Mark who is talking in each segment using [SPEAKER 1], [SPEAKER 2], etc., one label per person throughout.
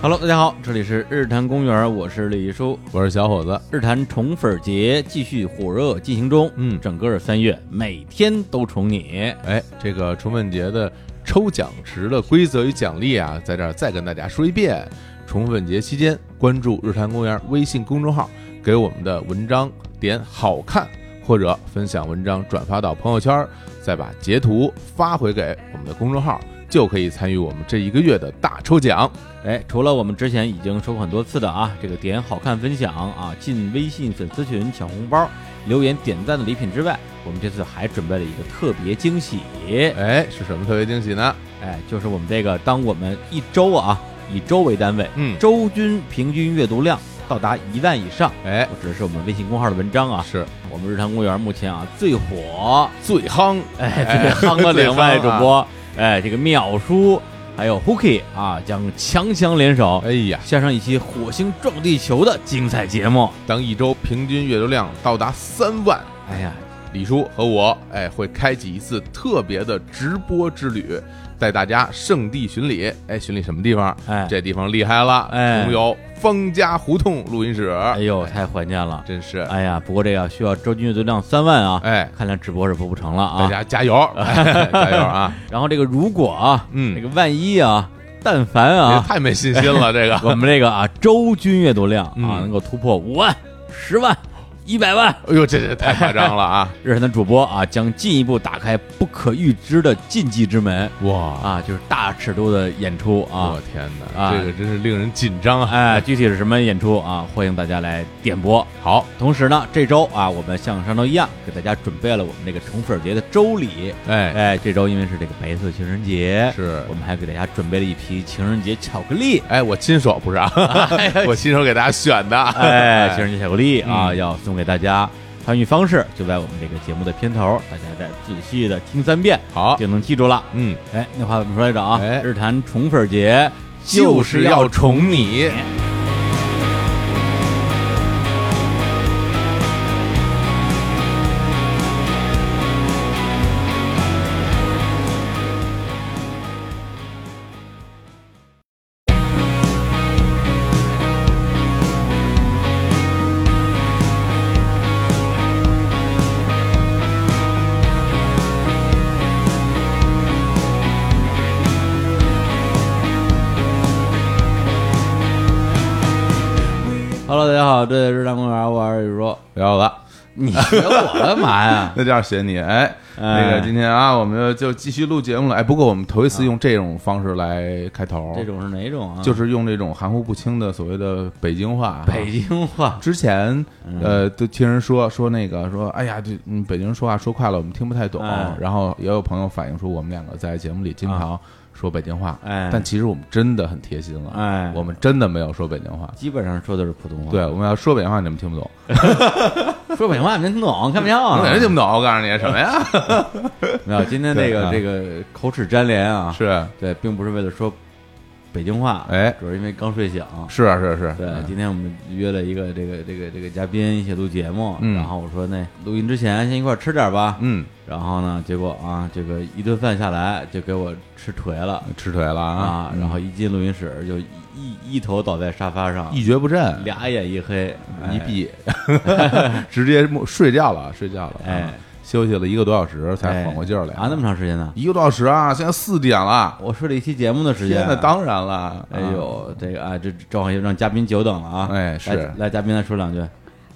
[SPEAKER 1] Hello，大家好，这里是日坛公园，我是李叔。
[SPEAKER 2] 我是小伙子，
[SPEAKER 1] 日坛宠粉节继续火热进行中，
[SPEAKER 2] 嗯
[SPEAKER 1] 整个三月每天都宠你。
[SPEAKER 2] 哎，这个宠粉节的抽奖池的规则与奖励啊，在这儿再跟大家说一遍。宠粉节期间，关注日坛公园微信公众号，给我们的文章点好看，或者分享文章转发到朋友圈，再把截图发回给我们的公众号，就可以参与我们这一个月的大抽奖。
[SPEAKER 1] 哎，除了我们之前已经说过很多次的啊，这个点好看分享啊，进微信粉丝群抢红包、留言点赞的礼品之外，我们这次还准备了一个特别惊喜。
[SPEAKER 2] 哎，是什么特别惊喜呢？
[SPEAKER 1] 哎，就是我们这个，当我们一周啊，以周为单位，
[SPEAKER 2] 嗯，
[SPEAKER 1] 周均平均阅读量到达一万以上，
[SPEAKER 2] 哎，
[SPEAKER 1] 不只是我们微信公号的文章啊，
[SPEAKER 2] 是
[SPEAKER 1] 我们日坛公园目前啊最火，
[SPEAKER 2] 最夯，
[SPEAKER 1] 哎，最夯的两位主
[SPEAKER 2] 最夯啊
[SPEAKER 1] 播，哎，这个淼叔还有 Hooky 啊，将强强联手，
[SPEAKER 2] 哎呀，
[SPEAKER 1] 献上一期火星撞地球的精彩节目。
[SPEAKER 2] 当一周平均阅读量到达三万，
[SPEAKER 1] 哎呀，
[SPEAKER 2] 李叔和我，哎，会开启一次特别的直播之旅，带大家圣地巡礼。哎，巡礼什么地方？
[SPEAKER 1] 哎，
[SPEAKER 2] 这地方厉害了，
[SPEAKER 1] 哎
[SPEAKER 2] 总有方家胡同录音室。
[SPEAKER 1] 哎呦，太怀念了。
[SPEAKER 2] 真是，
[SPEAKER 1] 哎呀，不过这个需要周均阅读量三万啊，
[SPEAKER 2] 哎，
[SPEAKER 1] 看来直播是播不成了
[SPEAKER 2] 大
[SPEAKER 1] 啊。
[SPEAKER 2] 家加 油，哎加油啊！
[SPEAKER 1] 然后这个如果啊，
[SPEAKER 2] 嗯哎
[SPEAKER 1] 这个万一啊，但凡
[SPEAKER 2] 也
[SPEAKER 1] 啊，
[SPEAKER 2] 太没信心 了，这个。
[SPEAKER 1] 我们这个啊周均阅读量啊、
[SPEAKER 2] 嗯
[SPEAKER 1] 能够突破五万、十万、一百万，
[SPEAKER 2] 哎呦，这这太夸张了啊！
[SPEAKER 1] 日坛的主播啊，将进一步打开不可预知的禁忌之门
[SPEAKER 2] 哇，
[SPEAKER 1] 啊，就是大尺度的演出啊
[SPEAKER 2] 我。天
[SPEAKER 1] 啊
[SPEAKER 2] 哪，这个真是令人紧张啊！
[SPEAKER 1] 哎，具体是什么演出啊？欢迎大家来点播。
[SPEAKER 2] 好，
[SPEAKER 1] 同时呢，这周啊，我们像上周一样，给大家准备了我们这个宠粉节的周礼。
[SPEAKER 2] 哎，
[SPEAKER 1] 哎，这周因为是这个白色情人节，
[SPEAKER 2] 是
[SPEAKER 1] 我们还给大家准备了一批情人节巧克 力。
[SPEAKER 2] 哎，我亲手不 是啊， 我亲手给大家选的。
[SPEAKER 1] 哎，情人节巧克力啊，
[SPEAKER 2] 嗯
[SPEAKER 1] 要送给大家。参与方式就在我们这个节目的片头，大家再仔细的听三遍，
[SPEAKER 2] 好，
[SPEAKER 1] 就能记住了。
[SPEAKER 2] 嗯，
[SPEAKER 1] 哎，那话怎么说来着啊？
[SPEAKER 2] 哎
[SPEAKER 1] 日坛宠粉节
[SPEAKER 2] 就是要宠你。
[SPEAKER 1] Hello，大家好，这里是日坛公园，我是宇说。
[SPEAKER 2] 不要了。？
[SPEAKER 1] 你学我干嘛呀
[SPEAKER 2] 那叫写你哎，那
[SPEAKER 1] 哎
[SPEAKER 2] 个今天啊，我们就继续录节目了哎。不过我们头一次用这种方式来开头，
[SPEAKER 1] 这种是哪种啊？
[SPEAKER 2] 就是用这种含糊不清的所谓的北京话。
[SPEAKER 1] 北京嗯话。
[SPEAKER 2] 之前呃，都听人说说那个说，哎呀，这嗯北京人说话说快了，我们听不太懂
[SPEAKER 1] 哎。啊
[SPEAKER 2] 然后也有朋友反映说，我们两个在节目里经常说北京话，
[SPEAKER 1] 哎
[SPEAKER 2] 但其实我们真的很贴心了，
[SPEAKER 1] 哎，哦
[SPEAKER 2] 我们真的没有说北京话。
[SPEAKER 1] 基本上说的是普通话。
[SPEAKER 2] 对，，我们要说北京话，你们听不懂，
[SPEAKER 1] 说北京话你们听不懂，开玩笑
[SPEAKER 2] 我肯定
[SPEAKER 1] 呢。
[SPEAKER 2] 听不懂。我告诉你什么呀？
[SPEAKER 1] 没有，今天这个
[SPEAKER 2] 对啊
[SPEAKER 1] 这个口齿粘连啊，
[SPEAKER 2] 是，
[SPEAKER 1] 对，并不是为了说北京话，
[SPEAKER 2] 哎
[SPEAKER 1] 主要是因为刚睡醒。
[SPEAKER 2] 是啊，是啊是啊。
[SPEAKER 1] 对
[SPEAKER 2] 嗯，
[SPEAKER 1] 今天我们约了一个这个这个这个嘉宾一起录节目，
[SPEAKER 2] 嗯
[SPEAKER 1] 然后我说那录音之前先一块儿吃点儿吧，
[SPEAKER 2] 嗯，
[SPEAKER 1] 然后呢，结果啊，这个一顿饭下来就给我吃颓了
[SPEAKER 2] 吃腿了
[SPEAKER 1] 啊
[SPEAKER 2] 啊，，
[SPEAKER 1] 然后一进录音室就一一一头倒在沙发上，
[SPEAKER 2] 一蹶不振，
[SPEAKER 1] 俩眼啊一黑，
[SPEAKER 2] 一闭， 直接睡觉了，睡觉了，
[SPEAKER 1] 哎
[SPEAKER 2] 啊，休息了一个多小时
[SPEAKER 1] 哎
[SPEAKER 2] 才缓过劲儿来
[SPEAKER 1] 啊，那么长时间呢？
[SPEAKER 2] 一个多小时啊，现在四点了，
[SPEAKER 1] 我睡了一期节目的时间啊
[SPEAKER 2] 天，呐，当然了，
[SPEAKER 1] 哎
[SPEAKER 2] 啊，
[SPEAKER 1] 呦，这个啊，这正好又让嘉宾久等了啊，
[SPEAKER 2] 哎是
[SPEAKER 1] 来来，嘉宾来说两句，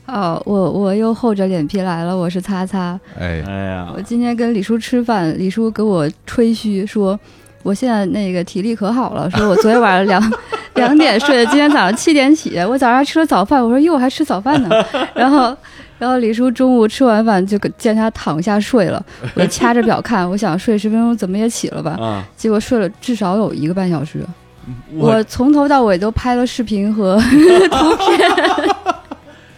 [SPEAKER 3] 哦，我我又厚着脸皮来了，我是擦擦。
[SPEAKER 2] 哎，
[SPEAKER 1] 哎呀
[SPEAKER 3] 我，今天跟李叔吃饭，李叔给我吹嘘说，我现在那个体力可好了，说我昨天晚上两两点睡的，今天早上七点起，我早上还吃了早饭，我说哟我还吃早饭呢，然后。然后李叔中午吃完饭就给见他躺下睡了，我就掐着表看，我想睡十分钟怎么也起了吧，
[SPEAKER 1] 啊，
[SPEAKER 3] 结果睡了至少有一个半小时。
[SPEAKER 1] 我
[SPEAKER 3] 我从头到尾都拍了视频和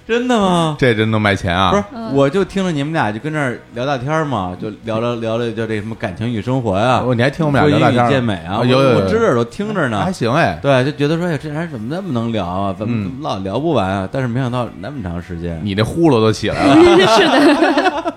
[SPEAKER 1] 真的吗？
[SPEAKER 2] 这真能卖钱啊！
[SPEAKER 1] 不是，
[SPEAKER 3] 嗯
[SPEAKER 1] 我就听着你们俩就跟那儿聊大天儿嘛，就聊了聊了叫这什么感情与生活呀，
[SPEAKER 2] 哦，你还听我们俩聊大
[SPEAKER 1] 婚姻
[SPEAKER 2] 天
[SPEAKER 1] 与
[SPEAKER 2] 儿
[SPEAKER 1] 健美啊，
[SPEAKER 2] 哦有有
[SPEAKER 1] 我
[SPEAKER 2] 有，
[SPEAKER 1] 我支着耳朵听着呢
[SPEAKER 2] 还，行哎，
[SPEAKER 1] 对，就觉得说哎，这人怎么那么能聊啊，怎么
[SPEAKER 2] 嗯
[SPEAKER 1] 怎么老聊不完啊？但是没想到那么长时间，
[SPEAKER 2] 你这呼噜都起来了，
[SPEAKER 3] 是的，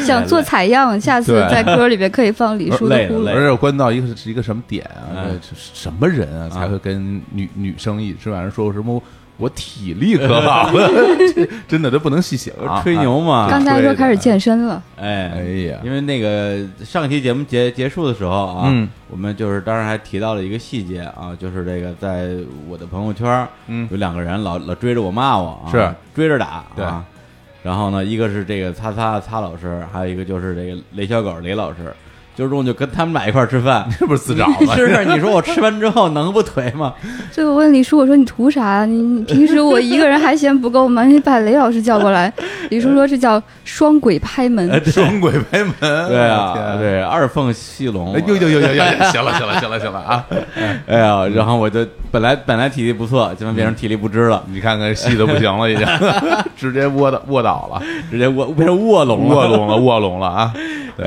[SPEAKER 3] 想做采样，下次
[SPEAKER 2] 对
[SPEAKER 3] 在歌里边可以放李叔的
[SPEAKER 1] 累了
[SPEAKER 3] 呼噜
[SPEAKER 1] 累。
[SPEAKER 2] 而且关到一个是一个什么点啊？
[SPEAKER 1] 嗯
[SPEAKER 2] 这什么人啊
[SPEAKER 1] 啊
[SPEAKER 2] 才会跟女女生一直晚上说什么我体力可 好了？这真的这不能细想，啊
[SPEAKER 1] 吹牛嘛，
[SPEAKER 3] 刚才说开始健身了，
[SPEAKER 1] 哎
[SPEAKER 2] 哎呀
[SPEAKER 1] 因为那个上期节目结结束的时候啊，
[SPEAKER 2] 嗯
[SPEAKER 1] 我们就是当时还提到了一个细节啊，就是这个在我的朋友圈儿，
[SPEAKER 2] 嗯
[SPEAKER 1] 有两个人老老追着我骂我、啊，
[SPEAKER 2] 是
[SPEAKER 1] 追着打，
[SPEAKER 2] 对，
[SPEAKER 1] 啊。然后呢，一个是这个擦擦擦老师，还有一个就是这个雷小狗雷老师，就是我就跟他们俩一块儿吃饭
[SPEAKER 2] 这不是自找 吗？
[SPEAKER 1] 是不是？你说我吃完之后能不颓吗？
[SPEAKER 3] 所以我问李叔，我说你图啥？你你平时我一个人还嫌不够吗？你把雷老师叫过 来。李叔说这叫双轨拍 门。
[SPEAKER 1] 呃
[SPEAKER 2] 双轨拍门，
[SPEAKER 1] 对
[SPEAKER 2] 我的
[SPEAKER 1] 啊，
[SPEAKER 2] 哎天，
[SPEAKER 1] 对二凤戏龙
[SPEAKER 2] 哎，呦呦呦呦 呦，行了行了行了行了啊！
[SPEAKER 1] 哎呀，然后我就本来本来体力不错，现在变成体力不支 了，
[SPEAKER 2] 你看看细的不行了，已经 直接窝到窝倒了，
[SPEAKER 1] 直接卧变成卧龙了，
[SPEAKER 2] 卧龙了卧龙了啊！对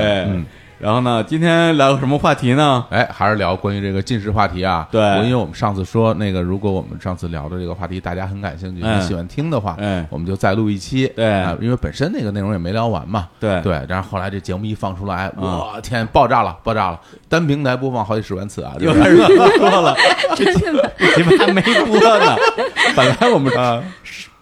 [SPEAKER 1] 哎，
[SPEAKER 2] 嗯。
[SPEAKER 1] 然后呢，今天聊个什么话题呢？
[SPEAKER 2] 哎，还是聊关于这个近视话题啊。
[SPEAKER 1] 对
[SPEAKER 2] 我因为我们上次说那个，如果我们上次聊的这个话题大家很感兴趣，
[SPEAKER 1] 嗯
[SPEAKER 2] 你喜欢听的话，
[SPEAKER 1] 嗯
[SPEAKER 2] 我们就再录一期。
[SPEAKER 1] 对
[SPEAKER 2] 啊因为本身那个内容也没聊完嘛。
[SPEAKER 1] 对
[SPEAKER 2] 对，嗯然后后来这节目一放出来，我天，爆炸了，爆炸了！单平台播放好几十万次啊，
[SPEAKER 1] 又
[SPEAKER 2] 就是
[SPEAKER 1] 开始说 了，你们还没播 呢。本来我们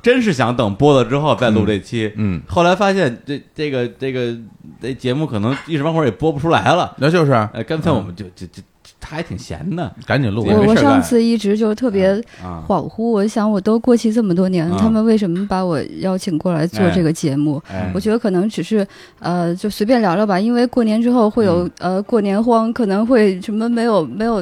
[SPEAKER 1] 真是想等播了之后再录这期，
[SPEAKER 2] 啊嗯嗯
[SPEAKER 1] 后来发现这这个这个这节目可能一时半会儿也播不出来了，
[SPEAKER 2] 那就是
[SPEAKER 1] 哎，干脆我们就就就他还挺闲的
[SPEAKER 2] 赶紧录吧。
[SPEAKER 1] 也
[SPEAKER 3] 我
[SPEAKER 1] 没
[SPEAKER 3] 我
[SPEAKER 1] 事儿干
[SPEAKER 3] 上次一直就特别
[SPEAKER 1] 啊，
[SPEAKER 3] 恍惚，我想我都过去这么多年
[SPEAKER 1] 啊
[SPEAKER 3] 了，他们为什么把我邀请过来做
[SPEAKER 1] 哎
[SPEAKER 3] 这个节目？
[SPEAKER 1] 哎
[SPEAKER 3] 我觉得可能只是呃，就随便聊聊吧，因为过年之后会有、
[SPEAKER 1] 嗯
[SPEAKER 3] 呃过年荒，可能会什么没有没有，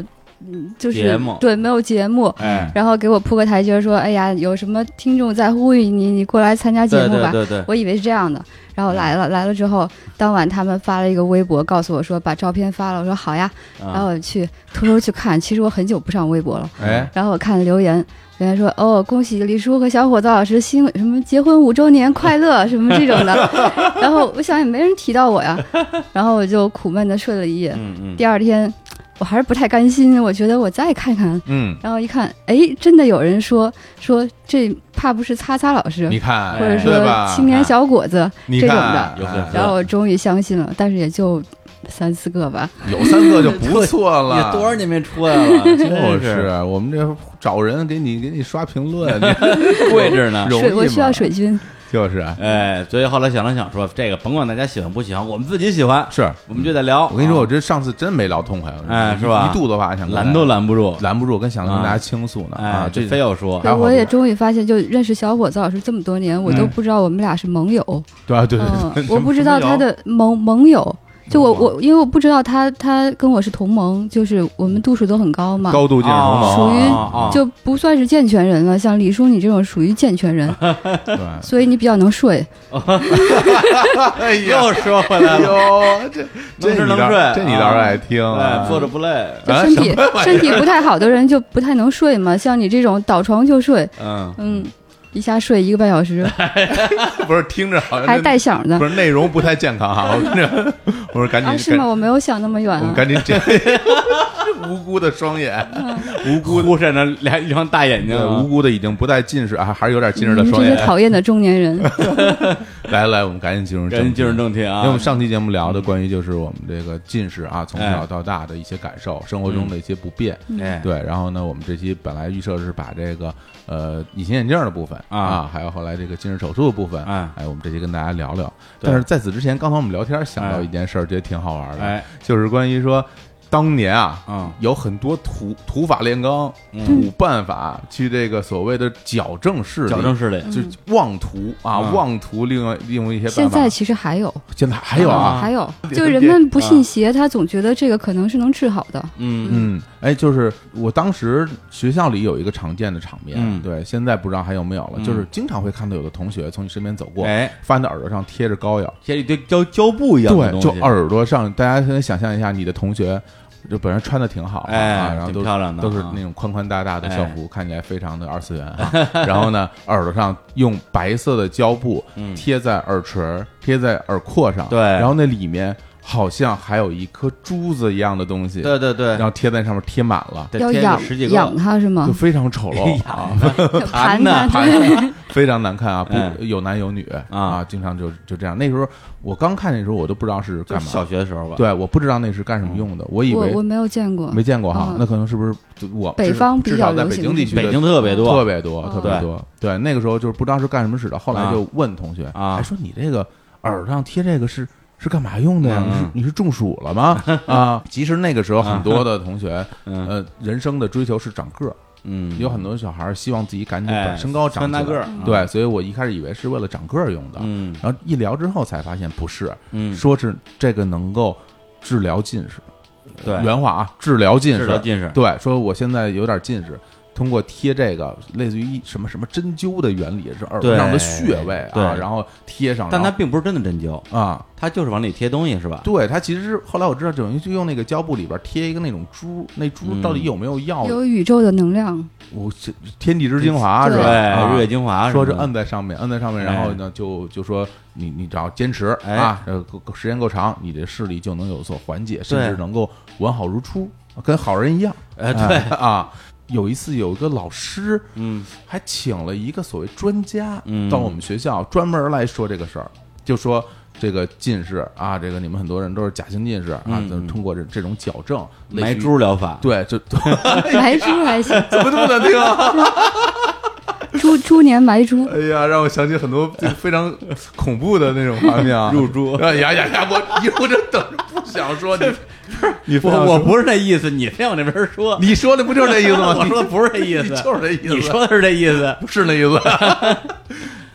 [SPEAKER 3] 嗯，就是
[SPEAKER 1] 节目
[SPEAKER 3] 对没有节目，
[SPEAKER 1] 哎，
[SPEAKER 3] 然后给我铺个台阶儿说，哎呀，有什么听众在呼吁你，你过来参加节
[SPEAKER 1] 对
[SPEAKER 3] 目吧。
[SPEAKER 1] 对对对，
[SPEAKER 3] 我以为是这样的，然后
[SPEAKER 1] 嗯
[SPEAKER 3] 来了，来了之后，当晚他们发了一个微博，告诉我说把照片发了，我说好呀，然后
[SPEAKER 1] 啊
[SPEAKER 3] 我去偷偷去看，其实我很久不上微博了，
[SPEAKER 2] 哎，
[SPEAKER 3] 然后我看留言，留言说哦，恭喜李叔和小伙子老师新什么结婚五周年 快乐什么这种的。然后我想也没人提到我呀，然后我就苦闷的睡了一夜。
[SPEAKER 1] 嗯嗯，
[SPEAKER 3] 第二天我还是不太甘心，我觉得我再看看。
[SPEAKER 2] 嗯，
[SPEAKER 3] 然后一看，哎，真的有人说说这怕不是擦擦老师，
[SPEAKER 2] 你看，
[SPEAKER 3] 或者说
[SPEAKER 2] 对吧？
[SPEAKER 3] 青年小伙子
[SPEAKER 2] 你
[SPEAKER 3] 这种
[SPEAKER 2] 看
[SPEAKER 3] 的。
[SPEAKER 1] 有粉丝
[SPEAKER 3] 然后我终于相信了，但是也就三四个吧。
[SPEAKER 2] 有三个就不错
[SPEAKER 1] 也
[SPEAKER 2] 了，
[SPEAKER 1] 嗯多少年没出来了， 真
[SPEAKER 2] 就是
[SPEAKER 1] 是
[SPEAKER 2] 我们这找人给你给你刷 评论，
[SPEAKER 1] 跪着呢。
[SPEAKER 2] 容易
[SPEAKER 3] 水，我需要
[SPEAKER 2] 吗
[SPEAKER 3] 水军。
[SPEAKER 2] 就是啊
[SPEAKER 1] 哎，所以后来想了想说，这个甭管大家喜欢不喜欢，我们自己喜欢，
[SPEAKER 2] 是。
[SPEAKER 1] 我们就得聊。
[SPEAKER 2] 我跟你说，
[SPEAKER 1] 啊
[SPEAKER 2] 我这上次真没聊痛快，
[SPEAKER 1] 哎
[SPEAKER 2] 一
[SPEAKER 1] 是吧
[SPEAKER 2] 一肚子话想跟
[SPEAKER 1] 拦都拦不住
[SPEAKER 2] 大家，拦不住，跟想跟
[SPEAKER 1] 啊
[SPEAKER 2] 大家倾诉呢
[SPEAKER 1] 哎
[SPEAKER 2] 啊，，
[SPEAKER 1] 这
[SPEAKER 2] 这
[SPEAKER 1] 非要说
[SPEAKER 2] 还
[SPEAKER 3] 对，
[SPEAKER 2] 好
[SPEAKER 3] 我
[SPEAKER 2] 这
[SPEAKER 3] 也
[SPEAKER 2] 个
[SPEAKER 3] 终于发现，就认识小伙子老师这么多年，我都
[SPEAKER 2] 嗯
[SPEAKER 3] 不知道我们俩是盟友。
[SPEAKER 2] 对啊对嗯对
[SPEAKER 3] 嗯
[SPEAKER 2] 对，对，
[SPEAKER 3] 我不知道他的盟盟友，就我
[SPEAKER 2] 盟友
[SPEAKER 3] 我因为我不知道他他跟我是同盟，就是我们度数都很高 嘛，
[SPEAKER 2] 高度近视同盟
[SPEAKER 3] 属于
[SPEAKER 1] 哦
[SPEAKER 3] 就不算是健全人了。像李叔你这种属于健 全人，
[SPEAKER 2] 对，
[SPEAKER 3] 所以你比较 能睡。
[SPEAKER 2] 哎呀，
[SPEAKER 1] 又说回来了，
[SPEAKER 2] 哟，这哎这
[SPEAKER 1] 能吃
[SPEAKER 2] 你
[SPEAKER 1] 能
[SPEAKER 2] 倒
[SPEAKER 1] 睡
[SPEAKER 2] 这你倒是
[SPEAKER 1] 啊
[SPEAKER 2] 爱听啊
[SPEAKER 1] 哎，，坐着不累，
[SPEAKER 3] 就
[SPEAKER 2] 啊
[SPEAKER 3] 身
[SPEAKER 2] 什
[SPEAKER 3] 体、
[SPEAKER 2] 么玩意儿
[SPEAKER 3] 身体不太好的人就不太能睡嘛，像你这种倒床就睡，
[SPEAKER 1] 嗯，
[SPEAKER 3] 嗯，一下睡一个半小 时，
[SPEAKER 2] 不是听着好像
[SPEAKER 3] 还
[SPEAKER 2] 真
[SPEAKER 3] 带响的
[SPEAKER 2] 不是内容不太健康啊，我跟着我说赶 紧
[SPEAKER 3] 啊？是吗？
[SPEAKER 2] 赶
[SPEAKER 3] 我没有想那么远
[SPEAKER 2] 我们
[SPEAKER 3] 啊。
[SPEAKER 2] 赶紧 这无辜的双眼，
[SPEAKER 1] 嗯无辜忽闪着俩一双大眼睛
[SPEAKER 2] 对，无
[SPEAKER 1] 啊，
[SPEAKER 2] 辜的已经不带近视，还还是有点近视的
[SPEAKER 1] 嗯
[SPEAKER 3] 你这
[SPEAKER 2] 双
[SPEAKER 3] 些
[SPEAKER 2] 眼。
[SPEAKER 3] 讨厌的中 年人，
[SPEAKER 2] 来来，我们赶紧进入
[SPEAKER 1] 赶紧进入
[SPEAKER 2] 正
[SPEAKER 1] 正
[SPEAKER 2] 题。
[SPEAKER 1] 题
[SPEAKER 2] 因为我
[SPEAKER 1] 啊
[SPEAKER 2] 们，上期节目聊的关于就是我们这个近视啊，从小到大的一些感受，生活中的一些不便。
[SPEAKER 1] 哎，
[SPEAKER 2] 对，然后呢，我们这期本来预设是把这个呃隐形眼镜的部分
[SPEAKER 1] 啊
[SPEAKER 2] 啊，还有后来这个近视手术的部分，
[SPEAKER 1] 啊
[SPEAKER 2] 哎，我们这期跟大家聊聊。
[SPEAKER 1] 对
[SPEAKER 2] 但是在此之前，刚才我们聊天想到
[SPEAKER 1] 哎
[SPEAKER 2] 一件事儿，觉得挺好玩的
[SPEAKER 1] 哎，
[SPEAKER 2] 就是关于说当年啊，
[SPEAKER 1] 啊
[SPEAKER 2] 有很多土土法炼钢、
[SPEAKER 1] 嗯
[SPEAKER 2] 土办法去这个所谓的矫正视力，
[SPEAKER 1] 矫正视力，
[SPEAKER 2] 就是妄图啊，
[SPEAKER 1] 嗯
[SPEAKER 2] 妄图利用利用一些
[SPEAKER 3] 嗯现
[SPEAKER 2] 办法。
[SPEAKER 3] 在其实还有，
[SPEAKER 2] 现在还有
[SPEAKER 1] 啊
[SPEAKER 2] 啊，
[SPEAKER 3] 还有，
[SPEAKER 2] 别
[SPEAKER 3] 就是人们不信邪，他总觉得这个可能是能治好的。
[SPEAKER 1] 嗯
[SPEAKER 2] 嗯，哎，就是我当时学校里有一个常见的场面，
[SPEAKER 1] 嗯
[SPEAKER 2] 对，现在不知道还有没有了，
[SPEAKER 1] 嗯
[SPEAKER 2] 就是经常会看到有的同学从你身边走过，
[SPEAKER 1] 哎，
[SPEAKER 2] 发你的耳朵上贴着膏药，
[SPEAKER 1] 像一堆胶胶布一样的
[SPEAKER 2] 对，
[SPEAKER 1] 东
[SPEAKER 2] 就
[SPEAKER 1] 西，
[SPEAKER 2] 耳朵上，大家可以想象一下，你的同学就本身穿的挺好啊，
[SPEAKER 1] 哎
[SPEAKER 2] 啊然后
[SPEAKER 1] 挺
[SPEAKER 2] 都
[SPEAKER 1] 漂亮的
[SPEAKER 2] 都是
[SPEAKER 1] 啊
[SPEAKER 2] 那种宽宽大大
[SPEAKER 1] 哎
[SPEAKER 2] 的校服，看起来非常的二次元啊。 然后呢，耳朵上用白色的胶布
[SPEAKER 1] 嗯
[SPEAKER 2] 贴在耳垂儿、贴在耳廓上，
[SPEAKER 1] 对
[SPEAKER 2] 然后那里面好像还有一颗珠子一样的东西，
[SPEAKER 1] 对对对
[SPEAKER 2] 然，后贴在上面贴满了，
[SPEAKER 1] 得
[SPEAKER 3] 要
[SPEAKER 1] 添个
[SPEAKER 3] 养
[SPEAKER 1] 十几个
[SPEAKER 3] 养它是吗
[SPEAKER 2] 就？非常丑
[SPEAKER 1] 哎
[SPEAKER 2] 陋啊，
[SPEAKER 1] 盘
[SPEAKER 3] 盘
[SPEAKER 1] 呢
[SPEAKER 3] 它，
[SPEAKER 2] 盘子非常难看啊，
[SPEAKER 1] 哎
[SPEAKER 2] 不有男有女啊，经常就就这样。那时候我刚看那时候我都不知道是
[SPEAKER 1] 就
[SPEAKER 2] 干
[SPEAKER 1] 是
[SPEAKER 2] 嘛，
[SPEAKER 1] 小学嗯的时候吧，
[SPEAKER 2] 对，我不知道那是干什么用的，我 以
[SPEAKER 3] 我我
[SPEAKER 2] 为
[SPEAKER 3] 没有见过
[SPEAKER 2] 没。见过哈
[SPEAKER 3] 嗯，
[SPEAKER 2] 那可能是不是就我
[SPEAKER 3] 北
[SPEAKER 2] 至
[SPEAKER 3] 方比
[SPEAKER 2] 至
[SPEAKER 3] 较
[SPEAKER 2] 少在
[SPEAKER 3] 流
[SPEAKER 2] 北
[SPEAKER 3] 行
[SPEAKER 2] 京地区的，
[SPEAKER 1] 北京特别
[SPEAKER 2] 特
[SPEAKER 1] 多，
[SPEAKER 2] 别多，
[SPEAKER 3] 哦
[SPEAKER 2] 特别多。对，那个时候就是不知道是干什么使的，后来就问同学，
[SPEAKER 1] 啊
[SPEAKER 2] 还说你这个耳上贴这个是是干嘛用的呀？
[SPEAKER 1] 嗯
[SPEAKER 2] 你是你是中暑了吗？ 啊，其实那个时候很多的同学，
[SPEAKER 1] 嗯
[SPEAKER 2] 呃，人生的追求是长个儿，
[SPEAKER 1] 嗯，
[SPEAKER 2] 有很多小孩儿希望自己赶紧
[SPEAKER 1] 哎
[SPEAKER 2] 把身高长
[SPEAKER 1] 翻大
[SPEAKER 2] 起
[SPEAKER 1] 个
[SPEAKER 2] 来
[SPEAKER 1] 儿，啊，
[SPEAKER 2] 对，所以我一开始以为是为了长个儿用的，
[SPEAKER 1] 嗯
[SPEAKER 2] 然后一聊之后才发现不是，
[SPEAKER 1] 嗯，
[SPEAKER 2] 说是这个能够治疗近视，
[SPEAKER 1] 对，
[SPEAKER 2] 原话啊，治疗近
[SPEAKER 1] 治疗
[SPEAKER 2] 视，
[SPEAKER 1] 近视，
[SPEAKER 2] 对，说我现在有点近视，通过贴这个类似于一什么什么针灸的原理，是耳朵上的穴位
[SPEAKER 1] 对
[SPEAKER 2] 啊，然后贴上，
[SPEAKER 1] 但它
[SPEAKER 2] 然后
[SPEAKER 1] 并不是真的针灸，
[SPEAKER 2] 啊，
[SPEAKER 1] 它就是往里贴东西是吧？
[SPEAKER 2] 对，它其实是后来我知道，等于就用那个胶布里边贴一个那种珠，那珠
[SPEAKER 1] 嗯
[SPEAKER 2] 到底有没有药？
[SPEAKER 3] 有宇宙的能量，
[SPEAKER 2] 我这天地之精华是
[SPEAKER 3] 对
[SPEAKER 2] 吧？啊
[SPEAKER 1] 日月精啊华什
[SPEAKER 2] 说
[SPEAKER 1] 么的，
[SPEAKER 2] 是摁在上面，摁在上面，然后呢，就就说你你只要坚持
[SPEAKER 1] 哎
[SPEAKER 2] 啊，呃，够够时间够长，你的视力就能有所缓解，甚至
[SPEAKER 1] 对
[SPEAKER 2] 能够完好如初，跟好人一样。
[SPEAKER 1] 哎，对，
[SPEAKER 2] 啊，有一次有一个老师
[SPEAKER 1] 嗯
[SPEAKER 2] 还请了一个所谓专家
[SPEAKER 1] 嗯
[SPEAKER 2] 到我们学校专门来说这个事儿，就说这个近视啊，这个你们很多人都是假性近视啊，
[SPEAKER 1] 嗯
[SPEAKER 2] 就通过这这种矫正
[SPEAKER 1] 埋，珠疗法，
[SPEAKER 2] 类似于对，就
[SPEAKER 3] 埋猪还行，
[SPEAKER 2] 怎么这么难听啊？
[SPEAKER 3] 猪猪年埋猪，
[SPEAKER 2] 哎呀，让我想起很多非常恐怖的那种画面啊，
[SPEAKER 1] 入珠。
[SPEAKER 2] 哎呀呀呀！我一我这等着不想说 你，你非要
[SPEAKER 1] 我我
[SPEAKER 2] 说
[SPEAKER 1] 不是那意思，你非往那边说，
[SPEAKER 2] 你说的不就是这意思 吗？
[SPEAKER 1] 我说的不是这意
[SPEAKER 2] 你
[SPEAKER 1] 思，
[SPEAKER 2] 就是这意思
[SPEAKER 1] 你说的是这意 思，
[SPEAKER 2] 不是那意思。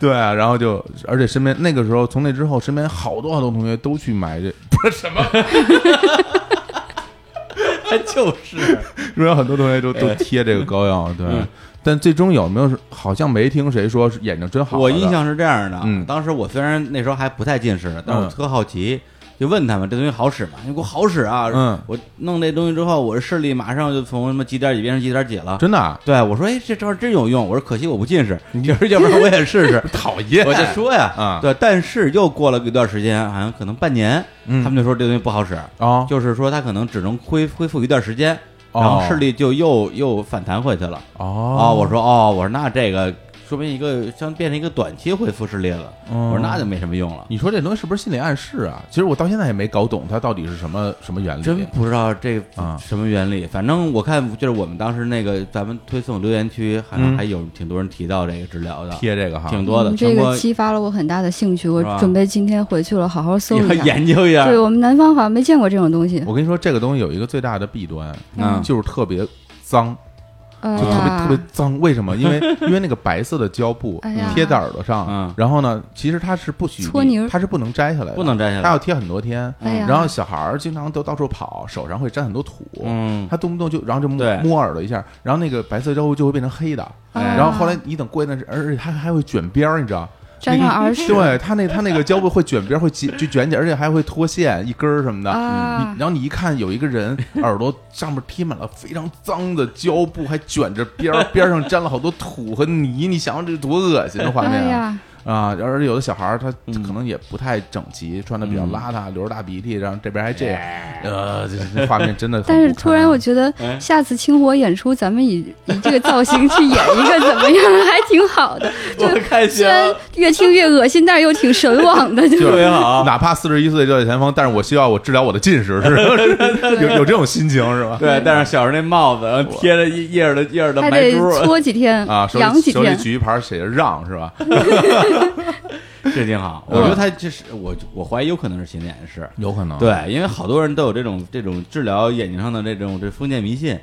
[SPEAKER 2] 对啊，然后就，而且身边那个时候，从那之后，身边好多好多同学都去买这，不是什么，
[SPEAKER 1] 就是
[SPEAKER 2] 身边很多同 学都都贴这个膏药，对。
[SPEAKER 1] 嗯
[SPEAKER 2] 但最终有没有是？好像没听谁说是眼睛真好啊了。
[SPEAKER 1] 我印象是这样的。
[SPEAKER 2] 嗯
[SPEAKER 1] 当时我虽然那时候还不太近视，但是我
[SPEAKER 2] 嗯
[SPEAKER 1] 特好奇，就问他们这东西好使吗？你给我好使啊！
[SPEAKER 2] 嗯
[SPEAKER 1] 我弄这东西之后，我的视力马上就从什么几点几变成几点几了。
[SPEAKER 2] 真的啊
[SPEAKER 1] 对，我说，哎，这招真有用。我说，可惜我不近 视， 你说要不然我也试试。
[SPEAKER 2] 讨厌
[SPEAKER 1] 我就说呀，
[SPEAKER 2] 啊
[SPEAKER 1] 对，但是又过了一段时间，好像可能半年，
[SPEAKER 2] 嗯
[SPEAKER 1] 他们就说这东西不好使，
[SPEAKER 2] 啊，
[SPEAKER 1] 就是说它可能只能恢恢复一段时间，
[SPEAKER 2] 哦
[SPEAKER 1] 然后视力就又又反弹回去了。啊，
[SPEAKER 2] 哦，
[SPEAKER 1] 我说哦，我说那这个说明一个像变成一个短期恢复视力了，
[SPEAKER 2] 嗯
[SPEAKER 1] 我说那就没什么用了，
[SPEAKER 2] 你说这东西是不是心理暗示啊？其实我到现在也没搞懂它到底是什么什么原理。
[SPEAKER 1] 真不知道这
[SPEAKER 2] 啊
[SPEAKER 1] 什么原理。反正我看就是我们当时那个咱们推送留言区，好像
[SPEAKER 2] 嗯
[SPEAKER 1] 还有挺多人提到这个治疗的，
[SPEAKER 2] 贴这个哈，
[SPEAKER 1] 啊挺多的，
[SPEAKER 3] 嗯这
[SPEAKER 1] 全国
[SPEAKER 3] 个激发了我很大的兴趣，我
[SPEAKER 1] 是吧
[SPEAKER 3] 准备今天回去了好好搜
[SPEAKER 1] 要
[SPEAKER 3] 一 下。
[SPEAKER 1] 研究一下，
[SPEAKER 3] 对我们南方好像没见过这种东西，
[SPEAKER 2] 我跟你说，这个东西有一个最大的弊端，
[SPEAKER 1] 嗯
[SPEAKER 2] 就是特别脏，
[SPEAKER 3] 呃，
[SPEAKER 2] 就特别特别脏。为什么？因为因为那个白色的胶布
[SPEAKER 3] 哎呀
[SPEAKER 2] 贴在耳朵
[SPEAKER 1] 嗯
[SPEAKER 2] 上，然后呢，其实它是不许
[SPEAKER 3] 搓
[SPEAKER 2] 你
[SPEAKER 3] 泥儿
[SPEAKER 2] 它是不能摘下来的，
[SPEAKER 1] 不能摘下
[SPEAKER 2] 它
[SPEAKER 1] 来
[SPEAKER 2] 要，贴很多天。
[SPEAKER 3] 哎呀，
[SPEAKER 2] 然后小孩儿经常都到处跑，手上会沾很多土，
[SPEAKER 1] 嗯，
[SPEAKER 2] 他动不动就然后就摸
[SPEAKER 1] 对
[SPEAKER 2] 摸耳朵一下，然后那个白色胶布就会变成黑的。
[SPEAKER 3] 啊
[SPEAKER 2] 然后后来你等过一段时间，而且它还会卷边儿，你知道。
[SPEAKER 3] 沾上耳屎
[SPEAKER 2] 对它那它那个胶布会卷边儿，会卷就卷起来，而且还会脱线一根儿什么的。嗯
[SPEAKER 3] 啊
[SPEAKER 2] 你，然后你一看有一个 人耳朵上面贴满了非常脏的胶布，还卷着边儿，边儿上沾了好多土和泥，你想想这多恶心的画
[SPEAKER 3] 哎
[SPEAKER 2] 面啊！
[SPEAKER 3] 呀，
[SPEAKER 2] 啊，而且有的小孩儿他
[SPEAKER 1] 嗯
[SPEAKER 2] 可能也不太整齐，穿的比较
[SPEAKER 1] 嗯
[SPEAKER 2] 邋遢，流着大鼻涕，然后这边还这样， 呃，
[SPEAKER 3] 嗯
[SPEAKER 2] 这这画面真的很不堪啊。
[SPEAKER 3] 但是突然我觉得
[SPEAKER 1] 哎
[SPEAKER 3] 下次清火演出，咱们以 以这个造型去演一个怎么样，还挺 好的。就
[SPEAKER 1] 我开心啊
[SPEAKER 3] 虽，然越听越恶心，但是又挺神 往的，就
[SPEAKER 1] 特别好，
[SPEAKER 2] 哪怕四十一岁就在前方，但是我希望我治疗我的近视，是吧有有这种心情是吧？
[SPEAKER 1] 对，戴上小时候那帽子，然后贴着一叶儿的叶儿的
[SPEAKER 3] 还
[SPEAKER 1] 埋
[SPEAKER 3] 得
[SPEAKER 1] 珠，
[SPEAKER 3] 搓几天
[SPEAKER 2] 啊，手
[SPEAKER 3] 养
[SPEAKER 2] 里
[SPEAKER 3] 几
[SPEAKER 2] 手里
[SPEAKER 3] 天。
[SPEAKER 2] 举一盘写着让是吧？
[SPEAKER 1] 这挺好。我
[SPEAKER 2] 嗯
[SPEAKER 1] 觉得他这是我我怀疑有可能是心理暗示，
[SPEAKER 2] 有可能，
[SPEAKER 1] 对，因为好多人都有这种这种治疗眼睛上的这种这封建迷信。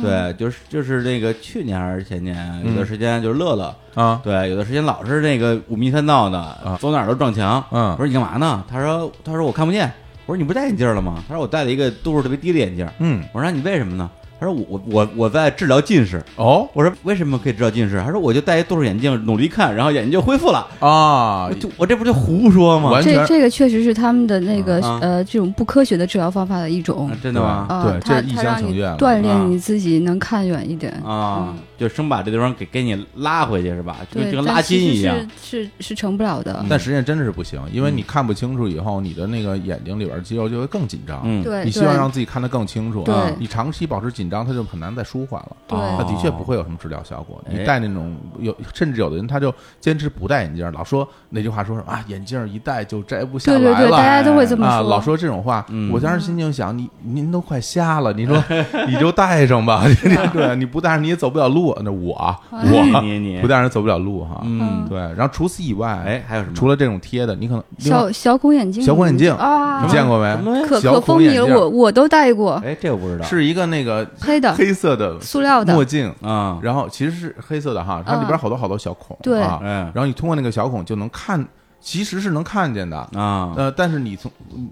[SPEAKER 1] 对，就是就是那个去年还是前年，
[SPEAKER 2] 嗯
[SPEAKER 1] 有段时间就是乐乐，
[SPEAKER 2] 啊，
[SPEAKER 1] 对，有段时间老是那个五迷三道的，走哪儿都撞墙。
[SPEAKER 2] 嗯
[SPEAKER 1] 我说你干嘛呢？他说他说我看不见。我说你不戴眼镜了吗？他说我戴了一个度数特别低的眼镜。
[SPEAKER 2] 嗯，
[SPEAKER 1] 我说那你为什么呢？他说我我我我在治疗近视。
[SPEAKER 2] 哦
[SPEAKER 1] 我说为什么可以治疗近视？他说我就戴一度数眼镜，努力看，然后眼睛就恢复了。
[SPEAKER 2] 啊
[SPEAKER 1] 我，就我这不就胡说吗？
[SPEAKER 2] 完
[SPEAKER 3] 这
[SPEAKER 2] 全
[SPEAKER 3] 这个确实是他们的那个
[SPEAKER 1] 嗯啊
[SPEAKER 3] 呃这种不科学的治疗方法的一种
[SPEAKER 1] 啊真的吗？
[SPEAKER 3] 啊
[SPEAKER 2] 对，
[SPEAKER 3] 它
[SPEAKER 2] 这是一
[SPEAKER 3] 它
[SPEAKER 2] 厢
[SPEAKER 3] 让
[SPEAKER 2] 情
[SPEAKER 3] 你
[SPEAKER 2] 愿了嗯
[SPEAKER 3] 锻
[SPEAKER 1] 啊
[SPEAKER 3] 炼你自己能看远一点。
[SPEAKER 1] 啊，就生把这对方给给你拉回去是吧？就跟
[SPEAKER 3] 对，
[SPEAKER 1] 就跟
[SPEAKER 3] 但
[SPEAKER 1] 拉
[SPEAKER 3] 其
[SPEAKER 1] 筋
[SPEAKER 3] 实
[SPEAKER 1] 一样。
[SPEAKER 3] 是是是成不了的。
[SPEAKER 2] 但实际上真的是不行，因为
[SPEAKER 3] 嗯
[SPEAKER 2] 你看不清楚以后，你的那个眼睛里边肌肉就会更紧张。
[SPEAKER 1] 嗯，
[SPEAKER 3] 对，
[SPEAKER 2] 你希
[SPEAKER 3] 对
[SPEAKER 2] 望让自己看得更清楚
[SPEAKER 3] 对
[SPEAKER 2] 啊！你长期保持紧张，它就很难再舒缓了。
[SPEAKER 3] 对
[SPEAKER 1] 哦
[SPEAKER 2] 它的确不会有什么治疗效果。
[SPEAKER 1] 哎
[SPEAKER 2] 你戴那种有，甚至有的人他就坚持不戴眼镜儿，老说那句话说什么啊，眼镜儿一戴就摘不下
[SPEAKER 3] 对
[SPEAKER 2] 来
[SPEAKER 3] 对
[SPEAKER 2] 了。
[SPEAKER 3] 对，大家都会这么
[SPEAKER 2] 啊，
[SPEAKER 3] 说。
[SPEAKER 2] 老说这种话，
[SPEAKER 1] 嗯
[SPEAKER 2] 我当时心情想，你您都快瞎了，你 说你就戴上吧， 对，你不戴上你也走不了路。啊那 我我啊
[SPEAKER 1] 你你
[SPEAKER 2] 不戴上走不了路哈，
[SPEAKER 1] 嗯，
[SPEAKER 2] 对。然后除此以外，
[SPEAKER 1] 哎，，还有什么？
[SPEAKER 2] 除了这种贴的，你可能另外
[SPEAKER 3] 小小孔眼镜，
[SPEAKER 2] 小孔眼镜
[SPEAKER 3] 啊
[SPEAKER 2] 你，见过没
[SPEAKER 1] 什？么东西
[SPEAKER 3] 可
[SPEAKER 2] 小
[SPEAKER 3] 可
[SPEAKER 2] 孔
[SPEAKER 3] 风
[SPEAKER 2] 眼
[SPEAKER 3] 靡
[SPEAKER 2] 镜
[SPEAKER 3] 了，我我都戴过，
[SPEAKER 1] 哎，这我不知道。
[SPEAKER 2] 是一个那个
[SPEAKER 3] 黑的、
[SPEAKER 2] 黑色的
[SPEAKER 3] 塑料的
[SPEAKER 2] 墨，镜，
[SPEAKER 1] 啊，
[SPEAKER 2] 然后其实是黑色的哈，它里边好多好多小孔，
[SPEAKER 3] 对
[SPEAKER 2] 啊，
[SPEAKER 1] 哎
[SPEAKER 2] 然后你通过那个小孔就能看，其实是能看见的。
[SPEAKER 1] 啊，
[SPEAKER 2] 呃，但是你从，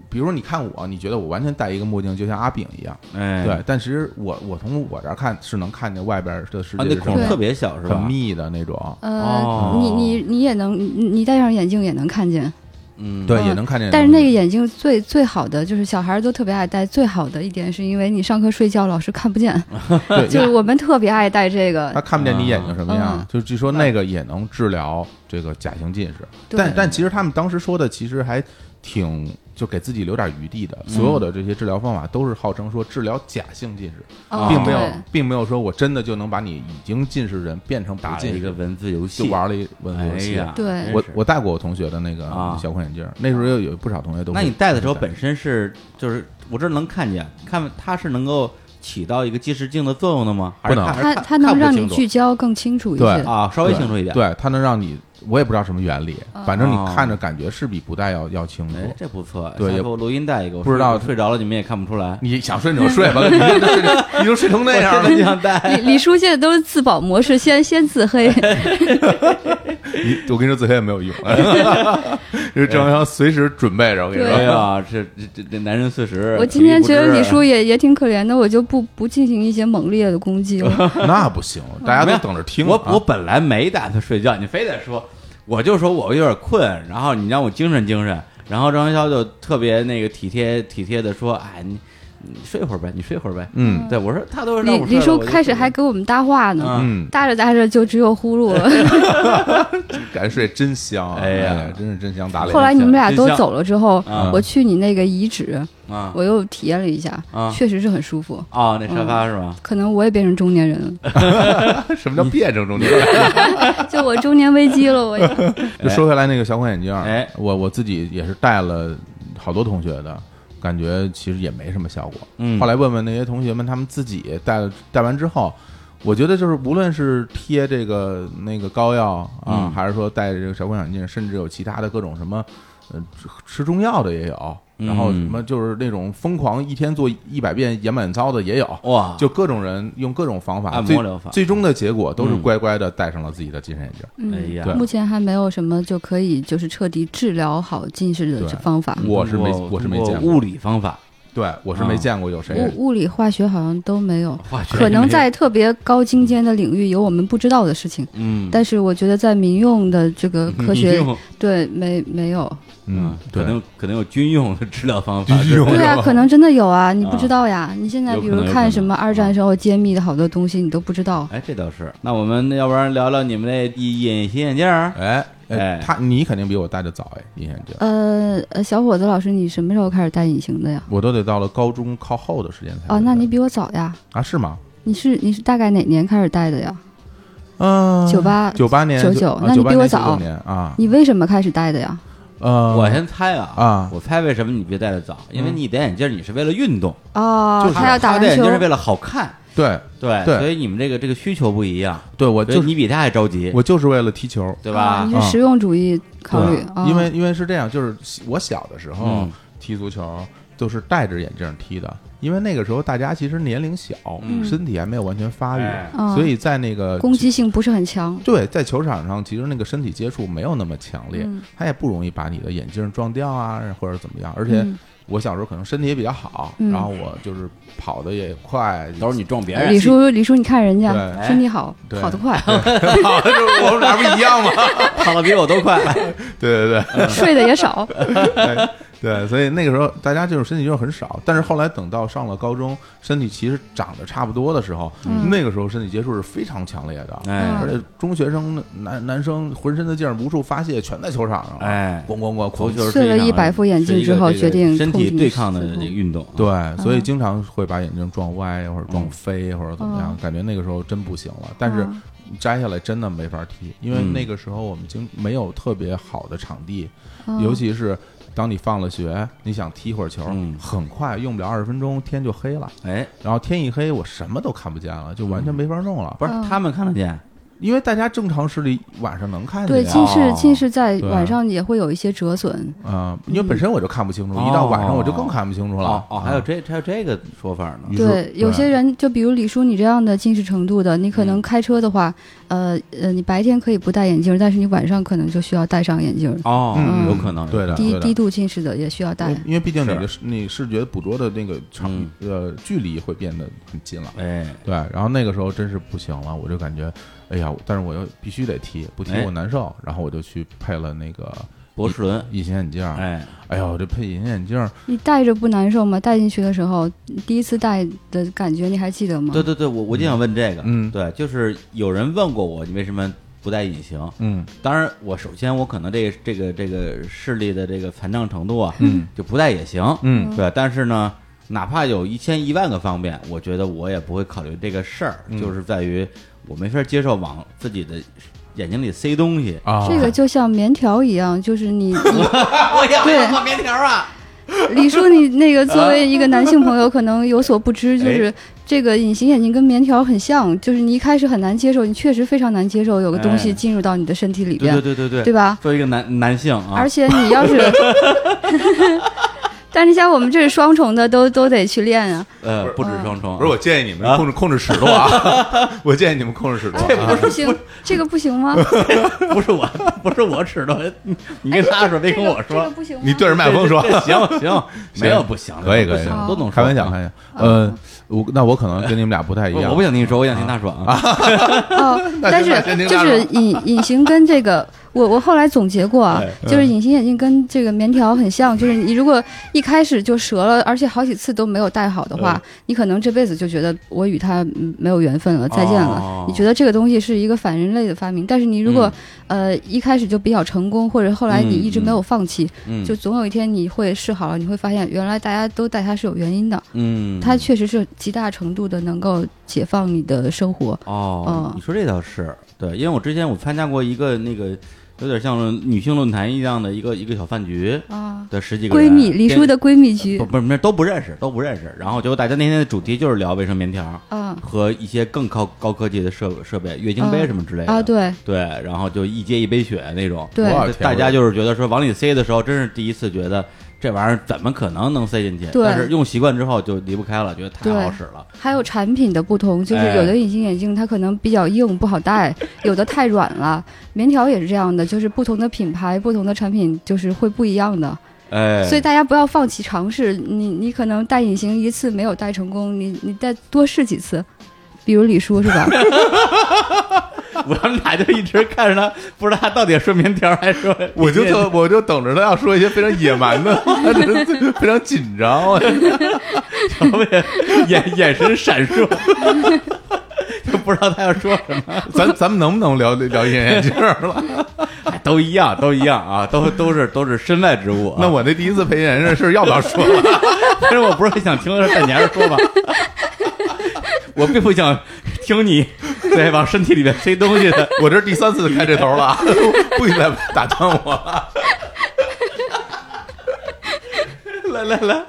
[SPEAKER 2] 比如说你看我，你觉得我完全戴一个墨镜，就像阿炳一样，
[SPEAKER 1] 哎，
[SPEAKER 2] 对。但其实我我从我这儿看是能看见外边的世
[SPEAKER 1] 啊，
[SPEAKER 2] 界
[SPEAKER 1] 那
[SPEAKER 2] 是
[SPEAKER 1] 孔
[SPEAKER 2] 什么
[SPEAKER 1] 特别小是
[SPEAKER 2] 很
[SPEAKER 1] 吧？
[SPEAKER 2] 密的那种，
[SPEAKER 1] 哦
[SPEAKER 3] 呃，你你你也能，你你戴上眼镜也能看见，
[SPEAKER 1] 嗯，
[SPEAKER 2] 对，
[SPEAKER 3] 嗯
[SPEAKER 2] 哎也能看见。
[SPEAKER 3] 但是那个眼镜最最好的就是小孩儿都特别爱戴，最好的一点是因为你上课睡觉老师看不见，
[SPEAKER 2] 哎对，
[SPEAKER 3] 就是我们特别爱戴这
[SPEAKER 2] 他
[SPEAKER 3] 个，
[SPEAKER 2] 看不见你眼睛什么样
[SPEAKER 3] 嗯，
[SPEAKER 2] 就据说那个也能治疗这个假性近视。
[SPEAKER 3] 对
[SPEAKER 2] 但但其实他们当时说的其实还挺就给自己留点余地的，所有的这些治疗方法都是号称说治疗假性近视，
[SPEAKER 3] 哦
[SPEAKER 2] 并没有
[SPEAKER 3] 对
[SPEAKER 2] 并没有说我真的就能把你已经近视的人变成不
[SPEAKER 1] 打了
[SPEAKER 2] 近
[SPEAKER 1] 一
[SPEAKER 2] 视，
[SPEAKER 1] 个文字游戏，
[SPEAKER 2] 就玩了一文字游戏。
[SPEAKER 1] 哎呀，
[SPEAKER 3] 对
[SPEAKER 1] 真是
[SPEAKER 2] 我我戴过我同学的那个
[SPEAKER 1] 啊
[SPEAKER 2] 小框眼镜，那时候有有不少同学都会
[SPEAKER 1] 那你戴的时候
[SPEAKER 2] 戴
[SPEAKER 1] 本身是就是我这能看见，看它是能够起到一个近视镜的作用的吗？还是
[SPEAKER 2] 不能
[SPEAKER 1] 看
[SPEAKER 3] 它
[SPEAKER 1] 还是
[SPEAKER 3] 它
[SPEAKER 1] 看
[SPEAKER 3] 能
[SPEAKER 1] 看不
[SPEAKER 3] 让你
[SPEAKER 1] 清楚
[SPEAKER 3] 聚焦更清楚一
[SPEAKER 2] 对
[SPEAKER 3] 些，
[SPEAKER 1] 啊，稍微清楚一点。，
[SPEAKER 2] 对它能让你我也不知道什么原理，反正
[SPEAKER 1] 哦
[SPEAKER 2] 你看着感觉是比不戴要要清楚。
[SPEAKER 1] 哎，这不错。
[SPEAKER 2] 对
[SPEAKER 1] 下
[SPEAKER 2] 也
[SPEAKER 1] 次我录音带一个，我
[SPEAKER 2] 不知道
[SPEAKER 1] 我睡着了你们也看不出来。
[SPEAKER 2] 你想睡你就睡吧，你就睡成你就睡成那样
[SPEAKER 1] 我
[SPEAKER 2] 了
[SPEAKER 1] 真。的想戴，
[SPEAKER 3] 李李叔现在都是自保模式，先先自黑，
[SPEAKER 2] 哎你我跟你说，自黑也没有用， 就是郑阳随时准备着。我跟你
[SPEAKER 1] 哎
[SPEAKER 2] 说，
[SPEAKER 1] 呀，这这这这男人四十，
[SPEAKER 3] 啊我今天
[SPEAKER 1] 体
[SPEAKER 3] 觉
[SPEAKER 1] 力不啊
[SPEAKER 3] 得
[SPEAKER 1] 支
[SPEAKER 2] 啊
[SPEAKER 3] 李叔也也挺可怜的，我就不不进行一些猛烈的攻击了。
[SPEAKER 2] 那不行，大家都等着听啊。
[SPEAKER 1] 我我本来没打算睡觉，你非得说，我就说我有点困，然后你让我精神精神，然后张元霄就特别那个体贴体贴的说，哎，你你睡会儿呗，你睡会儿呗。
[SPEAKER 2] 嗯
[SPEAKER 1] 对我说他都是让
[SPEAKER 3] 李
[SPEAKER 1] 我睡
[SPEAKER 3] 李
[SPEAKER 1] 了我
[SPEAKER 3] 叔
[SPEAKER 1] 就
[SPEAKER 3] 开始还给我们搭话呢，
[SPEAKER 1] 嗯
[SPEAKER 2] 嗯，
[SPEAKER 3] 搭着搭着就只有呼 噜了。
[SPEAKER 2] 感觉睡真香啊，
[SPEAKER 1] 哎呀
[SPEAKER 2] 真是真香打脸。
[SPEAKER 3] 后来你们俩都
[SPEAKER 1] 真香
[SPEAKER 3] 走了之后
[SPEAKER 1] 啊，
[SPEAKER 3] 我去你那个遗址，
[SPEAKER 1] 啊
[SPEAKER 3] 我又体验了一下
[SPEAKER 1] 啊，
[SPEAKER 3] 确实是很舒服。
[SPEAKER 1] 哦，那沙
[SPEAKER 3] 嗯
[SPEAKER 1] 发是吧？
[SPEAKER 2] 嗯
[SPEAKER 3] 可能我也变成中年人了，
[SPEAKER 2] 什么叫辩证 中间？
[SPEAKER 3] 就我中年危机了，我也。
[SPEAKER 2] 就说回来那个小框眼镜，
[SPEAKER 1] 哎，
[SPEAKER 2] 我我自己也是戴了好多同学的。感觉其实也没什么效果。
[SPEAKER 1] 嗯
[SPEAKER 2] 后来问问那些同学们，他们自己戴了戴完之后，我觉得就是无论是贴这个那个膏药啊，
[SPEAKER 1] 嗯
[SPEAKER 2] 还是说戴这个小框眼镜，甚至有其他的各种什么，呃，吃吃中药的也有，然后
[SPEAKER 1] 嗯
[SPEAKER 2] 什么就是那种疯狂一天做一百遍眼满操的也有，
[SPEAKER 1] 哇，
[SPEAKER 2] 就各种人用各种方法，
[SPEAKER 1] 哦按摩
[SPEAKER 2] 最
[SPEAKER 1] 疗法
[SPEAKER 2] 最终的结果都是
[SPEAKER 1] 嗯
[SPEAKER 2] 乖乖的戴上了自己的近视眼镜。
[SPEAKER 1] 哎呀
[SPEAKER 2] 对
[SPEAKER 3] 嗯目前还没有什么就可以就是彻底治疗好近视的
[SPEAKER 2] 对
[SPEAKER 3] 方
[SPEAKER 1] 嗯
[SPEAKER 3] 法，
[SPEAKER 2] 我是没
[SPEAKER 1] 通过
[SPEAKER 2] 我是没
[SPEAKER 1] 通过
[SPEAKER 2] 见过
[SPEAKER 1] 物理方法，
[SPEAKER 2] 对我是嗯
[SPEAKER 1] 啊
[SPEAKER 2] 没见过有谁
[SPEAKER 3] 物物理、化学好像都没有。
[SPEAKER 1] 化学
[SPEAKER 3] 可
[SPEAKER 1] 没
[SPEAKER 3] 能
[SPEAKER 1] 有
[SPEAKER 3] 在特别高精尖的领域有我们不知道的事情，
[SPEAKER 1] 嗯，
[SPEAKER 3] 但是我觉得在民用的这个科
[SPEAKER 1] 民
[SPEAKER 3] 学
[SPEAKER 1] 用
[SPEAKER 3] 对没没有，
[SPEAKER 2] 嗯，
[SPEAKER 1] 可
[SPEAKER 2] 对，
[SPEAKER 1] 能可能有军用的治疗方法，
[SPEAKER 2] 军用
[SPEAKER 1] 对
[SPEAKER 3] 对
[SPEAKER 2] 是
[SPEAKER 3] 啊
[SPEAKER 2] 吧，
[SPEAKER 3] 可能真的有啊，你不知道呀。你现在
[SPEAKER 1] 有可
[SPEAKER 3] 比
[SPEAKER 1] 能
[SPEAKER 3] 如看什么二战时候揭秘的好多东西，你都不知道。
[SPEAKER 1] 哎，这倒是。那我们要不然聊聊你们那隐形眼镜儿？
[SPEAKER 2] 哎
[SPEAKER 1] 哎
[SPEAKER 2] 他你肯定比我戴的早哎，隐形眼镜，
[SPEAKER 3] 呃，呃小伙子老师，你什么时候开始戴隐形的呀？
[SPEAKER 2] 我都得到了高中靠后的时间才
[SPEAKER 1] 呃
[SPEAKER 3] 哦，
[SPEAKER 2] 会
[SPEAKER 3] 那
[SPEAKER 2] 戴
[SPEAKER 3] 你比我早呀。
[SPEAKER 2] 啊是吗？
[SPEAKER 3] 你是你是大概哪年开始戴的呀？
[SPEAKER 2] 嗯，
[SPEAKER 3] 九八
[SPEAKER 2] 九八年
[SPEAKER 3] 99
[SPEAKER 2] 啊
[SPEAKER 3] 那你比
[SPEAKER 2] 98
[SPEAKER 3] 我
[SPEAKER 2] 年
[SPEAKER 3] 早
[SPEAKER 2] 99年啊，
[SPEAKER 3] 你为什么开始戴的呀？
[SPEAKER 2] 呃，
[SPEAKER 1] 我先猜啊
[SPEAKER 2] 啊嗯
[SPEAKER 1] 我猜为什么你别戴的早，因为你戴眼镜儿你是为了运动，
[SPEAKER 3] 哦，
[SPEAKER 2] 就是
[SPEAKER 3] 他要打
[SPEAKER 1] 戴
[SPEAKER 3] 篮
[SPEAKER 1] 眼
[SPEAKER 3] 球
[SPEAKER 1] 镜，儿是为了好看，
[SPEAKER 2] 对
[SPEAKER 1] 对，
[SPEAKER 2] 对
[SPEAKER 1] 所以你们这个这个需求不一样，
[SPEAKER 2] 对，我
[SPEAKER 1] 所以
[SPEAKER 2] 就
[SPEAKER 1] 你比他还着急，
[SPEAKER 2] 我就是为了踢球，
[SPEAKER 1] 对吧啊
[SPEAKER 3] 哦你？是实用主义考虑
[SPEAKER 2] 对，
[SPEAKER 3] 哦
[SPEAKER 2] 因为因为是这样，就是我小的时候
[SPEAKER 1] 嗯
[SPEAKER 2] 踢足球都是戴着眼镜踢的，因为那个时候大家其实年龄小，
[SPEAKER 1] 嗯
[SPEAKER 2] 身体还没有完全发育，
[SPEAKER 3] 哦
[SPEAKER 2] 所以在那个
[SPEAKER 3] 攻击性不是很强。
[SPEAKER 2] 对在球场上，其实那个身体接触没有那么强烈，
[SPEAKER 3] 嗯
[SPEAKER 2] 它也不容易把你的眼镜撞掉啊，或者怎么样。而且
[SPEAKER 3] 嗯
[SPEAKER 2] 我小时候可能身体也比较好，
[SPEAKER 3] 嗯
[SPEAKER 2] 然后我就是跑的也快，
[SPEAKER 1] 都是你撞别人
[SPEAKER 3] 李，叔，李叔，你看人家
[SPEAKER 2] 对
[SPEAKER 3] 身体好，
[SPEAKER 2] 对
[SPEAKER 3] 跑得 快，
[SPEAKER 2] 跑的时 候我们俩不一样吗？
[SPEAKER 1] 跑的比我都快，
[SPEAKER 2] 对对对。
[SPEAKER 3] 睡得也少。
[SPEAKER 2] 哎对，所以那个时候大家这种身体运动很少，但是后来等到上了高中，身体其实长得差不多的时候，
[SPEAKER 3] 嗯
[SPEAKER 2] 那个时候身体接触是非常强烈的，
[SPEAKER 1] 哎
[SPEAKER 2] 而且中学生男男生浑身的劲儿无处发泄，全在球场上，，
[SPEAKER 1] 哎，
[SPEAKER 2] 咣咣咣狂
[SPEAKER 1] 足
[SPEAKER 2] 球
[SPEAKER 1] 球。
[SPEAKER 3] 试了
[SPEAKER 1] 一
[SPEAKER 3] 一百副眼镜之后，决定
[SPEAKER 1] 身体
[SPEAKER 3] 痛定
[SPEAKER 1] 对抗的
[SPEAKER 3] 思痛
[SPEAKER 1] 运动啊，
[SPEAKER 2] 对，所以经常会把眼睛撞歪，或者撞飞，或者怎么样
[SPEAKER 1] 嗯
[SPEAKER 3] 哦，
[SPEAKER 2] 感觉那个时候真不行了。但是
[SPEAKER 3] 嗯
[SPEAKER 2] 摘下来真的没法踢，因为
[SPEAKER 1] 嗯
[SPEAKER 2] 那个时候我们经没有特别好的场地，
[SPEAKER 3] 嗯
[SPEAKER 2] 尤其是当你放了学，你想踢会儿球，
[SPEAKER 1] 嗯
[SPEAKER 2] 很快用不了二十分钟天就黑了，
[SPEAKER 1] 哎，
[SPEAKER 2] 然后天一黑我什么都看不见了，就完全没法弄了。
[SPEAKER 1] 不是
[SPEAKER 3] 嗯
[SPEAKER 1] 他们看得见，
[SPEAKER 2] 因为大家正常视力晚上能看
[SPEAKER 3] 对
[SPEAKER 2] 见
[SPEAKER 3] 近
[SPEAKER 2] 啊，
[SPEAKER 3] 视，近视在
[SPEAKER 2] 对
[SPEAKER 3] 晚上也会有一些折损。
[SPEAKER 2] 嗯因为本身我就看不清楚，一到晚上我就更看不清楚了。
[SPEAKER 1] 哦哦哦，还有
[SPEAKER 2] 啊
[SPEAKER 1] 这还有这个说哎法呢
[SPEAKER 2] 于，是
[SPEAKER 3] 对，有些人就比如李叔你这样的近视程度的，你可能
[SPEAKER 1] 嗯
[SPEAKER 3] 开车的话，呃呃，你白天可以不戴眼镜，但是你晚上可能就需要戴上眼镜。
[SPEAKER 1] 哦，
[SPEAKER 2] 嗯
[SPEAKER 1] 有可能，
[SPEAKER 2] 对的，
[SPEAKER 3] 低
[SPEAKER 2] 对的
[SPEAKER 3] 低。度近视的也需要戴
[SPEAKER 1] 嗯
[SPEAKER 2] 因为。因为毕竟你
[SPEAKER 1] 是
[SPEAKER 2] 的视你视觉捕捉的那个长
[SPEAKER 1] 嗯
[SPEAKER 2] 呃距离会变得很近了，
[SPEAKER 1] 哎，
[SPEAKER 2] 对，然后那个时候真是不行了，我就感觉，哎呀，但是我又必须得踢，不踢
[SPEAKER 1] 哎
[SPEAKER 2] 我难受，然后我就去配了那个
[SPEAKER 1] 博士伦，
[SPEAKER 2] 隐形眼镜儿，
[SPEAKER 1] 哎，
[SPEAKER 2] 哎呦，这配隐形眼镜儿，
[SPEAKER 3] 你戴着不难受吗？戴进去的时候，第一次戴的感觉你还记得吗？
[SPEAKER 1] 对对对，我我就想问这个，
[SPEAKER 2] 嗯
[SPEAKER 1] 对，就是有人问过我，你为什么不戴隐形？
[SPEAKER 2] 嗯
[SPEAKER 1] 当然，我首先我可能这个这个这个视力的这个残障程度啊，
[SPEAKER 2] 嗯
[SPEAKER 1] 就不戴也行，
[SPEAKER 2] 嗯
[SPEAKER 1] 对。但是呢，哪怕有一千一万个方便，我觉得我也不会考虑这个事儿，
[SPEAKER 2] 嗯
[SPEAKER 1] 就是在于我没法接受往自己的眼睛里塞东西。
[SPEAKER 2] 啊，
[SPEAKER 3] 这个就像棉条一样，就 是你
[SPEAKER 1] 我也
[SPEAKER 3] 对
[SPEAKER 1] 画棉条啊，
[SPEAKER 3] 李叔，你那个作为一个男性 朋友，可能有所不知，
[SPEAKER 1] 哎
[SPEAKER 3] 就是这个隐形眼镜跟棉条很像，就是你一开始很难接受，你确实非常难接受有个东
[SPEAKER 1] 哎
[SPEAKER 3] 西进入到你的身体里
[SPEAKER 1] 对
[SPEAKER 3] 边，
[SPEAKER 1] 对对对对，
[SPEAKER 3] 对吧？
[SPEAKER 1] 作为一个男男性啊，
[SPEAKER 3] 而且 你要是，但是像我们这是双重的，都都得去练啊。
[SPEAKER 1] 呃，不止双重，
[SPEAKER 2] 不是，我建议你
[SPEAKER 1] 啊
[SPEAKER 2] 们控制控制尺度啊， 我建议你们控制尺度啊，
[SPEAKER 3] 啊不行，这个不行吗？
[SPEAKER 1] 不是我，不是我尺度，你你跟他说，别跟我
[SPEAKER 3] 这个这
[SPEAKER 1] 说
[SPEAKER 3] 个。不行吗？
[SPEAKER 2] 你对着 麦克风说，
[SPEAKER 1] 行 行，没有不行的，
[SPEAKER 2] 可以
[SPEAKER 1] 不
[SPEAKER 2] 可以，
[SPEAKER 1] 行
[SPEAKER 2] 可
[SPEAKER 1] 都
[SPEAKER 2] 以
[SPEAKER 1] 能说啊
[SPEAKER 2] 开玩笑开玩笑，呃，我那我可能跟你们俩不太一
[SPEAKER 1] 不是
[SPEAKER 2] 样，
[SPEAKER 1] 我不想听你说，我想听他说啊。
[SPEAKER 3] 哦， 但是
[SPEAKER 2] 那先听
[SPEAKER 3] 就
[SPEAKER 2] 他
[SPEAKER 3] 是
[SPEAKER 2] 说
[SPEAKER 3] 隐隐形跟这个，我我后来总结过
[SPEAKER 1] 哎
[SPEAKER 3] 啊，就是
[SPEAKER 1] 嗯
[SPEAKER 3] 隐形眼镜跟这个棉条很像，就是你如果一开始就折了，而且好几次都没有戴好的
[SPEAKER 1] 嗯
[SPEAKER 3] 话，你可能这辈子就觉得我与它嗯没有缘分了，再见了。
[SPEAKER 1] 哦
[SPEAKER 3] 你觉得这个东西是一个反人类的发明，但是你如果、呃一开始就比较成功，或者后来你一直没有放弃，
[SPEAKER 1] 嗯嗯，
[SPEAKER 3] 就总有一天你会试好了，你会发现原来大家都戴它是有原因的，
[SPEAKER 1] 嗯，
[SPEAKER 3] 它确实是极大程度的能够解放你的生活。
[SPEAKER 1] 哦
[SPEAKER 3] 嗯，
[SPEAKER 1] 你说这倒是对，因为我之前我参加过一个那个有点像女性论坛一样的一个一个小饭局
[SPEAKER 3] 啊，
[SPEAKER 1] 的十几个人
[SPEAKER 3] 闺蜜，李叔
[SPEAKER 1] 跟
[SPEAKER 3] 的闺蜜局
[SPEAKER 1] 不不是不是都不认识都不认识，然后结果大家那天的主题就是聊卫生棉条
[SPEAKER 3] 啊
[SPEAKER 1] 和一些更高高科技的设设备，月经杯
[SPEAKER 3] 嗯
[SPEAKER 1] 什么之类的
[SPEAKER 3] 啊，对
[SPEAKER 1] 对，然后就一接一杯血那种，
[SPEAKER 3] 对
[SPEAKER 2] 哇天
[SPEAKER 1] 大家
[SPEAKER 2] 哪
[SPEAKER 1] 就是觉得说往里塞的时候，真是第一次觉得这玩意儿怎么可能能塞进去？
[SPEAKER 3] 对
[SPEAKER 1] 但是用习惯之后就离不开了，觉得太
[SPEAKER 3] 对
[SPEAKER 1] 好使了。
[SPEAKER 3] 还有产品的不同，就是有
[SPEAKER 1] 哎
[SPEAKER 3] 的隐形眼镜它可能比较硬不好戴，有的太软了。棉条也是这样的，就是不同的品牌、不同的产品就是会不一样的，
[SPEAKER 1] 哎，
[SPEAKER 3] 所以大家不要放弃尝试。你你可能戴隐形一次没有戴成功，你你再多试几次。比如李叔是吧？
[SPEAKER 1] 我们俩就一直看着他，不知道他到底说棉条还是 说
[SPEAKER 2] 我就特我就等着他要说一些非常野蛮的， 非常紧张，啊 我
[SPEAKER 1] 什么呀眼眼神闪烁，就不知道他要说什么。
[SPEAKER 2] 咱咱们能不能聊聊隐形 眼镜儿了？
[SPEAKER 1] 哎 都一样，都一样啊，都都是都是身外之物、啊。
[SPEAKER 2] 那我那第一次配隐形眼镜是要不要说 了？
[SPEAKER 1] 但是我不是很想听，但你还是说吧。 我并不想听你对往身体里面塞东西的。
[SPEAKER 2] 我这是第三次开这头了啊， 不许再打断我了。
[SPEAKER 1] 来来来，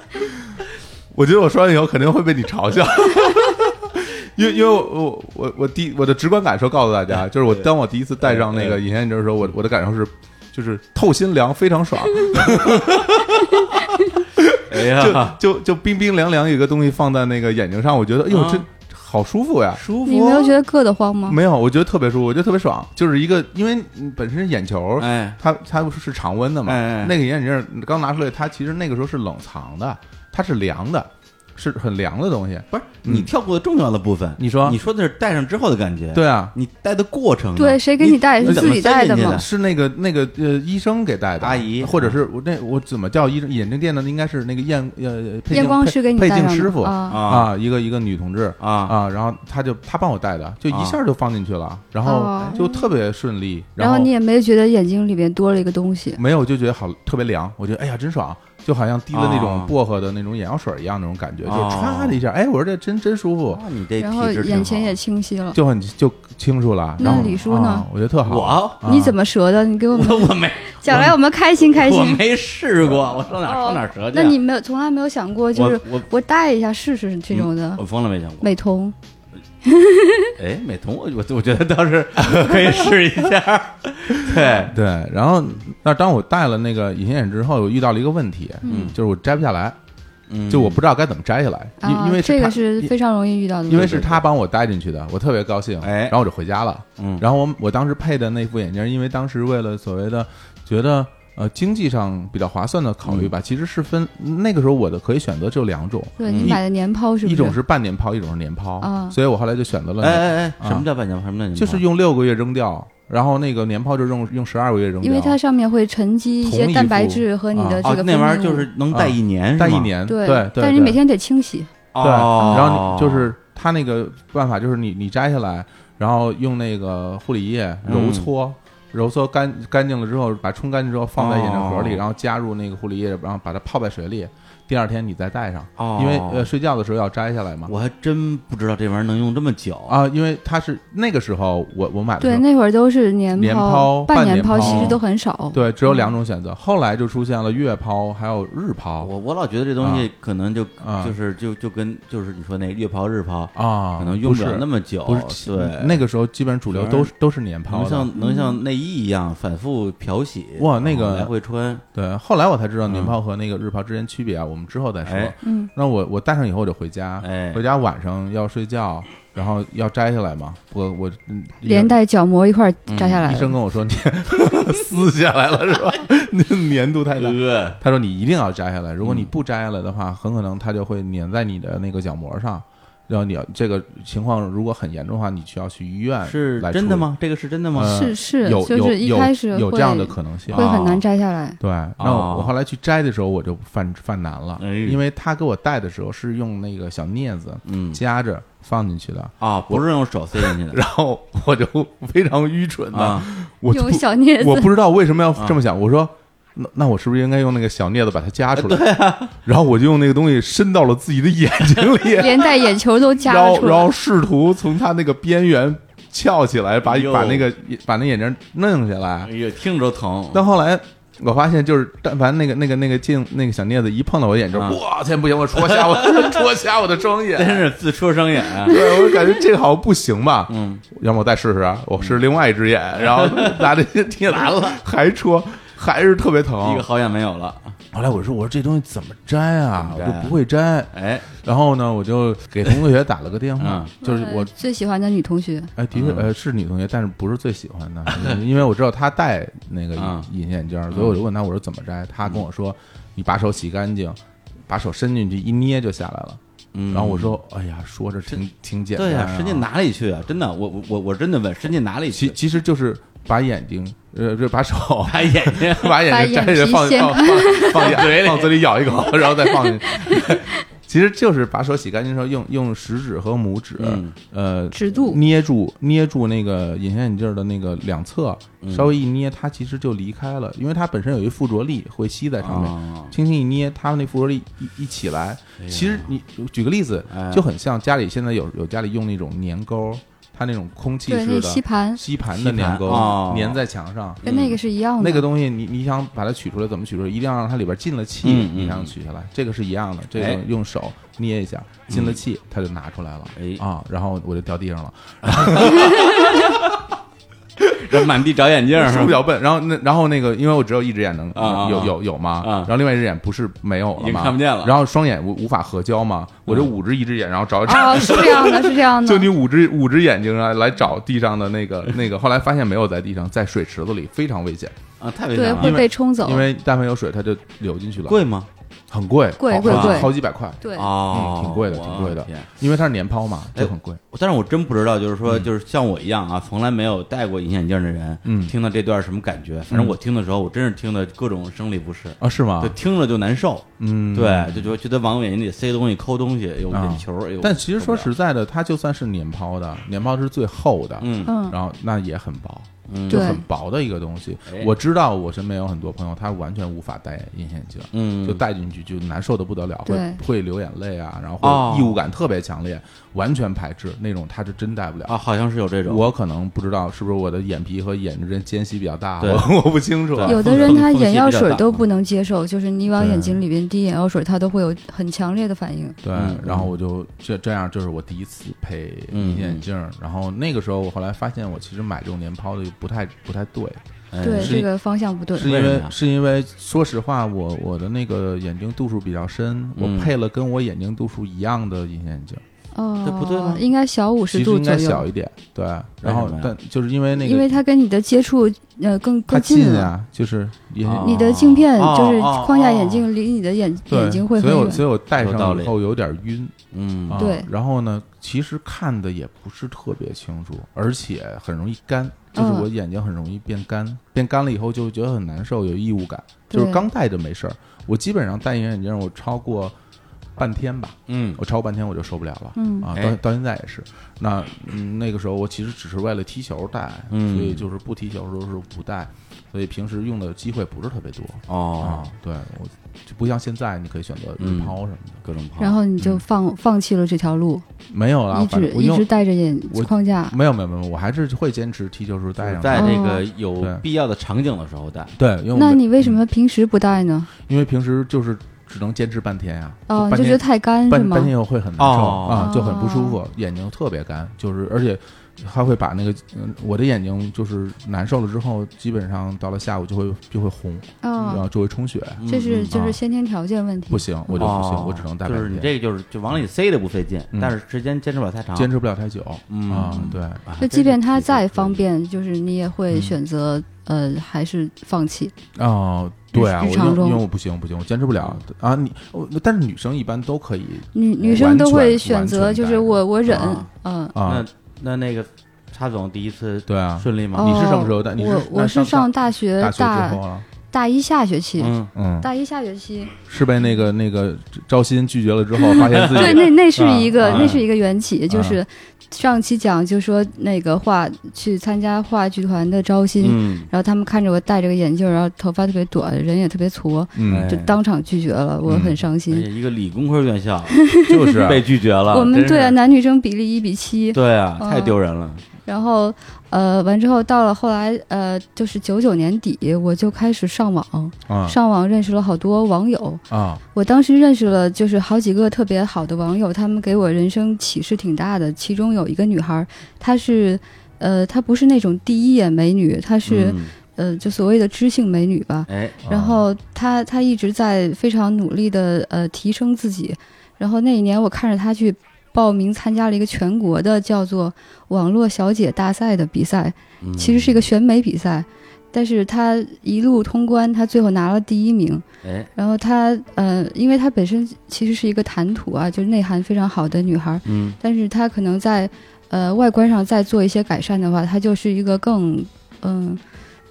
[SPEAKER 2] 我觉得我说完以后肯定会被你嘲笑， 因为因为我我我我第我的直观感受告诉大家，就是我当我第一次戴上那个隐形眼镜的时候，我我的感受是。就是透心凉，非常爽，
[SPEAKER 1] 哎
[SPEAKER 2] 就
[SPEAKER 1] 呀，
[SPEAKER 2] 就就冰冰凉凉一个东西放在那个眼睛上，我觉得哎呦
[SPEAKER 1] 啊
[SPEAKER 2] 这好舒服呀，
[SPEAKER 1] 舒
[SPEAKER 3] 你没有觉得硌得慌吗？
[SPEAKER 2] 没有，我觉得特别舒服，我觉得特别爽，就是一个因为你本身是眼球，
[SPEAKER 1] 哎，
[SPEAKER 2] 它它是常温的嘛，
[SPEAKER 1] 哎哎哎
[SPEAKER 2] 那个眼镜儿刚拿出来，它其实那个时候是冷藏的，它是凉的，是很凉的东西。
[SPEAKER 1] 不是你跳过重要的部分，
[SPEAKER 2] 你说
[SPEAKER 1] 你说的是戴上之后的感觉，
[SPEAKER 2] 对啊，
[SPEAKER 1] 你戴的过程呢，
[SPEAKER 3] 对谁给你戴
[SPEAKER 1] 你
[SPEAKER 3] 是
[SPEAKER 1] 怎么
[SPEAKER 3] 自己戴的
[SPEAKER 1] 塞进去
[SPEAKER 3] 吗
[SPEAKER 2] 是那个那个呃医生给戴的
[SPEAKER 1] 啊阿姨啊
[SPEAKER 2] 或者是我那我怎么叫医生眼镜店呢？应该是那个验呃配镜
[SPEAKER 3] 验光师给你
[SPEAKER 2] 配
[SPEAKER 3] 戴
[SPEAKER 2] 配
[SPEAKER 3] 上
[SPEAKER 2] 镜
[SPEAKER 3] 的
[SPEAKER 2] 师傅
[SPEAKER 3] 啊，
[SPEAKER 1] 啊
[SPEAKER 2] 啊，一个一个女同志
[SPEAKER 1] 啊
[SPEAKER 2] 啊，然后她就她帮我戴的，就一下就放进去了，然后
[SPEAKER 3] 哦
[SPEAKER 2] 就特别顺利，
[SPEAKER 3] 然
[SPEAKER 2] 后
[SPEAKER 3] 后你也没觉得眼睛里面多了一个东西，
[SPEAKER 2] 没有就觉得好特别凉，我觉得哎呀真爽，就好像滴了那
[SPEAKER 1] 哦
[SPEAKER 2] 种薄荷的那种眼药水一样那种感觉，就
[SPEAKER 1] 哦
[SPEAKER 2] 歘的一下，哎，我说这真真舒服，
[SPEAKER 1] 啊！你这
[SPEAKER 3] 然后
[SPEAKER 1] 体质挺
[SPEAKER 3] 眼前
[SPEAKER 1] 好
[SPEAKER 3] 也清晰了。
[SPEAKER 2] 就很就清楚了。
[SPEAKER 3] 那
[SPEAKER 2] 然后
[SPEAKER 3] 李叔呢
[SPEAKER 2] 啊我觉得特好。
[SPEAKER 1] 我
[SPEAKER 2] 啊
[SPEAKER 3] 你怎么折的？你给我们
[SPEAKER 1] 我我没
[SPEAKER 3] 讲来，我们开心 开
[SPEAKER 1] 我
[SPEAKER 3] 心。
[SPEAKER 1] 没试过，我上哪儿上哪儿折去啊？
[SPEAKER 3] 那你没有从来没有想过，就是啊
[SPEAKER 1] 我
[SPEAKER 3] 我戴一下试试这
[SPEAKER 2] 嗯
[SPEAKER 3] 种的
[SPEAKER 1] 我疯了没想过，
[SPEAKER 3] 美瞳？
[SPEAKER 1] 哎，美瞳我我我觉得倒是可以试一 下，对，
[SPEAKER 2] 对，然后那当我戴了那个隐形眼镜之后，我遇到了一个问题，
[SPEAKER 1] 嗯
[SPEAKER 2] 就是我摘不下来，
[SPEAKER 1] 嗯
[SPEAKER 2] 就我不知道该怎么摘下来，因、
[SPEAKER 3] 啊
[SPEAKER 2] 因为
[SPEAKER 3] 这
[SPEAKER 2] 他
[SPEAKER 3] 个是非常容易遇到的问题，
[SPEAKER 2] 因为是他帮我戴进去的，我特别高兴，
[SPEAKER 1] 哎
[SPEAKER 2] 然后我就回家了。
[SPEAKER 1] 嗯
[SPEAKER 2] 然后我我当时配的那副眼镜，因为当时为了所谓的觉得呃经济上比较划算的考虑吧，其实是分那个时候我的可以选择只有两种，
[SPEAKER 3] 对你
[SPEAKER 2] 一
[SPEAKER 3] 买的年抛是不
[SPEAKER 2] 嗯一种是半年抛，一种是年抛，
[SPEAKER 3] 啊
[SPEAKER 2] 所以我后来就选择了
[SPEAKER 1] 哎哎哎，
[SPEAKER 2] 啊
[SPEAKER 1] 什么叫半年抛？什么叫
[SPEAKER 2] 就是用六个月扔掉，然后那个年抛就用用十二个月扔掉，
[SPEAKER 3] 因为它上面会沉积一
[SPEAKER 2] 同
[SPEAKER 3] 些
[SPEAKER 2] 一
[SPEAKER 3] 蛋白
[SPEAKER 2] 副啊
[SPEAKER 3] 质和你的这
[SPEAKER 1] 哦
[SPEAKER 3] 个，
[SPEAKER 1] 那
[SPEAKER 3] 分
[SPEAKER 1] 玩意
[SPEAKER 3] 泌
[SPEAKER 1] 儿就
[SPEAKER 3] 物
[SPEAKER 1] 是能戴一年，是
[SPEAKER 2] 戴一
[SPEAKER 1] 吗，
[SPEAKER 2] 年，对
[SPEAKER 3] 对
[SPEAKER 2] 对，
[SPEAKER 3] 但是你
[SPEAKER 2] 对
[SPEAKER 3] 每天得清洗，
[SPEAKER 2] 对，
[SPEAKER 1] 哦
[SPEAKER 2] 然后你就是他那个办法就是你你摘下来，然后用那个护理液
[SPEAKER 1] 嗯
[SPEAKER 2] 揉搓。揉搓干干净了之后，把冲干净之后放在眼镜盒里，
[SPEAKER 1] 哦
[SPEAKER 2] 然后加入那个护理液，然后把它泡在水里。第二天你再戴上，
[SPEAKER 1] 哦
[SPEAKER 2] 因为呃睡觉的时候要摘下来嘛。
[SPEAKER 1] 我还真不知道这玩意儿能用这么久啊
[SPEAKER 2] 啊，因为它是那个时候我我买的
[SPEAKER 3] 对，
[SPEAKER 2] 时候，
[SPEAKER 3] 那会儿都是年
[SPEAKER 2] 年抛
[SPEAKER 3] 半
[SPEAKER 2] 半年
[SPEAKER 3] 抛其
[SPEAKER 2] 抛
[SPEAKER 3] 实都很少，
[SPEAKER 2] 对只有两种选择。后来就出现了月抛还有日抛
[SPEAKER 1] 我我老觉得这东西可能就、
[SPEAKER 2] 啊
[SPEAKER 1] 就是就就跟就是你说那月抛日抛，
[SPEAKER 2] 啊，
[SPEAKER 1] 可能用
[SPEAKER 2] 不
[SPEAKER 1] 了
[SPEAKER 2] 是
[SPEAKER 1] 那么久，
[SPEAKER 2] 不是
[SPEAKER 1] 对，
[SPEAKER 2] 那个时候基本上主流都是都是年抛
[SPEAKER 1] 能
[SPEAKER 2] 的，嗯
[SPEAKER 1] 像能像内衣一样反复漂洗，
[SPEAKER 2] 哇那个
[SPEAKER 1] 然后来回穿，
[SPEAKER 2] 对，后来我才知道
[SPEAKER 1] 嗯
[SPEAKER 2] 年抛和那个日抛之间区别啊，我们之后再说。
[SPEAKER 1] 哎
[SPEAKER 3] 嗯，
[SPEAKER 2] 那我我戴上以后我就回家，
[SPEAKER 1] 哎
[SPEAKER 2] 啊回家晚上要睡觉，然后要摘下来嘛。我我嗯
[SPEAKER 3] 连带角膜一块儿摘下来
[SPEAKER 2] 医
[SPEAKER 3] 了
[SPEAKER 2] 生跟我说你 撕下来了是吧？ 那粘度太大。
[SPEAKER 1] 呃，
[SPEAKER 2] 他说你一定要摘下来，如果你不摘下来的话，很可能它就会粘在你的那个角膜上。然后你要这个情况如果很严重的话，你需要去医院
[SPEAKER 1] 是
[SPEAKER 2] 来
[SPEAKER 1] 真的
[SPEAKER 2] 处理？
[SPEAKER 1] 吗？这个是真的吗？
[SPEAKER 2] 呃
[SPEAKER 3] 是是
[SPEAKER 2] 有
[SPEAKER 3] 就
[SPEAKER 2] 有
[SPEAKER 3] 是一
[SPEAKER 2] 有
[SPEAKER 3] 开始
[SPEAKER 2] 有
[SPEAKER 3] 会
[SPEAKER 2] 这样的可能性啊
[SPEAKER 3] 会很
[SPEAKER 1] 哦
[SPEAKER 3] 难摘下来，
[SPEAKER 2] 对，那我
[SPEAKER 1] 哦
[SPEAKER 2] 我后来去摘的时候，我就犯犯难了，
[SPEAKER 1] 哎
[SPEAKER 2] 因为他给我戴的时候是用那个小镊子
[SPEAKER 1] 嗯
[SPEAKER 2] 夹着放进去的，
[SPEAKER 1] 啊，不是用手塞进去的
[SPEAKER 2] 然后我就 非常愚蠢的，
[SPEAKER 1] 啊，
[SPEAKER 2] 我
[SPEAKER 3] 用
[SPEAKER 2] 不
[SPEAKER 3] 小镊
[SPEAKER 2] 我
[SPEAKER 3] 子
[SPEAKER 2] 不知道为什么要这么想，我说。那那我是不是应该用那个小镊子把它夹 出来？然后我就用那个东西伸到了自己的眼啊睛里，
[SPEAKER 3] 连带 眼球都 夹
[SPEAKER 2] 然
[SPEAKER 3] 了
[SPEAKER 2] 后
[SPEAKER 3] 出
[SPEAKER 2] 然
[SPEAKER 3] 来
[SPEAKER 2] 后，试图从它那个边缘翘起来，把
[SPEAKER 1] 哎呦
[SPEAKER 2] 把那个把那眼睛弄下来
[SPEAKER 1] 哎。呀，听着都疼，
[SPEAKER 2] 但后来我发现，就是但凡那个那个那个镜那个小镊子一碰到我眼睛，
[SPEAKER 1] 啊
[SPEAKER 2] 我天不行，我戳瞎我 戳瞎我的双眼，
[SPEAKER 1] 真是自戳伤眼，啊
[SPEAKER 2] 对我感觉这个好像不行吧？
[SPEAKER 1] 嗯，
[SPEAKER 2] 要么我再试试啊，我试另外一只眼，然后拿这些贴来了，还戳。还是特别
[SPEAKER 1] 一
[SPEAKER 2] 疼
[SPEAKER 1] 个。好眼没有了，
[SPEAKER 2] 后来我说：“我说这东西怎么摘啊？
[SPEAKER 1] 怎么摘
[SPEAKER 2] 我就
[SPEAKER 1] 啊
[SPEAKER 2] 不会摘。
[SPEAKER 1] 哎，”
[SPEAKER 2] 然后呢，我就给同学打了个电话，就是
[SPEAKER 3] 呃
[SPEAKER 2] 我
[SPEAKER 3] 最喜欢的女同学，
[SPEAKER 2] 哎，的确
[SPEAKER 1] 嗯
[SPEAKER 2] 呃是女同学，但是不是最喜 欢的，因为我知道她戴那个
[SPEAKER 1] 啊
[SPEAKER 2] 隐隐形眼镜儿，所以我就问她我说怎么摘，她跟我说你把手洗干净，把手伸进去一捏就下来了。
[SPEAKER 1] 嗯，
[SPEAKER 2] 然后我说哎呀，说着挺挺简单，
[SPEAKER 1] 对呀、
[SPEAKER 2] 呀，
[SPEAKER 1] 伸进哪里去啊？真的，我我我我真的问，伸进哪里
[SPEAKER 2] 其
[SPEAKER 1] 去？
[SPEAKER 2] 其实就是把眼睛呃就把手
[SPEAKER 1] 把眼睛
[SPEAKER 2] 把眼睛摘下来
[SPEAKER 3] 把
[SPEAKER 2] 放
[SPEAKER 3] 眼皮
[SPEAKER 2] 放放放
[SPEAKER 1] 哦放嘴里
[SPEAKER 2] 放嘴里咬一 口，然后再放进去。其实就是把手洗干净之后，用用食指和拇指，
[SPEAKER 1] 嗯
[SPEAKER 2] 呃，
[SPEAKER 3] 指肚
[SPEAKER 2] 捏住捏住那个隐形眼镜的那个两侧，
[SPEAKER 1] 嗯
[SPEAKER 2] 稍微一捏，它其实就离开了，因为它本身有一附着力会吸在上面，
[SPEAKER 1] 哦
[SPEAKER 2] 轻轻一捏，它那附着力一一起来。其实你举个例子
[SPEAKER 1] 哎，
[SPEAKER 2] 就很像家里现在有有家里用那种粘钩，它那种空气
[SPEAKER 3] 对，
[SPEAKER 2] 式
[SPEAKER 3] 那
[SPEAKER 2] 的
[SPEAKER 3] 吸盘
[SPEAKER 2] 吸盘的粘
[SPEAKER 1] 吸盘哦
[SPEAKER 2] 钩粘在墙上，
[SPEAKER 3] 跟那个是一样的，
[SPEAKER 2] 嗯那个东西你你想把它取出来，怎么取出来？一定要让它里边进了气，
[SPEAKER 1] 嗯嗯
[SPEAKER 2] 你才能取下来。这个是一样的，这个
[SPEAKER 1] 哎嗯
[SPEAKER 2] 用手捏一下，进了气，它就拿出来了。
[SPEAKER 1] 哎
[SPEAKER 2] 啊，然后我就掉地上了，
[SPEAKER 1] 这满地找眼镜儿
[SPEAKER 2] 手
[SPEAKER 1] 是吧？
[SPEAKER 2] 比较笨。然后那然后那个，因为我只有一只眼能
[SPEAKER 1] 啊啊
[SPEAKER 2] 有
[SPEAKER 1] 啊
[SPEAKER 2] 有有嘛，
[SPEAKER 1] 啊
[SPEAKER 2] 然后另外一只眼不是没有了
[SPEAKER 1] 已经
[SPEAKER 2] 嘛，
[SPEAKER 1] 看不见了嗯
[SPEAKER 2] 然后双眼无无法合交嘛，我就捂着一只眼，然后找找。
[SPEAKER 3] 哦，是这样的，是这样 的，
[SPEAKER 2] 就你捂只捂只眼睛啊，来找地上的那个那个，后来发现没有在地上，在水池子里非常危险，
[SPEAKER 1] 啊，太危险
[SPEAKER 3] 对，
[SPEAKER 1] 了。
[SPEAKER 3] 会被冲走
[SPEAKER 2] 因。为但凡有水它就流进去了。
[SPEAKER 1] 贵吗？
[SPEAKER 2] 很贵，
[SPEAKER 3] 贵
[SPEAKER 2] 好
[SPEAKER 3] 贵
[SPEAKER 2] 好几
[SPEAKER 3] 贵
[SPEAKER 2] 好几百块，
[SPEAKER 3] 对，
[SPEAKER 1] 哦
[SPEAKER 2] 嗯，挺贵的
[SPEAKER 1] 我
[SPEAKER 2] 挺贵的
[SPEAKER 1] 天
[SPEAKER 2] 因为它是年抛嘛，就很贵。
[SPEAKER 1] 但是我真不知道，就是说，
[SPEAKER 2] 嗯
[SPEAKER 1] 就是像我一样啊，从来没有戴过隐形眼镜的人，
[SPEAKER 2] 嗯
[SPEAKER 1] 听到这段什么感觉？反正我听的时候，我真是听的各种生理不适，
[SPEAKER 2] 啊，是吗
[SPEAKER 1] 就？听着就难受，
[SPEAKER 2] 嗯，
[SPEAKER 1] 对，就觉得觉得往眼睛里塞东西、抠东西，有眼球，哎呦
[SPEAKER 2] 但其实说
[SPEAKER 1] 受不了
[SPEAKER 2] 实在的，它就算是年抛的，年抛是最厚的，
[SPEAKER 1] 嗯
[SPEAKER 3] 嗯，
[SPEAKER 2] 然后那也很薄，
[SPEAKER 1] 嗯
[SPEAKER 2] 就
[SPEAKER 3] 对
[SPEAKER 2] 很薄的一个东西
[SPEAKER 1] 哎。
[SPEAKER 2] 我知道我身边有很多朋友，他完全无法戴隐形眼镜。
[SPEAKER 1] 嗯，
[SPEAKER 2] 就戴进去就难受的不得了，会
[SPEAKER 3] 对
[SPEAKER 2] 会流眼泪啊，然
[SPEAKER 1] 哦
[SPEAKER 2] 后会异物感特别强烈，完全排斥那种，他是真戴不了。
[SPEAKER 1] 啊，好像是有这种，
[SPEAKER 2] 我可能不知道是不是我的眼皮和眼之间间隙比较大，
[SPEAKER 1] 对
[SPEAKER 2] 我我不清楚。啊
[SPEAKER 3] 有的
[SPEAKER 1] 风
[SPEAKER 3] 人
[SPEAKER 1] 风
[SPEAKER 3] 他
[SPEAKER 1] 风
[SPEAKER 3] 眼
[SPEAKER 1] 险
[SPEAKER 3] 药
[SPEAKER 1] 比较
[SPEAKER 3] 水
[SPEAKER 1] 大
[SPEAKER 3] 都不能接受，就是你往眼
[SPEAKER 2] 嗯对
[SPEAKER 3] 睛里边滴眼药水，他都会有很强烈的反应。
[SPEAKER 2] 对
[SPEAKER 1] 嗯，嗯
[SPEAKER 2] 然后我就这这样，就是我第一次配隐形眼镜儿。然后那个时候，我后来发现，我其实买这种年抛的不太不太对，
[SPEAKER 1] 哎
[SPEAKER 3] 对，
[SPEAKER 2] 是
[SPEAKER 3] 这个方向不对。
[SPEAKER 2] 是因
[SPEAKER 1] 为什
[SPEAKER 2] 为
[SPEAKER 1] 么呀
[SPEAKER 2] 是因为说实话，我我的那个眼睛度数比较深，
[SPEAKER 1] 嗯
[SPEAKER 2] 我配了跟我眼睛度数一样的隐形眼镜儿，
[SPEAKER 3] 哦
[SPEAKER 1] 这，不对吗
[SPEAKER 3] 应该小五十
[SPEAKER 2] 其实
[SPEAKER 3] 度
[SPEAKER 2] 应
[SPEAKER 3] 左
[SPEAKER 2] 该小
[SPEAKER 3] 右，
[SPEAKER 2] 一点。对，然后
[SPEAKER 1] 为什么呀
[SPEAKER 2] 但就是因为那
[SPEAKER 3] 因
[SPEAKER 2] 个
[SPEAKER 3] 为它跟你的接触呃更
[SPEAKER 2] 它
[SPEAKER 3] 更近了。
[SPEAKER 2] 啊，就是也
[SPEAKER 1] 啊
[SPEAKER 3] 你的镜片
[SPEAKER 1] 哦
[SPEAKER 3] 就是
[SPEAKER 1] 哦
[SPEAKER 3] 框架
[SPEAKER 1] 哦
[SPEAKER 3] 眼镜离你的眼
[SPEAKER 2] 对
[SPEAKER 3] 眼睛会
[SPEAKER 2] 所
[SPEAKER 3] 很
[SPEAKER 2] 以我
[SPEAKER 3] 远。
[SPEAKER 2] 所以我戴
[SPEAKER 1] 有道
[SPEAKER 2] 上
[SPEAKER 1] 理
[SPEAKER 2] 以后有点晕。
[SPEAKER 1] 嗯
[SPEAKER 2] 啊，
[SPEAKER 3] 对
[SPEAKER 2] 然后呢，其实看的也不是特别清楚，而且很容易干，就是
[SPEAKER 3] 嗯
[SPEAKER 2] 我眼睛很容易变干，变干了以后就觉得很难受，有异物感。
[SPEAKER 3] 对
[SPEAKER 2] 就是刚戴着没事儿，我基本上戴隐形眼镜，我超过半天吧，
[SPEAKER 1] 嗯
[SPEAKER 2] 我超过半天我就受不了了。
[SPEAKER 3] 嗯
[SPEAKER 2] 啊，
[SPEAKER 1] 哎
[SPEAKER 2] 到到现在也是。那嗯，那个时候我其实只是为了踢球戴，
[SPEAKER 1] 嗯
[SPEAKER 2] 所以就是不踢球的时候是不戴，所以平时用的机会不是特别多。
[SPEAKER 1] 哦
[SPEAKER 2] 啊，，对我就不像现在，你可以选择日
[SPEAKER 1] 嗯
[SPEAKER 2] 抛什么的，
[SPEAKER 1] 各种胖，
[SPEAKER 3] 然后你就放、放弃了这条路，
[SPEAKER 2] 没有啦，嗯
[SPEAKER 3] 一
[SPEAKER 2] 啊反
[SPEAKER 3] 直
[SPEAKER 2] 正我
[SPEAKER 3] 一
[SPEAKER 2] 用
[SPEAKER 3] 直戴着眼
[SPEAKER 2] 我
[SPEAKER 3] 框架。
[SPEAKER 2] 没有没有没有，我还是会坚持踢球时候
[SPEAKER 1] 就
[SPEAKER 2] 戴
[SPEAKER 1] 是
[SPEAKER 2] 上
[SPEAKER 1] 在
[SPEAKER 2] 它。
[SPEAKER 1] 这个有
[SPEAKER 2] 对
[SPEAKER 1] 必要的场景的时候戴，
[SPEAKER 2] 对，因为我
[SPEAKER 3] 哦那
[SPEAKER 2] 们
[SPEAKER 3] 你为什么平时不戴呢？
[SPEAKER 2] 因为平时就是只能坚持半天呀、
[SPEAKER 3] 哦，你
[SPEAKER 2] 嗯半
[SPEAKER 3] 就觉得
[SPEAKER 2] 天
[SPEAKER 3] 太干是
[SPEAKER 2] 半
[SPEAKER 3] 吗
[SPEAKER 2] 半？天又会很难受、
[SPEAKER 1] 哦
[SPEAKER 2] 啊，就很不舒服，眼睛特别干，就是而且还会把那个嗯我的眼睛就是难受了之后，基本上到了下午就会就会红，然
[SPEAKER 3] 哦，
[SPEAKER 2] 后就会充血，
[SPEAKER 3] 这
[SPEAKER 1] 嗯
[SPEAKER 3] 是
[SPEAKER 1] 嗯
[SPEAKER 3] 就
[SPEAKER 2] 啊
[SPEAKER 3] 是先天条件问题。
[SPEAKER 2] 不行，我就不行，
[SPEAKER 1] 哦
[SPEAKER 2] 我只能戴半
[SPEAKER 1] 就
[SPEAKER 2] 天，
[SPEAKER 1] 是你这个就是就往里塞的不费劲，
[SPEAKER 2] 嗯
[SPEAKER 1] 但是时间坚持不了太长，
[SPEAKER 2] 坚持不了太久、
[SPEAKER 1] 嗯
[SPEAKER 2] 啊，对。
[SPEAKER 1] 啊
[SPEAKER 3] 就
[SPEAKER 1] 这
[SPEAKER 3] 即便它
[SPEAKER 1] 这个
[SPEAKER 3] 再
[SPEAKER 1] 可以
[SPEAKER 3] 方便，就是你也会
[SPEAKER 2] 嗯
[SPEAKER 3] 选择呃，还是放弃。
[SPEAKER 2] 哦，对啊，
[SPEAKER 3] 日
[SPEAKER 2] 我
[SPEAKER 3] 常
[SPEAKER 2] 因为
[SPEAKER 3] 中
[SPEAKER 2] 因为我不行不行，我坚持不了啊！你我但是女生一般都可以
[SPEAKER 3] 女女
[SPEAKER 2] 完
[SPEAKER 3] 生都
[SPEAKER 2] 全
[SPEAKER 3] 会
[SPEAKER 2] 完
[SPEAKER 3] 选
[SPEAKER 2] 全
[SPEAKER 3] 择，就
[SPEAKER 2] 戴
[SPEAKER 3] 是
[SPEAKER 2] 着
[SPEAKER 3] 我我忍，
[SPEAKER 1] 啊
[SPEAKER 3] 嗯，
[SPEAKER 2] 啊
[SPEAKER 1] 那，那那个叉总第一次
[SPEAKER 2] 对啊，
[SPEAKER 1] 顺利吗？
[SPEAKER 2] 你
[SPEAKER 3] 哦
[SPEAKER 2] 是什么时候戴你是
[SPEAKER 3] 我我
[SPEAKER 2] 那
[SPEAKER 3] 是
[SPEAKER 2] 上
[SPEAKER 3] 上大学
[SPEAKER 2] 大学之
[SPEAKER 3] 大
[SPEAKER 2] 后了，
[SPEAKER 3] 大一下学期，
[SPEAKER 1] 嗯，
[SPEAKER 2] 嗯，
[SPEAKER 3] 大一下学期，
[SPEAKER 2] 是被那个那个招新拒绝了之后，发现 自己
[SPEAKER 3] 对，那那是
[SPEAKER 2] 啊
[SPEAKER 3] 一个、
[SPEAKER 2] 啊
[SPEAKER 3] 那是一个缘起，就
[SPEAKER 2] 啊
[SPEAKER 3] 是上期讲就说那个话去参加话剧团的招新，
[SPEAKER 1] 嗯，
[SPEAKER 3] 然后他们看着我戴着个眼镜，然后头发特别短，人也特别矬，
[SPEAKER 2] 嗯，
[SPEAKER 3] 就
[SPEAKER 1] 哎嗯
[SPEAKER 3] 当场拒绝了，我很伤
[SPEAKER 1] 而
[SPEAKER 3] 心。
[SPEAKER 1] 哎且一个理工科院校
[SPEAKER 2] 就是啊
[SPEAKER 1] 被拒绝了，
[SPEAKER 3] 我们
[SPEAKER 1] 真
[SPEAKER 3] 对啊，
[SPEAKER 1] 是
[SPEAKER 3] 男女生比例一比七，
[SPEAKER 1] 对啊，太
[SPEAKER 3] 嗯
[SPEAKER 1] 丢人了，
[SPEAKER 3] 然后呃，完之后到了后来呃，就是九九年底，我就开始上网，
[SPEAKER 2] 啊
[SPEAKER 3] 上网认识了好多网友，
[SPEAKER 2] 啊
[SPEAKER 3] 我当时认识了就是好几个特别好的网友，他们给我人生启示挺大的。其中有一个女孩儿，她是，呃，她不是那种第一眼美女，她是、
[SPEAKER 1] 嗯
[SPEAKER 3] 呃，就所谓的知性美女吧。
[SPEAKER 1] 哎，
[SPEAKER 2] 啊
[SPEAKER 3] 然后她她一直在非常努力的呃提升自己。然后那一年我看着她去报名参加了一个全国的叫做网络小姐大赛的比赛，
[SPEAKER 1] 嗯
[SPEAKER 3] 其实是一个选美比赛，但是她一路通关，她最后拿了第一名。
[SPEAKER 1] 哎，
[SPEAKER 3] 然后她呃，因为她本身其实是一个谈吐啊，就是内涵非常好的女孩儿，
[SPEAKER 1] 嗯
[SPEAKER 3] 但是她可能在呃外观上再做一些改善的话，她就是一个更嗯、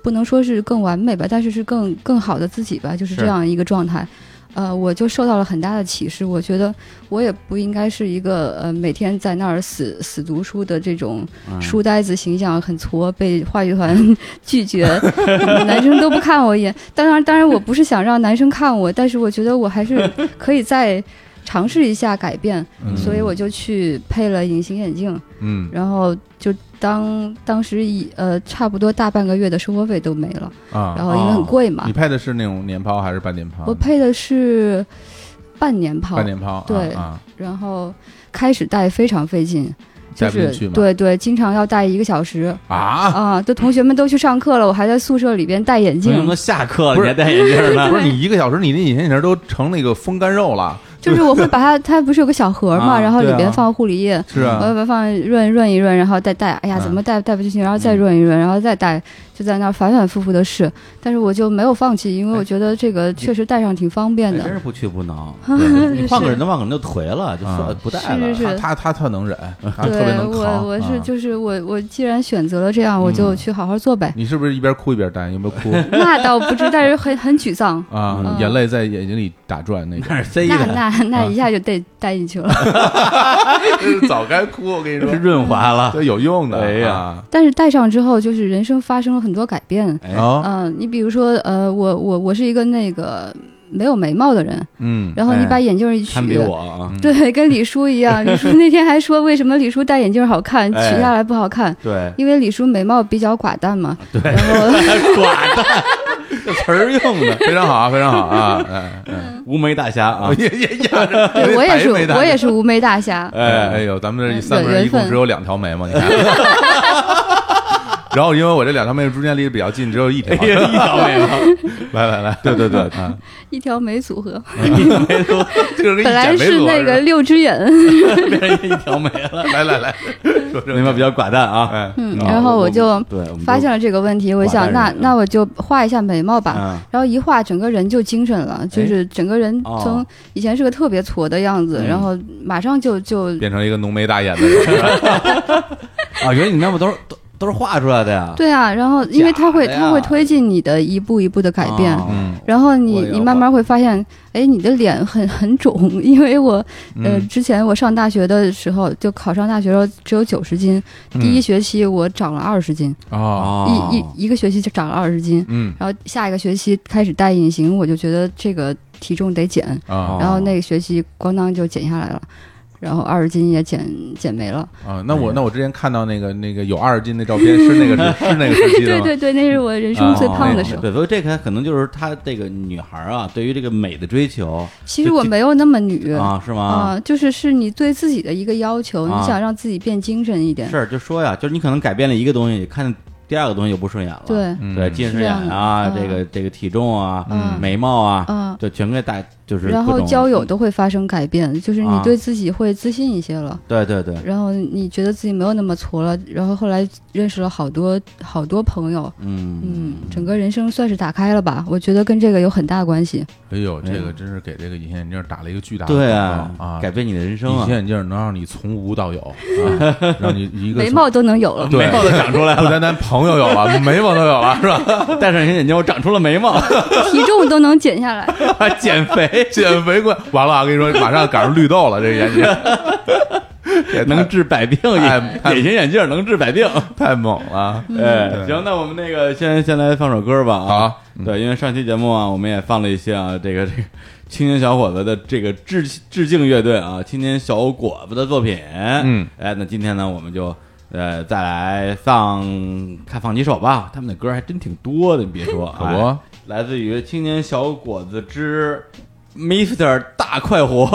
[SPEAKER 3] 不能说是更完美吧，但是是更更好的自己吧，就是这
[SPEAKER 1] 是
[SPEAKER 3] 样一个状态。呃，我就受到了很大的启示，我觉得我也不应该是一个呃每天在那儿死死读书的这种
[SPEAKER 1] 嗯
[SPEAKER 3] 书呆子形象很挫，被话剧团拒绝， 男生都不看我一眼。当然，当然，我不是想让男生看我，但是我觉得我还是可以再尝试一下改变，
[SPEAKER 2] 嗯
[SPEAKER 3] 所以我就去配了隐形眼镜，
[SPEAKER 2] 嗯
[SPEAKER 3] 然后就当当时一呃差不多大半个月的生活费都没了，然
[SPEAKER 2] 啊，
[SPEAKER 3] 后因为很贵嘛
[SPEAKER 2] 你，配的是那种年抛还是半年抛？
[SPEAKER 3] 我配的是半年抛
[SPEAKER 2] 半，年抛，啊
[SPEAKER 3] 对
[SPEAKER 2] 啊，
[SPEAKER 3] 然后开始戴非常费劲，就
[SPEAKER 2] 戴不进去
[SPEAKER 3] 是
[SPEAKER 2] 嘛
[SPEAKER 3] 对对，经常要戴一个小时。
[SPEAKER 2] 啊，
[SPEAKER 3] 啊，都同学们都去上课了，我还在宿舍里边戴眼
[SPEAKER 1] 为什
[SPEAKER 3] 镜
[SPEAKER 1] 么。下课了
[SPEAKER 2] 不
[SPEAKER 1] 你
[SPEAKER 2] 是
[SPEAKER 1] 还戴眼镜呢？
[SPEAKER 2] 不是你一个小时，你那隐形眼镜都成那个风干肉了，
[SPEAKER 3] 就是我会把它，它不是有个小盒嘛，
[SPEAKER 1] 啊
[SPEAKER 3] 然后里
[SPEAKER 1] 对啊
[SPEAKER 3] 边放护理液，
[SPEAKER 2] 是
[SPEAKER 3] 我
[SPEAKER 2] 啊，
[SPEAKER 3] 会把它放润润一润，然后再带。哎呀，
[SPEAKER 2] 嗯
[SPEAKER 3] 怎么带带不进去，然后再润一润，然后再带，就在那儿反反复复的试。但是我就没有放弃，因
[SPEAKER 2] 哎
[SPEAKER 3] 为我觉得这个确实带上挺方便
[SPEAKER 1] 哎
[SPEAKER 3] 的
[SPEAKER 1] 真。是不屈不 挠。
[SPEAKER 2] 对
[SPEAKER 1] 你换个人的话，可能就颓了，就
[SPEAKER 2] 啊
[SPEAKER 1] 算不带了。
[SPEAKER 3] 是是
[SPEAKER 2] 他他他特能忍，他特别
[SPEAKER 3] 对
[SPEAKER 2] 能
[SPEAKER 3] 我，
[SPEAKER 2] 扛。
[SPEAKER 3] 我是
[SPEAKER 2] 啊嗯
[SPEAKER 3] 就是我，我既然选择了这样，我就去好好做呗。
[SPEAKER 2] 你是不是一边哭一边带？有没有 哭
[SPEAKER 3] 那倒不知，但是很很沮丧。
[SPEAKER 2] 啊？
[SPEAKER 3] 嗯
[SPEAKER 2] 眼泪在眼睛里打转，那
[SPEAKER 1] 那是塞
[SPEAKER 3] 那
[SPEAKER 1] 的，
[SPEAKER 3] 那
[SPEAKER 2] 啊
[SPEAKER 3] 那一下就带带进去了。
[SPEAKER 2] 个 早该哭，我跟你
[SPEAKER 1] 是润滑了。
[SPEAKER 2] 这有用的。
[SPEAKER 1] 哎呀
[SPEAKER 2] 啊，
[SPEAKER 3] 但是戴上之后，就是人生发生了很多改变。
[SPEAKER 1] 哎
[SPEAKER 2] 哦，
[SPEAKER 3] 嗯、你比如说，呃，我我我是一个那个没有眉毛的人，
[SPEAKER 2] 嗯，
[SPEAKER 3] 然后你
[SPEAKER 1] 哎
[SPEAKER 3] 把眼镜一取，
[SPEAKER 1] 堪比我啊！
[SPEAKER 3] 对，跟李叔一样。李叔那天还说，为什么李叔戴眼镜好看，取
[SPEAKER 1] 哎
[SPEAKER 3] 下来不好看？
[SPEAKER 1] 对，
[SPEAKER 3] 因为李叔眉毛比较寡淡嘛。对。然后
[SPEAKER 1] 这词儿用的
[SPEAKER 2] 非常好啊，非常好啊，哎哎
[SPEAKER 3] 嗯
[SPEAKER 1] 无眉大侠啊，
[SPEAKER 2] 也也也，这
[SPEAKER 3] 对我也 是，
[SPEAKER 2] 白眉大
[SPEAKER 3] 我也是无眉大侠。
[SPEAKER 2] 哎哎呦，咱们这
[SPEAKER 3] 嗯
[SPEAKER 2] 三个人一
[SPEAKER 3] 有缘
[SPEAKER 2] 共
[SPEAKER 3] 分
[SPEAKER 2] 只有两条眉毛，你看。然后因为我这两条眉中间离得比较近，只有一条。
[SPEAKER 1] 哎一条眉毛，
[SPEAKER 2] 来来来，对对对， 啊，
[SPEAKER 3] 一条眉组合，
[SPEAKER 1] 眉头
[SPEAKER 2] 就是给 你
[SPEAKER 3] 本来
[SPEAKER 2] 剪眉
[SPEAKER 3] 是
[SPEAKER 2] 左
[SPEAKER 3] 那
[SPEAKER 2] 是吧
[SPEAKER 3] 个六只眼，
[SPEAKER 1] 变成一条眉了，
[SPEAKER 2] 来来来，说
[SPEAKER 1] 眉
[SPEAKER 2] 正
[SPEAKER 1] 毛
[SPEAKER 2] 经
[SPEAKER 1] 比较寡淡啊。
[SPEAKER 2] 哎，
[SPEAKER 3] 嗯，
[SPEAKER 1] 啊
[SPEAKER 3] 然后我就
[SPEAKER 1] 对，我们
[SPEAKER 3] 发现了这个问题，我
[SPEAKER 1] 寡
[SPEAKER 3] 想，
[SPEAKER 1] 淡
[SPEAKER 3] 那
[SPEAKER 1] 人
[SPEAKER 3] 那我就画一下眉毛吧。
[SPEAKER 1] 啊，
[SPEAKER 3] 然后一画，整个人就精神了，就是整个人
[SPEAKER 1] 哎哦
[SPEAKER 3] 从以前是个特别挫的样子，
[SPEAKER 1] 嗯
[SPEAKER 3] 然后马上就就
[SPEAKER 2] 变成一个浓眉大眼的人，
[SPEAKER 1] 啊，原来你那不都是都都是画出来的呀？
[SPEAKER 3] 对啊，然后因为他会
[SPEAKER 1] 假的呀
[SPEAKER 3] 他会推进你的一步一步的改变，
[SPEAKER 1] 啊
[SPEAKER 2] 嗯
[SPEAKER 3] 然后
[SPEAKER 1] 我
[SPEAKER 3] 你
[SPEAKER 1] 也要
[SPEAKER 3] 你慢慢会发现，哎，你的脸很很肿，因为我呃
[SPEAKER 2] 嗯，
[SPEAKER 3] 之前我上大学的时候，就考上大学的时候只有九十斤，
[SPEAKER 2] 嗯
[SPEAKER 3] 第一学期我长了二十斤，
[SPEAKER 2] 哦，
[SPEAKER 1] 哦
[SPEAKER 3] 一一一个学期就长了二十斤，
[SPEAKER 2] 嗯
[SPEAKER 3] 然后下一个学期开始戴隐形，我就觉得这个体重得减，
[SPEAKER 1] 哦
[SPEAKER 2] 啊
[SPEAKER 3] 然后那个学期咣当就减下来了，然后二十斤也减减没了。
[SPEAKER 2] 啊，那
[SPEAKER 1] 嗯
[SPEAKER 2] 我那我之前看到那个那个有二十斤的照片，是那个是是那个时期的
[SPEAKER 3] 对
[SPEAKER 2] 吗？
[SPEAKER 3] 对对，那是我人生最胖的时候。
[SPEAKER 1] 哦哎对，所以这个可能就是她这个女孩儿啊，对于这个美的追求
[SPEAKER 3] 其实我没有那么女
[SPEAKER 1] 啊，是吗？
[SPEAKER 3] 啊，就是是你对自己的一个要求，
[SPEAKER 1] 啊
[SPEAKER 3] 你想让自己变精神一点。
[SPEAKER 1] 是，啊就说呀，就是你可能改变了一个东西，看第二个东西就不顺眼了。
[SPEAKER 3] 对，
[SPEAKER 2] 嗯
[SPEAKER 1] 对，近视眼啊，这个这个体重啊，
[SPEAKER 3] 嗯
[SPEAKER 1] 眉毛啊，
[SPEAKER 3] 嗯，
[SPEAKER 1] 就全给大就是
[SPEAKER 3] 然
[SPEAKER 1] 各
[SPEAKER 3] 后
[SPEAKER 1] 种
[SPEAKER 3] 交友都会发生改变，就是你
[SPEAKER 1] 啊
[SPEAKER 3] 对自己会自信一些了。
[SPEAKER 1] 对对对，
[SPEAKER 3] 然后你觉得自己没有那么挫了，然后后来认识了好多好多朋友，
[SPEAKER 1] 嗯，
[SPEAKER 3] 嗯，整个人生算是打开了吧。我觉得跟这个有很大关系。
[SPEAKER 2] 哎呦，这个真是给这个隐形眼镜打了一个巨大的
[SPEAKER 1] 对
[SPEAKER 2] 广告啊！
[SPEAKER 1] 改变你的人生
[SPEAKER 2] 隐
[SPEAKER 1] 啊
[SPEAKER 2] 形，眼镜能让你从无到有， 啊让你一个
[SPEAKER 3] 眉
[SPEAKER 2] 从
[SPEAKER 3] 毛都能有了，
[SPEAKER 2] 对
[SPEAKER 1] 眉毛都长出来
[SPEAKER 2] 不
[SPEAKER 1] 了，
[SPEAKER 2] 单单朋友有了，眉毛都有了，是吧？
[SPEAKER 1] 戴上隐形眼镜，我长出了眉 毛，
[SPEAKER 3] 体重都能减下来。
[SPEAKER 1] 减肥
[SPEAKER 2] 减肥观完了啊，跟你说，马上赶上绿豆了，这个 眼镜也
[SPEAKER 1] 能治百病，
[SPEAKER 2] 哎哎
[SPEAKER 1] 隐隐形眼镜能治百病。
[SPEAKER 2] 太猛了，
[SPEAKER 1] 哎，行，那我们那个先先来放首歌吧啊。
[SPEAKER 2] 好，嗯
[SPEAKER 1] 对，因为上期节目啊，我们也放了一些啊，这个这个青年小伙子的这个致致敬乐队啊，青年小伙子的作品。
[SPEAKER 2] 嗯，
[SPEAKER 1] 哎，那今天呢，我们就呃再来放看放几首吧，他们的歌还真挺多的，你别说，
[SPEAKER 2] 可
[SPEAKER 1] 哎
[SPEAKER 2] 不，
[SPEAKER 1] 来自于青年小伙子之。Mr 大快 活，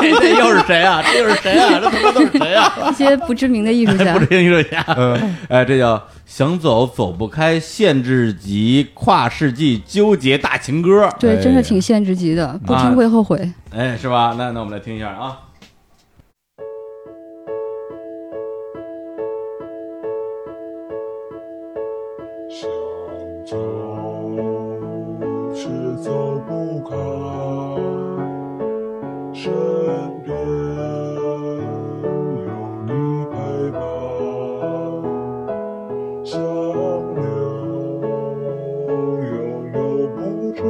[SPEAKER 1] 这这又是谁啊？这又是谁啊？这他妈都是谁 啊？
[SPEAKER 3] 一些不知名的 艺术家
[SPEAKER 1] 哎不是艺术家，
[SPEAKER 2] 嗯
[SPEAKER 1] 哎，这叫想走走不开，限制级跨世纪纠结大情歌，
[SPEAKER 3] 对
[SPEAKER 2] 哎，
[SPEAKER 3] 真是挺限制级的，不
[SPEAKER 1] 啊
[SPEAKER 3] 听会后悔。
[SPEAKER 1] 哎，是吧？那那我们来听一下啊。
[SPEAKER 4] 想走是走不开，身边有你陪伴。想留又留不住，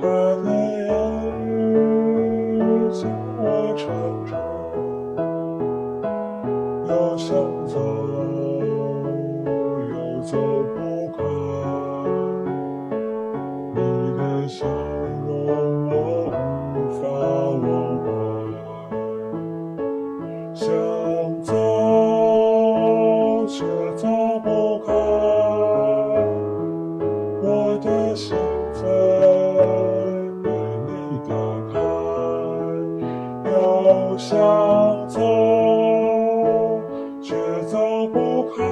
[SPEAKER 4] 太累言语将我缠住。要想走，又走不开。你的笑容我无法忘怀，想走却走不开，我的心扉被你打开。又想走，却走不开。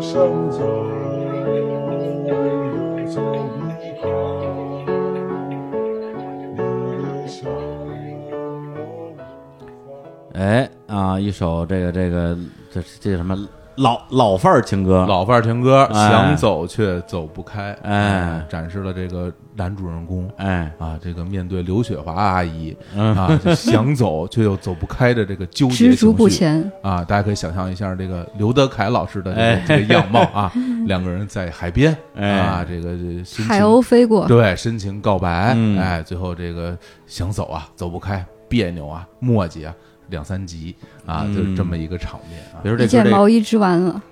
[SPEAKER 4] 向左，右走不开，你想我无
[SPEAKER 1] 哎啊，一首这个这个这这叫什么老老范儿情歌，
[SPEAKER 2] 老范儿情歌，
[SPEAKER 1] 哎
[SPEAKER 2] 想走却走不开，
[SPEAKER 1] 哎
[SPEAKER 2] 展示了这个男主人公
[SPEAKER 1] 哎
[SPEAKER 2] 啊，这个面对刘雪华阿姨
[SPEAKER 1] 嗯
[SPEAKER 2] 啊，就想走却又走不开的这个纠结
[SPEAKER 3] 知足不
[SPEAKER 2] 情绪
[SPEAKER 3] 前，
[SPEAKER 2] 啊，大家可以想象一下这个刘德凯老师的
[SPEAKER 1] 哎
[SPEAKER 2] 这个这个样貌 啊，两个人在海边
[SPEAKER 1] 哎
[SPEAKER 2] 啊，这个这心
[SPEAKER 3] 海
[SPEAKER 2] 情
[SPEAKER 3] 鸥飞过，
[SPEAKER 2] 对，深情告白，
[SPEAKER 1] 嗯
[SPEAKER 2] 哎，最后这个想走啊，走不开，别扭啊，磨叽啊，两三集啊，
[SPEAKER 1] 嗯
[SPEAKER 2] 就是这么一个场面啊
[SPEAKER 1] 比。如
[SPEAKER 3] 一
[SPEAKER 1] 这歌
[SPEAKER 3] 件
[SPEAKER 1] 这
[SPEAKER 3] 毛衣织完了，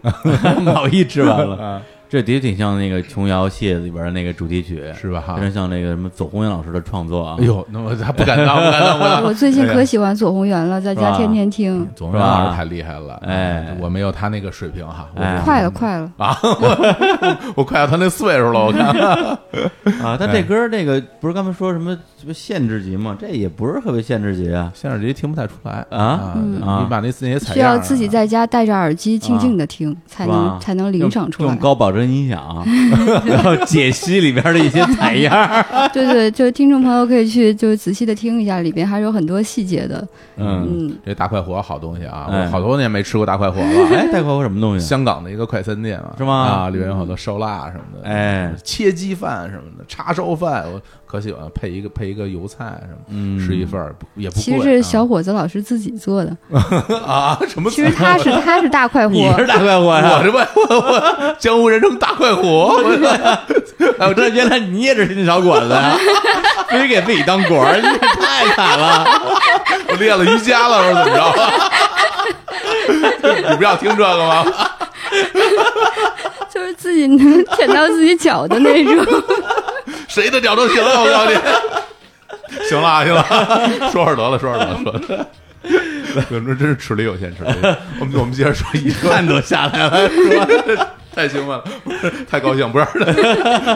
[SPEAKER 1] 毛衣织完 了，这的确挺像那个琼瑶系里边的那个主题曲，
[SPEAKER 2] 是吧哈
[SPEAKER 1] 非常像那个什么左宏元老师的创作啊
[SPEAKER 2] 哎。呦，那我还不敢当，不 敢
[SPEAKER 1] 哎
[SPEAKER 2] 当，不敢当。
[SPEAKER 3] 我最近可喜欢左宏元了，在家天天听，
[SPEAKER 2] 总之老师太厉害了，
[SPEAKER 1] 哎
[SPEAKER 2] 我没有他那个水平哈，我
[SPEAKER 1] 哎
[SPEAKER 3] 快了快了，
[SPEAKER 2] 我快到他那岁数了，我看
[SPEAKER 1] 啊，但这歌这个不是刚才说什么什么限制级吗？这也不是特别限制级啊。
[SPEAKER 2] 现在这听不太出来
[SPEAKER 1] 啊
[SPEAKER 2] 你
[SPEAKER 1] 啊
[SPEAKER 2] 把那那些采
[SPEAKER 3] 嗯需
[SPEAKER 2] 样啊
[SPEAKER 3] 要自己在家戴着耳机静静的听，才
[SPEAKER 1] 吧
[SPEAKER 3] 能才能领赏出
[SPEAKER 1] 用
[SPEAKER 3] 来
[SPEAKER 1] 用。高保真音 响，啊然后解析里边的一些采样。
[SPEAKER 3] 对对，就是听众朋友可以去就仔细的听一下，里边还是有很多细节的。
[SPEAKER 1] 嗯，
[SPEAKER 3] 嗯，
[SPEAKER 2] 这大快活好东西啊，
[SPEAKER 1] 哎
[SPEAKER 2] 我好多年没吃过大快活 了。
[SPEAKER 1] 哎，带括什么东西？
[SPEAKER 2] 香港的一个快餐店啊，
[SPEAKER 1] 是吗
[SPEAKER 2] 啊，里面有好多烧腊什么的，
[SPEAKER 1] 哎
[SPEAKER 2] 切鸡饭什么的，叉烧饭，我可喜欢配一个配一个油菜什么的，
[SPEAKER 1] 嗯
[SPEAKER 2] 吃一份儿不也不贵。
[SPEAKER 3] 其实
[SPEAKER 1] 啊
[SPEAKER 3] 是小伙子老师自己做的，
[SPEAKER 2] 啊啊什么菜？
[SPEAKER 3] 其实他是他是大快 活，
[SPEAKER 1] 你是大啊快活呀
[SPEAKER 2] 我？这外我我江湖人称大快活，
[SPEAKER 1] 我这原来你也是新小果子啊 呀，非给自己当果儿，你也太惨了。
[SPEAKER 2] 我练了瑜伽了，我说怎么着？你不要听这个吗？
[SPEAKER 3] 就是自己能 舔到自己脚的那 种。
[SPEAKER 2] 谁的脚都行，我告诉你。行了啊，行了啊，说会儿得了，说会儿得了，说会儿得了。我们这真是齿力有限，齿力有限。我们我们接着说，一 看都下来了，说太兴奋了，不是太高兴，不是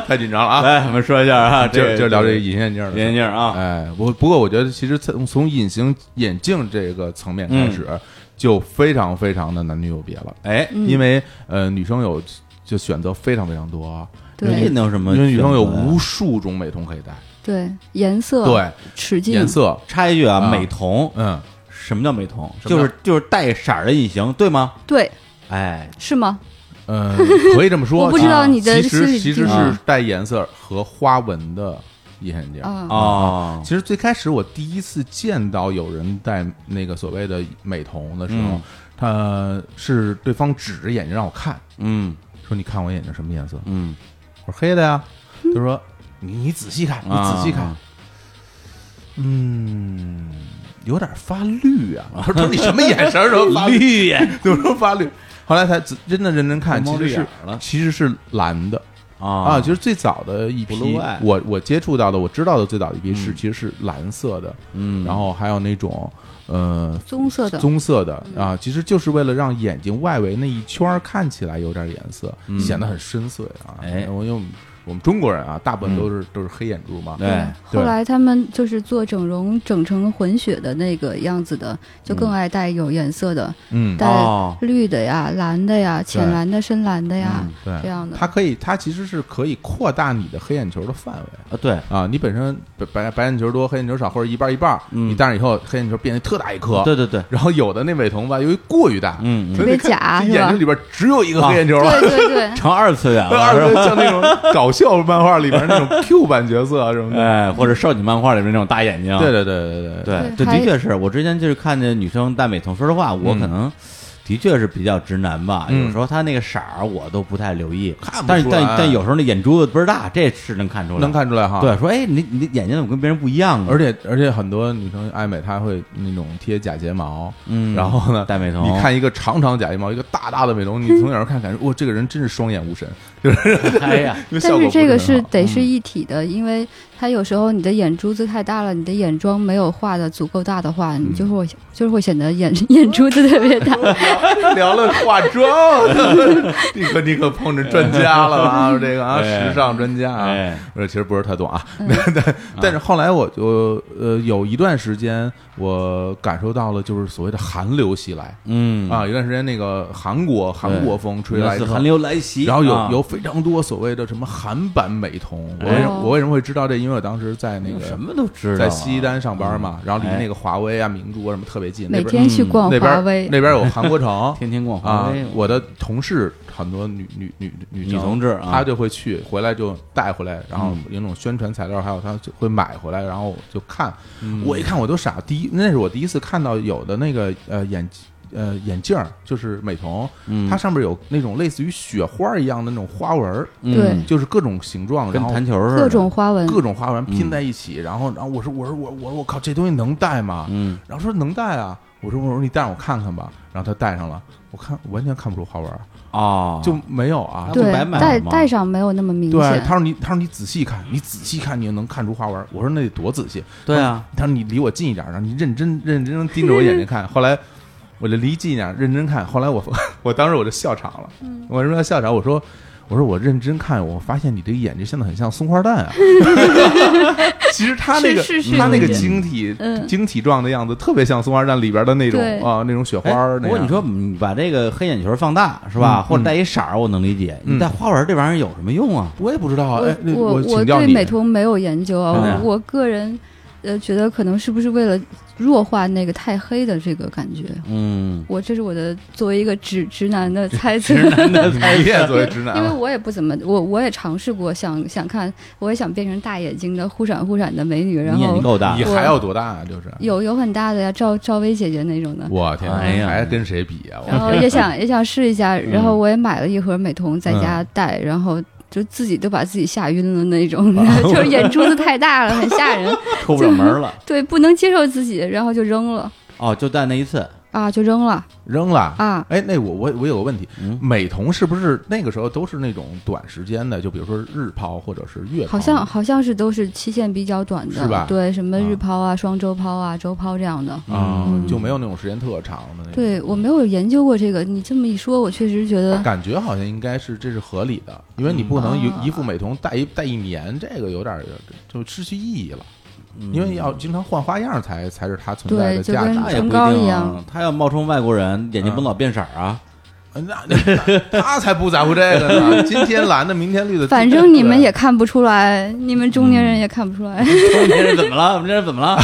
[SPEAKER 2] 太紧张 了啊！
[SPEAKER 1] 来，我们说一下啊，
[SPEAKER 2] 接着
[SPEAKER 1] 这
[SPEAKER 2] 接着聊这个隐形眼镜的事
[SPEAKER 1] 眼
[SPEAKER 2] 儿。
[SPEAKER 1] 镜啊，
[SPEAKER 2] 哎，不不过我觉得其实从从隐形眼镜这个层面开始，
[SPEAKER 1] 嗯
[SPEAKER 2] 就非常非常的男女有别了。
[SPEAKER 1] 哎，
[SPEAKER 3] 嗯
[SPEAKER 2] 因为呃，女生有就选择非常非常多，
[SPEAKER 1] 这
[SPEAKER 3] 对
[SPEAKER 1] 能有什么？啊
[SPEAKER 2] 因为女生有无。数种美瞳可以戴，
[SPEAKER 3] 对，颜色、
[SPEAKER 2] 对
[SPEAKER 3] 齿径、
[SPEAKER 2] 颜色，
[SPEAKER 1] 插一句啊，
[SPEAKER 2] 啊
[SPEAKER 1] 美瞳，
[SPEAKER 2] 嗯，
[SPEAKER 1] 什么叫美瞳？
[SPEAKER 2] 什么叫
[SPEAKER 1] 就是就是带色儿的隐形，对吗？
[SPEAKER 3] 对，
[SPEAKER 1] 哎，
[SPEAKER 3] 是吗？
[SPEAKER 2] 呃，可以这么说。
[SPEAKER 3] 我不知道
[SPEAKER 2] 啊
[SPEAKER 3] 你的
[SPEAKER 2] 其
[SPEAKER 3] 心
[SPEAKER 2] 实
[SPEAKER 3] 理
[SPEAKER 2] 其
[SPEAKER 3] 定
[SPEAKER 2] 实
[SPEAKER 3] 义
[SPEAKER 1] 啊
[SPEAKER 2] 是带颜色和花纹的隐形眼镜。
[SPEAKER 3] 啊，
[SPEAKER 1] 哦，
[SPEAKER 2] 其实最开始我第一次见到有人戴那个所谓的美瞳的时候
[SPEAKER 1] 嗯，
[SPEAKER 2] 他是对方指着眼睛让我看，
[SPEAKER 1] 嗯
[SPEAKER 2] 说：“你看我眼睛什么颜色
[SPEAKER 1] 嗯，？”
[SPEAKER 2] 我说：“黑的呀。”他说：“你你仔细看，你仔细看
[SPEAKER 1] 啊，，
[SPEAKER 2] 嗯，有点发绿 啊。”我说：“你什么眼神儿都发绿？
[SPEAKER 1] 绿眼
[SPEAKER 2] 怎么说发绿？”后来才仔真的认真看，
[SPEAKER 1] 猫
[SPEAKER 2] 其
[SPEAKER 1] 绿啊眼
[SPEAKER 2] 实是
[SPEAKER 1] 儿了
[SPEAKER 2] 其实是蓝的
[SPEAKER 1] 啊
[SPEAKER 2] 啊，就是最早的一批
[SPEAKER 1] Blue Eye，
[SPEAKER 2] 我我接触到的，我知道的最早的一批是其实是蓝色的，
[SPEAKER 1] 嗯，
[SPEAKER 2] 然后还有那种呃
[SPEAKER 3] 棕色的，嗯
[SPEAKER 2] 棕色的啊，其实就是为了让眼睛外围那一圈儿看起来有点颜色，
[SPEAKER 1] 嗯
[SPEAKER 2] 显得很深邃啊。
[SPEAKER 1] 哎嗯
[SPEAKER 2] 我因为我们中国人啊，大部分都是都是黑眼珠嘛，
[SPEAKER 1] 对，
[SPEAKER 3] 嗯后来他们就是做整容整成混血的那个样子的，就更爱戴有颜色的，
[SPEAKER 2] 嗯，
[SPEAKER 3] 戴
[SPEAKER 1] 哦
[SPEAKER 3] 绿的呀、蓝的呀、浅蓝的、深蓝的呀
[SPEAKER 1] 嗯，
[SPEAKER 2] 对
[SPEAKER 3] 这样的
[SPEAKER 2] 它可以，它其实是可以扩大你的黑眼球的范围
[SPEAKER 1] 啊对，
[SPEAKER 2] 啊。你本身白白白眼球多，黑眼球少，或者一半儿一半儿，
[SPEAKER 1] 嗯
[SPEAKER 2] 你戴上以后黑眼球变得特大一颗。
[SPEAKER 1] 对对对，
[SPEAKER 2] 然后有的那美瞳吧，由于过于大，
[SPEAKER 1] 嗯嗯，
[SPEAKER 2] 所以你
[SPEAKER 3] 特别假
[SPEAKER 2] 看
[SPEAKER 3] 是吧
[SPEAKER 2] 眼睛里边只有一个黑眼球
[SPEAKER 3] 对
[SPEAKER 2] 了。
[SPEAKER 3] 对对
[SPEAKER 1] 成二次元了，
[SPEAKER 2] 二
[SPEAKER 1] 是
[SPEAKER 2] 哥
[SPEAKER 1] 吧
[SPEAKER 2] 像那种搞笑漫画里边那 种 Q 版角色啊什么的。
[SPEAKER 1] 哎，或者少女漫画里面那种大眼睛，
[SPEAKER 2] 对对对对对，
[SPEAKER 1] 对，
[SPEAKER 3] 对
[SPEAKER 1] 这
[SPEAKER 3] 还
[SPEAKER 1] 的确是我之前就是看见女生戴美瞳，说实话，我可能的确是比较直男吧，
[SPEAKER 2] 嗯
[SPEAKER 1] 有时候她那个色儿我都不太留意，
[SPEAKER 2] 看不
[SPEAKER 1] 但是
[SPEAKER 2] 出
[SPEAKER 1] 但
[SPEAKER 2] 来
[SPEAKER 1] 但有时候那眼珠子倍儿大，这是能看出来，
[SPEAKER 2] 能。看出来哈。
[SPEAKER 1] 对，，说哎，你你的眼睛怎么跟别人不一样啊？
[SPEAKER 2] 而且而且很多女生爱美，她会那种贴假睫毛，
[SPEAKER 1] 嗯
[SPEAKER 2] 然后呢，
[SPEAKER 1] 戴美瞳
[SPEAKER 2] 你看一个长长假睫毛，一个大大的美瞳，你从远处看，感觉哇，这个人真是双眼无神，就是
[SPEAKER 1] 哎 呀，
[SPEAKER 2] 因为效果
[SPEAKER 3] 但是
[SPEAKER 2] 不是
[SPEAKER 3] 这个
[SPEAKER 2] 很
[SPEAKER 3] 是
[SPEAKER 2] 好
[SPEAKER 3] 得是一体的，因为它有时候你的眼珠子太大了，你的
[SPEAKER 2] 嗯
[SPEAKER 3] 眼妆没有画的足够大的话，你就会就是会显得眼眼珠子特别大。
[SPEAKER 2] 聊了化妆， 你可你可碰着专家了啊，这个啊，
[SPEAKER 1] 哎
[SPEAKER 2] 时尚专家啊，
[SPEAKER 1] 哎嗯
[SPEAKER 2] 我说其实不是太懂啊， 但但是后来我就呃有一段时间，我感受到了就是所谓的寒流袭来
[SPEAKER 1] 嗯，
[SPEAKER 2] 啊，有段时间那个韩国韩国风吹来
[SPEAKER 1] 那
[SPEAKER 2] 之
[SPEAKER 1] 是
[SPEAKER 2] 后，
[SPEAKER 1] 寒流来袭，
[SPEAKER 2] 然后有、
[SPEAKER 1] 啊
[SPEAKER 2] 有非常多所谓的什么韩版美瞳，我
[SPEAKER 1] 哎
[SPEAKER 2] 为什我为什么会知道这？因为我当时在那个
[SPEAKER 1] 什么都知道啊，哎
[SPEAKER 2] 在西单上班嘛，然后离那个华为啊、明珠啊什么特别 近，那
[SPEAKER 3] 每
[SPEAKER 2] 边嗯
[SPEAKER 3] 天去逛
[SPEAKER 2] 那
[SPEAKER 3] 华
[SPEAKER 2] 边
[SPEAKER 3] 为，
[SPEAKER 2] 那边有韩 国城
[SPEAKER 1] 天天逛华
[SPEAKER 2] 啊
[SPEAKER 1] 为，，
[SPEAKER 2] 我的同事很多女女女女
[SPEAKER 1] 哦女同志啊嗯
[SPEAKER 2] 她就会去，回来就带回来，然后有那种宣传材料，还有她就会买回来，然后就看，
[SPEAKER 1] 嗯
[SPEAKER 2] 我一看我都傻，第一那是我第一次看到有的那个呃眼。呃，眼镜儿就是美瞳，
[SPEAKER 1] 嗯
[SPEAKER 2] 它上面有那种类似于雪花一样的那种花纹儿，
[SPEAKER 3] 对
[SPEAKER 1] 嗯
[SPEAKER 2] 就是各种形状，
[SPEAKER 1] 跟
[SPEAKER 2] 然后
[SPEAKER 1] 弹球嗯似的，
[SPEAKER 3] 各种花纹，
[SPEAKER 2] 各种花纹拼在一起，然后然后我说我说我我我靠，这东西能戴吗？
[SPEAKER 1] 嗯，
[SPEAKER 2] 然后说能戴啊，我说我说你戴上我看看吧，然后他戴上了，我看完全看不出花纹儿，
[SPEAKER 1] 啊，
[SPEAKER 2] 就没有啊。
[SPEAKER 1] 那
[SPEAKER 3] 对
[SPEAKER 1] 不白买了
[SPEAKER 3] 戴
[SPEAKER 1] 吗
[SPEAKER 3] 戴上没有那么明
[SPEAKER 2] 对，
[SPEAKER 3] 显
[SPEAKER 2] 他，说你他说你仔细看，你仔细看你就能看出花纹儿。我说那得多仔细？
[SPEAKER 1] 对啊，
[SPEAKER 2] 他说你离我近一点儿，然后你认真认真地盯着我 眼睛看。后来我就离近一点儿，认真看。后来我 我当时我就笑场了，
[SPEAKER 3] 嗯
[SPEAKER 2] 我为什么要笑场？我说我说我认真看，我发现你这个眼睛现在很像松花蛋啊。 其实他那个
[SPEAKER 3] 是是是
[SPEAKER 2] 他那个
[SPEAKER 3] 有点
[SPEAKER 2] 晶体
[SPEAKER 3] 嗯
[SPEAKER 2] 晶体状的样子，特别像松花蛋里边的那种
[SPEAKER 3] 对
[SPEAKER 2] 啊那种雪花
[SPEAKER 1] 哎
[SPEAKER 2] 儿
[SPEAKER 1] 不
[SPEAKER 2] 那
[SPEAKER 1] 过
[SPEAKER 2] 样。
[SPEAKER 1] 你说你把这个黑眼球放大是吧，
[SPEAKER 2] 嗯
[SPEAKER 1] 或者带一色儿，我能理解。
[SPEAKER 2] 嗯
[SPEAKER 1] 你带花纹这玩意儿有什么用啊？
[SPEAKER 2] 我也不知道啊，
[SPEAKER 3] 我
[SPEAKER 2] 哎，那
[SPEAKER 3] 我
[SPEAKER 2] 请教
[SPEAKER 3] 对
[SPEAKER 2] 你
[SPEAKER 3] 美 瞳没有研究啊，
[SPEAKER 1] 嗯
[SPEAKER 3] 我我个人呃觉得可能是不是为了弱化那个太黑的这个感觉，
[SPEAKER 1] 嗯，
[SPEAKER 3] 我这是我的作为一个直直男的猜测。
[SPEAKER 2] 你也作为直男
[SPEAKER 3] 因为
[SPEAKER 2] 啊，
[SPEAKER 3] 我也不怎么，我我也尝试过，想想看，我也想变成大眼睛的忽闪忽闪的美女，然
[SPEAKER 1] 你眼睛
[SPEAKER 3] 后
[SPEAKER 1] 够大
[SPEAKER 2] 你
[SPEAKER 3] 我
[SPEAKER 2] 还要多 大啊？就是
[SPEAKER 3] 有有很大的呀，赵赵薇姐姐那种的，
[SPEAKER 2] 我天，
[SPEAKER 1] 哎呀
[SPEAKER 2] 还跟谁比啊？我
[SPEAKER 3] 然后也想也想试一下，
[SPEAKER 2] 嗯
[SPEAKER 3] 然后我也买了一盒美瞳在家戴，然后就自己都把自己吓晕了那种， 就是眼珠子太大了，很吓人，
[SPEAKER 1] 出不了门了。
[SPEAKER 3] 对，不能接受自己，然后就扔了
[SPEAKER 1] 哦，就带那一次，
[SPEAKER 3] 啊，就扔了
[SPEAKER 2] 扔了
[SPEAKER 3] 啊，
[SPEAKER 2] 哎，那我我我有个问题，
[SPEAKER 1] 嗯
[SPEAKER 2] 美瞳是不是那个时候都是那种短时间的？就比如说日抛或者是月抛，啊
[SPEAKER 3] 好像好像是都是期限比较短
[SPEAKER 2] 哦是吧
[SPEAKER 3] 的，对，什么
[SPEAKER 2] 啊
[SPEAKER 3] 日抛啊、双周抛啊、周抛这样的。
[SPEAKER 2] 啊、
[SPEAKER 1] 嗯
[SPEAKER 2] 就没有那种时间特长的那种。
[SPEAKER 3] 对我没有研究过这个，你这么一说，我确实觉得
[SPEAKER 2] 啊感觉好像应该是这是合理的，因为你不能
[SPEAKER 3] 啊
[SPEAKER 2] 一一副美瞳戴一戴一年，这个有点儿就失去意义了，因为要经常换花样才才是它存在的
[SPEAKER 3] 嗯对就
[SPEAKER 2] 价值
[SPEAKER 3] 跟
[SPEAKER 2] 啊。
[SPEAKER 1] 那也不
[SPEAKER 3] 唇
[SPEAKER 1] 一
[SPEAKER 3] 膏一
[SPEAKER 1] 定啊
[SPEAKER 3] 样。
[SPEAKER 1] 他要冒充外国人，眼睛不能老变色儿啊。
[SPEAKER 2] 哎那那他才不在乎这个 呢，今天蓝的，明天绿的，
[SPEAKER 3] 反正你们也看不出来，你们中年
[SPEAKER 2] 嗯
[SPEAKER 3] 人也看不出来。
[SPEAKER 1] 我们这人怎么了？我们这人怎么 了？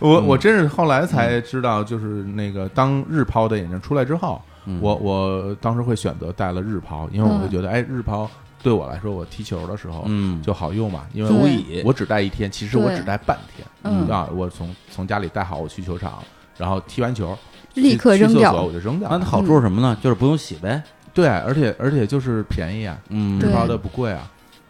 [SPEAKER 2] 我
[SPEAKER 3] 嗯
[SPEAKER 2] 我真是后来才知道，就是那个当日抛的眼镜出来之后，
[SPEAKER 1] 嗯
[SPEAKER 2] 我我当时会选择戴了日抛，因为
[SPEAKER 3] 嗯
[SPEAKER 2] 我会觉得，哎，日抛对我来说，我踢球的时候，
[SPEAKER 1] 嗯
[SPEAKER 2] 就好用嘛，因为
[SPEAKER 3] 对
[SPEAKER 2] 我以我只戴一天，其实我只戴半天，
[SPEAKER 3] 嗯
[SPEAKER 2] 啊，我从从家里带好，我去球场，然后踢完球
[SPEAKER 3] 立刻
[SPEAKER 2] 去
[SPEAKER 3] 扔
[SPEAKER 2] 去厕
[SPEAKER 3] 掉
[SPEAKER 2] 所我就扔掉
[SPEAKER 1] 那
[SPEAKER 2] 了。
[SPEAKER 1] 好处是什么呢？就是不用洗呗。
[SPEAKER 2] 对，而且而且就是便宜啊，
[SPEAKER 1] 嗯，
[SPEAKER 2] 日
[SPEAKER 3] 对
[SPEAKER 2] 抛的不贵啊，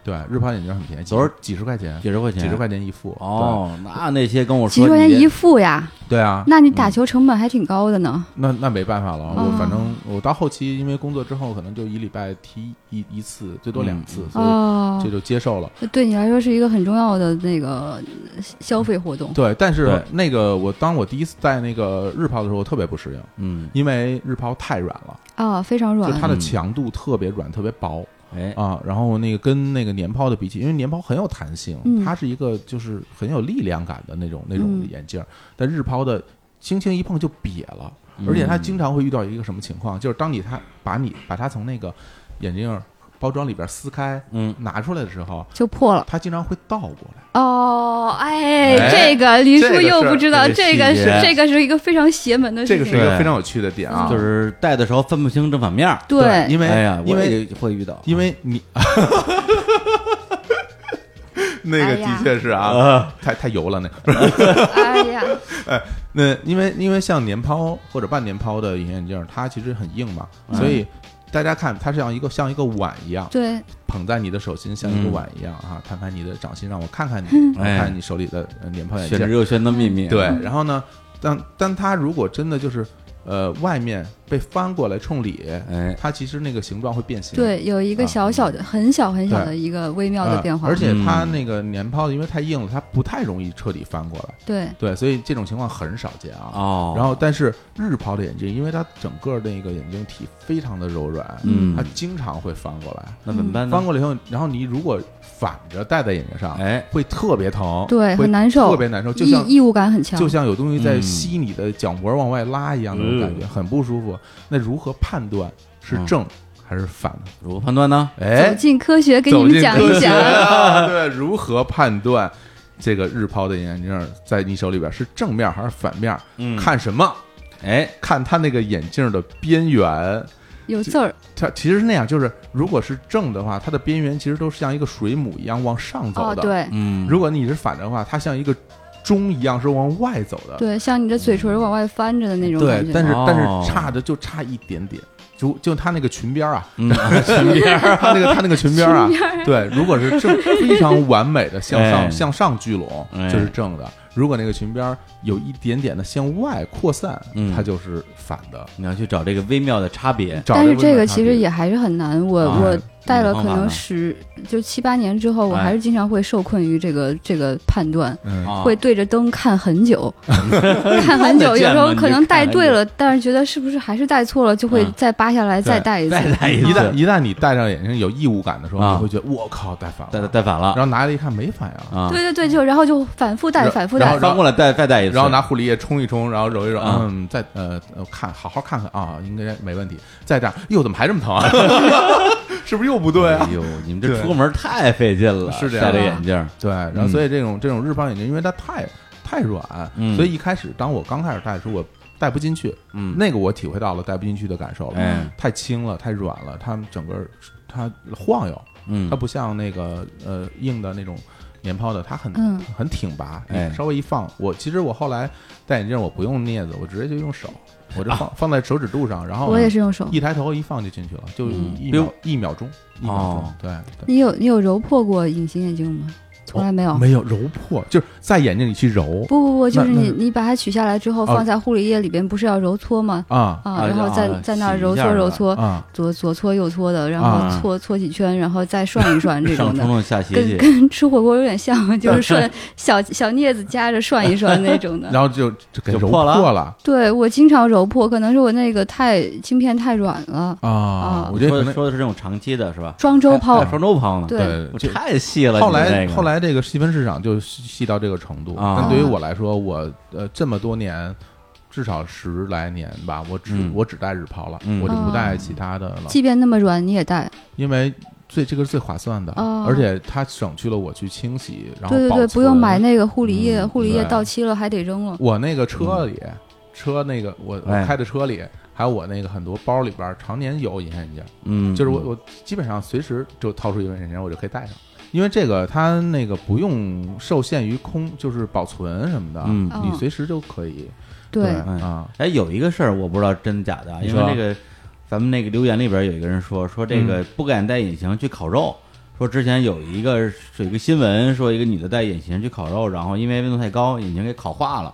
[SPEAKER 2] 对，日抛眼镜很便宜，
[SPEAKER 1] 多少
[SPEAKER 2] 几十块钱，
[SPEAKER 1] 几十块钱，
[SPEAKER 2] 几十。块钱一副。
[SPEAKER 1] 哦，那那些跟我
[SPEAKER 3] 几
[SPEAKER 1] 说
[SPEAKER 3] 十块钱
[SPEAKER 1] 你
[SPEAKER 3] 一副呀，
[SPEAKER 2] 对，对啊，
[SPEAKER 3] 那你打球成本还挺高的呢。
[SPEAKER 2] 那那没办法了，我
[SPEAKER 3] 哦
[SPEAKER 2] 反正我到后期因为工作之后，可能就一礼拜踢一一次，最
[SPEAKER 1] 嗯
[SPEAKER 2] 多两嗯次，所以
[SPEAKER 3] 哦
[SPEAKER 2] 这，就接受了。
[SPEAKER 3] 对你来说是一个很重要的那个呃消费活动。
[SPEAKER 2] 对，但是
[SPEAKER 1] 对
[SPEAKER 2] 那个我当我第一次戴那个日抛的时候，我特别不适应，
[SPEAKER 1] 嗯，
[SPEAKER 2] 因为日抛太软了，
[SPEAKER 3] 啊，非常
[SPEAKER 2] 就
[SPEAKER 3] 软
[SPEAKER 2] 是它的
[SPEAKER 1] 嗯
[SPEAKER 2] 强度特别软，特别薄
[SPEAKER 1] 哎，
[SPEAKER 2] 啊。然后那个跟那个年抛的比起，因为年抛很有弹性，
[SPEAKER 3] 嗯
[SPEAKER 2] 它是一个就是很有力量感的那种那种
[SPEAKER 3] 嗯
[SPEAKER 2] 眼镜儿，但日抛的轻轻一碰就瘪了。而且它经常会遇到一个什么情况，就是当你它把你把它从那个眼镜包装里边撕开
[SPEAKER 1] 嗯，
[SPEAKER 2] 拿出来的时候，
[SPEAKER 3] 就破了。
[SPEAKER 2] 它经常会倒过来。
[SPEAKER 3] 哦，
[SPEAKER 2] 哎
[SPEAKER 3] 哎，这个黎
[SPEAKER 2] 这
[SPEAKER 3] 叔
[SPEAKER 2] 个
[SPEAKER 3] 又
[SPEAKER 2] 是
[SPEAKER 3] 不知道，
[SPEAKER 1] 这
[SPEAKER 3] 这
[SPEAKER 1] 个
[SPEAKER 3] 个
[SPEAKER 1] 细
[SPEAKER 3] 是
[SPEAKER 1] 节
[SPEAKER 3] 这个是一个非常邪门的
[SPEAKER 2] 这
[SPEAKER 3] 事
[SPEAKER 2] 个是
[SPEAKER 3] 情
[SPEAKER 2] 一。个
[SPEAKER 1] 对
[SPEAKER 2] 非常有趣的点啊，
[SPEAKER 1] 就是戴的时候分不清正反面儿。
[SPEAKER 3] 对，
[SPEAKER 2] 因为
[SPEAKER 1] 哎呀，我
[SPEAKER 2] 因为
[SPEAKER 1] 也会遇到，
[SPEAKER 2] 因为你。那个
[SPEAKER 3] 哎
[SPEAKER 2] 的
[SPEAKER 3] 呀
[SPEAKER 2] 确是啊，太太油了那个。
[SPEAKER 3] 哎呀，
[SPEAKER 2] 那因为因为像年抛或者半年抛的隐形眼镜，它其实很硬嘛，所以大家看它是像一个像一个碗一样，
[SPEAKER 3] 对，
[SPEAKER 2] 捧在你的手心，像一个
[SPEAKER 1] 嗯
[SPEAKER 2] 碗一样啊！摊开你的掌心，让我看看你，我
[SPEAKER 1] 哎
[SPEAKER 2] 看你手里的呃脸泡眼
[SPEAKER 1] 选
[SPEAKER 2] 镜
[SPEAKER 1] 之
[SPEAKER 2] 儿。
[SPEAKER 1] 又选的秘密。
[SPEAKER 2] 对，然后呢，但但它如果真的就是呃外面被翻过来冲里，
[SPEAKER 1] 哎，
[SPEAKER 2] 它其实那个形状会变形。
[SPEAKER 3] 对，有一个
[SPEAKER 2] 啊
[SPEAKER 3] 小小的、很小很小的
[SPEAKER 2] 对
[SPEAKER 3] 一个微妙
[SPEAKER 2] 啊
[SPEAKER 3] 的变化，
[SPEAKER 2] 而且它
[SPEAKER 1] 嗯
[SPEAKER 2] 那个年抛因为太硬了，它不太容易彻底翻过来。
[SPEAKER 3] 对
[SPEAKER 2] 对，所以这种情况很少见啊。
[SPEAKER 1] 哦，
[SPEAKER 2] 然后，但是日抛的眼镜，因为它整个那个眼镜体非常的柔软，
[SPEAKER 1] 嗯
[SPEAKER 2] 它经常会翻过来。
[SPEAKER 1] 那怎么办呢？
[SPEAKER 2] 嗯翻过来以后，然后你如果反着戴在眼睛上，
[SPEAKER 1] 哎，
[SPEAKER 2] 会特别疼，
[SPEAKER 3] 对
[SPEAKER 2] 会
[SPEAKER 3] 很难受
[SPEAKER 2] 特别难受，就
[SPEAKER 3] 异
[SPEAKER 2] 像
[SPEAKER 3] 异物感很强
[SPEAKER 2] 就。像有东西在
[SPEAKER 1] 嗯
[SPEAKER 2] 吸你的角膜往外拉一样那种感觉，很不舒服。那如何判断是
[SPEAKER 1] 嗯
[SPEAKER 2] 正还是反呢？
[SPEAKER 1] 如何判断呢？
[SPEAKER 3] 走
[SPEAKER 2] 哎，
[SPEAKER 3] 进科学，给你
[SPEAKER 2] 走
[SPEAKER 3] 们
[SPEAKER 2] 进
[SPEAKER 3] 讲
[SPEAKER 2] 科
[SPEAKER 3] 一
[SPEAKER 2] 学
[SPEAKER 3] 讲。
[SPEAKER 2] 啊，对，如何判断这个日抛的眼镜在你手里边是正面还是反面？
[SPEAKER 1] 嗯
[SPEAKER 2] 看什么？
[SPEAKER 1] 哎，
[SPEAKER 2] 看它那个眼镜的边缘，
[SPEAKER 3] 有字儿，
[SPEAKER 2] 它其实是那样，就是如果是正的话，它的边缘其实都是像一个水母一样往上走
[SPEAKER 3] 哦，
[SPEAKER 2] 的。，
[SPEAKER 3] 对
[SPEAKER 1] 嗯，
[SPEAKER 2] 如果你是反的话，它像一个钟一样是往外走的。
[SPEAKER 3] 对，像你的嘴唇往外翻着的那种感
[SPEAKER 2] 对，
[SPEAKER 3] 觉。
[SPEAKER 2] 但是
[SPEAKER 1] 哦
[SPEAKER 2] 但是差的就差一点点，就就它那个裙边儿啊，
[SPEAKER 1] 嗯，身边 儿
[SPEAKER 2] 它那个它那个裙边儿啊
[SPEAKER 3] 裙边儿，
[SPEAKER 2] 对，如果是正非常完美的向
[SPEAKER 1] 哎
[SPEAKER 2] 上向上聚拢，
[SPEAKER 1] 哎
[SPEAKER 2] 这是正的；如果那个裙边儿有一点点的向外扩散
[SPEAKER 1] 嗯，
[SPEAKER 2] 它就是反的。
[SPEAKER 1] 你要去找这个微妙的差别，
[SPEAKER 2] 找
[SPEAKER 3] 但是
[SPEAKER 2] 个
[SPEAKER 3] 这个
[SPEAKER 2] 位置
[SPEAKER 3] 其实也还是很难。我、
[SPEAKER 1] 啊
[SPEAKER 3] 我戴了可
[SPEAKER 1] 没办法
[SPEAKER 3] 能
[SPEAKER 1] 呢
[SPEAKER 3] 十就七八年之后，我
[SPEAKER 1] 哎
[SPEAKER 3] 还是经常会受困于这个这个判断。
[SPEAKER 2] 嗯
[SPEAKER 1] 啊
[SPEAKER 3] 会对着灯看 很久，看很久，有时候可能戴对了，但是觉得是不是还是戴错了，就会
[SPEAKER 1] 嗯
[SPEAKER 3] 再扒下来再戴一次。
[SPEAKER 1] 再戴一
[SPEAKER 2] 一旦
[SPEAKER 1] 次，
[SPEAKER 2] 一旦你戴上眼镜有异物感的时候，
[SPEAKER 1] 啊
[SPEAKER 2] 你会觉得我靠戴反
[SPEAKER 1] 戴戴
[SPEAKER 2] 了，
[SPEAKER 1] 戴反了
[SPEAKER 2] 然后拿来一看没反应，
[SPEAKER 1] 啊，
[SPEAKER 3] 对对对，就然后就反复戴，
[SPEAKER 2] 然
[SPEAKER 3] 反复
[SPEAKER 2] 然
[SPEAKER 3] 戴
[SPEAKER 2] 后。
[SPEAKER 1] 翻过来再再戴一次，
[SPEAKER 2] 然后拿护理液冲一冲，然后揉一揉，
[SPEAKER 1] 啊
[SPEAKER 2] 嗯，再呃呃看好好看看啊，应该没问题。再这样，哟，怎么还这么疼 啊？是不是又不对啊
[SPEAKER 1] 哎？呦，你们这
[SPEAKER 2] 对
[SPEAKER 1] 出门太费劲了，
[SPEAKER 2] 是这
[SPEAKER 1] 戴
[SPEAKER 2] 样
[SPEAKER 1] 着
[SPEAKER 3] 的
[SPEAKER 1] 眼镜儿，
[SPEAKER 2] 对，然后所以这种这种日抛眼镜，因为它太太软
[SPEAKER 1] 嗯，
[SPEAKER 2] 所以一开始当我刚开始戴的时候，我戴不进去，
[SPEAKER 1] 嗯，
[SPEAKER 2] 那个我体会到了戴不进去的感受了，
[SPEAKER 1] 哎，
[SPEAKER 2] 太轻了，太软了，它整个它晃悠，
[SPEAKER 1] 嗯
[SPEAKER 2] 它，不像那个呃硬的那种棉抛的，它很
[SPEAKER 3] 嗯
[SPEAKER 2] 很挺拔，
[SPEAKER 1] 哎
[SPEAKER 2] 稍微一放，我其实我后来戴眼镜我不用镊子，我直接就用手，我这放、放在手指肚上，然后
[SPEAKER 3] 我也是用手。
[SPEAKER 2] 一抬头一放就进去了，就
[SPEAKER 3] 嗯
[SPEAKER 2] 一
[SPEAKER 1] 不
[SPEAKER 2] 秒、
[SPEAKER 1] 用
[SPEAKER 2] 一秒钟，一秒钟，
[SPEAKER 1] 哦
[SPEAKER 2] 对对。
[SPEAKER 3] 你有你有揉破过隐形眼镜吗？从来
[SPEAKER 1] 哦
[SPEAKER 3] 没有。
[SPEAKER 2] 没有揉破，就是在眼睛里去揉
[SPEAKER 3] 不不不，就是
[SPEAKER 2] 那
[SPEAKER 3] 你你把它取下来之
[SPEAKER 1] 哦
[SPEAKER 3] 后，放在护理液里边，不是要揉搓吗？
[SPEAKER 2] 啊
[SPEAKER 3] 啊，
[SPEAKER 1] 啊
[SPEAKER 3] 然后
[SPEAKER 1] 啊
[SPEAKER 3] 在在那儿
[SPEAKER 1] 洗一
[SPEAKER 3] 揉
[SPEAKER 1] 下
[SPEAKER 3] 搓
[SPEAKER 1] 是
[SPEAKER 3] 揉
[SPEAKER 1] 吧
[SPEAKER 3] 搓，
[SPEAKER 2] 啊！
[SPEAKER 3] 左左搓右搓的，然
[SPEAKER 2] 啊
[SPEAKER 3] 后搓搓几圈，然后再涮一涮这
[SPEAKER 1] 上
[SPEAKER 3] 种
[SPEAKER 1] 冲
[SPEAKER 3] 的。
[SPEAKER 1] 冲下斜
[SPEAKER 3] 跟
[SPEAKER 1] 斜，
[SPEAKER 3] 跟吃火锅有点像，就是涮小小镊子夹着涮一涮那种的。
[SPEAKER 2] 嗯然后就就给
[SPEAKER 1] 就
[SPEAKER 2] 揉
[SPEAKER 1] 破了
[SPEAKER 2] 了
[SPEAKER 3] 对我经常揉破，可能是我那个太晶片太软了，
[SPEAKER 2] 啊
[SPEAKER 3] 啊！
[SPEAKER 2] 我觉得
[SPEAKER 1] 说的
[SPEAKER 2] 可能哦
[SPEAKER 1] 说的是这种长期的是吧？
[SPEAKER 3] 庄周抛
[SPEAKER 1] 还有。双周抛呢，
[SPEAKER 3] 对
[SPEAKER 2] 对
[SPEAKER 1] 我
[SPEAKER 2] 这
[SPEAKER 1] 太细了。
[SPEAKER 2] 后
[SPEAKER 1] 你们
[SPEAKER 2] 来
[SPEAKER 1] 这个
[SPEAKER 2] 后来这个细分市场就细细到这个程度。
[SPEAKER 1] 啊
[SPEAKER 2] 但对于我来说，我呃这么多年，至少十来年吧，我只
[SPEAKER 1] 嗯
[SPEAKER 2] 我只戴日抛了
[SPEAKER 1] 嗯，
[SPEAKER 2] 我就不
[SPEAKER 3] 哦
[SPEAKER 2] 戴其他的了，
[SPEAKER 3] 即便那么软，你也戴。
[SPEAKER 2] 因为最这个是最划算的
[SPEAKER 3] 哦，
[SPEAKER 2] 而且它省去了我去清洗，然后
[SPEAKER 3] 对对
[SPEAKER 2] 保
[SPEAKER 3] 对，
[SPEAKER 2] 存
[SPEAKER 3] 不用买。那个护理液，
[SPEAKER 1] 嗯
[SPEAKER 3] 护理液
[SPEAKER 2] 对
[SPEAKER 3] 到期了还得扔了。
[SPEAKER 2] 我那个车里，车那个我我
[SPEAKER 1] 哎
[SPEAKER 2] 开的车里，还有我那个很多包里边，常年有隐形眼镜。
[SPEAKER 1] 嗯，
[SPEAKER 2] 就是我我基本上随时就掏出一个眼镜，我就可以戴上，因为这个它那个不用受限于空，就是保存什么的，
[SPEAKER 1] 嗯
[SPEAKER 3] 哦
[SPEAKER 2] 你随时就可以。
[SPEAKER 3] 对，
[SPEAKER 1] 哎
[SPEAKER 2] 啊，
[SPEAKER 1] 哎有一个事儿我不知道真假的，啊
[SPEAKER 2] 你
[SPEAKER 1] 因
[SPEAKER 2] 说嗯
[SPEAKER 1] 为这个咱们那个留言里边有一个人说说这个不敢戴隐形去烤肉。说之前有一个有一个新闻，说一个女的戴隐形去烤肉，然后因为温度太高，眼睛给烤化了，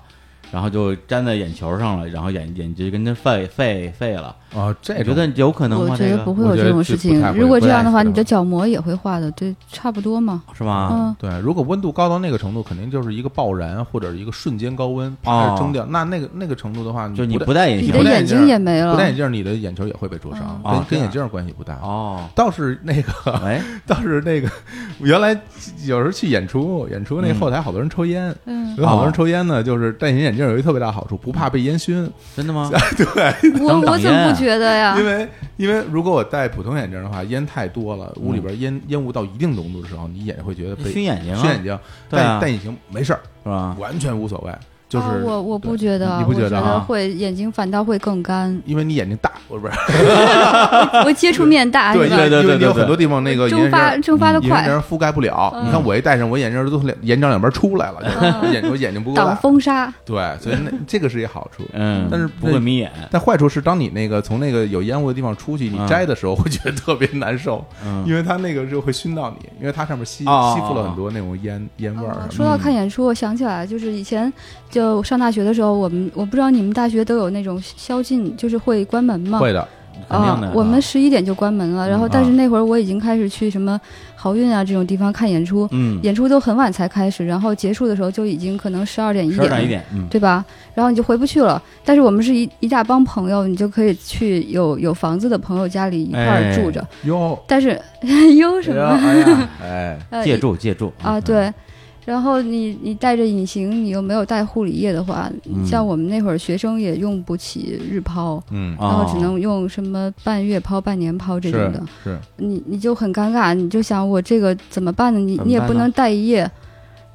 [SPEAKER 1] 然后就粘在眼球上了，然后眼眼睛就跟它废废废了。
[SPEAKER 2] 啊，这
[SPEAKER 1] 你觉
[SPEAKER 2] 种
[SPEAKER 1] 得有可能
[SPEAKER 3] 我
[SPEAKER 1] 吗？
[SPEAKER 3] 觉
[SPEAKER 1] 这
[SPEAKER 3] 得
[SPEAKER 1] 个
[SPEAKER 3] 不会
[SPEAKER 2] 我
[SPEAKER 3] 有
[SPEAKER 2] 觉
[SPEAKER 3] 这
[SPEAKER 2] 得
[SPEAKER 3] 种
[SPEAKER 2] 这
[SPEAKER 3] 事
[SPEAKER 2] 不
[SPEAKER 3] 情
[SPEAKER 2] 太。会
[SPEAKER 3] 如果
[SPEAKER 2] 不
[SPEAKER 3] 这
[SPEAKER 2] 太
[SPEAKER 3] 样的话，
[SPEAKER 2] 会
[SPEAKER 3] 你的
[SPEAKER 2] 吧
[SPEAKER 3] 角膜也会化的，对，差不多嘛。
[SPEAKER 1] 是吧？
[SPEAKER 3] 嗯，
[SPEAKER 2] 对，如果温度高到那个程度，肯定就是一个爆燃或者一个瞬间高温，啪
[SPEAKER 1] 哦
[SPEAKER 2] 就蒸掉。那那个那个程度的
[SPEAKER 3] 嗯
[SPEAKER 2] 话，
[SPEAKER 1] 就
[SPEAKER 2] 你
[SPEAKER 1] 你
[SPEAKER 2] 不
[SPEAKER 1] 不戴眼
[SPEAKER 3] 你
[SPEAKER 1] 镜
[SPEAKER 3] 的
[SPEAKER 2] 不戴
[SPEAKER 3] 眼
[SPEAKER 2] 眼镜
[SPEAKER 3] 睛也没
[SPEAKER 2] 戴不
[SPEAKER 3] 了
[SPEAKER 2] 戴。眼镜，你的眼球也会被灼伤，
[SPEAKER 1] 哦
[SPEAKER 2] 跟
[SPEAKER 1] 这
[SPEAKER 2] 跟
[SPEAKER 1] 样
[SPEAKER 2] 眼镜关系不大。
[SPEAKER 1] 哦，哎
[SPEAKER 2] 倒是那个，
[SPEAKER 1] 喂，
[SPEAKER 2] 倒是那个，原来有时候去演出，演出那后台好多人抽烟，
[SPEAKER 3] 嗯，
[SPEAKER 2] 有好
[SPEAKER 1] 啊
[SPEAKER 2] 多人抽烟呢，就是戴隐形眼镜有一个特别大好处，不怕被烟熏。
[SPEAKER 1] 真的 吗？
[SPEAKER 3] 我
[SPEAKER 1] 挡
[SPEAKER 3] 我
[SPEAKER 1] 挡
[SPEAKER 3] 怎
[SPEAKER 1] 烟
[SPEAKER 3] 么
[SPEAKER 1] 啊
[SPEAKER 3] 不觉得呀
[SPEAKER 2] 因？为因为如果我戴普通眼镜的话，烟太多了，屋里边烟烟雾到一定浓度的时候，你眼睛会觉得被
[SPEAKER 1] 熏眼睛啊，
[SPEAKER 2] 熏眼睛。
[SPEAKER 1] 对啊
[SPEAKER 2] 戴戴隐形没事儿，
[SPEAKER 1] 是吧？
[SPEAKER 2] 完全无所谓，就是
[SPEAKER 3] 啊我我不觉
[SPEAKER 2] 对
[SPEAKER 3] 得，
[SPEAKER 2] 你不觉得
[SPEAKER 3] 我觉
[SPEAKER 2] 啊，
[SPEAKER 3] 得会眼睛反倒会更干
[SPEAKER 2] 因为你眼睛大，不是不是，
[SPEAKER 3] 我接触面大是
[SPEAKER 2] 因为
[SPEAKER 3] 吧？
[SPEAKER 1] 对对
[SPEAKER 2] 因为你有
[SPEAKER 1] 对对
[SPEAKER 2] 很多地方那个眼
[SPEAKER 3] 哎蒸
[SPEAKER 2] 镜
[SPEAKER 3] 发
[SPEAKER 2] 儿。
[SPEAKER 3] 蒸发的
[SPEAKER 2] 眼
[SPEAKER 3] 快
[SPEAKER 2] 镜，儿覆盖不了，
[SPEAKER 3] 嗯
[SPEAKER 2] 你看我一戴上，我眼镜儿都从两眼角两边出来了，就
[SPEAKER 3] 嗯
[SPEAKER 2] 眼我眼睛不够
[SPEAKER 3] 挡
[SPEAKER 2] 大，
[SPEAKER 3] 风沙。
[SPEAKER 2] 对，所以那这个是一好处。
[SPEAKER 1] 嗯，
[SPEAKER 2] 但是
[SPEAKER 1] 不会迷眼，
[SPEAKER 2] 但坏处是，当你那个从那个有烟雾的地方出去，你
[SPEAKER 1] 嗯
[SPEAKER 2] 摘的时候会觉得特别难受，
[SPEAKER 1] 嗯
[SPEAKER 2] 因为它那个就会熏到你，因为它上面吸
[SPEAKER 1] 哦哦哦
[SPEAKER 2] 吸附了很多那种烟烟味儿
[SPEAKER 3] 哦
[SPEAKER 2] 什么的。
[SPEAKER 3] 说到看演出，我想起来，就是以前就就上大学的时候，我们我不知道你们大学都有那种宵禁，就是会关门吗？
[SPEAKER 2] 会的，
[SPEAKER 1] 肯定的
[SPEAKER 3] 啊。我们
[SPEAKER 1] 啊
[SPEAKER 3] 十一点就关门了，然后
[SPEAKER 1] 嗯
[SPEAKER 3] 但是
[SPEAKER 1] 啊
[SPEAKER 3] 那会儿我已经开始去什么好运啊这种地方看演出，
[SPEAKER 1] 嗯，
[SPEAKER 3] 演出都很晚才开始，然后结束的时候就已经可能十二点一
[SPEAKER 1] 十二点
[SPEAKER 3] 点
[SPEAKER 1] 一。点，嗯，
[SPEAKER 3] 对吧？然后你就回不去了。但是我们是一一大帮朋友，你就可以去有有房子的朋友家里一块
[SPEAKER 1] 哎
[SPEAKER 3] 儿住着。
[SPEAKER 2] 哟，
[SPEAKER 3] 但是 有什么？
[SPEAKER 2] 哎 呀，哎，
[SPEAKER 3] 呃
[SPEAKER 1] 借住嗯借住
[SPEAKER 3] 啊，，对。然后你你带着隐形，你又没有带护理液的话，
[SPEAKER 1] 嗯
[SPEAKER 3] 像我们那会儿学生也用不起日抛，
[SPEAKER 2] 嗯，
[SPEAKER 1] 然
[SPEAKER 3] 然后只能用什么半月抛、半年抛这种
[SPEAKER 2] 是
[SPEAKER 3] 的，
[SPEAKER 2] 是，
[SPEAKER 3] 你你就很尴尬，你就想我这个怎么办呢？你
[SPEAKER 1] 怎么
[SPEAKER 3] 你也
[SPEAKER 1] 办
[SPEAKER 3] 不
[SPEAKER 1] 呢
[SPEAKER 3] 能带一夜。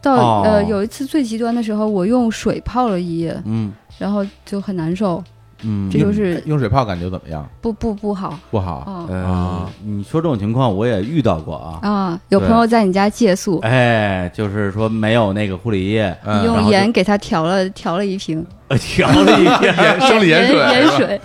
[SPEAKER 3] 到、
[SPEAKER 1] 哦
[SPEAKER 3] 呃有一次最极端的时候，我用水泡了一夜，
[SPEAKER 1] 嗯
[SPEAKER 3] 然后就很难受，
[SPEAKER 1] 嗯，
[SPEAKER 3] 这就是
[SPEAKER 2] 用水泡感觉怎么样？
[SPEAKER 3] 不不不好
[SPEAKER 2] 不好，
[SPEAKER 3] 哦
[SPEAKER 1] 呃
[SPEAKER 2] 啊，
[SPEAKER 1] 你说这种情况我也遇到过啊，
[SPEAKER 3] 啊！有朋友在你家借宿，
[SPEAKER 1] 哎，就是说没有那个护理液，
[SPEAKER 2] 嗯
[SPEAKER 3] 你
[SPEAKER 1] 然
[SPEAKER 3] 用
[SPEAKER 1] 后就
[SPEAKER 3] 盐给他调了调了一瓶
[SPEAKER 1] 呃调了一遍，
[SPEAKER 2] 哎生理盐
[SPEAKER 3] 盐
[SPEAKER 2] 水，
[SPEAKER 3] 盐
[SPEAKER 2] 是吧
[SPEAKER 3] 水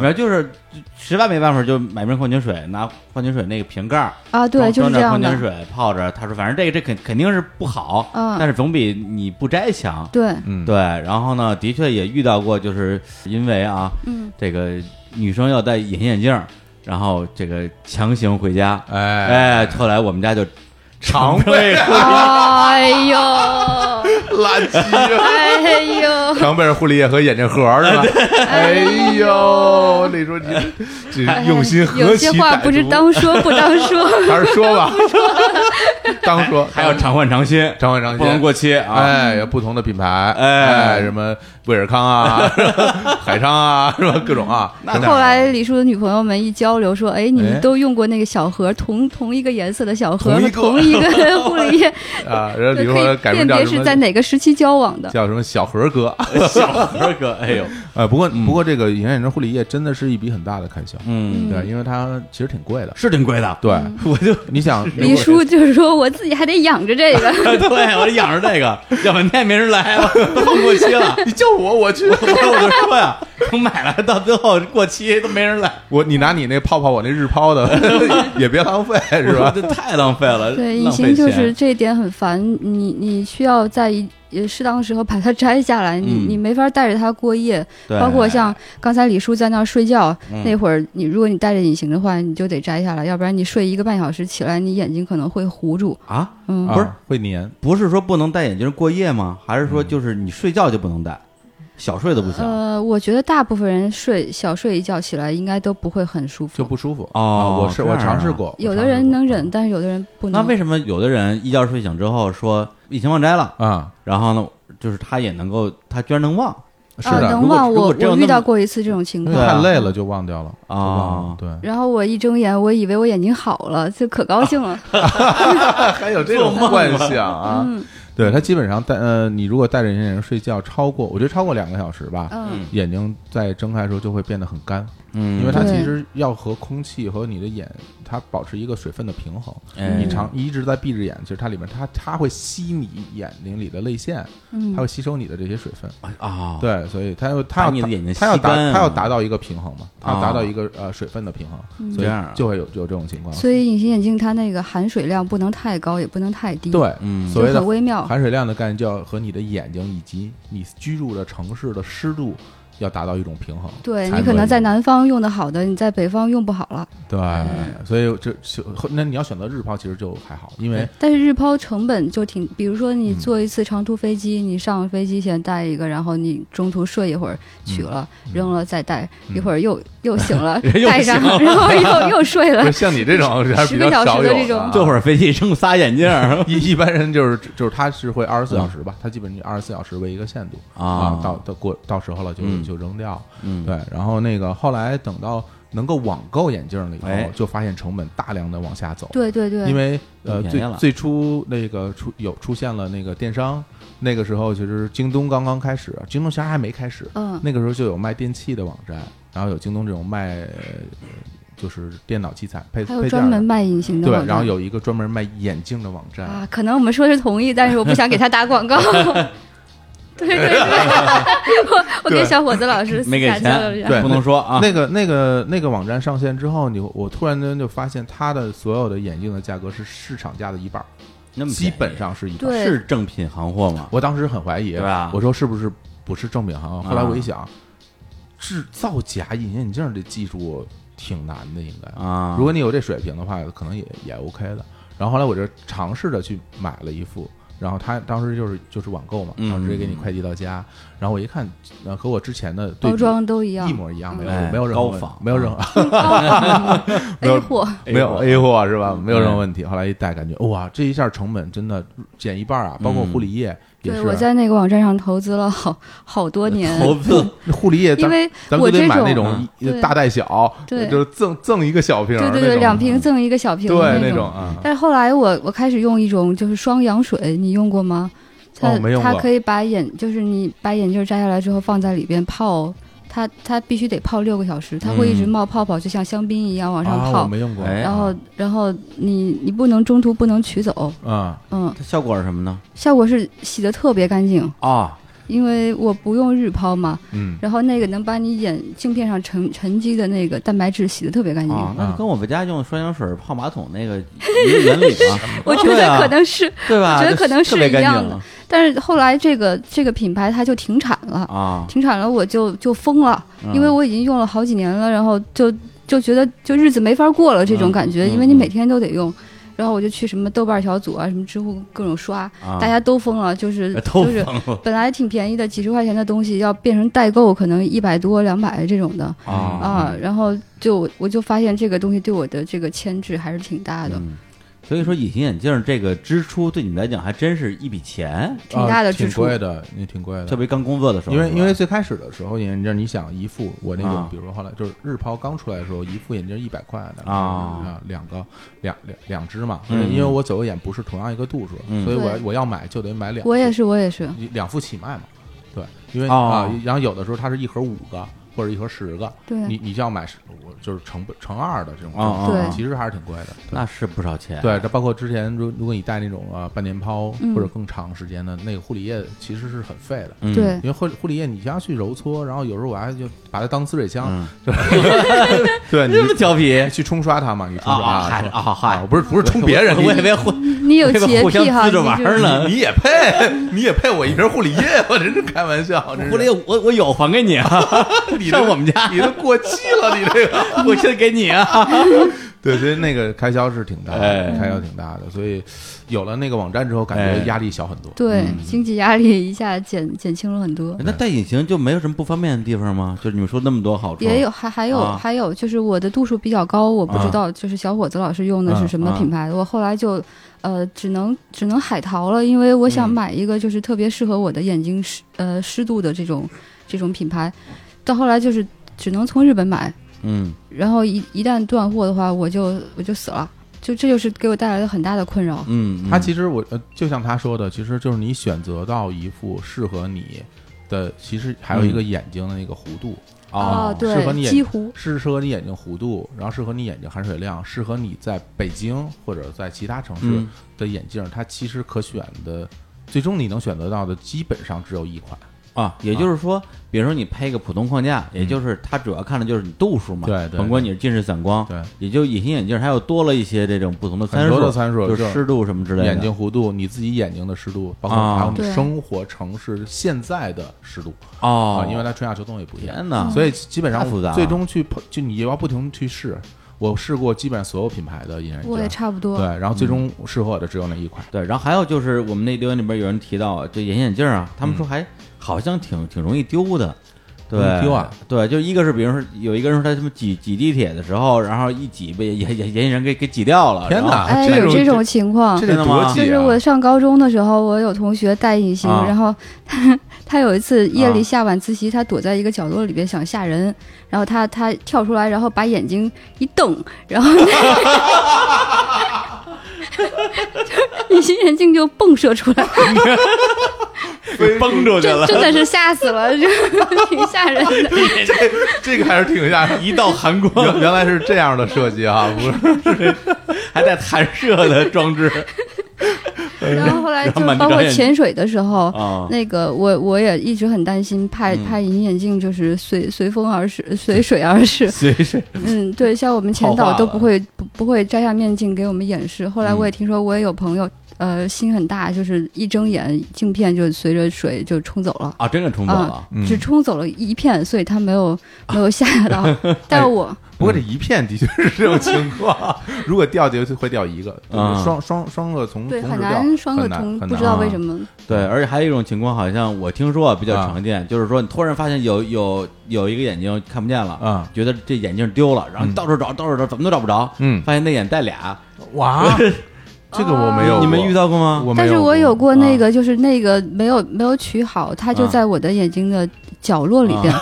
[SPEAKER 1] 然后就是实在没办法就买瓶矿泉水，拿矿泉水那个瓶盖儿
[SPEAKER 3] 啊，
[SPEAKER 1] 装
[SPEAKER 3] 对，就
[SPEAKER 1] 装
[SPEAKER 3] 是这
[SPEAKER 1] 点
[SPEAKER 3] 样
[SPEAKER 1] 矿泉
[SPEAKER 3] 的，
[SPEAKER 1] 水泡着。他说反正这个这肯肯定是不好，
[SPEAKER 3] 嗯
[SPEAKER 1] 但是总比你不摘强。
[SPEAKER 3] 对，
[SPEAKER 2] 嗯，
[SPEAKER 1] 对，然后呢，的确也遇到过，就是因为啊，
[SPEAKER 3] 嗯，
[SPEAKER 1] 这个女生要戴隐形眼镜儿，然后这个强行回家，
[SPEAKER 2] 哎，啊
[SPEAKER 1] 哎，后来我们家就
[SPEAKER 2] 常
[SPEAKER 1] 备
[SPEAKER 2] 备
[SPEAKER 3] 哎呦，
[SPEAKER 2] 垃圾，啊
[SPEAKER 3] 哎呦，
[SPEAKER 2] 常备着护理液和眼镜盒儿是吧？哎呦，那时候你这 用心
[SPEAKER 3] 哎有
[SPEAKER 2] 何其
[SPEAKER 3] 些话
[SPEAKER 2] 歹
[SPEAKER 3] 不知
[SPEAKER 2] 毒，
[SPEAKER 3] 当说不 当说，
[SPEAKER 2] 还是说吧，当说
[SPEAKER 1] 还要常换常新，
[SPEAKER 2] 常换常
[SPEAKER 1] 不能
[SPEAKER 2] 新。
[SPEAKER 1] 过期啊。
[SPEAKER 2] 哎，有不同的品牌，
[SPEAKER 1] 哎
[SPEAKER 2] 哎，什么威尔康啊， 海昌啊，是吧？各种啊，
[SPEAKER 1] 那当然
[SPEAKER 3] 后来李叔的女朋友们一交流说：“哎，你
[SPEAKER 2] 哎
[SPEAKER 3] 们都用过那个小盒，同同一个颜色的小盒
[SPEAKER 2] 同一
[SPEAKER 3] 和
[SPEAKER 2] 个
[SPEAKER 3] 同一个 护理液，
[SPEAKER 2] 啊，然后
[SPEAKER 3] 就
[SPEAKER 2] 比如
[SPEAKER 3] 可
[SPEAKER 2] 说
[SPEAKER 3] 以
[SPEAKER 2] 改
[SPEAKER 3] 辨
[SPEAKER 2] 名叫
[SPEAKER 3] 别
[SPEAKER 2] 什
[SPEAKER 3] 是
[SPEAKER 2] 么
[SPEAKER 3] 在哪个时期交往的。
[SPEAKER 2] 叫什么小何哥，
[SPEAKER 1] 小何哥，哎 呦，
[SPEAKER 2] 呃，不过不过这个隐形眼镜护理液真的是一笔很大的开销，
[SPEAKER 1] 嗯，
[SPEAKER 2] 对，因为它其实挺贵的。
[SPEAKER 1] 是挺贵的，
[SPEAKER 2] 对，
[SPEAKER 1] 我就
[SPEAKER 2] 你想”
[SPEAKER 3] 李叔就是说：“我自己还得养 着这个。
[SPEAKER 1] 对我得养着这个，要不然也没人来了， 都过期了。
[SPEAKER 2] 你叫我我去，
[SPEAKER 1] 我就说呀，我买来到最后过期都没人来，
[SPEAKER 2] 我你拿你那泡泡我那日抛的 也别浪费是
[SPEAKER 1] 我说
[SPEAKER 2] 吧？
[SPEAKER 1] 这太浪费了，
[SPEAKER 3] 对，隐
[SPEAKER 1] 呃浪费
[SPEAKER 3] 形就是
[SPEAKER 1] 钱
[SPEAKER 3] 这一点很烦，你你需要在一呃适当的时候把它摘下来，你
[SPEAKER 1] 嗯
[SPEAKER 3] 你没法带着它过夜。
[SPEAKER 1] 对
[SPEAKER 3] 包括像刚才李叔在那儿睡觉
[SPEAKER 1] 嗯
[SPEAKER 3] 那会儿，你如果你戴着隐形的话，你就得摘下来，要不然你睡一个半小时起来，你眼睛可能会糊住。
[SPEAKER 1] 啊，
[SPEAKER 3] 嗯，
[SPEAKER 2] 啊
[SPEAKER 1] 不是
[SPEAKER 2] 会粘，
[SPEAKER 1] 不是说不能戴眼镜过夜吗？还是说就是你睡觉就不能戴，小睡都不行？
[SPEAKER 3] 呃，我觉得大部分人睡小睡一觉起来应该都不会很舒服，
[SPEAKER 2] 就不舒服
[SPEAKER 1] 哦
[SPEAKER 2] 我是
[SPEAKER 1] 这样
[SPEAKER 2] 我
[SPEAKER 1] 啊
[SPEAKER 2] 尝试过，
[SPEAKER 3] 有
[SPEAKER 2] 我
[SPEAKER 3] 的
[SPEAKER 2] 尝试
[SPEAKER 3] 人
[SPEAKER 2] 过
[SPEAKER 3] 能忍，但是有的人不
[SPEAKER 1] 那
[SPEAKER 3] 能。啊
[SPEAKER 1] 为什么有的人一觉睡醒之后说隐形忘摘了，
[SPEAKER 2] 啊，
[SPEAKER 1] 然后呢，就是他也能够，他居然能忘
[SPEAKER 2] 是
[SPEAKER 3] 啊，
[SPEAKER 2] 的，
[SPEAKER 1] 如
[SPEAKER 3] 能
[SPEAKER 1] 果
[SPEAKER 3] 忘
[SPEAKER 1] 如果
[SPEAKER 3] 我
[SPEAKER 1] 真有
[SPEAKER 3] 我
[SPEAKER 1] 那
[SPEAKER 3] 遇
[SPEAKER 1] 么
[SPEAKER 3] 到过一次这种情
[SPEAKER 2] 因为
[SPEAKER 1] 对
[SPEAKER 3] 况。
[SPEAKER 1] 啊
[SPEAKER 2] 太累了就忘掉了就忘了
[SPEAKER 1] 啊
[SPEAKER 2] 对，
[SPEAKER 3] 然后我一睁眼，我以为我眼睛好了，就可高兴 了。
[SPEAKER 2] 还有这种幻想啊？
[SPEAKER 3] 嗯
[SPEAKER 2] 对他基本上戴呃，你如果戴着隐形眼镜睡觉超过，我觉得超过两个小时吧，
[SPEAKER 3] 嗯，
[SPEAKER 2] 眼睛在睁开的时候就会变得很干，
[SPEAKER 1] 嗯
[SPEAKER 2] 因为它
[SPEAKER 3] 对
[SPEAKER 2] 其实要和空气和你的眼它保持一个水分的平衡。
[SPEAKER 1] 哎
[SPEAKER 2] 你长你一直在闭着眼，其实它里面它它会吸你眼睛里的泪腺，它
[SPEAKER 3] 嗯
[SPEAKER 2] 会吸收你的这些水分。
[SPEAKER 1] 啊，
[SPEAKER 2] 对，所以它要它要
[SPEAKER 1] 把你的眼睛
[SPEAKER 2] 它要
[SPEAKER 1] 吸
[SPEAKER 2] 达
[SPEAKER 1] 干啊
[SPEAKER 2] 它要达到一个平衡嘛，它要达到
[SPEAKER 1] 啊
[SPEAKER 2] 一个呃水分的平
[SPEAKER 3] 嗯
[SPEAKER 2] 衡，所
[SPEAKER 1] 这
[SPEAKER 2] 以
[SPEAKER 1] 样啊
[SPEAKER 2] 就会有有这种情况。
[SPEAKER 3] 所以隐形眼镜它那个含水量不能太高，也不能太低，，
[SPEAKER 2] 对，
[SPEAKER 1] 嗯
[SPEAKER 2] 所
[SPEAKER 3] 就
[SPEAKER 2] 谓的
[SPEAKER 3] 很微妙。
[SPEAKER 2] 含水量的概念就要和你的眼睛以及你居住的城市的湿度要达到一种平衡。
[SPEAKER 3] 对
[SPEAKER 2] 才
[SPEAKER 3] 你可能
[SPEAKER 2] 以
[SPEAKER 3] 在南方用的好的，你在北方用不好了。
[SPEAKER 2] 对，
[SPEAKER 3] 嗯
[SPEAKER 2] 所以这就那你要选择日抛，其实就还好，因为
[SPEAKER 3] 但是日抛成本就挺，比如说你坐一次长途飞机，你上飞机前带一个，然后你中途睡一会儿，取了、
[SPEAKER 2] 嗯
[SPEAKER 3] 扔了再带，一会儿又又 醒了，
[SPEAKER 1] 又
[SPEAKER 3] 带上，
[SPEAKER 1] 醒了
[SPEAKER 3] 然后又又睡
[SPEAKER 2] 不
[SPEAKER 3] 了
[SPEAKER 2] 是。像你这 种还是比
[SPEAKER 3] 10个
[SPEAKER 2] 较
[SPEAKER 3] 小
[SPEAKER 2] 少
[SPEAKER 3] 时的
[SPEAKER 2] 有
[SPEAKER 3] 这种
[SPEAKER 2] 啊
[SPEAKER 1] 这会儿飞机扔仨眼镜儿
[SPEAKER 2] 一一般人就是就是他是会二十四小时吧，他基本就二十四小时为一个限度
[SPEAKER 1] 啊
[SPEAKER 2] 到到过到时候了就
[SPEAKER 1] 嗯
[SPEAKER 2] 就扔掉。
[SPEAKER 1] 嗯
[SPEAKER 2] 对，然后那个后来等到能够网购眼镜了以
[SPEAKER 1] 哎
[SPEAKER 2] 后，就发现成本大量的往下走。
[SPEAKER 3] 对对对，
[SPEAKER 2] 因为呃，
[SPEAKER 1] 便宜
[SPEAKER 2] 最
[SPEAKER 1] 了
[SPEAKER 2] 最初那个出有出现了那个电商，那个时候其实京东刚刚开始，京东其实还没开始，
[SPEAKER 3] 嗯
[SPEAKER 2] 那个时候就有卖电器的网站，然后有京东这种卖呃就是电脑器材配
[SPEAKER 3] 还有
[SPEAKER 2] 配件
[SPEAKER 3] 专
[SPEAKER 2] 儿
[SPEAKER 3] 门
[SPEAKER 2] 的，
[SPEAKER 3] 卖隐形的
[SPEAKER 2] 对
[SPEAKER 3] 网，站，
[SPEAKER 2] 然后有一个专门卖眼镜的网站，
[SPEAKER 3] 啊，可能我们说是同意，但是我不想给他打广告。对对对，我我
[SPEAKER 2] 对
[SPEAKER 3] 跟小伙子老师私
[SPEAKER 1] 没给
[SPEAKER 3] 下交流一
[SPEAKER 1] 钱，
[SPEAKER 3] 下。
[SPEAKER 2] 对
[SPEAKER 1] 不能说啊，
[SPEAKER 2] 那个那个那个网站上线之后，你我突然间就发现它的所有的眼镜的价格是市场价的一半儿，
[SPEAKER 1] 那么便宜
[SPEAKER 2] 基本上是一半。
[SPEAKER 3] 对
[SPEAKER 1] 是正品行货吗？
[SPEAKER 2] 我当时很怀疑，
[SPEAKER 1] 对吧
[SPEAKER 2] 我说是不是不是正品行？后来
[SPEAKER 1] 啊
[SPEAKER 2] 我一想，制造假隐形眼镜这技术挺难的，应该。
[SPEAKER 1] 啊，
[SPEAKER 2] 如果你有这水平的话，可能也也 OK 的。然后后来我就尝试着去买了一副，然后他当时就是就是网购嘛，
[SPEAKER 1] 嗯
[SPEAKER 2] 然后直接给你快递到家。然后我一看，呃，和我之前的对
[SPEAKER 3] 包
[SPEAKER 2] 比
[SPEAKER 3] 装都一样
[SPEAKER 2] 一，模一样，没有
[SPEAKER 1] 哎
[SPEAKER 2] 没有任何
[SPEAKER 1] 高
[SPEAKER 2] 问
[SPEAKER 1] 仿啊
[SPEAKER 2] 没有任何 没
[SPEAKER 3] A
[SPEAKER 2] 有
[SPEAKER 3] 货，
[SPEAKER 2] 没有
[SPEAKER 1] A 嗯
[SPEAKER 2] A 货是吧？没有任何
[SPEAKER 1] 对
[SPEAKER 2] 问题。后来一戴，感觉哇，这一下成本真的减一半啊！包
[SPEAKER 1] 嗯
[SPEAKER 2] 括护理液也
[SPEAKER 3] 对
[SPEAKER 2] 是，啊
[SPEAKER 3] 我在那个网站上投资了好好多年，
[SPEAKER 1] 投资
[SPEAKER 2] 护理液
[SPEAKER 3] 因
[SPEAKER 2] 咱
[SPEAKER 3] 为
[SPEAKER 2] 咱
[SPEAKER 3] 我
[SPEAKER 2] 们就得
[SPEAKER 3] 这
[SPEAKER 2] 买那
[SPEAKER 3] 种
[SPEAKER 2] 种一
[SPEAKER 3] 对
[SPEAKER 2] 大带小，
[SPEAKER 3] 对
[SPEAKER 2] 就是赠赠一个小瓶儿
[SPEAKER 3] 对
[SPEAKER 2] 那
[SPEAKER 3] 对
[SPEAKER 2] 种，
[SPEAKER 3] 对两瓶赠一个小瓶的
[SPEAKER 2] 对
[SPEAKER 3] 那
[SPEAKER 2] 种。啊，
[SPEAKER 3] 但是后来我我开始用一种就是双氧水，你用过吗？它、
[SPEAKER 2] 哦没用过
[SPEAKER 3] 它可以把眼就是你把眼镜摘下来之后放在里边泡，它它必须得泡六个小时，它会一直
[SPEAKER 1] 嗯
[SPEAKER 3] 冒泡泡，就像香槟一样往上
[SPEAKER 2] 啊，
[SPEAKER 3] 泡。
[SPEAKER 2] 我没用过，
[SPEAKER 1] 哎
[SPEAKER 3] 然后然后你你不能中途不能取走，
[SPEAKER 2] 啊，
[SPEAKER 3] 嗯，
[SPEAKER 1] 它效果是什么呢？
[SPEAKER 3] 效果是洗的特别干净，
[SPEAKER 1] 啊，
[SPEAKER 3] 因为我不用日抛嘛，
[SPEAKER 2] 嗯，
[SPEAKER 3] 然后那个能把你眼镜片上沉沉积的那个蛋白质洗的特别干净。
[SPEAKER 1] 啊，
[SPEAKER 2] 嗯
[SPEAKER 1] 那就跟我们家用双氧水泡马桶那个一个原理嘛，
[SPEAKER 3] 我觉
[SPEAKER 1] 对
[SPEAKER 3] 得
[SPEAKER 1] 啊
[SPEAKER 3] 可能是，
[SPEAKER 1] 对吧？
[SPEAKER 3] 我觉得可能是
[SPEAKER 1] 特别干
[SPEAKER 3] 一样
[SPEAKER 1] 净
[SPEAKER 3] 的但是后来这个这个品牌它就停产了，
[SPEAKER 1] 啊，
[SPEAKER 3] 停产了我就就疯了，
[SPEAKER 1] 嗯
[SPEAKER 3] 因为我已经用了好几年了，然后就就觉得就日子没法过了这种感觉，
[SPEAKER 1] 嗯嗯
[SPEAKER 3] 因为你每天都得用。然后我就去什么豆瓣小组啊，什么知乎各种刷，
[SPEAKER 1] 啊哎
[SPEAKER 3] 大家都疯了，
[SPEAKER 2] 哎
[SPEAKER 3] 就是
[SPEAKER 1] 都
[SPEAKER 3] 就是
[SPEAKER 1] 疯了
[SPEAKER 3] 本来挺便宜的，几十块钱的东西要变成代购，可能一百多、两百这种的
[SPEAKER 1] 啊，
[SPEAKER 3] 啊。然后就我我就发现这个东西对我的这个牵制还是挺大的，
[SPEAKER 1] 嗯所以说隐形眼镜这个支出对你们来讲还真是一笔钱，
[SPEAKER 3] 挺大的
[SPEAKER 2] 啊
[SPEAKER 3] 支
[SPEAKER 2] 挺
[SPEAKER 3] 出。
[SPEAKER 2] 贵的，也挺贵的，
[SPEAKER 1] 特别刚工作的时候，
[SPEAKER 2] 因为
[SPEAKER 1] 是吧
[SPEAKER 2] 因为最开始的时候眼镜，你想一副我那种
[SPEAKER 1] 啊，
[SPEAKER 2] 比如说后来就是日抛刚出来的时候，一副眼镜一百块的
[SPEAKER 1] 啊
[SPEAKER 2] 两个两两两只嘛，
[SPEAKER 1] 嗯
[SPEAKER 2] 因为我左右眼不是同样一个度数，
[SPEAKER 1] 嗯
[SPEAKER 2] 所以我要
[SPEAKER 3] 对
[SPEAKER 2] 我要买就得买两，
[SPEAKER 3] 我也是，我也是，
[SPEAKER 2] 一两副起卖嘛，对，因为
[SPEAKER 1] 哦
[SPEAKER 2] 啊，然后有的时候它是一盒五个或者一盒十个，
[SPEAKER 3] 对
[SPEAKER 2] 你你就要买十我就是乘不乘二的这种
[SPEAKER 1] 哦哦，
[SPEAKER 3] 对
[SPEAKER 2] 这种其实还是挺贵的，对
[SPEAKER 1] 那是不少钱，
[SPEAKER 2] 对，这包括之前如如果你戴那种啊半年抛
[SPEAKER 3] 嗯
[SPEAKER 2] 或者更长时间的那个护理液，其实是很费的。
[SPEAKER 1] 嗯
[SPEAKER 3] 对
[SPEAKER 2] 因为护护理液你要去揉搓，然后有时候我还就把它当滋水枪，
[SPEAKER 1] 嗯，
[SPEAKER 2] 对
[SPEAKER 1] 这么
[SPEAKER 2] 你
[SPEAKER 1] 调 皮
[SPEAKER 2] 去冲刷它嘛，你冲刷
[SPEAKER 1] 啊嗨
[SPEAKER 2] 冲
[SPEAKER 1] 啊嗨，
[SPEAKER 2] 不是不是冲别 人，你
[SPEAKER 1] 我以为会
[SPEAKER 3] 你有洁
[SPEAKER 1] 嗯互相
[SPEAKER 3] 癖哈，
[SPEAKER 1] 滋
[SPEAKER 3] 你
[SPEAKER 1] 着玩儿
[SPEAKER 3] 就
[SPEAKER 1] 呢。
[SPEAKER 2] 你也配，你也配我一瓶护理液，我真是开玩笑，真是
[SPEAKER 1] 狐狸， 我我有还给你啊，
[SPEAKER 2] 你这
[SPEAKER 1] 上我们家，
[SPEAKER 2] 你都过期了，你这个
[SPEAKER 1] 我现在给你啊。
[SPEAKER 2] 对，所以那个开销是挺大的，
[SPEAKER 1] 哎
[SPEAKER 2] 开销挺大的，所以有了那个网站之后，感觉
[SPEAKER 1] 哎
[SPEAKER 2] 压力小很多。
[SPEAKER 3] 对，
[SPEAKER 1] 嗯
[SPEAKER 3] 经济压力一下减减轻了很多。
[SPEAKER 1] 那戴隐形就没有什么不方便的地方吗？就是你们说那么多好处，
[SPEAKER 3] 也有，还还有、
[SPEAKER 1] 啊
[SPEAKER 3] 还有，就是我的度数比较高，我不
[SPEAKER 1] 啊
[SPEAKER 3] 知道就是小伙子老师用的是什么
[SPEAKER 1] 啊
[SPEAKER 3] 品牌的，我后来就，呃，只能只能海淘了，因为我
[SPEAKER 1] 嗯
[SPEAKER 3] 想买一个就是特别适合我的眼睛湿呃湿度的这种这种品牌，到后来就是只能从日本买，
[SPEAKER 1] 嗯
[SPEAKER 3] 然后一一旦断货的话，我就我就死了，就这就是给我带来了很大的困扰。
[SPEAKER 1] 嗯，
[SPEAKER 2] 它
[SPEAKER 1] 嗯
[SPEAKER 2] 其实我呃，就像他说的，其实就是你选择到一副适合你的，其实还有一
[SPEAKER 1] 嗯
[SPEAKER 2] 个眼睛的那个弧度，
[SPEAKER 1] 哦
[SPEAKER 3] 啊，
[SPEAKER 2] 适合你
[SPEAKER 3] 对，
[SPEAKER 2] 眼
[SPEAKER 3] 几乎
[SPEAKER 2] 是适合你眼睛弧度，然后适合你眼睛含水量，适合你在北京或者在其他城市
[SPEAKER 1] 嗯
[SPEAKER 2] 的眼镜，它其实可选的，最终你能选择到的基本上只有一款。
[SPEAKER 1] 啊，也就是说，比如说你配一个普通框架，也就是它主要看的就是你度数嘛，
[SPEAKER 2] 嗯对对对
[SPEAKER 1] 甭管你是近视散光，
[SPEAKER 2] 对，
[SPEAKER 1] 也就隐形眼镜还有多了一些这种不同的参
[SPEAKER 2] 很
[SPEAKER 1] 数，
[SPEAKER 2] 多的参数
[SPEAKER 1] 就
[SPEAKER 2] 就是
[SPEAKER 1] 湿度什么之类的，
[SPEAKER 2] 眼睛弧度，你自己眼睛的湿度，包括
[SPEAKER 1] 啊
[SPEAKER 2] 还有你
[SPEAKER 3] 对
[SPEAKER 2] 生活城市现在的湿度
[SPEAKER 1] 哦
[SPEAKER 2] 啊，，因为它春夏秋冬也不一样。
[SPEAKER 1] 天哪，
[SPEAKER 2] 所以基本上
[SPEAKER 1] 太复杂了
[SPEAKER 2] 最终去碰就你要不停地去试。我试过基本上所有品牌的隐
[SPEAKER 1] 嗯
[SPEAKER 2] 形
[SPEAKER 3] 我也
[SPEAKER 2] 眼镜，
[SPEAKER 3] 差不多。
[SPEAKER 2] 对，然后最终适合我的只有那一款。
[SPEAKER 1] 对，然后还有就是我们那留言里边有人提到，就隐形眼镜啊，他们说还好像挺挺容易丢的。对
[SPEAKER 2] 嗯容易，丢啊！
[SPEAKER 1] 对，就是一个是，比如说有一个人说他什么挤挤地铁的时候，然后一挤被眼眼眼镜人给给挤掉了。
[SPEAKER 2] 天
[SPEAKER 1] 然后
[SPEAKER 2] 哪，
[SPEAKER 3] 哎，有
[SPEAKER 2] 种
[SPEAKER 3] 这种情况，
[SPEAKER 2] 这
[SPEAKER 1] 真
[SPEAKER 2] 得
[SPEAKER 1] 的
[SPEAKER 2] 多
[SPEAKER 1] 吗
[SPEAKER 2] 挤
[SPEAKER 3] 就是
[SPEAKER 2] 啊
[SPEAKER 3] 我上高中的时候，我有同学戴隐形，
[SPEAKER 1] 啊
[SPEAKER 3] 然后他有一次夜里
[SPEAKER 1] 啊
[SPEAKER 3] 下晚自习，他躲在一个角落里边想吓人，然后他他跳出来，然后把眼睛一瞪，然后 那个就是隐形眼镜就迸射出 来，
[SPEAKER 1] 给崩出去
[SPEAKER 3] 真
[SPEAKER 1] 了，
[SPEAKER 3] 真的是吓死了， 就挺吓人的。
[SPEAKER 2] 这个还 是挺吓人。
[SPEAKER 1] 一道寒光，
[SPEAKER 2] 原原来是这样的设计啊，不是？
[SPEAKER 1] 还带弹射的装 置
[SPEAKER 3] 然后后来
[SPEAKER 1] 然后
[SPEAKER 3] 就
[SPEAKER 1] 满地
[SPEAKER 3] 包
[SPEAKER 1] 找
[SPEAKER 3] 括
[SPEAKER 1] 眼睛
[SPEAKER 3] 潜水的时候，
[SPEAKER 1] 啊嗯
[SPEAKER 3] 那个我我也一直很担心怕，怕隐形眼镜就是随随风而逝，随水而逝。
[SPEAKER 1] 随时
[SPEAKER 3] 嗯，对，像我们前
[SPEAKER 1] 套话
[SPEAKER 3] 导都
[SPEAKER 1] 了嗯
[SPEAKER 3] 不会不不会摘下面镜给我们演示。后来我也听说，我也有朋友呃心很大，就是一睁眼镜片就随着水就冲走了。
[SPEAKER 1] 啊，真的冲走了
[SPEAKER 3] 啊。，只冲走了一片，所以他 没有没有吓到。
[SPEAKER 1] 哎
[SPEAKER 3] 但是我
[SPEAKER 2] 不过这一片的确是这种情 况，如果掉就会掉一个，
[SPEAKER 1] 啊
[SPEAKER 2] 双双双个从
[SPEAKER 3] 对
[SPEAKER 2] 同时
[SPEAKER 3] 很
[SPEAKER 2] 掉
[SPEAKER 3] 难双个
[SPEAKER 2] 很难
[SPEAKER 3] 同，
[SPEAKER 2] 很
[SPEAKER 3] 不知
[SPEAKER 2] 难
[SPEAKER 3] 道
[SPEAKER 2] 啊
[SPEAKER 3] 为什么。
[SPEAKER 1] 对，而且还有一种情况，好像我听说啊比较常见，就是说你突然发现有有有一个眼睛看不见了，
[SPEAKER 2] 啊
[SPEAKER 1] 觉得这眼镜丢了，然后你到处找，到处找，怎么都找不着，
[SPEAKER 2] 嗯
[SPEAKER 1] 发现那眼戴俩，
[SPEAKER 2] 哇， 这个我没有过，
[SPEAKER 1] 你们遇到过吗？
[SPEAKER 2] 我没
[SPEAKER 3] 但是我有过那个，就是那个没有没有取好，它就
[SPEAKER 1] 啊
[SPEAKER 3] 在我的眼睛的角落里边。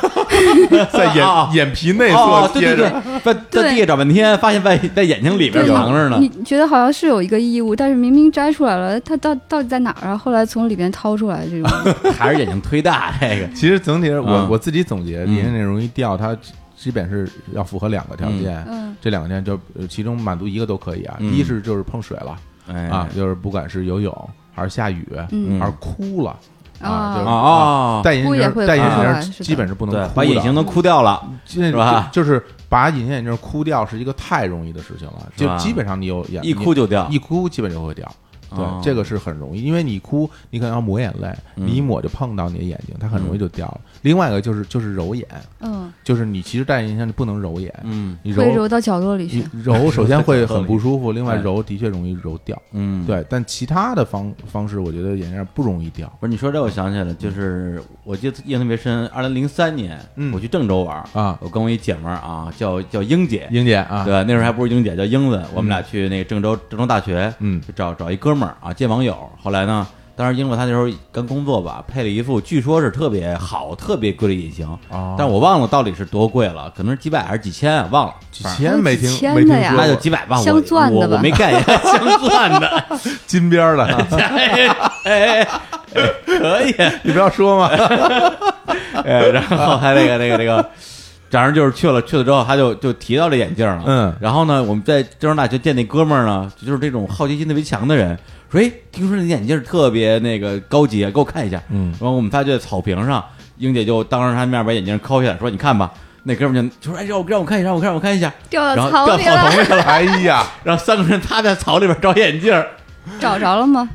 [SPEAKER 2] 在
[SPEAKER 1] 啊
[SPEAKER 2] 眼眼皮内
[SPEAKER 1] 哦
[SPEAKER 2] 侧
[SPEAKER 1] 哦，对对
[SPEAKER 2] 贴着，
[SPEAKER 1] 对，在在地下找半天，发现在在眼睛里边
[SPEAKER 3] 对，
[SPEAKER 1] 藏着呢
[SPEAKER 3] 你。你觉得好像是有一个异物，但是明明摘出来了，它到到底在哪儿啊？后来从里边掏出来，这种
[SPEAKER 1] 还是眼睛忒大这个。
[SPEAKER 2] 其实整体我
[SPEAKER 1] 嗯
[SPEAKER 2] 我自己总结，
[SPEAKER 1] 嗯
[SPEAKER 2] 眼睛内容易掉，它基本是要符合两个条件。
[SPEAKER 3] 嗯，
[SPEAKER 2] 这两个条件就呃其中满足一个都可以啊，
[SPEAKER 1] 嗯
[SPEAKER 2] 一是就是碰水了
[SPEAKER 1] 哎
[SPEAKER 2] 啊，就是不管是游泳还是下雨，
[SPEAKER 3] 嗯
[SPEAKER 2] 还是哭了啊，
[SPEAKER 3] 啊
[SPEAKER 2] 就是
[SPEAKER 1] 啊啊，
[SPEAKER 2] 戴隐形
[SPEAKER 3] 哭也
[SPEAKER 2] 眼
[SPEAKER 3] 会
[SPEAKER 2] 镜，戴隐形
[SPEAKER 1] 哭
[SPEAKER 2] 眼
[SPEAKER 3] 啊
[SPEAKER 2] 镜
[SPEAKER 3] 是的
[SPEAKER 2] 基本是不能
[SPEAKER 1] 对，
[SPEAKER 2] 哭嗯
[SPEAKER 1] 把眼睛
[SPEAKER 2] 的，
[SPEAKER 1] 都哭掉了。
[SPEAKER 2] 是
[SPEAKER 1] 是吧
[SPEAKER 2] 就是把隐形眼镜哭掉是一个太容易的事情了，
[SPEAKER 1] 是
[SPEAKER 2] 就
[SPEAKER 1] 吧
[SPEAKER 2] 基本上你有眼
[SPEAKER 1] 一哭就掉
[SPEAKER 2] 一哭基本就会掉。对
[SPEAKER 1] 啊哦，
[SPEAKER 2] 这个是很容易，因为你哭，你可能要抹眼泪，
[SPEAKER 1] 嗯
[SPEAKER 2] 你一抹就碰到你的眼睛，它很容易就掉了。另外一个就是就是揉眼，
[SPEAKER 3] 嗯，
[SPEAKER 2] 就是你其实戴眼镜你不能揉眼，
[SPEAKER 1] 嗯
[SPEAKER 2] 你
[SPEAKER 3] 会
[SPEAKER 2] 揉
[SPEAKER 3] 揉到角落里
[SPEAKER 2] 你
[SPEAKER 3] 去。
[SPEAKER 2] 揉首先会很不舒服，另外
[SPEAKER 1] 对
[SPEAKER 2] 揉的确容易揉掉。
[SPEAKER 1] 嗯，。
[SPEAKER 2] 对，但其他的方方式，我觉得眼镜不容易掉
[SPEAKER 1] 不是你说这，我想起来了，就是我记得印象特别深，二零零三年
[SPEAKER 2] 嗯
[SPEAKER 1] 我去郑州玩儿
[SPEAKER 2] 啊
[SPEAKER 1] 我跟我一姐们儿啊，叫叫英姐，
[SPEAKER 2] 英姐啊，
[SPEAKER 1] 对，那时候还不是英姐，叫英子。我们俩去那个郑州郑州大学，
[SPEAKER 2] 嗯
[SPEAKER 1] 去找找一哥们儿啊，见网友。后来呢，当时英子她那时候刚工作吧，配了一副据说是特别好、特别贵的隐形，
[SPEAKER 2] 哦
[SPEAKER 1] 但我忘了到底是多贵了，可能是几百还是几千，啊忘了。
[SPEAKER 2] 几千没听
[SPEAKER 3] 几千
[SPEAKER 2] 没听
[SPEAKER 3] 啊的呀
[SPEAKER 2] 说
[SPEAKER 1] 那
[SPEAKER 2] 过，
[SPEAKER 1] 就几百吧，我
[SPEAKER 3] 镶钻的
[SPEAKER 1] 我
[SPEAKER 3] 吧
[SPEAKER 1] 我没概念， 镶钻的，
[SPEAKER 2] 金边儿的，
[SPEAKER 1] 哎哎哎，可以， 啊
[SPEAKER 2] 你不要说嘛，
[SPEAKER 1] 哎，然后他那个那个那个，反正就是去了，去了之后他就就提到这眼镜了，
[SPEAKER 2] 嗯
[SPEAKER 1] 然后呢，我们在郑州大学见那哥们儿呢，就是这种好奇心特别强的人，说哎，听说你眼镜特别那个高级，啊给我看一下，
[SPEAKER 2] 嗯
[SPEAKER 1] 然后我们发觉草坪上，英姐就当着他面把眼镜抠下来，说你看吧，那哥们儿就就说哎，让我让我看一下，让我看让我看一下，
[SPEAKER 3] 掉
[SPEAKER 1] 然后
[SPEAKER 3] 到
[SPEAKER 1] 掉草
[SPEAKER 3] 草里了，
[SPEAKER 1] 丛里了，
[SPEAKER 2] 哎呀，
[SPEAKER 1] 然后三个人趴在草里边找眼镜儿，
[SPEAKER 3] 找着了吗？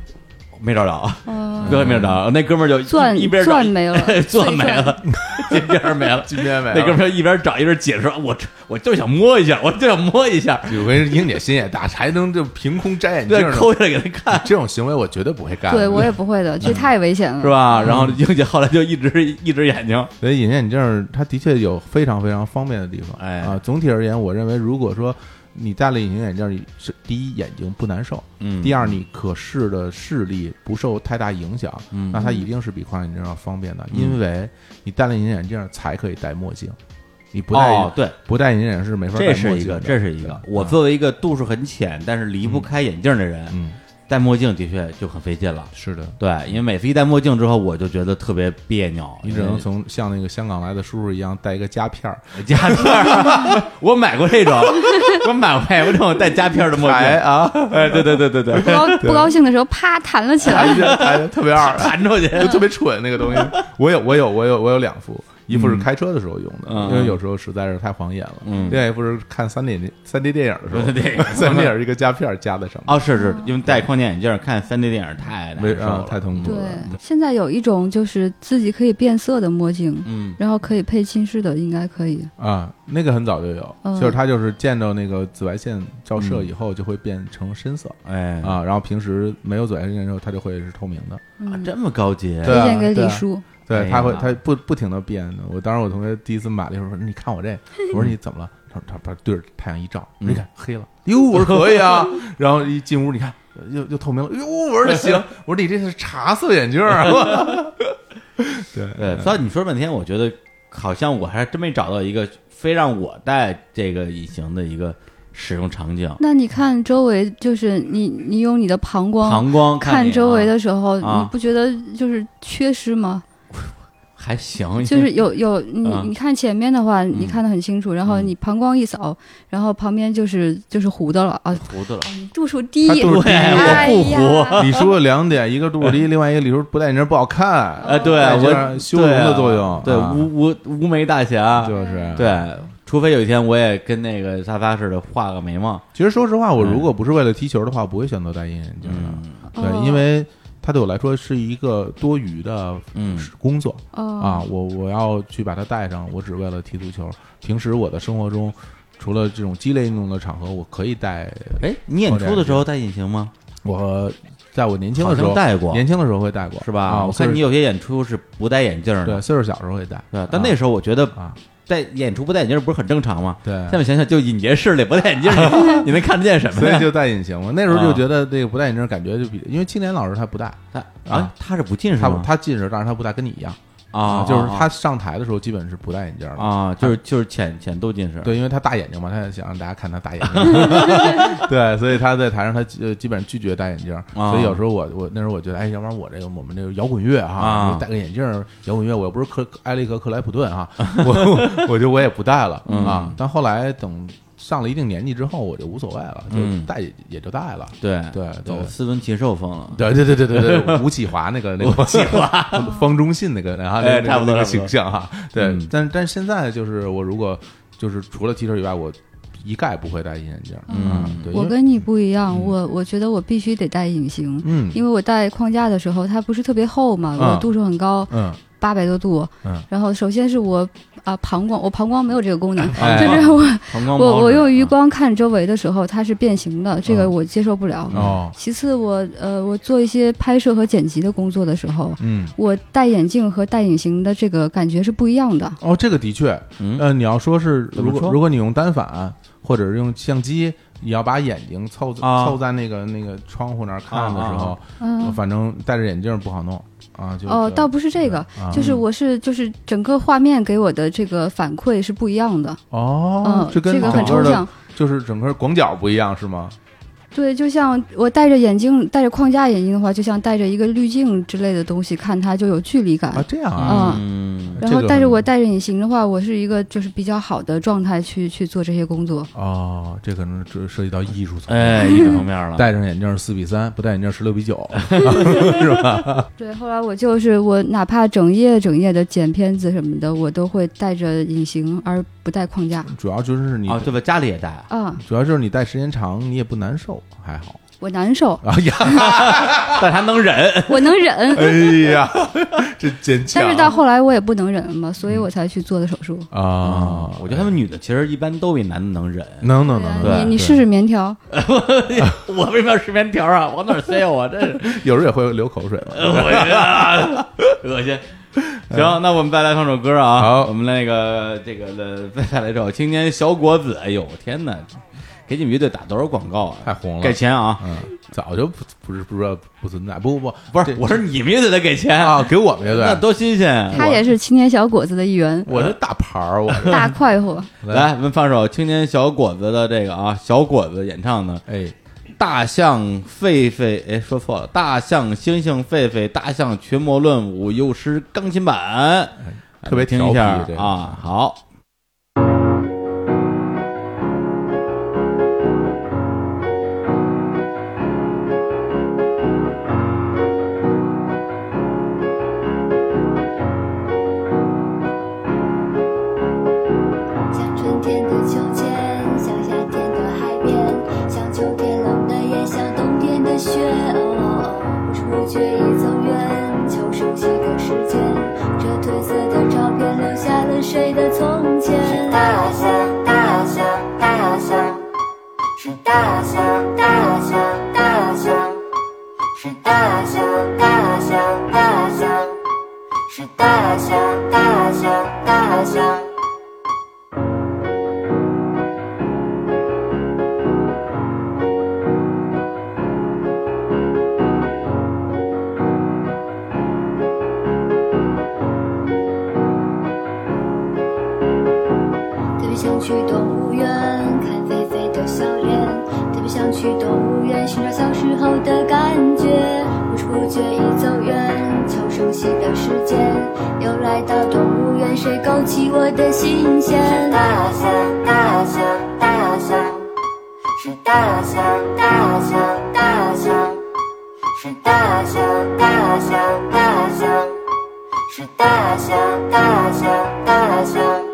[SPEAKER 1] 没找着。
[SPEAKER 3] 嗯，
[SPEAKER 1] 哥们儿找，那哥们儿就一
[SPEAKER 3] 钻
[SPEAKER 1] 一边找
[SPEAKER 3] 钻没了
[SPEAKER 1] 钻没了， 金边儿没了，
[SPEAKER 2] 金边没了
[SPEAKER 1] 那哥们儿一边找一边解释说：“我这我就想摸一下，我就想摸一下。
[SPEAKER 2] 有回英姐心也大，还能就凭空摘”眼镜
[SPEAKER 1] 对，
[SPEAKER 2] 呢，
[SPEAKER 1] 抠下来给他 看，
[SPEAKER 2] 这种行为我绝对不会干的。
[SPEAKER 3] 对我也不会的，这太危险了，
[SPEAKER 1] 是？吧？然后英姐后来就一直一只眼睛，
[SPEAKER 2] 所以隐形眼镜儿它的确有非常非常方便的地方。
[SPEAKER 1] 哎
[SPEAKER 2] 啊，总体而言，我认为如果说你戴了隐形眼镜儿，你是第一眼睛不难受，
[SPEAKER 1] 嗯
[SPEAKER 2] 第二你可视的视力不受太大影响，
[SPEAKER 1] 嗯
[SPEAKER 2] 那它一定是比框眼镜儿要方便的，因为你戴了隐形眼镜儿才可以戴墨镜，你不戴、
[SPEAKER 1] 哦，对，
[SPEAKER 2] 不戴隐形眼镜儿是没法戴
[SPEAKER 1] 这
[SPEAKER 2] 墨镜
[SPEAKER 1] 是一
[SPEAKER 2] 的。
[SPEAKER 1] 个，这是一个
[SPEAKER 2] 啊。
[SPEAKER 1] 我作为一个度数很浅，但是离不开眼镜的人，
[SPEAKER 2] 嗯
[SPEAKER 1] 戴墨镜的确就很费劲了。
[SPEAKER 2] 是的。
[SPEAKER 1] 对，因为每次一戴墨镜之后，我就觉得特别别扭，呃
[SPEAKER 2] 你只能从像那个香港来的叔叔一样戴一个夹片儿，
[SPEAKER 1] 夹片儿， 我买过这种，我买过买过这种带夹片儿的墨镜
[SPEAKER 2] 哎
[SPEAKER 1] 啊，哎，对对对对对
[SPEAKER 3] 不，高不高兴的时候，啪弹了起来
[SPEAKER 2] 哎。呀哎呀特 别二，
[SPEAKER 1] 弹出去，
[SPEAKER 2] 就特别蠢那个东西。我有，我有，我有，我有两副，一副是开车的时候用的，
[SPEAKER 1] 嗯
[SPEAKER 2] 因为有时候实在是太晃眼了；
[SPEAKER 1] 嗯
[SPEAKER 2] 另外一副是看三 D 三 D 电影的时候，
[SPEAKER 1] 3D 电影
[SPEAKER 2] 三 D 电影一个夹片夹在上面，
[SPEAKER 1] 哦，是是，因为戴框架眼镜儿看三 D 电影太难
[SPEAKER 2] 没
[SPEAKER 1] 受
[SPEAKER 2] 啊
[SPEAKER 1] 了，
[SPEAKER 2] 太痛苦
[SPEAKER 3] 对
[SPEAKER 2] 了。，
[SPEAKER 3] 现在有一种就是自己可以变色的墨镜，
[SPEAKER 1] 嗯，
[SPEAKER 3] 然后可以配近视的，应该可以。
[SPEAKER 2] 啊，那个很早就有，
[SPEAKER 3] 嗯
[SPEAKER 2] 就是它就是见到那个紫外线照射
[SPEAKER 1] 嗯
[SPEAKER 2] 以后就会变成深色
[SPEAKER 1] 哎啊，
[SPEAKER 2] 啊，然后平时没有紫外线照射它就会是透明的，
[SPEAKER 3] 嗯，
[SPEAKER 1] 这么高级，
[SPEAKER 2] 啊对
[SPEAKER 3] 推
[SPEAKER 2] 啊
[SPEAKER 3] 荐给
[SPEAKER 2] 对
[SPEAKER 3] 李
[SPEAKER 2] 啊
[SPEAKER 3] 叔，
[SPEAKER 2] 对，
[SPEAKER 1] 哎
[SPEAKER 2] 它会
[SPEAKER 1] 呀
[SPEAKER 2] 它不不停的变的。我当时我同学第一次买的时候说：“你看我这，我说你怎么了？”他说：“他把对着太阳一照，
[SPEAKER 1] 嗯
[SPEAKER 2] 你看黑了。”哟，我说可 以啊。然后一进屋，你看又又透明了。哟，我说这 行，我说你这是茶色眼镜儿啊。对
[SPEAKER 1] 对，所以你说半天，我觉得好像我还真没找到一个非让我戴这个隐形的一个使用场景，
[SPEAKER 3] 那你看周围，就是你你用你的膀胱
[SPEAKER 1] 膀胱
[SPEAKER 3] 看
[SPEAKER 1] 你
[SPEAKER 3] 周围
[SPEAKER 1] 啊
[SPEAKER 3] 的时候，
[SPEAKER 1] 啊
[SPEAKER 3] 你不觉得就是缺失吗？
[SPEAKER 1] 还行，
[SPEAKER 3] 就是有有你、
[SPEAKER 1] 啊
[SPEAKER 3] 你看前面的话，你看得很清楚，然后
[SPEAKER 1] 嗯
[SPEAKER 3] 你膀胱一扫，然后旁边就是就是糊的了啊，
[SPEAKER 1] 糊涂了，
[SPEAKER 3] 度数低，
[SPEAKER 2] 他度数低
[SPEAKER 3] 哎
[SPEAKER 1] 我不
[SPEAKER 3] 呀
[SPEAKER 1] 糊，
[SPEAKER 2] 李叔有两点，一个度数低，另外一个李叔不戴眼镜不好看，
[SPEAKER 1] 哎，对
[SPEAKER 2] 戴眼
[SPEAKER 1] 我
[SPEAKER 2] 镜修容的作用，
[SPEAKER 1] 对
[SPEAKER 2] 啊
[SPEAKER 1] 无无无眉大侠，
[SPEAKER 2] 就是。
[SPEAKER 1] 对，除非有一天我也跟那个沙发似的画个眉毛，嗯
[SPEAKER 2] 其实说实话，我如果不是为了踢球的话，不会选择戴隐形眼镜的。啊对，因为它对我来说是一个多余的
[SPEAKER 1] 嗯
[SPEAKER 2] 工作
[SPEAKER 3] 哦
[SPEAKER 2] 啊，我我要去把它带上，我只为了踢足球。平时我的生活中，除了这种激烈运动的场合，我可以带。
[SPEAKER 1] 哎，你演出的时候戴隐形吗？
[SPEAKER 2] 我在我年轻
[SPEAKER 1] 好
[SPEAKER 2] 的时
[SPEAKER 1] 像
[SPEAKER 2] 候，
[SPEAKER 1] 戴过，
[SPEAKER 2] 年轻的时候会带过，
[SPEAKER 1] 是吧？
[SPEAKER 2] 啊，
[SPEAKER 1] 我
[SPEAKER 2] 我
[SPEAKER 1] 看你
[SPEAKER 2] 有
[SPEAKER 1] 有些演出是不戴眼镜的，
[SPEAKER 2] 对岁数小时候会带，
[SPEAKER 1] 对但那时候我觉得
[SPEAKER 2] 啊
[SPEAKER 1] 戴演出不戴眼镜不是很正常吗？
[SPEAKER 2] 对
[SPEAKER 1] 现。在想想，就尹杰室里不戴眼镜， 你你能看得见什么
[SPEAKER 2] 所以
[SPEAKER 1] 呀？
[SPEAKER 2] 就戴隐形嘛，那时候就
[SPEAKER 1] 啊
[SPEAKER 2] 觉得这个不戴眼镜感觉就比，因为青年老师他不戴，
[SPEAKER 1] 他啊
[SPEAKER 2] 啊，
[SPEAKER 1] 他是不近视
[SPEAKER 2] 他
[SPEAKER 1] 吗？
[SPEAKER 2] 他近视，但是他不戴，跟你一样
[SPEAKER 1] 啊，
[SPEAKER 2] 就是
[SPEAKER 1] 啊
[SPEAKER 2] 他上台的时候基本是不戴眼镜的，
[SPEAKER 1] 啊，就是就是浅浅度近视，
[SPEAKER 2] 对，因为他大眼睛嘛，他也想让大家看他大眼 睛，对，所以他在台上他呃基本上拒绝戴眼镜儿，
[SPEAKER 1] 啊
[SPEAKER 2] 所以有时候我我那时候我觉得，哎，要不然我这个我们这个摇滚乐哈，
[SPEAKER 1] 啊
[SPEAKER 2] 我戴个眼镜儿摇滚乐，啊我又不是克埃利克克莱普顿哈， 我我就我也不戴了
[SPEAKER 1] 嗯
[SPEAKER 2] 啊，但后来等上了一定年纪之后，我就无所谓了，就
[SPEAKER 1] 嗯
[SPEAKER 2] 戴也也就戴了，
[SPEAKER 1] 对
[SPEAKER 2] 对对
[SPEAKER 1] 走斯文禽兽风 了。
[SPEAKER 2] 对对对对对对，吴启华那个 那个吴启华， 方中信那个，然后那
[SPEAKER 1] 哎
[SPEAKER 2] 个
[SPEAKER 1] 差不多
[SPEAKER 2] 那
[SPEAKER 1] 差
[SPEAKER 2] 个
[SPEAKER 1] 不
[SPEAKER 2] 形
[SPEAKER 1] 多
[SPEAKER 2] 象哈。对
[SPEAKER 1] 嗯，
[SPEAKER 2] 但但现在就是我如果就是除了 T 恤以外，我一概不会戴隐形眼镜。嗯，对，因
[SPEAKER 3] 我
[SPEAKER 2] 为
[SPEAKER 3] 跟你不一样，我我觉得我必须得戴隐形，
[SPEAKER 2] 嗯
[SPEAKER 3] 因为我戴框架的时候，它不是特别厚嘛，
[SPEAKER 2] 嗯
[SPEAKER 3] 我度数很高，
[SPEAKER 2] 嗯
[SPEAKER 3] 八百多度。
[SPEAKER 2] 嗯
[SPEAKER 3] 然后首先是我啊膀胱，我膀胱没有这个功能，
[SPEAKER 2] 哎哦
[SPEAKER 3] 就是我
[SPEAKER 1] 膀胱
[SPEAKER 3] 我我用余
[SPEAKER 1] 光
[SPEAKER 3] 光看周围的时候，它是变形的，这个我接受不了。
[SPEAKER 2] 哦
[SPEAKER 3] 其次我，呃我做一些拍摄和剪辑的工作的时候，
[SPEAKER 2] 嗯
[SPEAKER 3] 我戴眼镜和戴隐形的这个感觉是不一样的。
[SPEAKER 2] 哦，这个的确，
[SPEAKER 1] 嗯
[SPEAKER 2] 呃，你要说是
[SPEAKER 1] 怎么
[SPEAKER 2] 如果
[SPEAKER 1] 说
[SPEAKER 2] 如果你用单反或者是用相机，你要把眼睛凑
[SPEAKER 1] 啊
[SPEAKER 2] 凑在那个那个窗户那儿看的时候，
[SPEAKER 3] 嗯、
[SPEAKER 2] 反正戴着眼镜不好弄啊。就
[SPEAKER 3] 哦，
[SPEAKER 2] 是
[SPEAKER 3] 倒不是这个，
[SPEAKER 2] 啊
[SPEAKER 3] 就是我是就是整个画面给我的这个反馈是不一样的。
[SPEAKER 2] 哦
[SPEAKER 3] 嗯，，
[SPEAKER 2] 这跟
[SPEAKER 3] 个
[SPEAKER 2] 整
[SPEAKER 3] 很
[SPEAKER 2] 个
[SPEAKER 3] 抽
[SPEAKER 2] 的
[SPEAKER 3] 象。
[SPEAKER 2] 就是整个广角不一样是吗？
[SPEAKER 3] 对，就像我戴着眼镜、戴着框架眼镜的话，就像戴着一个滤镜之类的东西看它就有距离感。
[SPEAKER 2] 啊，这样啊，
[SPEAKER 3] 啊
[SPEAKER 1] 嗯
[SPEAKER 3] 然
[SPEAKER 2] 这
[SPEAKER 3] 后
[SPEAKER 2] 个，
[SPEAKER 3] 但是我戴着隐形的话，我是一个就是比较好的状态去去做这些工作。
[SPEAKER 2] 哦，这可能这涉及到艺术层面。
[SPEAKER 1] 哎，一个方面 了，
[SPEAKER 2] 戴上眼镜四比三，不戴眼镜十六 比九，是吧？
[SPEAKER 3] 对，后来我就是我哪怕整夜整夜的剪片子什么的，我都会戴着隐形而不戴框架。
[SPEAKER 2] 主要就是你，
[SPEAKER 1] 啊，对吧？家里也戴，
[SPEAKER 3] 啊，
[SPEAKER 2] 主要就是你戴时间长，你也不难受，还好。
[SPEAKER 3] 我难受，
[SPEAKER 2] 哎 呀，
[SPEAKER 1] 但他能忍，
[SPEAKER 3] 我能忍，
[SPEAKER 2] 哎呀，这坚强。
[SPEAKER 3] 但是到后来我也不能忍了
[SPEAKER 1] 嗯
[SPEAKER 3] 嘛，所以我才去做的手术。
[SPEAKER 2] 啊，
[SPEAKER 1] 我觉得他们女的其实一般都比男的能 忍。
[SPEAKER 2] 能能
[SPEAKER 3] 对啊
[SPEAKER 2] 能，
[SPEAKER 1] 对
[SPEAKER 3] 你你试试棉条，
[SPEAKER 1] 我为什么要吃棉条啊？往哪儿塞我？这是
[SPEAKER 2] 有时候也会流口水了。
[SPEAKER 1] 恶心啊，恶心。行，那我们再来放首歌啊。
[SPEAKER 2] 好
[SPEAKER 1] 我们那个这个呃再再来一首《青年小果子》。哎呦，我天哪！给你们乐队打多少广告啊？
[SPEAKER 2] 太红了
[SPEAKER 1] 给钱啊！
[SPEAKER 2] 嗯，早就不不是不知道不存在，不不不，
[SPEAKER 1] 不是
[SPEAKER 2] 这，
[SPEAKER 1] 我说你们乐队得给钱
[SPEAKER 2] 啊，！给我们乐
[SPEAKER 1] 那
[SPEAKER 2] 队，
[SPEAKER 1] 多新鲜！啊
[SPEAKER 3] 他也是青年小伙子的一员，
[SPEAKER 2] 我这大牌儿，我这
[SPEAKER 3] 大快活。
[SPEAKER 1] 来，我们放首青年小果子的这个啊，小果子演唱的
[SPEAKER 2] 哎，
[SPEAKER 1] 《大象狒狒》，哎，说错了，《大象猩猩狒狒》《大象群魔乱舞》幼师钢琴版，
[SPEAKER 2] 特别
[SPEAKER 1] 听一
[SPEAKER 2] 哎调皮
[SPEAKER 1] 下
[SPEAKER 2] 这个
[SPEAKER 1] 啊，好。
[SPEAKER 5] 像春天的秋千，像夏天的海边，像秋天冷的夜，像冬天的雪。哦哦哦，不知不觉已走远，旧熟悉的时间，这褪色的照片留下了谁的从前？是大象，大象，大象，是大象，大象，大象，是大象，大象，大象，是大象，大象，大象。特别想去动物园看狒狒的笑脸，特别想去动物园寻找小时候的感觉。不知不觉已走远，求熟悉的时间，又来到动物园，谁勾起我的心弦？是大象，大象，大象，是大象，大象，大象，是大象，大象，大象，是大象，大象，大象。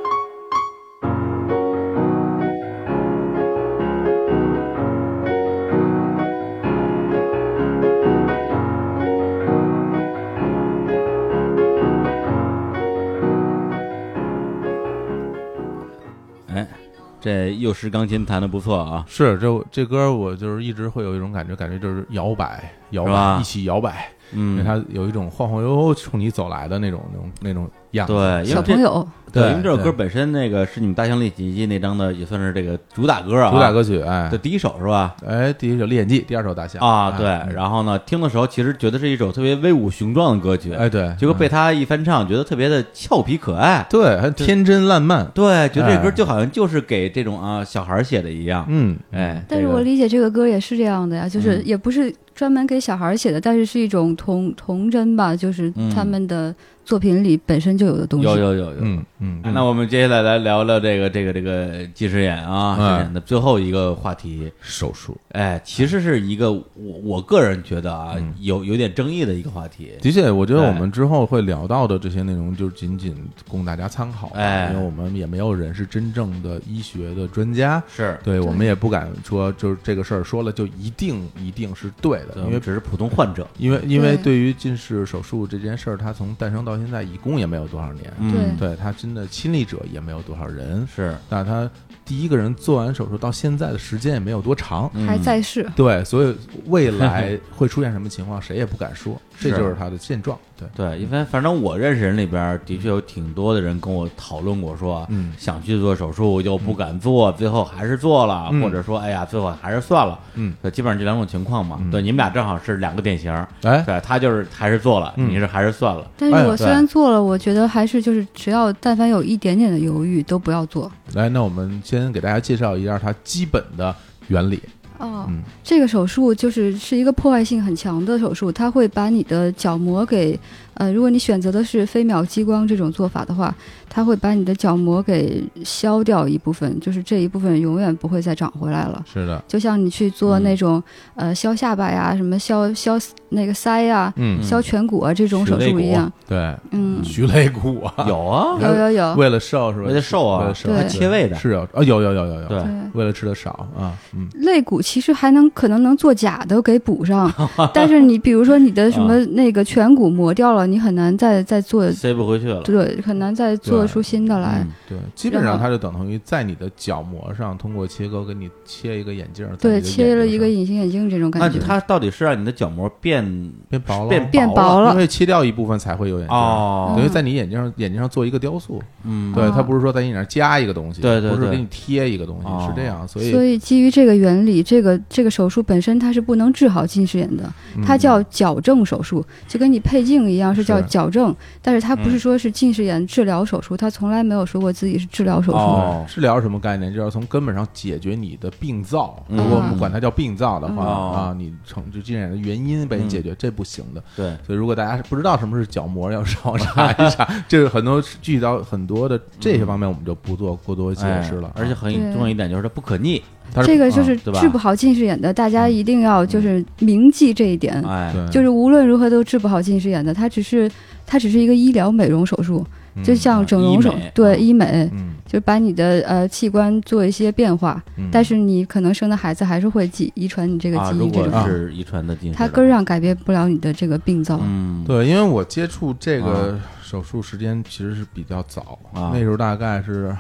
[SPEAKER 1] 这幼师钢琴弹的不错啊，
[SPEAKER 2] 是这这歌我就是一直会有一种感觉，感觉就是摇摆摇
[SPEAKER 1] 是吧
[SPEAKER 2] 摆一起摇摆，因为
[SPEAKER 1] 嗯，
[SPEAKER 2] 它有一种晃晃悠悠冲你走来的那种那种那种样子。
[SPEAKER 1] 对，因
[SPEAKER 3] 小
[SPEAKER 1] 为
[SPEAKER 3] 朋
[SPEAKER 1] 这
[SPEAKER 3] 友，
[SPEAKER 1] 对，
[SPEAKER 2] 对
[SPEAKER 1] 因为这首歌
[SPEAKER 2] 对
[SPEAKER 1] 本身那个是你们《大象练习记》那张的，也算是这个主打歌啊，
[SPEAKER 2] 主打歌曲，哎
[SPEAKER 1] 的第一首是吧？
[SPEAKER 2] 哎，第一首《历险记》，第二首《大象》
[SPEAKER 1] 啊，
[SPEAKER 2] 哎
[SPEAKER 1] 对，然后呢，听的时候其实觉得是一首特别威武雄壮的歌曲，
[SPEAKER 2] 哎对，
[SPEAKER 1] 结果被他一翻唱，觉得特别的俏皮可爱
[SPEAKER 2] 嗯，对还天真烂漫，
[SPEAKER 1] 对，觉得这歌
[SPEAKER 2] 哎
[SPEAKER 1] 就好像就是给这种啊小孩儿写的一样，
[SPEAKER 2] 嗯，
[SPEAKER 1] 哎，
[SPEAKER 3] 但是
[SPEAKER 1] 这个
[SPEAKER 3] 我理解这个歌也是这样的呀，就是
[SPEAKER 1] 嗯
[SPEAKER 3] 也不是专门给小孩儿写的，但是是一种童童真吧，就是
[SPEAKER 1] 嗯
[SPEAKER 3] 他们的作品里本身就有的东西。
[SPEAKER 1] 有有有有，
[SPEAKER 2] 嗯嗯，
[SPEAKER 1] 那我们接下来来聊聊这个这个这个近视眼啊，近
[SPEAKER 2] 哎
[SPEAKER 1] 视眼的最后一个话题，
[SPEAKER 2] 手术
[SPEAKER 1] 哎，其实是一个我我个人觉得啊
[SPEAKER 2] 嗯，
[SPEAKER 1] 有有点争议的一个话题，
[SPEAKER 2] 的确，我觉得
[SPEAKER 1] 哎
[SPEAKER 2] 我们之后会聊到的这些内容，就是仅仅供大家参考吧，
[SPEAKER 1] 哎
[SPEAKER 2] 因为我们也没有人是真正的医学的专家，
[SPEAKER 1] 是
[SPEAKER 2] 对我们也不敢说就是这个事儿说了就一定一定是对的，
[SPEAKER 1] 对，
[SPEAKER 2] 因
[SPEAKER 1] 因为
[SPEAKER 2] 为
[SPEAKER 1] 只是普通患者，
[SPEAKER 2] 因为因为
[SPEAKER 3] 对
[SPEAKER 2] 对于近视手术这件事儿，它从诞生到现在一共也没有多少年，
[SPEAKER 1] 嗯，
[SPEAKER 2] 对它真的亲历者也没有多少人，
[SPEAKER 1] 是，
[SPEAKER 2] 那他第一个人做完手术到现在的时间也没有多长，
[SPEAKER 3] 还
[SPEAKER 1] 嗯
[SPEAKER 3] 在世，
[SPEAKER 2] 对，所以未来会出现什么情况，谁也不敢说，这就是啊他的现状。对，
[SPEAKER 1] 对，因为反正我认识人里边儿的确有挺多的人跟我讨论过说，啊
[SPEAKER 2] 嗯
[SPEAKER 1] 想去做手术又不敢做，最后还是做了，
[SPEAKER 2] 嗯
[SPEAKER 1] 或者说哎呀，最后还是算了，
[SPEAKER 2] 嗯，
[SPEAKER 1] 对，基本上这两种情况嘛。
[SPEAKER 2] 嗯
[SPEAKER 1] 对，你们俩正好是两个典型儿，
[SPEAKER 2] 哎，
[SPEAKER 1] 对他就是还是做了，
[SPEAKER 2] 嗯
[SPEAKER 1] 你是还是算了，
[SPEAKER 3] 但是
[SPEAKER 2] 哎
[SPEAKER 3] 我虽然做了，我觉得还是就是只要但凡有一点点的犹豫都不要做。
[SPEAKER 2] 来，那我们先给大家介绍一下它基本的原理。
[SPEAKER 3] 哦
[SPEAKER 2] 嗯
[SPEAKER 3] 这个手术就是是一个破坏性很强的手术，它会把你的角膜给，呃，如果你选择的是飞秒激光这种做法的话，它会把你的角膜给削掉一部分，就是这一部分永远不会再长回来了。
[SPEAKER 2] 是的，
[SPEAKER 3] 就像你去做
[SPEAKER 1] 嗯
[SPEAKER 3] 那种、呃削下巴呀、什么削削那个腮呀、
[SPEAKER 2] 嗯，
[SPEAKER 3] 削颧骨啊这种手术一样，
[SPEAKER 2] 对，
[SPEAKER 3] 嗯，
[SPEAKER 2] 徐肋骨啊，
[SPEAKER 1] 有啊，
[SPEAKER 3] 有有有，
[SPEAKER 2] 为了瘦是吧？
[SPEAKER 1] 为了瘦啊
[SPEAKER 2] 为了瘦
[SPEAKER 3] 对
[SPEAKER 1] 还切胃的，
[SPEAKER 2] 是有啊，有有有有有，
[SPEAKER 1] 对
[SPEAKER 3] 对。
[SPEAKER 2] 为了吃的少啊，嗯，
[SPEAKER 3] 肋骨其实还能可能能做假的给补上，但是你比如说你的什么那个颧骨磨掉了，你很难再再做，
[SPEAKER 1] 塞不回去了，
[SPEAKER 3] 对，很难再做出新的来。
[SPEAKER 1] 嗯
[SPEAKER 2] 对，基本
[SPEAKER 3] 然
[SPEAKER 2] 上
[SPEAKER 3] 后
[SPEAKER 2] 它就等同于在你的角膜上通过切割给你切一个眼镜儿，在
[SPEAKER 3] 对，
[SPEAKER 2] 你的
[SPEAKER 3] 切
[SPEAKER 2] 眼
[SPEAKER 3] 了
[SPEAKER 2] 睛
[SPEAKER 3] 一个
[SPEAKER 2] 上
[SPEAKER 3] 隐形眼镜这种
[SPEAKER 1] 那
[SPEAKER 3] 感觉，
[SPEAKER 1] 它到底是让你的角膜变
[SPEAKER 2] 变薄了，
[SPEAKER 1] 变
[SPEAKER 3] 变薄
[SPEAKER 1] 了
[SPEAKER 2] 因为切掉一部分才会有眼镜。
[SPEAKER 1] 哦，
[SPEAKER 2] 等于在你眼睛上眼睛上做一个雕塑，
[SPEAKER 1] 嗯，
[SPEAKER 2] 对，
[SPEAKER 3] 哦
[SPEAKER 2] 它不是说在你眼上加一个东西，
[SPEAKER 1] 对对
[SPEAKER 2] 不是
[SPEAKER 1] 对
[SPEAKER 2] 给你贴一个东
[SPEAKER 1] 哦
[SPEAKER 2] 西，是这样，所
[SPEAKER 3] 所
[SPEAKER 2] 以
[SPEAKER 3] 以基于这个原理，这个这个手术本身它是不能治好近视眼的，它叫矫正手术，就跟你配镜一样是叫
[SPEAKER 2] 是
[SPEAKER 3] 矫正，但是它不
[SPEAKER 1] 嗯
[SPEAKER 3] 是说是近视眼治疗手术，它从来没有说过自己是治疗手术。
[SPEAKER 1] 哦，
[SPEAKER 2] 治疗是什么概念？就是要从根本上解决你的病灶。
[SPEAKER 1] 嗯
[SPEAKER 2] 如果我们管它叫病灶的话
[SPEAKER 1] 嗯
[SPEAKER 2] 啊，你成就近视眼的原因被你解决，这不行的。
[SPEAKER 1] 对，
[SPEAKER 2] 所以如果大家不知道什么是角膜，要上网查一查，就是很多具体到很多的这些方面，我们就不做过多解释了
[SPEAKER 1] 哎。而且很
[SPEAKER 3] 对
[SPEAKER 1] 重要一点就是它不可逆，
[SPEAKER 2] 它
[SPEAKER 3] 这个就
[SPEAKER 2] 嗯
[SPEAKER 3] 是
[SPEAKER 1] 对吧
[SPEAKER 3] 治不好近视眼的，大家一定要就是铭记这一点。
[SPEAKER 1] 哎，
[SPEAKER 2] 对
[SPEAKER 3] 就是无论如何都治不好近视眼的，它只是它只是一个医疗美容手术，就像整容手
[SPEAKER 1] 医美
[SPEAKER 3] 对
[SPEAKER 1] 嗯
[SPEAKER 3] 医美，
[SPEAKER 2] 嗯
[SPEAKER 3] 就是把你的呃器官做一些变化，
[SPEAKER 2] 嗯
[SPEAKER 3] 但是你可能生的孩子还是会继遗传你这个
[SPEAKER 1] 啊，
[SPEAKER 3] 基
[SPEAKER 1] 如
[SPEAKER 3] 因这
[SPEAKER 1] 果
[SPEAKER 3] 种，
[SPEAKER 1] 是遗传的近视，
[SPEAKER 3] 它根儿，上改变不了你的这个病灶。
[SPEAKER 1] 嗯，
[SPEAKER 2] 对，因为我接触这个手术时间其实是比较早，
[SPEAKER 1] 啊
[SPEAKER 2] 那时候大概是，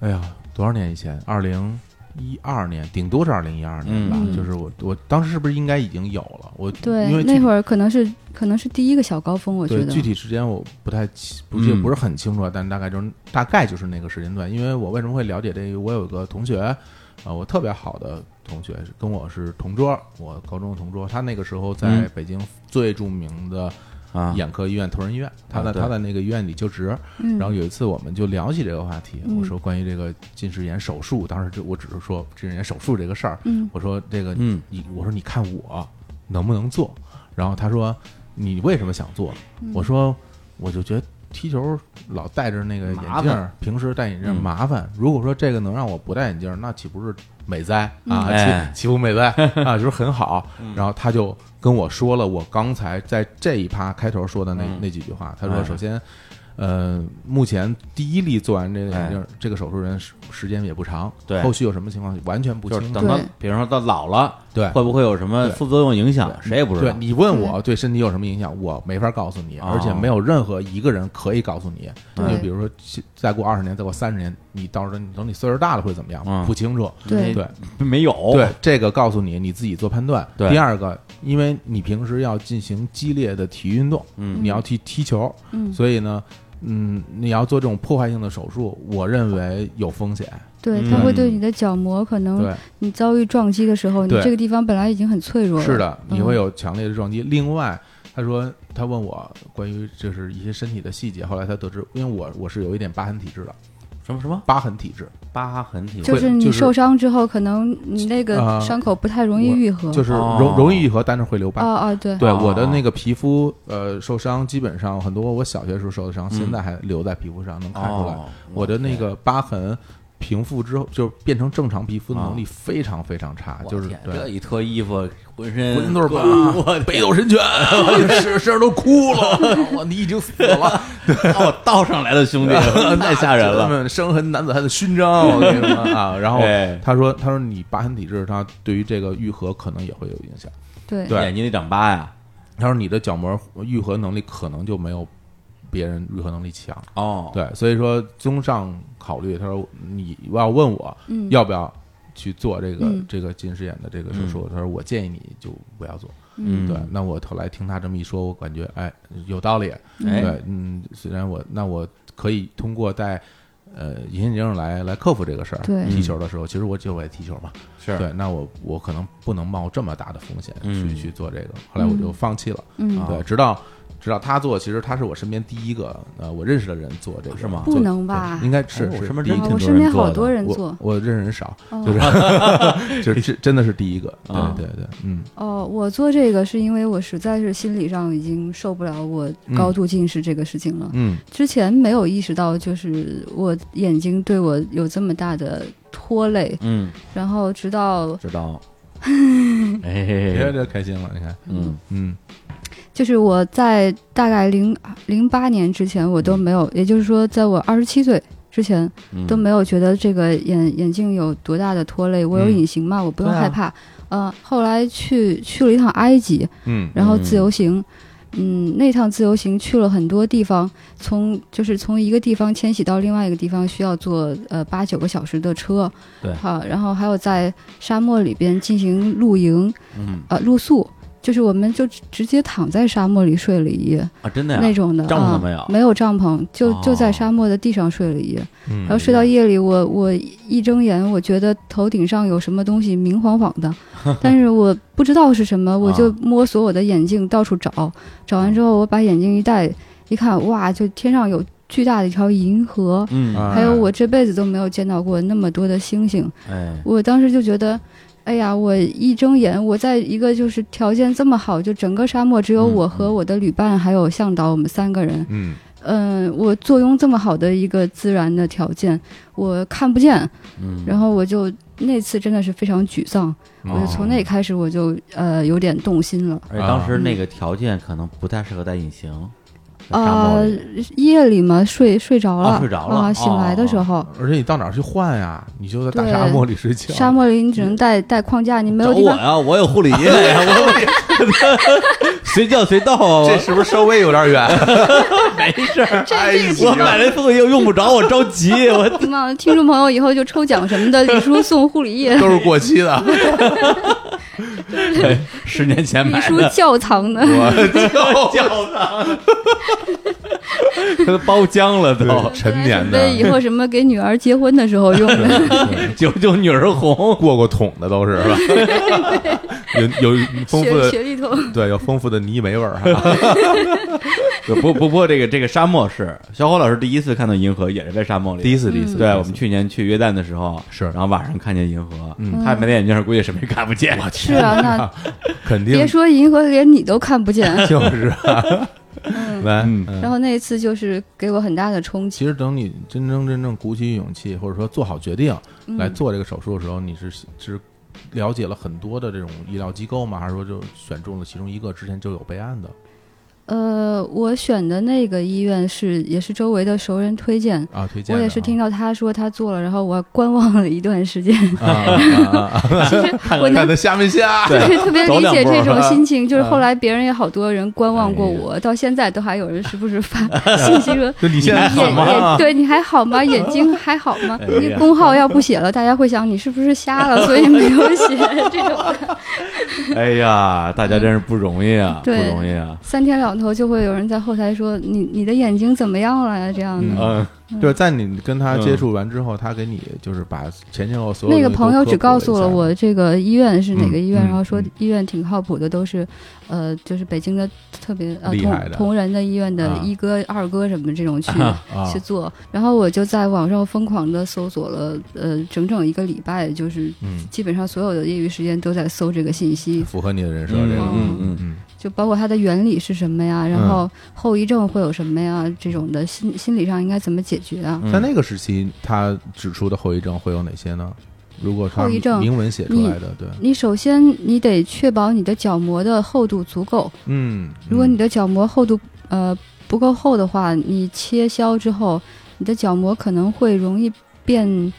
[SPEAKER 2] 哎呀，多少年以前？二零一二年，顶多是二零一二年吧。
[SPEAKER 3] 嗯
[SPEAKER 2] 就是我，我当时是不是应该已经有了？我因
[SPEAKER 3] 对，
[SPEAKER 2] 为
[SPEAKER 3] 那
[SPEAKER 2] 儿
[SPEAKER 3] 会儿可能是可能是第一个小高峰，我觉
[SPEAKER 2] 对
[SPEAKER 3] 得
[SPEAKER 2] 具体时间我不太清不记
[SPEAKER 1] 嗯
[SPEAKER 2] 不是很清楚啊了，但大概就是大概就是那个时间段。因为我为什么会了解这个？我有个同学，啊、我特别好的同学是跟我是同桌，我高中的同桌，他那个时候在
[SPEAKER 1] 嗯
[SPEAKER 2] 北京最著名的。
[SPEAKER 1] 啊，
[SPEAKER 2] 眼科医院、同仁医院，他
[SPEAKER 1] 啊
[SPEAKER 2] 在
[SPEAKER 1] 对
[SPEAKER 2] 他在那个医院里就职。
[SPEAKER 3] 嗯
[SPEAKER 2] 然后有一次我们就聊起这个话题，
[SPEAKER 3] 嗯
[SPEAKER 2] 我说关于这个近视眼手术，当时就我只是说近视眼手术这个事儿，
[SPEAKER 3] 嗯
[SPEAKER 2] 我说这个
[SPEAKER 1] 嗯
[SPEAKER 2] 你，我说你看我能不能做？然后他说你为什么想做？
[SPEAKER 1] 嗯
[SPEAKER 2] 我说我就觉得。踢球老戴着那个眼
[SPEAKER 1] 麻
[SPEAKER 2] 镜
[SPEAKER 1] 烦
[SPEAKER 2] 儿，平时戴眼镜儿
[SPEAKER 1] 嗯
[SPEAKER 2] 麻烦。如果说这个能让我不戴眼镜儿，那岂不是美哉啊？岂
[SPEAKER 1] 哎嗯
[SPEAKER 2] 岂不 美哉啊？就是很好。然后他就跟我说了我刚才在这一趴开头说的那、
[SPEAKER 1] 嗯
[SPEAKER 2] 那几句话。他
[SPEAKER 1] 哎
[SPEAKER 2] 说，首先，呃，目前第一例做完这个眼镜、这个手术人是时间也不长，
[SPEAKER 1] 哎对
[SPEAKER 2] 后续有什么情况完全不
[SPEAKER 1] 就
[SPEAKER 2] 清
[SPEAKER 1] 是
[SPEAKER 2] 楚。
[SPEAKER 1] 等到
[SPEAKER 3] 对，
[SPEAKER 1] 比如说到老了，
[SPEAKER 2] 对
[SPEAKER 1] 会不会有什么
[SPEAKER 2] 对
[SPEAKER 1] 副作用影响，谁也不知
[SPEAKER 2] 对
[SPEAKER 1] 道。
[SPEAKER 2] 你问我对身体有什么影响，我没法告诉你，
[SPEAKER 1] 哦
[SPEAKER 2] 而且没有任何一个人可以告诉你。
[SPEAKER 3] 对
[SPEAKER 2] 就比如说，现再过二十年，再过三十年，你到时候你等你岁数大了会怎么样
[SPEAKER 1] 嗯？
[SPEAKER 2] 不清楚。
[SPEAKER 3] 对
[SPEAKER 2] 对
[SPEAKER 1] 没有，
[SPEAKER 2] 对，这个告诉你你自己做判断。
[SPEAKER 1] 对
[SPEAKER 2] 第二个，因为你平时要进行激烈的体育运动，
[SPEAKER 1] 嗯
[SPEAKER 2] 你要去踢球，
[SPEAKER 3] 嗯
[SPEAKER 2] 所以呢，嗯，你要做这种破坏性的手术，我认为有风险。
[SPEAKER 3] 对，
[SPEAKER 1] 嗯
[SPEAKER 3] 它会对你的角膜，可能
[SPEAKER 2] 对，
[SPEAKER 3] 你遭遇撞击的时候，你
[SPEAKER 2] 对
[SPEAKER 3] 这个地方本来已经很脆弱了。
[SPEAKER 2] 是，的，
[SPEAKER 3] 嗯
[SPEAKER 2] 你会有强烈的撞击。另外，他说他问我关于就是一些身体的细节，后来他得知，因为我我是有一点疤痕体质的，
[SPEAKER 1] 什么什么
[SPEAKER 2] 疤痕体质，
[SPEAKER 1] 疤痕体，
[SPEAKER 3] 就
[SPEAKER 2] 会
[SPEAKER 3] 是你
[SPEAKER 2] 就是
[SPEAKER 3] 受伤之后，可能你那个
[SPEAKER 2] 啊
[SPEAKER 3] 伤口不太容易
[SPEAKER 2] 我
[SPEAKER 3] 愈合。
[SPEAKER 2] 就是
[SPEAKER 1] 哦
[SPEAKER 2] 容容易愈合，但是会留疤。
[SPEAKER 3] 哦哦，对，
[SPEAKER 2] 对
[SPEAKER 1] 哦
[SPEAKER 2] 我的那个皮肤，呃，受伤基本上很多，我小学时候受的伤，
[SPEAKER 1] 嗯
[SPEAKER 2] 现在还留在皮肤上，能看出来。
[SPEAKER 1] 哦
[SPEAKER 2] 我的那个疤痕平复之后，就变成正常皮肤的能力非常非常差，
[SPEAKER 1] 我
[SPEAKER 2] 就是
[SPEAKER 1] 天
[SPEAKER 2] 对
[SPEAKER 1] 这一脱衣服，浑身
[SPEAKER 2] 浑身都是疤
[SPEAKER 1] 我，
[SPEAKER 2] 北斗神拳，身身上都哭了， 我你已经死了，
[SPEAKER 1] 倒倒上来了，兄 弟，太吓人了。
[SPEAKER 2] 了，生痕男子汉的勋章，我跟你 说啊。然后
[SPEAKER 1] 哎
[SPEAKER 2] 他说，他说你疤痕体质，他对于这个愈合可能也会有影响。
[SPEAKER 3] 对
[SPEAKER 2] 对
[SPEAKER 1] 眼睛里长疤呀，
[SPEAKER 2] 他说你的角膜愈合能力可能就没有别人愈合能力强。
[SPEAKER 1] 哦，
[SPEAKER 2] 对，所以说综上考虑，他说你要问我、
[SPEAKER 3] 嗯
[SPEAKER 2] 要不要去做这个、
[SPEAKER 3] 嗯
[SPEAKER 2] 这个近视眼的这个手术，他说我建议你就不要做。
[SPEAKER 1] 嗯，
[SPEAKER 2] 对，那我后来听他这么一说，我感觉哎有道理。
[SPEAKER 1] 哎
[SPEAKER 2] 对，嗯，虽然我那我可以通过在呃隐形眼镜上来来克服这个事儿。
[SPEAKER 3] 对
[SPEAKER 2] 踢球的时候，其实我就爱踢球嘛。
[SPEAKER 1] 是
[SPEAKER 2] 对，那我我可能不能冒这么大的风险去、
[SPEAKER 1] 嗯
[SPEAKER 2] 去做这个，后来我就放弃了。
[SPEAKER 3] 嗯
[SPEAKER 1] 啊，
[SPEAKER 2] 对，直到直到他做，其实他是我身边第一个呃我认识的人做这个，
[SPEAKER 1] 是吗
[SPEAKER 2] 做
[SPEAKER 3] 不能吧
[SPEAKER 2] 对应该是
[SPEAKER 1] 哎我
[SPEAKER 2] 是
[SPEAKER 1] 身边
[SPEAKER 2] 第一
[SPEAKER 1] 真
[SPEAKER 3] 啊
[SPEAKER 1] 挺多人
[SPEAKER 2] 个
[SPEAKER 3] 我身边
[SPEAKER 1] 做
[SPEAKER 3] 好
[SPEAKER 1] 的
[SPEAKER 3] 多人
[SPEAKER 2] 我
[SPEAKER 3] 做。
[SPEAKER 2] 我认识人少，
[SPEAKER 3] 哦
[SPEAKER 2] 就是就是 真真的是第一个，对
[SPEAKER 1] 啊
[SPEAKER 2] 对对，嗯
[SPEAKER 3] 哦，我做这个是因为我实在是心理上已经受不了我高度近视这个事情了。
[SPEAKER 2] 嗯
[SPEAKER 3] 之前没有意识到，就是我眼睛对我有这么大的拖累，
[SPEAKER 1] 嗯，
[SPEAKER 3] 然后直到
[SPEAKER 1] 知道，
[SPEAKER 2] 这
[SPEAKER 1] 哎，
[SPEAKER 2] 这开心了，你看，
[SPEAKER 1] 嗯
[SPEAKER 2] 嗯
[SPEAKER 3] 就是我在大概零零八年之前，我都没有，也就是说，在我二十七岁之前
[SPEAKER 1] 嗯
[SPEAKER 3] 都没有觉得这个眼眼镜有多大的拖累。我有
[SPEAKER 1] 嗯
[SPEAKER 3] 隐形嘛，我不用
[SPEAKER 1] 啊
[SPEAKER 3] 害怕。呃，后来去去了一趟埃及，
[SPEAKER 2] 嗯
[SPEAKER 3] 然后自由行，嗯，那趟自由行去了很多地方，从就是从一个地方迁徙到另外一个地方需要坐呃八九个小时的车，
[SPEAKER 1] 对
[SPEAKER 3] 好，然后还有在沙漠里边进行露营，
[SPEAKER 1] 嗯
[SPEAKER 3] 呃露宿。就是我们就直直接躺在沙漠里睡了一夜，
[SPEAKER 1] 啊，真的呀
[SPEAKER 3] 那，种的
[SPEAKER 1] 帐篷
[SPEAKER 3] 啊
[SPEAKER 1] 没有
[SPEAKER 3] 没有帐篷，就就
[SPEAKER 1] 哦
[SPEAKER 3] 在沙漠的地上睡了一夜。然后
[SPEAKER 2] 嗯，
[SPEAKER 3] 睡到夜里，我我一睁眼，我觉得头顶上有什么东西明晃晃 的，但是我不知道是什么，
[SPEAKER 1] 啊
[SPEAKER 3] 我就摸索我的眼镜到处找，找完之后我把眼镜一戴，一看，哇，就天上有巨大的一条银河，
[SPEAKER 1] 嗯，
[SPEAKER 2] 啊
[SPEAKER 3] 还有我这辈子都没有见到过那么多的星星，
[SPEAKER 1] 哎，
[SPEAKER 3] 我当时就觉得。哎呀，我一睁眼，我在一个就是条件这么好，就整个沙漠只有
[SPEAKER 1] 嗯
[SPEAKER 3] 我
[SPEAKER 1] 嗯
[SPEAKER 3] 和我的旅伴还有向导，我们三个人，
[SPEAKER 2] 嗯
[SPEAKER 3] 嗯，我坐拥这么好的一个自然的条件，我看不见，
[SPEAKER 1] 嗯，哦
[SPEAKER 3] 然后我就那次真的是非常沮丧，我就从那开始我就呃有点动心了。
[SPEAKER 1] 而且当时那个条件可能不太适合戴隐形，在沙漠
[SPEAKER 3] 啊
[SPEAKER 1] 里，
[SPEAKER 3] 夜里嘛睡睡着了，
[SPEAKER 1] 啊睡着了哦
[SPEAKER 3] 啊，醒来的时候，
[SPEAKER 2] 而且你到哪儿去换呀？你就在大
[SPEAKER 3] 对
[SPEAKER 2] 沙漠里睡觉，
[SPEAKER 3] 沙漠里你只能带带框架，你没
[SPEAKER 1] 找
[SPEAKER 3] 有地
[SPEAKER 1] 我
[SPEAKER 3] 方。
[SPEAKER 1] 呀，我有护理，我 随叫随到啊，我
[SPEAKER 2] 这是不是稍微有点远？
[SPEAKER 1] 没事儿，
[SPEAKER 2] 哎，
[SPEAKER 1] 我买了东西又用不着，我着急，我
[SPEAKER 3] 希望听众朋友以后就抽奖什么 的，李叔送护理液
[SPEAKER 2] 都是过期的，
[SPEAKER 1] 十年 前
[SPEAKER 3] 李
[SPEAKER 1] 买
[SPEAKER 3] 叔
[SPEAKER 1] 的，
[SPEAKER 3] 窖藏的。
[SPEAKER 2] 我就
[SPEAKER 1] 叫上， 他都包浆了
[SPEAKER 2] 对
[SPEAKER 1] 都，
[SPEAKER 2] 陈年
[SPEAKER 3] 对，以
[SPEAKER 2] 的，
[SPEAKER 3] 后什么给女儿结婚的时候 用的。
[SPEAKER 1] 九九女儿红，
[SPEAKER 2] 过过桶的都是，是吧？有有 丰富
[SPEAKER 3] 学
[SPEAKER 2] 的
[SPEAKER 3] 学历头，
[SPEAKER 2] 对，有丰富的泥煤味儿哈。
[SPEAKER 1] 不不过这个这个沙漠是小火老师第一次看到银河，也是在沙漠里，
[SPEAKER 2] 第一次，第一次，
[SPEAKER 3] 嗯
[SPEAKER 1] 对我们去年去约旦的时候
[SPEAKER 2] 是
[SPEAKER 1] 然后晚上看见银河，
[SPEAKER 2] 嗯
[SPEAKER 1] 他也没戴眼镜，估计什么也看不见。我
[SPEAKER 3] 是啊， 那
[SPEAKER 2] 肯定
[SPEAKER 3] 别说银河，连你都看不见。
[SPEAKER 2] 就是啊，来，
[SPEAKER 1] 嗯
[SPEAKER 2] 嗯
[SPEAKER 3] 然后那一次就是给我很大的冲击。
[SPEAKER 2] 其实等你真真正正鼓起勇气，或者说做好决定
[SPEAKER 3] 嗯
[SPEAKER 2] 来做这个手术的时候，你是是了解了很多的这种医疗机构吗？还是说就选中了其中一个？之前就有备案的？
[SPEAKER 3] 呃，我选的那个医院是也是周围的熟人推荐，
[SPEAKER 2] 啊，推荐
[SPEAKER 3] 我
[SPEAKER 2] 的
[SPEAKER 3] 也
[SPEAKER 2] 啊
[SPEAKER 3] 是听到他说他做了，然后我观望了一段时间，
[SPEAKER 2] 啊啊 啊啊
[SPEAKER 3] 其实 我能
[SPEAKER 2] 看他瞎没 瞎，
[SPEAKER 3] 就是特别理解这种心情，就是
[SPEAKER 2] 嗯哎
[SPEAKER 3] 后来别人也好多人观望过我，到现在都还有人时不时发 信息说。
[SPEAKER 2] 就你 现在
[SPEAKER 3] 眼
[SPEAKER 2] 好
[SPEAKER 3] 眼
[SPEAKER 2] 吗？
[SPEAKER 3] 对你还 好吗？眼睛还好吗？
[SPEAKER 6] 哎呀
[SPEAKER 3] 你公号要不写了，大家会想你是不是瞎 了，所以没有写这种。
[SPEAKER 6] 哎呀，大家真是不容易啊，不
[SPEAKER 3] 对
[SPEAKER 6] 容易啊。
[SPEAKER 3] 三天两头就会有人在后台说你你的眼睛怎么样了呀？这样的。
[SPEAKER 6] 嗯，
[SPEAKER 2] 就是在你跟他接触完之后，他给你就是把前前后后所有
[SPEAKER 3] 那
[SPEAKER 2] 的
[SPEAKER 3] 个
[SPEAKER 2] 东西
[SPEAKER 3] 朋
[SPEAKER 2] 都
[SPEAKER 3] 友
[SPEAKER 2] 科
[SPEAKER 3] 只
[SPEAKER 2] 普
[SPEAKER 3] 告诉
[SPEAKER 2] 一
[SPEAKER 3] 了
[SPEAKER 2] 下
[SPEAKER 3] 我这个医院是哪个医院，
[SPEAKER 2] 嗯
[SPEAKER 3] 然后说
[SPEAKER 2] 嗯
[SPEAKER 3] 医院挺靠谱的，都是，呃，就是北京的特别呃
[SPEAKER 2] 厉
[SPEAKER 3] 同
[SPEAKER 2] 害的
[SPEAKER 3] 同仁的医院的
[SPEAKER 2] 啊
[SPEAKER 3] 一哥、二哥什么这种去、
[SPEAKER 2] 啊
[SPEAKER 3] 去做。然后我就在网上疯狂的搜索了，呃，整整一个礼拜，就是
[SPEAKER 2] 嗯，
[SPEAKER 3] 基本上所有的业余时间都在搜这个信息，
[SPEAKER 2] 符合你的人设这
[SPEAKER 6] 嗯
[SPEAKER 2] 个，
[SPEAKER 6] 嗯嗯
[SPEAKER 2] 嗯
[SPEAKER 3] 就包括它的原理是什么呀，然
[SPEAKER 2] 嗯
[SPEAKER 3] 后后遗症会有什么呀，这种的心心理上应该怎么解决啊？
[SPEAKER 6] 嗯
[SPEAKER 2] 在那个时期，他指出的后遗症会有哪些呢？如果他
[SPEAKER 3] 后遗症
[SPEAKER 2] 明文写出来的，对，
[SPEAKER 3] 你首先你得确保你的角膜的厚度足够。
[SPEAKER 2] 嗯，
[SPEAKER 3] 如果你的角膜厚度呃不够厚的话，你切削之后，你的角膜可能会容易变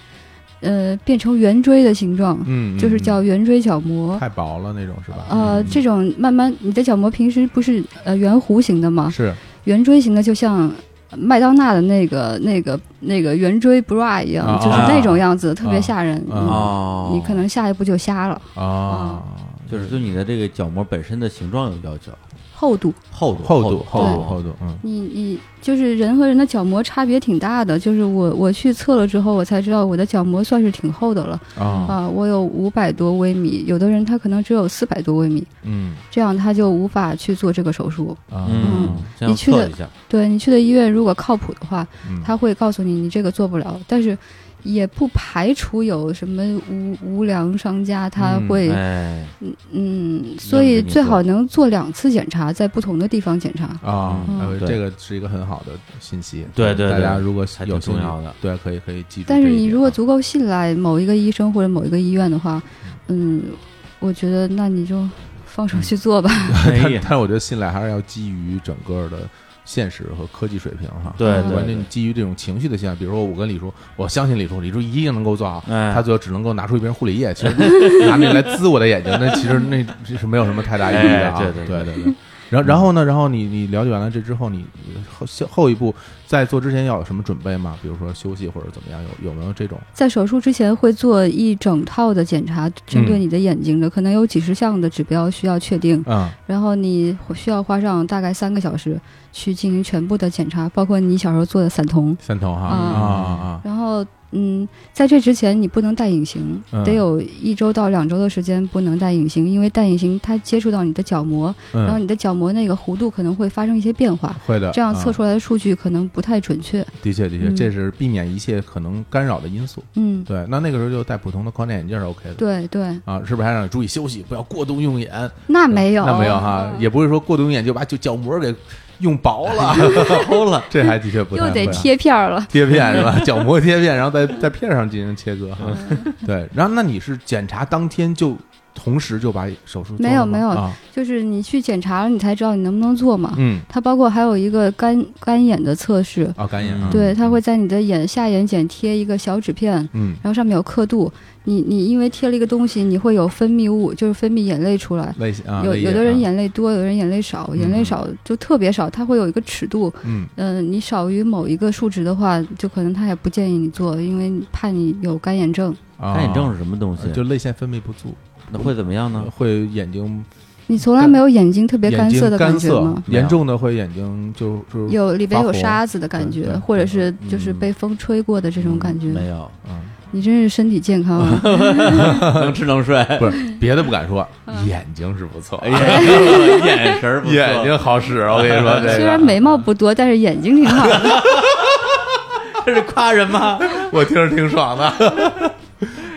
[SPEAKER 3] 呃变成圆锥的形状，
[SPEAKER 2] 嗯，嗯
[SPEAKER 3] 就是叫
[SPEAKER 2] 嗯
[SPEAKER 3] 圆锥角膜。
[SPEAKER 2] 太薄了那种是吧？
[SPEAKER 3] 呃，
[SPEAKER 2] 嗯
[SPEAKER 3] 这种慢慢，你的角膜平时不是呃圆弧形的吗？
[SPEAKER 2] 是
[SPEAKER 3] 圆锥形的就像麦当娜的那个那个那个圆锥 bra 一样，
[SPEAKER 2] 啊
[SPEAKER 3] 就是那种样子，特别吓人。
[SPEAKER 2] 啊
[SPEAKER 6] 哦
[SPEAKER 3] 嗯，你可能下一步就瞎了，
[SPEAKER 2] 啊，
[SPEAKER 6] 就是对你的这个角膜本身的形状有要求，
[SPEAKER 3] 厚度。
[SPEAKER 6] 厚度
[SPEAKER 2] 厚
[SPEAKER 6] 度
[SPEAKER 2] 度厚度
[SPEAKER 6] 厚
[SPEAKER 2] 厚度，嗯
[SPEAKER 3] 你你就是人和人的角膜差别挺大的，就是我我去测了之后，我才知道我的角膜算是挺厚的了
[SPEAKER 2] 啊
[SPEAKER 3] 啊，我有五百多微米，有的人他可能只有四百多微米，
[SPEAKER 2] 嗯
[SPEAKER 3] 这样他就无法去做这个手术。
[SPEAKER 2] 啊
[SPEAKER 6] 嗯，这样
[SPEAKER 3] 你去的
[SPEAKER 6] 测一下，
[SPEAKER 3] 对你去的医院如果靠谱的话，
[SPEAKER 2] 嗯
[SPEAKER 3] 他会告诉你你这个做不了，但是也不排除有什么无无良商家他
[SPEAKER 2] 嗯
[SPEAKER 3] 会
[SPEAKER 6] 哎，
[SPEAKER 3] 嗯，所以最好能做两次检查，在不同的地方检查。
[SPEAKER 2] 啊，
[SPEAKER 3] 嗯
[SPEAKER 2] 哎呦
[SPEAKER 6] 对
[SPEAKER 2] 这个是一个很好的信息，
[SPEAKER 6] 对对
[SPEAKER 2] 大
[SPEAKER 6] 对
[SPEAKER 2] 家如果
[SPEAKER 6] 才
[SPEAKER 2] 有
[SPEAKER 6] 挺重
[SPEAKER 2] 兴趣
[SPEAKER 6] 要的，
[SPEAKER 2] 对，可以可以记住这一
[SPEAKER 3] 但
[SPEAKER 2] 点啊。
[SPEAKER 3] 是你如果足够信赖某一个医生或者某一个医院的话，嗯，我觉得那你就放
[SPEAKER 2] 嗯
[SPEAKER 3] 手去做吧。
[SPEAKER 6] 哎
[SPEAKER 2] 但
[SPEAKER 6] 呀
[SPEAKER 2] 但是我觉得信赖还是要基于整个的现实和科技水平哈。
[SPEAKER 6] 对对
[SPEAKER 2] 关
[SPEAKER 6] 对
[SPEAKER 2] 键你基于这种情绪的信赖，比如说我跟李叔，我相信李叔，李叔一定能够做好，
[SPEAKER 6] 哎
[SPEAKER 2] 他最后只能够拿出一瓶护理液，其实那 拿那来滋我的眼睛，那其实那这是没有什么太大意义的啊。
[SPEAKER 6] 哎
[SPEAKER 2] 对
[SPEAKER 6] 对对
[SPEAKER 2] 对对然后然后呢？然后你你了解完了这之后，你你后后一步在做之前要有什么准备吗？比如说休息或者怎么样？有有没有这种？
[SPEAKER 3] 在手术之前会做一整套的检查，针对
[SPEAKER 2] 嗯
[SPEAKER 3] 你的眼睛的，可能有几十项的指标需要确定，
[SPEAKER 2] 嗯
[SPEAKER 3] 然后你需要花上大概三个小时去进行全部的检查，包括你小时候做的散瞳。
[SPEAKER 2] 三头哈
[SPEAKER 3] 嗯
[SPEAKER 2] 啊啊
[SPEAKER 3] 然后，嗯，在这之前你不能戴隐形，
[SPEAKER 2] 嗯
[SPEAKER 3] 得有一周到两周的时间不能戴隐形，因为戴隐形它接触到你的角膜，
[SPEAKER 2] 啊！
[SPEAKER 3] 然后
[SPEAKER 2] 嗯，
[SPEAKER 3] 你的角膜那个弧度可能会发生一些变化，
[SPEAKER 2] 会的，
[SPEAKER 3] 这样
[SPEAKER 2] 啊
[SPEAKER 3] 测出来的数据可能不太准确。
[SPEAKER 2] 的确，的确，
[SPEAKER 3] 嗯
[SPEAKER 2] 这是避免一切可能干扰的因素。
[SPEAKER 3] 嗯，
[SPEAKER 2] 对，那那个时候就戴普通的框架眼镜是 OK 的。
[SPEAKER 3] 对对，
[SPEAKER 2] 啊，是不是还让你注意休息，不要过度用眼？
[SPEAKER 3] 那没有，啊嗯
[SPEAKER 2] 那没有哈，也不是说过度用眼就把就角膜给用薄了，
[SPEAKER 6] 厚了，
[SPEAKER 2] 这还的确不太
[SPEAKER 3] 哎又
[SPEAKER 2] 会
[SPEAKER 3] 得
[SPEAKER 2] 啊
[SPEAKER 3] 贴片儿了。
[SPEAKER 2] 贴片是吧？角膜贴片，然后在在片上进行切割哈。
[SPEAKER 3] 嗯
[SPEAKER 2] 对，然后那你是检查当天就同时就把手术做
[SPEAKER 3] 没有
[SPEAKER 2] 了吗
[SPEAKER 3] 没有
[SPEAKER 2] 啊，
[SPEAKER 3] 就是你去检查了，你才知道你能不能做嘛。
[SPEAKER 2] 嗯
[SPEAKER 3] 它包括还有一个干干眼的测试，
[SPEAKER 2] 啊，干眼啊，
[SPEAKER 3] 对，它会在你的眼下眼睑贴一个小纸片，
[SPEAKER 2] 嗯
[SPEAKER 3] 然后上面有刻度。你你因为贴了一个东西，你会有分泌物，就是分泌眼泪出来。
[SPEAKER 2] 泪腺啊，
[SPEAKER 3] 有
[SPEAKER 2] 泪
[SPEAKER 3] 有
[SPEAKER 2] 液
[SPEAKER 3] 的人
[SPEAKER 2] 啊
[SPEAKER 3] 眼泪多，有的人眼泪少，眼
[SPEAKER 2] 嗯
[SPEAKER 3] 泪少就特别少，它会有一个尺度，
[SPEAKER 2] 嗯
[SPEAKER 3] 嗯，你少于某一个数值的话，就可能他也不建议你做，因为怕你有干眼症。
[SPEAKER 2] 啊
[SPEAKER 6] 干眼症是什么东西？
[SPEAKER 2] 就泪腺分泌不足，
[SPEAKER 6] 那会怎么样呢？
[SPEAKER 2] 会眼睛
[SPEAKER 3] 你从来没有眼睛特别
[SPEAKER 2] 眼
[SPEAKER 3] 干
[SPEAKER 2] 睛
[SPEAKER 3] 涩的感
[SPEAKER 2] 干
[SPEAKER 3] 觉
[SPEAKER 2] 涩
[SPEAKER 3] 吗？
[SPEAKER 2] 严重的会眼睛就就是
[SPEAKER 3] 有里边
[SPEAKER 2] 发
[SPEAKER 3] 有
[SPEAKER 2] 红
[SPEAKER 3] 沙子的感
[SPEAKER 2] 对
[SPEAKER 3] 觉
[SPEAKER 2] 对，
[SPEAKER 3] 或者是就是
[SPEAKER 6] 嗯
[SPEAKER 3] 被风吹过的这种感觉。
[SPEAKER 6] 没有，
[SPEAKER 2] 嗯
[SPEAKER 3] 你真是身体健康 啊！
[SPEAKER 6] 能吃能睡，
[SPEAKER 2] 不是别的不敢说，
[SPEAKER 3] 嗯
[SPEAKER 2] 眼睛是不错，
[SPEAKER 6] 哎呀， 眼神儿不错
[SPEAKER 2] 眼睛好使，我跟你 说，这个
[SPEAKER 3] 虽然眉毛不多，但是眼睛挺好的。
[SPEAKER 6] 这 是夸人吗？
[SPEAKER 2] 我听着挺爽的。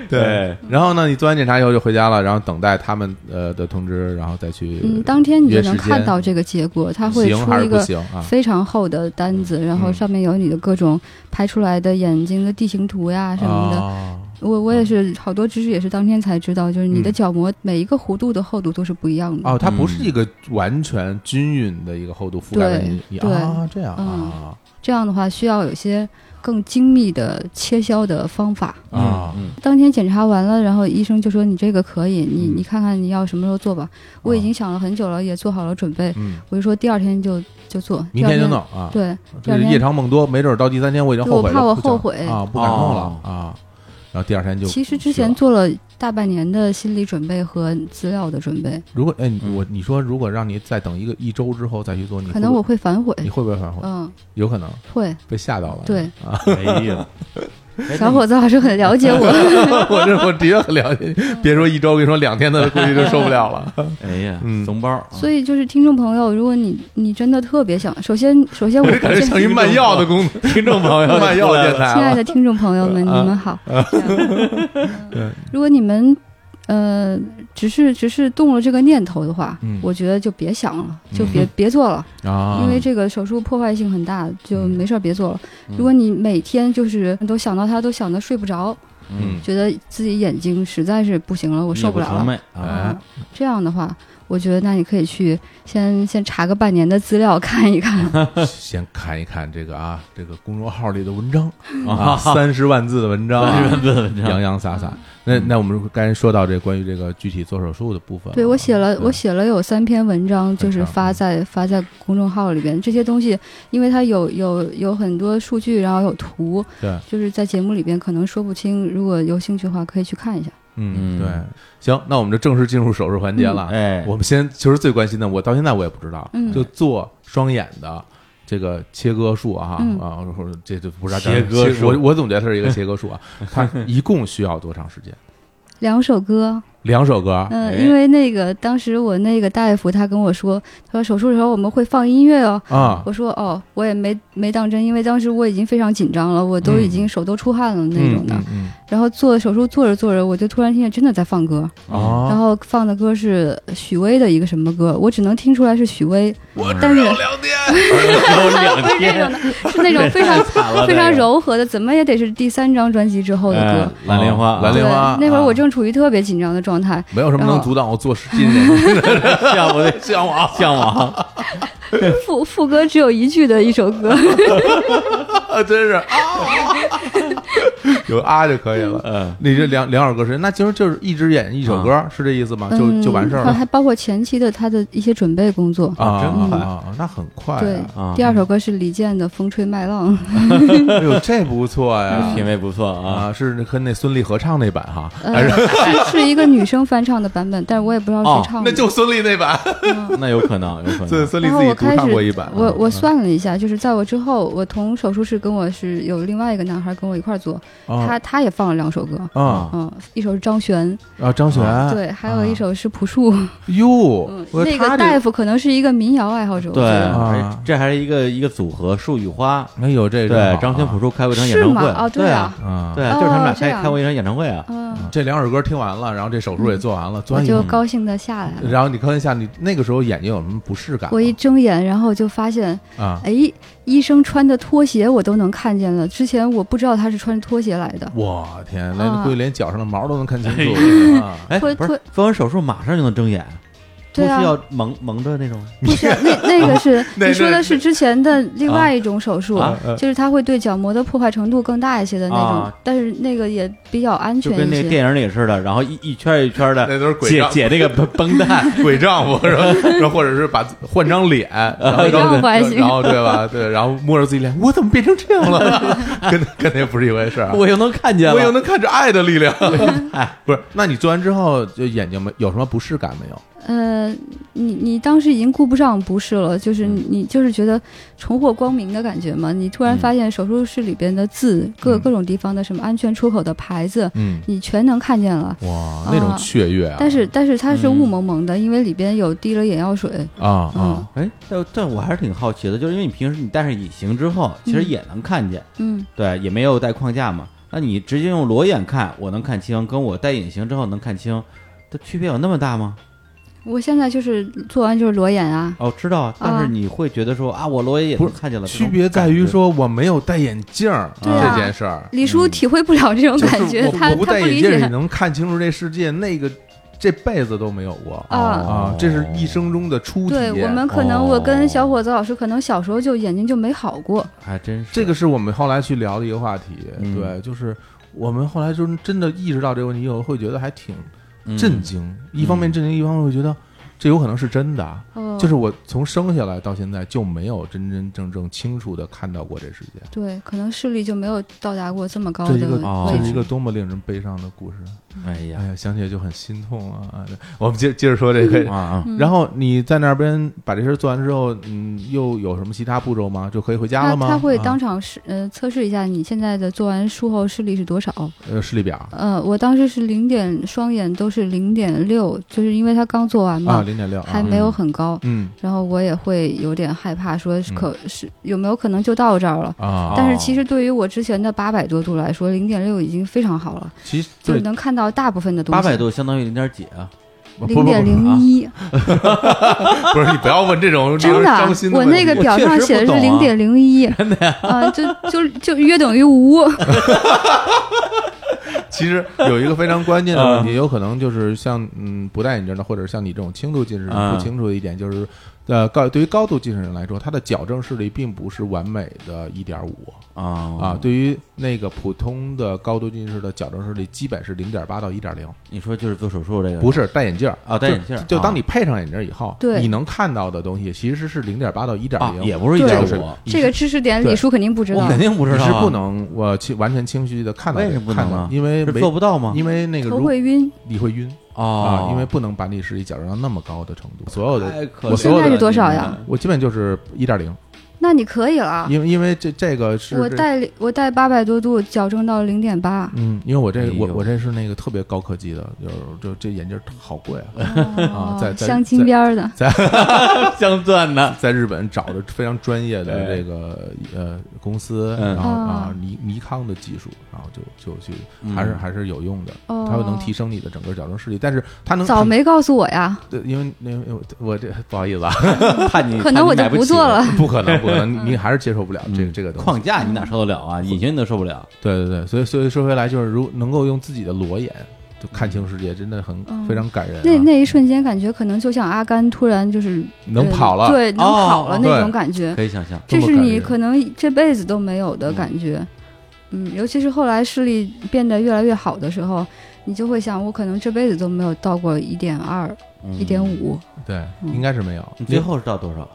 [SPEAKER 2] 对
[SPEAKER 3] 哎
[SPEAKER 6] 对，
[SPEAKER 2] 然后呢，你做完检查以后就回家了，然后等待他们呃的通知，然后再去
[SPEAKER 3] 嗯，当天你就
[SPEAKER 2] 约时
[SPEAKER 3] 能
[SPEAKER 2] 间
[SPEAKER 3] 看到这个结果，它会
[SPEAKER 2] 行还
[SPEAKER 3] 出
[SPEAKER 2] 是
[SPEAKER 3] 一
[SPEAKER 2] 不
[SPEAKER 3] 个
[SPEAKER 2] 行啊？
[SPEAKER 3] 非常厚的单子，然后
[SPEAKER 2] 嗯
[SPEAKER 3] 上面有你的各种拍出来的眼睛的地形图呀什么的。
[SPEAKER 2] 哦
[SPEAKER 3] 我我也是好多知识也是当天才知道，就是你
[SPEAKER 2] 嗯
[SPEAKER 3] 的角膜每一个弧度的厚度都是不一样的。
[SPEAKER 2] 哦，它不是一个完全均匀的一个厚度覆盖在你你
[SPEAKER 3] 嗯对嗯
[SPEAKER 2] 啊这样啊
[SPEAKER 3] 这样的话需要有些更精密的切削的方法。
[SPEAKER 2] 啊
[SPEAKER 6] 嗯
[SPEAKER 3] 当天检查完了，然后医生就说你这个可以，你
[SPEAKER 2] 嗯
[SPEAKER 3] 你看看你要什么时候做吧。我已
[SPEAKER 2] 啊
[SPEAKER 3] 经想了很久了，也做好了准备，
[SPEAKER 2] 嗯，
[SPEAKER 3] 我就说第二天就就做，
[SPEAKER 2] 明天就
[SPEAKER 3] 第
[SPEAKER 2] 弄
[SPEAKER 3] 二
[SPEAKER 2] 啊，
[SPEAKER 3] 天。
[SPEAKER 2] 这是夜长梦多，没准儿到第三天我已经
[SPEAKER 3] 对，
[SPEAKER 2] 后
[SPEAKER 3] 我
[SPEAKER 2] 悔了，
[SPEAKER 3] 怕我
[SPEAKER 2] 不想
[SPEAKER 3] 后悔。
[SPEAKER 2] 啊，不敢弄了
[SPEAKER 6] 哦
[SPEAKER 2] 啊，然后第二天就
[SPEAKER 3] 对，其实之
[SPEAKER 2] 去了
[SPEAKER 3] 前做了大半年的心理准备和资料的准备，
[SPEAKER 2] 如果哎，你
[SPEAKER 6] 嗯
[SPEAKER 2] 我你说如果让你再等一个一周之后再去做，你
[SPEAKER 3] 可能
[SPEAKER 2] 会
[SPEAKER 3] 我
[SPEAKER 2] 不
[SPEAKER 3] 会反悔
[SPEAKER 2] 会。你哎会不会反悔？
[SPEAKER 3] 嗯，
[SPEAKER 2] 有可能
[SPEAKER 3] 会。
[SPEAKER 2] 被吓到了。
[SPEAKER 3] 对
[SPEAKER 2] 啊，
[SPEAKER 6] 嗯
[SPEAKER 1] 哎呀，
[SPEAKER 2] 哎
[SPEAKER 3] 小伙子还是很了解 我。
[SPEAKER 2] 我这我的确很了解你，
[SPEAKER 3] 嗯
[SPEAKER 2] 别说一周，跟你说两天的估计就受不了了。
[SPEAKER 6] 哎呀
[SPEAKER 2] 嗯，
[SPEAKER 6] 怂包儿，
[SPEAKER 3] 所以就是听众朋友，如果你你真的特别想，首先首先我
[SPEAKER 2] 感觉像一卖药的工作，
[SPEAKER 6] 听众朋友
[SPEAKER 2] 卖药电
[SPEAKER 3] 亲爱
[SPEAKER 2] 台了。啊
[SPEAKER 3] 的听众朋友 们，你们好。嗯如果你们呃只是只是动了这个念头的话
[SPEAKER 2] 嗯，
[SPEAKER 3] 我觉得就别想了，就别别做了，
[SPEAKER 2] 啊
[SPEAKER 3] 因为这个手术破坏性很大，就没事儿别做了
[SPEAKER 6] 嗯。
[SPEAKER 3] 如果你每天就是都想到它，都想得睡不着，
[SPEAKER 6] 嗯，
[SPEAKER 3] 觉得自己眼睛实在是不行了，我受不了
[SPEAKER 6] 你也
[SPEAKER 3] 了。
[SPEAKER 6] 不常卖啊，
[SPEAKER 2] 哎
[SPEAKER 3] 啊，这样的话，我觉得那你可以去先先查个半年的资料 看一看。
[SPEAKER 2] 先看一看这个啊，这个公众号里的文 章啊，三十万字的文章啊，
[SPEAKER 6] 日本文 章
[SPEAKER 2] 洋洋洒
[SPEAKER 6] 嗯
[SPEAKER 2] 洒。那那我们刚才说到这关于这个具体做手术的部分了，啊
[SPEAKER 3] 对我写了，
[SPEAKER 2] 对
[SPEAKER 3] 我写了有三篇文章，就是发在发在公众号里边。这些东西，因为它有有有很多数据，然后有图，
[SPEAKER 2] 对，
[SPEAKER 3] 就是在节目里边可能说不清。如果有兴趣的话，可以去看一下。
[SPEAKER 2] 嗯
[SPEAKER 6] 嗯
[SPEAKER 2] 对，行，那我们就正式进入手术环节了。
[SPEAKER 6] 哎，
[SPEAKER 2] 我们先其实最关心的，我到现在我也不知道，
[SPEAKER 3] 嗯
[SPEAKER 2] 就做双眼的这个切割术啊、
[SPEAKER 3] 嗯
[SPEAKER 2] 啊，或者这就不是
[SPEAKER 6] 切割术
[SPEAKER 2] 我我总觉得它是一个切割术啊。它一共需要多长时间？
[SPEAKER 3] 两首歌，
[SPEAKER 2] 两首歌，
[SPEAKER 3] 嗯、
[SPEAKER 6] 哎
[SPEAKER 3] 因为那个当时我那个大夫他跟我说，他说手术的时候我们会放音乐哦。
[SPEAKER 2] 啊，
[SPEAKER 3] 我说哦，我也没没当真，因为当时我已经非常紧张了，我都已经手都出汗了那种的。
[SPEAKER 2] 嗯嗯
[SPEAKER 3] 然后做手术做着做着，我就突然听见真的在放歌，
[SPEAKER 2] 嗯啊
[SPEAKER 3] 然后放的歌是许巍的一个什么歌，我只能听出来是许巍，但是
[SPEAKER 6] 有两
[SPEAKER 3] 那
[SPEAKER 6] 天
[SPEAKER 3] 种的是那种非常
[SPEAKER 6] 惨了，
[SPEAKER 3] 非常
[SPEAKER 6] 这个
[SPEAKER 3] 柔和的，怎么也得是第三张专辑之后的歌。
[SPEAKER 6] 哎蓝莲花，
[SPEAKER 2] 蓝
[SPEAKER 3] 对，
[SPEAKER 2] 莲花
[SPEAKER 3] 那会儿
[SPEAKER 2] 啊
[SPEAKER 3] 我正处于特别紧张的状态，
[SPEAKER 2] 没有什么能阻挡我做事情 的
[SPEAKER 6] 花，像我的
[SPEAKER 2] 向往。
[SPEAKER 6] 向 往，
[SPEAKER 3] 副副歌只有一句的一首歌，
[SPEAKER 2] 啊，真是啊， 有啊就可以了。
[SPEAKER 6] 嗯，
[SPEAKER 2] 那这两两首歌是，那其实就是一只眼一首歌，是这意思吗？啊就
[SPEAKER 3] 嗯，
[SPEAKER 2] 就完事儿
[SPEAKER 3] 还
[SPEAKER 2] 了
[SPEAKER 3] 还包括前期的他的一些准备工作。
[SPEAKER 2] 啊啊
[SPEAKER 6] 真快
[SPEAKER 2] 啊啊那很快
[SPEAKER 3] 嗯对
[SPEAKER 2] 啊！，
[SPEAKER 6] 啊
[SPEAKER 3] 第二首歌是李健的《风吹麦浪》，
[SPEAKER 2] 哎呦，这不 错呀！
[SPEAKER 6] 品味不错啊，
[SPEAKER 2] 啊，是跟那孙俪合唱那版哈，
[SPEAKER 3] 呃，是是一个女生翻唱的版本，但是我也不知道
[SPEAKER 6] 哦
[SPEAKER 3] 谁唱的。
[SPEAKER 2] 孙俪 那版，
[SPEAKER 6] 那有可能，有可能，
[SPEAKER 2] 孙孙俪
[SPEAKER 3] 然后
[SPEAKER 2] 自己
[SPEAKER 3] 我
[SPEAKER 2] 独
[SPEAKER 3] 开
[SPEAKER 2] 唱
[SPEAKER 3] 始
[SPEAKER 2] 过一版。
[SPEAKER 3] 我我
[SPEAKER 2] 嗯
[SPEAKER 3] 算了一下，就是在我之后，我同手术室跟我是有另外一个男孩跟我一块儿做，
[SPEAKER 2] 哦
[SPEAKER 3] 他他也放了两首歌，
[SPEAKER 2] 啊
[SPEAKER 3] 嗯，一首是张悬，
[SPEAKER 2] 啊，张悬啊
[SPEAKER 3] 对，还有一首是朴树，
[SPEAKER 2] 哟
[SPEAKER 3] 嗯，
[SPEAKER 2] 我
[SPEAKER 3] 那
[SPEAKER 2] 啊他
[SPEAKER 3] 个
[SPEAKER 2] 这
[SPEAKER 3] 大夫可能是一个民谣爱好者，我觉
[SPEAKER 6] 对，
[SPEAKER 3] 得
[SPEAKER 2] 啊
[SPEAKER 6] 哎这还是一个一个组合，树与花，
[SPEAKER 2] 哎呦，这真好
[SPEAKER 6] 对
[SPEAKER 2] 啊，
[SPEAKER 6] 张悬朴树开过一场演
[SPEAKER 3] 是
[SPEAKER 6] 唱
[SPEAKER 3] 吗
[SPEAKER 6] 会？
[SPEAKER 3] 哦，
[SPEAKER 6] 对
[SPEAKER 3] 啊，，
[SPEAKER 2] 啊，
[SPEAKER 6] 对，
[SPEAKER 3] 哦
[SPEAKER 6] 就是他们俩
[SPEAKER 3] 这
[SPEAKER 6] 开
[SPEAKER 3] 样
[SPEAKER 6] 开过一场演唱会啊，
[SPEAKER 3] 嗯，
[SPEAKER 2] 这两首歌听完了，然后这手术也做完了，做
[SPEAKER 3] 我
[SPEAKER 2] 完以后
[SPEAKER 3] 就高兴的下来了。
[SPEAKER 2] 然后你看一下，你那个时候眼睛有什么不适感吗？
[SPEAKER 3] 我一睁眼，然后就发现，
[SPEAKER 2] 啊，
[SPEAKER 3] 哎，医生穿的拖鞋我都能看见了。之前我不知道他是穿着拖鞋来的，
[SPEAKER 2] 我天，那
[SPEAKER 3] 啊
[SPEAKER 2] 估计连脚上的毛都能看清楚了啊！
[SPEAKER 6] 哎，不
[SPEAKER 3] 会
[SPEAKER 6] 是
[SPEAKER 3] 会
[SPEAKER 6] 做完手术马上就能睁眼，不
[SPEAKER 3] 对
[SPEAKER 6] 是
[SPEAKER 3] 啊，
[SPEAKER 6] 要蒙蒙着那种
[SPEAKER 3] 不 是，那那个是
[SPEAKER 2] 那
[SPEAKER 3] 你说
[SPEAKER 2] 那
[SPEAKER 3] 的是之前的另外一种手术，
[SPEAKER 6] 啊
[SPEAKER 2] 啊
[SPEAKER 3] 就是它会对角膜的破坏程度更大一些的那种，
[SPEAKER 6] 啊
[SPEAKER 3] 但是那个也比较安
[SPEAKER 6] 就
[SPEAKER 3] 全
[SPEAKER 6] 跟
[SPEAKER 3] 一
[SPEAKER 6] 那
[SPEAKER 3] 些。
[SPEAKER 6] 个电影里似的，然后一一圈一圈的，
[SPEAKER 2] 那都是鬼啊杖
[SPEAKER 6] 解解那 个绷绷带，
[SPEAKER 2] 鬼丈夫，然后然后或者是把换张脸，然后
[SPEAKER 3] 鬼丈夫还
[SPEAKER 2] 然后
[SPEAKER 3] 行
[SPEAKER 2] 然后对吧？对，然后摸着自己脸，我怎么变成这样了？ 跟跟那不是一回事儿啊。
[SPEAKER 6] 我又能看见了，
[SPEAKER 2] 我又能看着爱的力 量，不是？那你做完之后，就眼睛没有什么不适感没有？
[SPEAKER 3] 呃，你你当时已经顾不上不适了，就是
[SPEAKER 6] 嗯
[SPEAKER 3] 你就是觉得重获光明的感觉嘛。你突然
[SPEAKER 6] 嗯
[SPEAKER 3] 发现手术室里边的字，各
[SPEAKER 2] 嗯
[SPEAKER 3] 各种地方的什么安全出口的牌子，
[SPEAKER 2] 嗯，
[SPEAKER 3] 你全能看见了。
[SPEAKER 2] 哇，那种雀跃啊！嗯
[SPEAKER 3] 但是但是它是雾蒙蒙的，因为里边有滴了眼药水。
[SPEAKER 2] 啊啊
[SPEAKER 3] 嗯，
[SPEAKER 6] 哎，但但我还是挺好奇的，就是因为你平时你戴上隐形之后，其实
[SPEAKER 3] 嗯
[SPEAKER 6] 也能看见，
[SPEAKER 3] 嗯，
[SPEAKER 6] 对，也没有戴框架嘛。那你直接用裸眼看，我能看清，跟我戴隐形之后能看清，它区别有那么大吗？
[SPEAKER 3] 我现在就是做完就是裸眼啊，
[SPEAKER 1] 哦，知道啊，但
[SPEAKER 3] 啊
[SPEAKER 1] 是你会觉得说啊，我罗爷也
[SPEAKER 2] 不
[SPEAKER 1] 能
[SPEAKER 2] 是
[SPEAKER 1] 看见了，
[SPEAKER 2] 区别在于，说我没有戴眼镜儿
[SPEAKER 3] 对啊
[SPEAKER 2] 这件事儿，
[SPEAKER 3] 李叔体会不了这种
[SPEAKER 2] 嗯就是
[SPEAKER 3] 感觉，
[SPEAKER 2] 我
[SPEAKER 3] 他
[SPEAKER 2] 我不
[SPEAKER 3] 他
[SPEAKER 2] 戴
[SPEAKER 3] 不
[SPEAKER 2] 眼
[SPEAKER 3] 理
[SPEAKER 2] 镜儿也
[SPEAKER 3] 解
[SPEAKER 2] 能看清楚这世界，那个这辈子都没有过
[SPEAKER 3] 啊
[SPEAKER 6] 哦
[SPEAKER 2] 啊，这是一生中的初体
[SPEAKER 3] 对
[SPEAKER 2] 验。
[SPEAKER 3] 我们可能，我跟小伙子老师可能小时候就眼睛就没好过，
[SPEAKER 1] 还真是
[SPEAKER 2] 这个是我们后来去聊的一个话题，
[SPEAKER 1] 嗯
[SPEAKER 2] 对，就是我们后来就是真的意识到这个问题以后，会觉得还挺
[SPEAKER 1] 嗯
[SPEAKER 2] 震惊。一方面震惊，一方面会觉得这有可能是真的。啊
[SPEAKER 1] 嗯
[SPEAKER 3] 哦，
[SPEAKER 2] 就是我从生下来到现在就没有真真正正清楚的看到过这世界，
[SPEAKER 3] 对，可能视力就没有到达过这么高的
[SPEAKER 2] 这一个
[SPEAKER 3] 位
[SPEAKER 1] 哦
[SPEAKER 2] 这
[SPEAKER 3] 置
[SPEAKER 2] 是一个多么令人悲伤的故事。
[SPEAKER 1] 哎呀
[SPEAKER 2] 哎呀，想起来就很心痛啊！啊对我们接接着说这个
[SPEAKER 1] 啊啊，
[SPEAKER 3] 嗯
[SPEAKER 2] 然后你在那边把这事儿做完之后，嗯，又有什么其他步骤吗？就可以回家
[SPEAKER 3] 他
[SPEAKER 2] 了吗？
[SPEAKER 3] 他会
[SPEAKER 2] 啊
[SPEAKER 3] 当场试呃测试一下你现在的做完术后视力是多少。
[SPEAKER 2] 呃视力表
[SPEAKER 3] 呃，我当时是零点双眼都是零点六，就是因为他刚做完嘛，
[SPEAKER 2] 啊，零点六啊，
[SPEAKER 3] 嗯还没有很高。
[SPEAKER 2] 嗯
[SPEAKER 3] 然后我也会有点害怕，说是
[SPEAKER 2] 嗯
[SPEAKER 3] 可、是有没有可能就到这儿了？
[SPEAKER 2] 啊，
[SPEAKER 3] 但是其实对于我之前的八百多度来说，零点六已经非常好了，
[SPEAKER 2] 其实
[SPEAKER 3] 就
[SPEAKER 2] 对
[SPEAKER 3] 能看到大部分的东
[SPEAKER 1] 八
[SPEAKER 3] 西。
[SPEAKER 1] 百度相当于零点几啊，
[SPEAKER 2] 不不
[SPEAKER 3] 零
[SPEAKER 2] 不
[SPEAKER 3] 点零一，
[SPEAKER 2] 不是你不要问这种
[SPEAKER 3] 真
[SPEAKER 2] 令人
[SPEAKER 3] 的啊
[SPEAKER 2] 伤心，的
[SPEAKER 3] 我
[SPEAKER 2] 问题
[SPEAKER 3] 那个表
[SPEAKER 1] 我
[SPEAKER 3] 上
[SPEAKER 1] 确实
[SPEAKER 3] 写
[SPEAKER 1] 不
[SPEAKER 3] 的是
[SPEAKER 1] 懂
[SPEAKER 3] 零
[SPEAKER 1] 啊
[SPEAKER 3] 点 零一，啊，就就就约等于无。
[SPEAKER 2] 其实有一个非常关 键的
[SPEAKER 1] 啊
[SPEAKER 2] 问题，有可能就是像嗯不戴眼镜的，或者像你这种轻度近视
[SPEAKER 1] 啊
[SPEAKER 2] 不清楚的一点就是。呃，高对于高度近视人来说，他的矫正视力并不是完美的一点五
[SPEAKER 1] 啊
[SPEAKER 6] 哦
[SPEAKER 2] 啊。，对于那个普通的高度近视的矫正视力，基本是零点八到一点零。
[SPEAKER 1] 你说就是做手术这个
[SPEAKER 2] 不是戴眼镜儿
[SPEAKER 1] 啊戴眼镜儿
[SPEAKER 2] 就就
[SPEAKER 1] 啊
[SPEAKER 2] 当你配上眼镜儿以后，
[SPEAKER 3] 对
[SPEAKER 2] 你能看到的东西其实是零点八到一点
[SPEAKER 1] 啊，
[SPEAKER 2] 零，
[SPEAKER 1] 也不是一
[SPEAKER 3] 对
[SPEAKER 1] 点
[SPEAKER 2] 就是
[SPEAKER 1] 五，
[SPEAKER 2] 你
[SPEAKER 3] 这个知识点
[SPEAKER 2] 对
[SPEAKER 3] 李叔肯定不知
[SPEAKER 1] 我
[SPEAKER 3] 道，
[SPEAKER 1] 肯定不知
[SPEAKER 2] 你
[SPEAKER 1] 道啊，
[SPEAKER 2] 是不能我清完全清晰的看到这
[SPEAKER 1] 为
[SPEAKER 2] 个，
[SPEAKER 1] 什么不
[SPEAKER 2] 看
[SPEAKER 1] 能
[SPEAKER 2] 到
[SPEAKER 1] 啊？
[SPEAKER 2] 因为
[SPEAKER 1] 是
[SPEAKER 2] 没
[SPEAKER 1] 做不到吗？
[SPEAKER 2] 因为那个
[SPEAKER 3] 头
[SPEAKER 2] 如
[SPEAKER 3] 会晕。
[SPEAKER 2] 你会晕
[SPEAKER 1] 哦
[SPEAKER 2] 啊，，因为不能把你视力矫正到那么高的程度，所有的
[SPEAKER 1] 太可
[SPEAKER 2] 我
[SPEAKER 1] 怜
[SPEAKER 2] 所有
[SPEAKER 1] 了
[SPEAKER 2] 的
[SPEAKER 3] 现在是多少呀？
[SPEAKER 2] 我基本就是一点零，
[SPEAKER 3] 那你可以
[SPEAKER 1] 啊
[SPEAKER 3] 了。
[SPEAKER 2] 因为因为这这个是
[SPEAKER 3] 我
[SPEAKER 2] 这
[SPEAKER 3] 带我带八百多度矫正到零点八，
[SPEAKER 2] 嗯，因为我
[SPEAKER 1] 哎
[SPEAKER 2] 这
[SPEAKER 1] 呦
[SPEAKER 2] 我我这是那个特别高科技的，就是就这眼镜儿好贵 啊，
[SPEAKER 3] 哦
[SPEAKER 2] 在在
[SPEAKER 3] 镶金边儿的，
[SPEAKER 1] 你镶钻呢，
[SPEAKER 2] 在日本找的非常专业的
[SPEAKER 1] 哎
[SPEAKER 2] 这个呃公司，
[SPEAKER 1] 嗯
[SPEAKER 2] 然后啊
[SPEAKER 3] 哦
[SPEAKER 2] 尼尼康的技术，然后就就去还是
[SPEAKER 1] 嗯
[SPEAKER 2] 还是有用的，
[SPEAKER 3] 哦
[SPEAKER 2] 它能提升你的整个矫正视力，但是它能
[SPEAKER 3] 早没告诉我呀，
[SPEAKER 2] 对因为那因为我我这不好意思啊，
[SPEAKER 1] 怕你
[SPEAKER 3] 可能我就不做。了
[SPEAKER 1] 怕你买起
[SPEAKER 2] 不可能不可能，你还是接受不了这个
[SPEAKER 1] 嗯
[SPEAKER 2] 这个东 西。
[SPEAKER 1] 框架你哪受得了啊？隐形你都受不 了，
[SPEAKER 2] 对对对，所以所以说回来就是，如能够用自己的裸眼就看清世界，真的很、
[SPEAKER 3] 嗯
[SPEAKER 2] 非常感人、啊。
[SPEAKER 3] 那那一瞬间感觉可能就像阿甘突然就是呃
[SPEAKER 2] 能跑了，哦
[SPEAKER 3] 对，能跑了那
[SPEAKER 2] 对
[SPEAKER 3] 种感觉，
[SPEAKER 1] 可以想象。
[SPEAKER 3] 这
[SPEAKER 2] 这
[SPEAKER 3] 是
[SPEAKER 2] 么感
[SPEAKER 3] 你
[SPEAKER 2] 人
[SPEAKER 3] 可能这辈子都没有的感觉。嗯，尤其是后来视力变得越来越好的时候，你就会想，我可能这辈子都没有到过一点二、
[SPEAKER 2] 嗯
[SPEAKER 3] 一点五，
[SPEAKER 2] 对，
[SPEAKER 3] 嗯
[SPEAKER 2] 应该是没有。
[SPEAKER 1] 嗯你最后是到多少？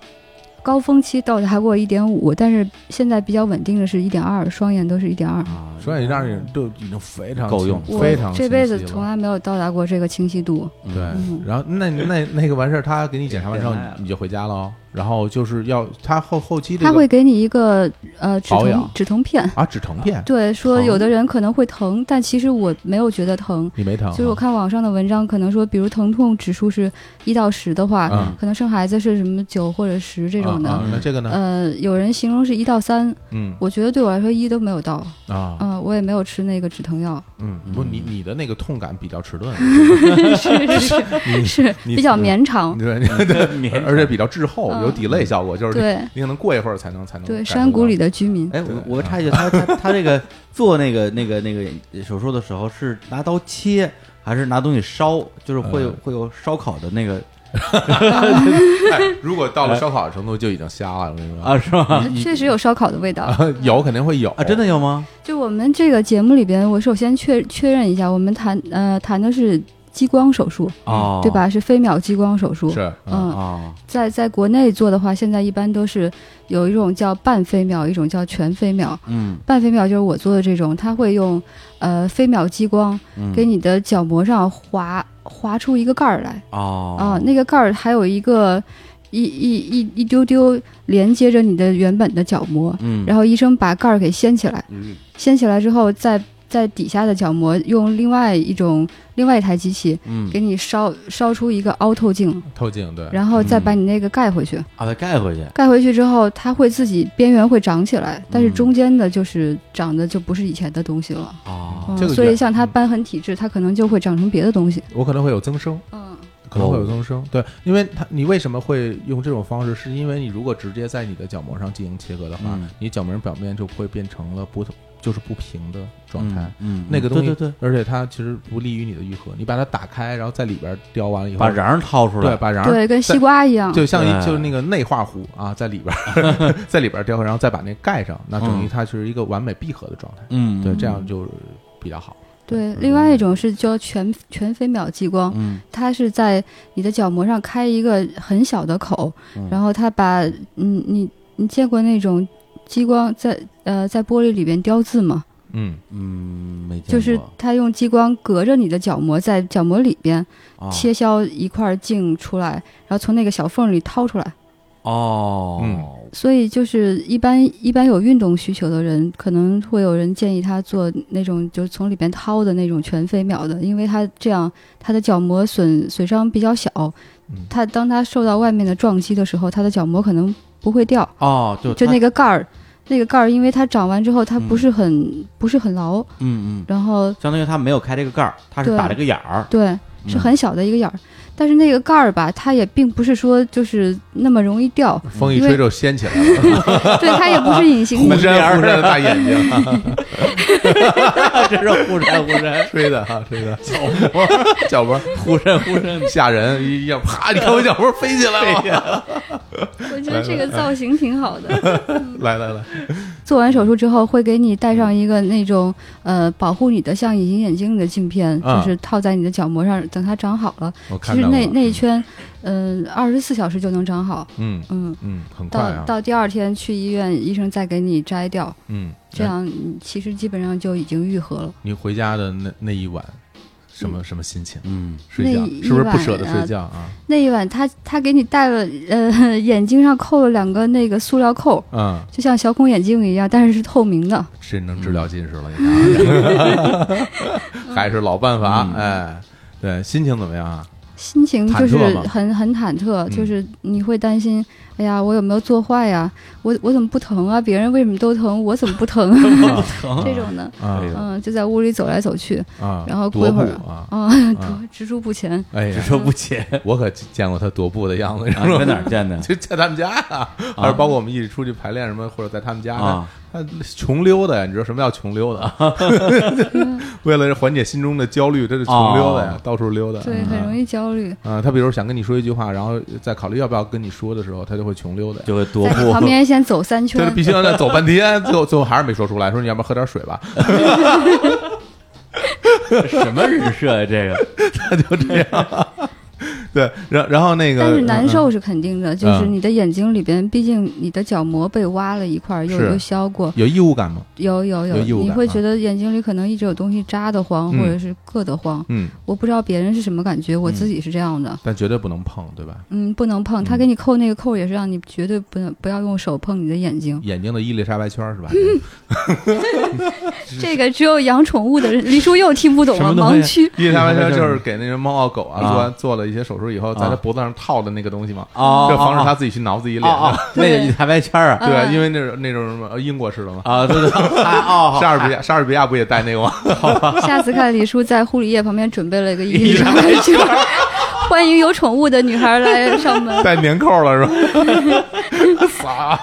[SPEAKER 3] 高峰期到达过一点五，但是现在比较稳定的是一点二，双眼都是一点二。
[SPEAKER 1] 啊，
[SPEAKER 2] 双眼让人就已经非常
[SPEAKER 1] 够
[SPEAKER 2] 清
[SPEAKER 1] 用
[SPEAKER 3] 我
[SPEAKER 2] 非常
[SPEAKER 3] 这辈子
[SPEAKER 2] 清晰了
[SPEAKER 3] 从来没有到达过这个清晰度。
[SPEAKER 1] 嗯
[SPEAKER 2] 对
[SPEAKER 3] 嗯。
[SPEAKER 2] 然后那那那个完事儿，他给你检查完之后，
[SPEAKER 1] 变态了
[SPEAKER 2] 你你就回家喽。然后就是要他后后期这
[SPEAKER 3] 他
[SPEAKER 2] 个
[SPEAKER 3] 会给你一个呃止
[SPEAKER 2] 保
[SPEAKER 3] 疼
[SPEAKER 2] 养
[SPEAKER 3] 止疼片，
[SPEAKER 2] 啊止疼片，
[SPEAKER 3] 对，说
[SPEAKER 2] 疼
[SPEAKER 3] 有的人可能会疼，但其实我没有觉得疼。
[SPEAKER 2] 你没疼啊，
[SPEAKER 3] 就是我看网上的文章，可能说，比如疼痛指数是一到十的话，
[SPEAKER 2] 嗯
[SPEAKER 3] 可能生孩子是什么九或者十这种的。
[SPEAKER 2] 啊啊那这个呢？
[SPEAKER 3] 呃，有人形容是一到三，
[SPEAKER 2] 嗯
[SPEAKER 3] 我觉得对我来说一都没有到。
[SPEAKER 2] 啊
[SPEAKER 3] 嗯、我也没有吃那个止疼 药，
[SPEAKER 2] 嗯，不，你你的那个痛感比较迟 钝，
[SPEAKER 3] 是是
[SPEAKER 2] 你
[SPEAKER 3] 是
[SPEAKER 2] 你
[SPEAKER 3] 比较绵长。
[SPEAKER 1] 嗯
[SPEAKER 2] 对 对 对，而且比较滞后，
[SPEAKER 3] 嗯
[SPEAKER 2] 有 delay 效果，就是
[SPEAKER 3] 对
[SPEAKER 2] 你可能过一会儿才能才能
[SPEAKER 3] 对，
[SPEAKER 2] 感受
[SPEAKER 3] 山谷
[SPEAKER 2] 到
[SPEAKER 3] 里的居民，
[SPEAKER 1] 哎，我我插一句，他他他这个 做那个那个那个手术的时候是拿刀切还是拿东西烧？就是会有
[SPEAKER 2] 呃
[SPEAKER 1] 会有烧烤的那个
[SPEAKER 2] 哎，如果到了烧烤的程度，就已经瞎了。我跟你说
[SPEAKER 1] 啊，是吗？
[SPEAKER 3] 确实有烧烤的味道。
[SPEAKER 2] 啊， 有肯定会有
[SPEAKER 1] 啊，真的有吗？
[SPEAKER 3] 就我们这个节目里边，我首先确确认一下，我们谈呃谈的是激光手术，
[SPEAKER 1] 哦，
[SPEAKER 3] 嗯对？吧？是飞秒激光手术。
[SPEAKER 2] 是
[SPEAKER 3] 嗯，
[SPEAKER 1] 哦，
[SPEAKER 3] 在在国内做的话，现在一般都是有一种叫半飞秒，一种叫全飞秒。
[SPEAKER 1] 嗯
[SPEAKER 3] 半飞秒就是我做的这种，它会用呃飞秒激光
[SPEAKER 1] 嗯，
[SPEAKER 3] 给你的角膜上划划出一个盖儿来啊、
[SPEAKER 1] 哦
[SPEAKER 3] 那个盖儿还有一个一一一一丢丢连接着你的原本的角膜，
[SPEAKER 1] 嗯，
[SPEAKER 3] 然后医生把盖儿给掀起来。
[SPEAKER 1] 嗯
[SPEAKER 3] 掀起来之后，再在底下的角膜用另外一种另外一台机器
[SPEAKER 1] 嗯
[SPEAKER 3] 给你烧烧出一个凹透镜，
[SPEAKER 2] 透镜，对，
[SPEAKER 3] 然后再把你那个盖回去。
[SPEAKER 1] 啊，再盖回去。
[SPEAKER 3] 盖回去之后，它会自己边缘会长起来，但是
[SPEAKER 1] 嗯
[SPEAKER 3] 中间的就是长得就不是以前的东西了。
[SPEAKER 1] 哦，
[SPEAKER 3] 嗯，
[SPEAKER 2] 这个
[SPEAKER 3] 所以
[SPEAKER 2] 原
[SPEAKER 3] 像它瘢痕体质，它可能就会长成别的东西。
[SPEAKER 2] 我可能会有增生，
[SPEAKER 3] 嗯，
[SPEAKER 2] 可能会有
[SPEAKER 1] 哦
[SPEAKER 2] 增生。对，因为它你为什么会用这种方式，是因为你如果直接在你的角膜上进行切割的话，
[SPEAKER 1] 嗯
[SPEAKER 2] 你角膜表面就会变成了不就是不平的状
[SPEAKER 1] 状
[SPEAKER 2] 态
[SPEAKER 1] 态。，嗯，
[SPEAKER 2] 那个东
[SPEAKER 1] 对
[SPEAKER 2] 西，
[SPEAKER 1] 对对，
[SPEAKER 2] 而且它其实不利于你的愈合。你把它打开，然后在里边雕完了以后，
[SPEAKER 1] 把瓤儿掏出来，
[SPEAKER 2] 对，把瓤
[SPEAKER 3] 对，跟西瓜一样，
[SPEAKER 2] 就像一
[SPEAKER 1] 对
[SPEAKER 2] 就是那个内画壶啊，在里边儿 在里边儿雕刻，然后再把那盖上，那等于
[SPEAKER 1] 嗯
[SPEAKER 2] 它是一个完美闭合的状态。
[SPEAKER 1] 嗯，
[SPEAKER 2] 对，这样就比较好。
[SPEAKER 3] 对，另外一种是叫全全飞秒激光，
[SPEAKER 1] 嗯，
[SPEAKER 3] 它是在你的角膜上开一个很小的口，
[SPEAKER 1] 嗯
[SPEAKER 3] 然后它把嗯你你见过那种激光在呃在玻璃里边雕字吗？
[SPEAKER 2] 嗯，
[SPEAKER 1] 嗯，没见
[SPEAKER 3] 就是
[SPEAKER 1] 过
[SPEAKER 3] 它用激光隔着你的角膜，在角膜里边
[SPEAKER 1] 啊
[SPEAKER 3] 切削一块镜出来，然后从那个小缝里掏出来。
[SPEAKER 1] 哦，
[SPEAKER 2] 嗯
[SPEAKER 3] 所以就是一般一般有运动需求的人，可能会有人建议他做那种就是从里边掏的那种全飞秒的，因为他这样他的角膜损损伤比较小
[SPEAKER 2] 嗯，
[SPEAKER 3] 他当他受到外面的撞击的时候，他的角膜可能不会掉，
[SPEAKER 1] 哦，就
[SPEAKER 3] 就
[SPEAKER 1] 它
[SPEAKER 3] 那个盖儿。那个盖儿，因为它长完之后，它
[SPEAKER 1] 嗯
[SPEAKER 3] 不是很、不是很牢，
[SPEAKER 1] 嗯嗯，
[SPEAKER 3] 然后
[SPEAKER 1] 相当于它没有开这个盖儿，它是
[SPEAKER 3] 对
[SPEAKER 1] 打了个眼儿，
[SPEAKER 3] 对，是很小的一个眼儿。但是那个盖儿吧，它也并不是说就是那么容易 掉，
[SPEAKER 2] 风一
[SPEAKER 3] 因为
[SPEAKER 2] 吹就掀 起来了，
[SPEAKER 3] 对，它也不是隐形
[SPEAKER 2] 忽
[SPEAKER 3] 的。
[SPEAKER 2] 闪忽闪 的大眼睛，啊
[SPEAKER 1] 真是忽闪忽 闪
[SPEAKER 2] 吹的哈，吹的角膜， 角膜
[SPEAKER 1] 忽闪忽闪，
[SPEAKER 2] 吓人，一要啪，你看我角膜飞起来 了，
[SPEAKER 3] 我觉得这个造型挺好的。
[SPEAKER 2] 来来来，
[SPEAKER 3] 做完手术之后，会给你戴上一个那种呃保护你的像隐形眼镜的镜片，
[SPEAKER 2] 啊
[SPEAKER 3] 就是套在你的角膜上，等它长好了。
[SPEAKER 2] 我
[SPEAKER 3] 其
[SPEAKER 2] 看
[SPEAKER 3] 实
[SPEAKER 2] 到
[SPEAKER 3] 那
[SPEAKER 2] 了
[SPEAKER 3] 那一圈，嗯、2二十四小时就能长好。
[SPEAKER 2] 嗯
[SPEAKER 3] 嗯，
[SPEAKER 2] 嗯，很快
[SPEAKER 3] 到、
[SPEAKER 2] 啊，
[SPEAKER 3] 到第二天去医院，医生再给你摘掉，
[SPEAKER 2] 嗯，
[SPEAKER 3] 这样你其实基本上就已经愈合了。
[SPEAKER 2] 你回家的那那一晚，什么什么心情？
[SPEAKER 1] 嗯，
[SPEAKER 2] 睡觉
[SPEAKER 3] 那一
[SPEAKER 2] 是不是不舍得
[SPEAKER 3] 晚啊
[SPEAKER 2] 睡觉啊？
[SPEAKER 3] 那一晚他，他给你戴了呃 眼睛上扣了两个那个塑料扣，
[SPEAKER 2] 嗯，
[SPEAKER 3] 就像小孔眼镜一样，但是是透明的。
[SPEAKER 2] 这能治疗近视 了，你看，还是老办法，
[SPEAKER 1] 嗯
[SPEAKER 2] 哎，对，心情怎么样啊？
[SPEAKER 3] 心情就是
[SPEAKER 2] 忐忑吗
[SPEAKER 3] 很很忐忑，
[SPEAKER 2] 嗯
[SPEAKER 3] 就是你会担心，哎呀，我有没有做坏呀？我我怎么不疼啊？别人为什么都疼，我怎么不 疼？这种的，
[SPEAKER 2] 啊
[SPEAKER 1] 对
[SPEAKER 3] 嗯，就在屋里走来走去，
[SPEAKER 2] 啊，
[SPEAKER 3] 然后过
[SPEAKER 2] 踱
[SPEAKER 3] 一
[SPEAKER 2] 步
[SPEAKER 3] 会儿
[SPEAKER 2] 啊，
[SPEAKER 3] 啊，
[SPEAKER 2] 啊
[SPEAKER 3] 踱踱步前，
[SPEAKER 2] 哎
[SPEAKER 1] 只
[SPEAKER 2] 呀，
[SPEAKER 1] 说不切，
[SPEAKER 2] 我可见过他踱步的 样子，你知
[SPEAKER 1] 啊
[SPEAKER 2] 道
[SPEAKER 1] 你在
[SPEAKER 2] 吗？？
[SPEAKER 1] 哪儿见的
[SPEAKER 2] 就在他们家啊，还是包括我们一起出去排练什么，或者在他们家
[SPEAKER 1] 啊，
[SPEAKER 2] 他穷溜达呀，你知道什么叫穷溜 达？为了缓解心中的焦虑，他就穷溜达呀
[SPEAKER 1] 哦，
[SPEAKER 2] 到处溜达。嗯
[SPEAKER 3] 对，很容易焦虑，
[SPEAKER 2] 啊，他比如想跟你说一句话，然后在考虑要不要跟你说的时候，他就会穷溜达呀。
[SPEAKER 1] 就会踱
[SPEAKER 3] 在你
[SPEAKER 1] 步
[SPEAKER 3] 旁边先走三
[SPEAKER 2] 对，
[SPEAKER 3] 圈，
[SPEAKER 2] 必须要再走半 天，最后最后还是没说出来，说你要不要喝点水吧？
[SPEAKER 1] 什么人设啊？这个
[SPEAKER 2] 他就这样。 对，然然后那个，
[SPEAKER 3] 但是难
[SPEAKER 2] 嗯，
[SPEAKER 3] 受是肯定的，就是
[SPEAKER 2] 嗯
[SPEAKER 3] 你的眼睛里边，毕竟你的角膜被挖了一块儿，又
[SPEAKER 2] 是
[SPEAKER 3] 又削过，
[SPEAKER 2] 有异物感吗？
[SPEAKER 3] 有有有
[SPEAKER 2] 有异物，
[SPEAKER 3] 你
[SPEAKER 2] 感
[SPEAKER 3] 会
[SPEAKER 2] 啊
[SPEAKER 3] 觉得眼睛里可能一直有东西扎得慌，
[SPEAKER 2] 嗯
[SPEAKER 3] 或者是硌得慌。
[SPEAKER 2] 嗯，
[SPEAKER 3] 我不知道别人是什么感觉，我
[SPEAKER 2] 嗯
[SPEAKER 3] 自己是这样的。
[SPEAKER 2] 但绝对不能碰，对吧？
[SPEAKER 3] 嗯，不能碰。他给你扣那个扣也是让你绝对不能不要用手碰你的眼睛。
[SPEAKER 2] 眼睛的伊丽莎白圈儿是吧？
[SPEAKER 3] 嗯 这个只有养宠物 的人，黎叔又听不懂
[SPEAKER 1] 什么
[SPEAKER 3] 了，
[SPEAKER 1] 东西
[SPEAKER 3] 盲区。
[SPEAKER 2] 伊丽莎 白圈儿就是给那些猫啊狗啊
[SPEAKER 1] 啊
[SPEAKER 2] 做完做了一些手术以后，在
[SPEAKER 1] 啊
[SPEAKER 2] 它脖子上套的那个东西嘛，
[SPEAKER 1] 哦
[SPEAKER 2] 就防止它自己去挠自己脸。
[SPEAKER 1] 哦，哦那个
[SPEAKER 3] 对
[SPEAKER 1] 大白圈儿啊
[SPEAKER 2] 对，
[SPEAKER 3] 嗯
[SPEAKER 2] 因为那种那种什么呃英国式的嘛，
[SPEAKER 1] 啊，对对对啊哦，
[SPEAKER 2] 莎士比亚莎士比亚不也戴那个吗？ 啊
[SPEAKER 3] 下次看李叔在护理液旁边准备了一个伊 丽莎白圈儿， 欢迎有宠物的女孩来上门。
[SPEAKER 2] 戴棉扣了是吧？傻，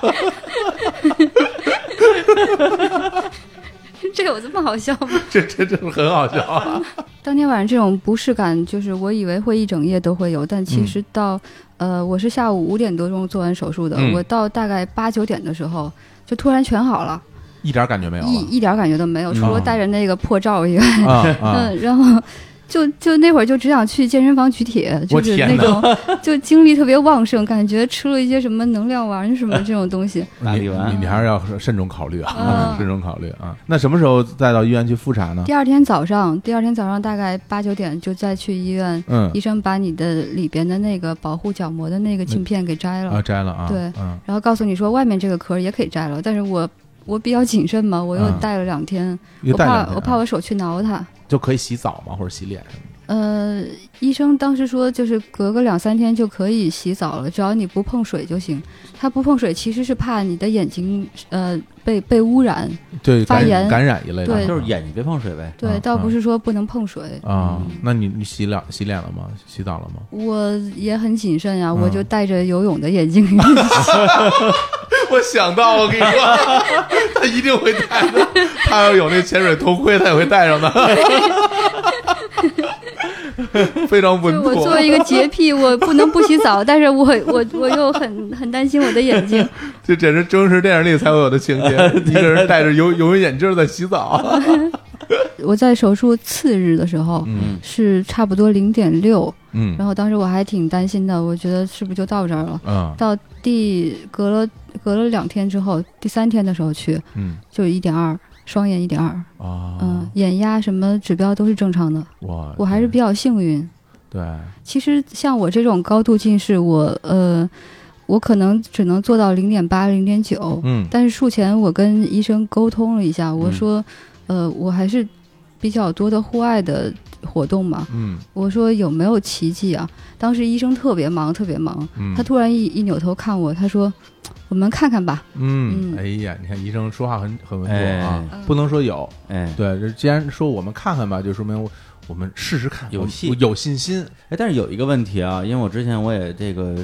[SPEAKER 3] 这有这么好笑吗？
[SPEAKER 2] 这这真是很好笑啊！
[SPEAKER 3] 嗯当天晚上这种不适感，就是我以为会一整夜都会有，但
[SPEAKER 2] 嗯
[SPEAKER 3] 其实到、呃，我是下午五点多钟做完手术的，
[SPEAKER 2] 嗯
[SPEAKER 3] 我到大概八九点的时候就突然全好了，
[SPEAKER 2] 一点感觉没有
[SPEAKER 3] 一
[SPEAKER 2] 了
[SPEAKER 3] 一点感觉都没有，除了
[SPEAKER 2] 嗯
[SPEAKER 3] 戴着那个破罩以外。
[SPEAKER 2] 啊 啊！
[SPEAKER 3] 嗯，然后就就那会儿就只想去健身房举铁，
[SPEAKER 2] 我
[SPEAKER 3] 就是
[SPEAKER 2] 天
[SPEAKER 3] 那种就精力特别旺盛，感觉吃了一些什么能量丸什么这种东 西。
[SPEAKER 1] 大力丸
[SPEAKER 2] 你你还是要慎重考虑啊，
[SPEAKER 3] 嗯
[SPEAKER 2] 慎重考虑啊。那什么时候再到医院去复查呢
[SPEAKER 3] 第？二天早上，第二天早上大概八九点就再去医院，
[SPEAKER 2] 嗯
[SPEAKER 3] 医生把你的里边的那个保护角膜的那个镜片给摘了，
[SPEAKER 2] 啊，摘了啊，
[SPEAKER 3] 对
[SPEAKER 2] 嗯
[SPEAKER 3] 然后告诉你说外面这个壳也可以摘了，但是我。我比较谨慎嘛，我又
[SPEAKER 2] 嗯
[SPEAKER 3] 戴了两天，
[SPEAKER 2] 又
[SPEAKER 3] 我
[SPEAKER 2] 戴
[SPEAKER 3] 怕
[SPEAKER 2] 两天啊
[SPEAKER 3] 我怕我手去挠它，
[SPEAKER 2] 就可以洗澡嘛，或者洗脸什么
[SPEAKER 3] 呃，医生当时说，就是隔个两三天就可以洗澡了，只要你不碰水就行。他不碰水其实是怕你的眼睛呃被被污染，
[SPEAKER 2] 对
[SPEAKER 3] 发
[SPEAKER 2] 感
[SPEAKER 3] 炎
[SPEAKER 2] 感染一类的
[SPEAKER 3] 对
[SPEAKER 1] 就是眼睛别碰水呗。
[SPEAKER 3] 对，
[SPEAKER 2] 嗯
[SPEAKER 3] 倒
[SPEAKER 2] 嗯
[SPEAKER 3] 不是说不能碰水。
[SPEAKER 2] 啊。那你你洗脸洗脸了吗？洗澡了吗？
[SPEAKER 3] 我也很谨慎呀、
[SPEAKER 2] 嗯
[SPEAKER 3] 我就戴着游泳的眼 镜，
[SPEAKER 2] 我想到了，我跟你说， 他一定会戴的。他要有那潜水头盔，他也会戴上 的。非常
[SPEAKER 3] 就
[SPEAKER 2] 稳
[SPEAKER 3] 我作
[SPEAKER 2] 妥。
[SPEAKER 3] 为一个洁癖，我不能不洗澡，但是我我我又很很担心我的眼睛。
[SPEAKER 2] 这简直真实电影里才会有的情 节，一个人戴着游游泳眼镜在洗 澡。
[SPEAKER 3] 我在手术次日的时候、
[SPEAKER 2] 嗯
[SPEAKER 3] 是差不多零点六，
[SPEAKER 2] 嗯
[SPEAKER 3] 然后当时我还挺担心的，我觉得是不是就到这儿了？
[SPEAKER 2] 嗯
[SPEAKER 3] 到第隔了隔了两天之后，第三天的时候去
[SPEAKER 2] 嗯
[SPEAKER 3] 就是一点二，双眼一点二，
[SPEAKER 2] 啊
[SPEAKER 3] 嗯，，眼压什么指标都是正常的，
[SPEAKER 2] 我
[SPEAKER 3] 我还是比较幸运。
[SPEAKER 2] 对
[SPEAKER 3] 其实像我这种高度近视，我呃，我可能只能做到零点八、零点九，
[SPEAKER 2] 嗯
[SPEAKER 3] 但是术前我跟医生沟通了一下，
[SPEAKER 1] 嗯
[SPEAKER 3] 我说，呃，我还是比较多的户外的活动嘛，
[SPEAKER 2] 嗯
[SPEAKER 3] 我说有没有奇迹啊？当时医生特别忙，特别忙，
[SPEAKER 2] 嗯
[SPEAKER 3] 他突然一一扭头看我，他说：“我们看看吧。
[SPEAKER 2] 嗯，
[SPEAKER 3] 嗯
[SPEAKER 2] 哎呀，你看医生说话很很稳妥啊
[SPEAKER 1] 哎，
[SPEAKER 2] 不能说有，
[SPEAKER 1] 哎，
[SPEAKER 2] 对，这既然说我们看看吧，就说明我我们试试看，
[SPEAKER 1] 有
[SPEAKER 2] 我们
[SPEAKER 1] 戏
[SPEAKER 2] 我有信心。
[SPEAKER 1] 哎，但是有一个问题啊，因为我之前我也这个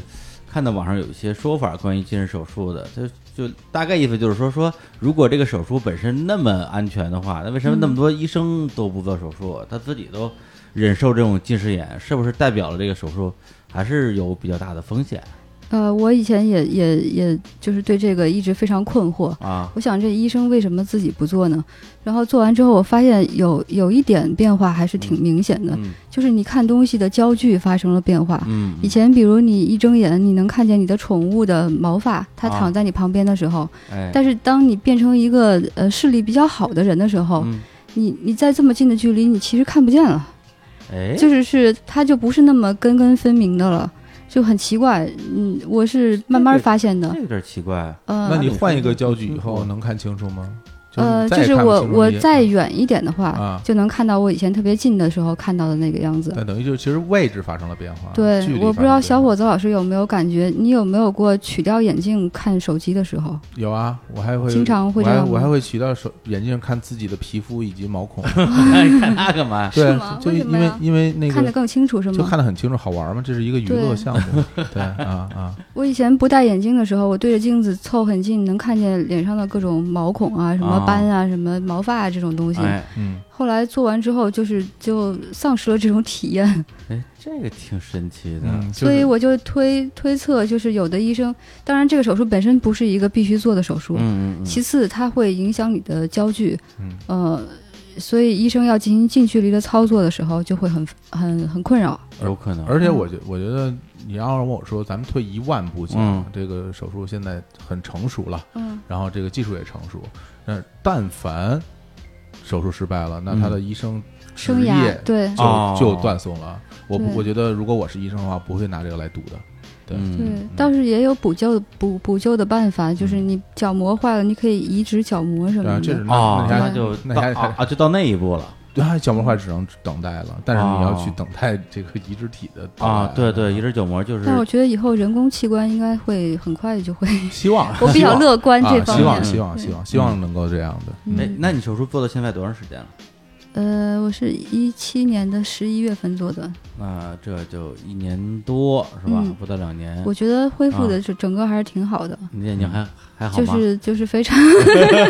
[SPEAKER 1] 看到网上有一些说法关于近视手术的，就就大概意思就是说说，如果这个手术本身那么安全的话，那为什么那
[SPEAKER 3] 嗯
[SPEAKER 1] 么多医生都不做手术，他自己都忍受这种近视眼，是不是代表了这个手术还是有比较大的风险”
[SPEAKER 3] 呃，我以前也也也就是对这个一直非常困惑。
[SPEAKER 1] 啊？
[SPEAKER 3] 我想这医生为什么自己不做呢？然后做完之后，我发现有有一点变化还是挺明显的，
[SPEAKER 1] 嗯
[SPEAKER 3] 就是你看东西的焦距发生了变化。
[SPEAKER 1] 嗯，
[SPEAKER 3] 以前比如你一睁眼，你能看见你的宠物的毛发，它
[SPEAKER 1] 啊
[SPEAKER 3] 躺在你旁边的时候，
[SPEAKER 1] 哎，
[SPEAKER 3] 但是当你变成一个呃视力比较好的人的时候，
[SPEAKER 1] 嗯
[SPEAKER 3] 你你在这么近的距离，你其实看不见了。
[SPEAKER 1] 哎，
[SPEAKER 3] 就是是它就不是那么根根分明的了，就很奇怪。嗯，我是慢慢发现的
[SPEAKER 1] 这。有点奇 怪。
[SPEAKER 2] 那
[SPEAKER 3] 呃
[SPEAKER 2] 你换一个焦距以后
[SPEAKER 1] 嗯
[SPEAKER 2] 能看清楚吗？
[SPEAKER 3] 呃，
[SPEAKER 2] 就
[SPEAKER 3] 就
[SPEAKER 2] 你再也看
[SPEAKER 3] 是是
[SPEAKER 2] 嗯不
[SPEAKER 3] 我
[SPEAKER 2] 清楚
[SPEAKER 3] 我
[SPEAKER 2] 你
[SPEAKER 3] 再远一点的话，
[SPEAKER 2] 啊
[SPEAKER 3] 就能看到我以前特别近的时候看到的那个样子。
[SPEAKER 2] 那等于就其实位置发生了变化。
[SPEAKER 3] 对
[SPEAKER 2] 距离，
[SPEAKER 3] 我不知道
[SPEAKER 2] 发生
[SPEAKER 3] 小
[SPEAKER 2] 了
[SPEAKER 3] 伙子老师有没有感觉，你有没有过取掉眼镜看手机的时候？
[SPEAKER 2] 变化有啊，我还会
[SPEAKER 3] 经常会
[SPEAKER 2] 我
[SPEAKER 3] 这
[SPEAKER 2] 还
[SPEAKER 3] 样吗
[SPEAKER 2] 我还会取到手眼镜看自己的皮肤以及毛 孔。
[SPEAKER 1] 看那干嘛？
[SPEAKER 2] 对
[SPEAKER 3] 是吗，
[SPEAKER 2] 就
[SPEAKER 3] 为
[SPEAKER 2] 因
[SPEAKER 3] 什么
[SPEAKER 2] 为
[SPEAKER 3] 呀
[SPEAKER 2] 因为那
[SPEAKER 3] 看得
[SPEAKER 2] 个
[SPEAKER 3] 更清楚是
[SPEAKER 2] 就
[SPEAKER 3] 吗？
[SPEAKER 2] 看得很清楚，好玩嘛，这是一个娱乐
[SPEAKER 3] 对
[SPEAKER 2] 项 目。对啊啊，
[SPEAKER 3] 我以前不戴眼镜的时候，我对着镜子凑很近，能看见脸上的各种毛孔啊、什么
[SPEAKER 1] 啊
[SPEAKER 3] 斑啊、什么毛发啊这种东西。
[SPEAKER 1] 哎
[SPEAKER 2] 嗯，
[SPEAKER 3] 后来做完之后，就是就丧失了这种体验。
[SPEAKER 1] 哎，这个挺神奇的。
[SPEAKER 2] 嗯， 就
[SPEAKER 3] 所以
[SPEAKER 2] 是
[SPEAKER 3] 我就推推测，就是有的医生，当然这个手术本身不是一个必须做的手术，
[SPEAKER 1] 嗯嗯嗯，
[SPEAKER 3] 其次它会影响你的焦距，
[SPEAKER 2] 嗯
[SPEAKER 3] 呃，所以医生要进行近距离的操作的时候，就会很很很困扰。
[SPEAKER 1] 有可能。
[SPEAKER 2] 而且我觉我觉得你要让我说，咱们退一万步讲，
[SPEAKER 1] 嗯
[SPEAKER 2] 这个手术现在很成熟了，
[SPEAKER 3] 嗯，
[SPEAKER 2] 然后这个技术也成熟。那但凡手术失败了，那他的医生职
[SPEAKER 3] 生涯
[SPEAKER 2] 业
[SPEAKER 3] 对
[SPEAKER 2] 就、
[SPEAKER 1] 嗯哦
[SPEAKER 2] 就断送了。我不
[SPEAKER 3] 对
[SPEAKER 2] 我觉得如果我是医生的话，不会拿这个来赌的。对，
[SPEAKER 3] 对
[SPEAKER 1] 嗯，，
[SPEAKER 3] 倒是也有补救补补救的办法，就是你角膜坏了，你可以移植角膜什
[SPEAKER 2] 啊，
[SPEAKER 3] 么
[SPEAKER 2] 这是
[SPEAKER 3] 的。
[SPEAKER 2] 那、
[SPEAKER 1] 哦，
[SPEAKER 2] 那还
[SPEAKER 1] 就
[SPEAKER 2] 那还
[SPEAKER 1] 到啊啊，就到那一步了
[SPEAKER 2] 对啊，角膜坏只能等待了，但是你要
[SPEAKER 1] 哦
[SPEAKER 2] 去等待这个移植体的到
[SPEAKER 1] 啊！
[SPEAKER 2] 来
[SPEAKER 1] 对对，移植角膜就是
[SPEAKER 3] 但我觉得以后人工器官应该会很快就会，
[SPEAKER 2] 希望
[SPEAKER 3] 我比
[SPEAKER 2] 希
[SPEAKER 3] 较
[SPEAKER 2] 望
[SPEAKER 3] 乐观
[SPEAKER 2] 啊
[SPEAKER 3] 这方
[SPEAKER 2] 希望
[SPEAKER 3] 面。
[SPEAKER 2] 希望希望希望能够这样的。
[SPEAKER 3] 嗯
[SPEAKER 1] 哎，那你手术做到现在多长时间了？
[SPEAKER 3] 呃，我是一七年的十一月份做的，
[SPEAKER 1] 那这就一年多是吧
[SPEAKER 3] 嗯？
[SPEAKER 1] 不到两年，
[SPEAKER 3] 我觉得恢复
[SPEAKER 1] 啊
[SPEAKER 3] 的整整个还是挺好的，
[SPEAKER 1] 你眼睛还还好
[SPEAKER 3] 就
[SPEAKER 1] 吗？
[SPEAKER 3] 是就是非常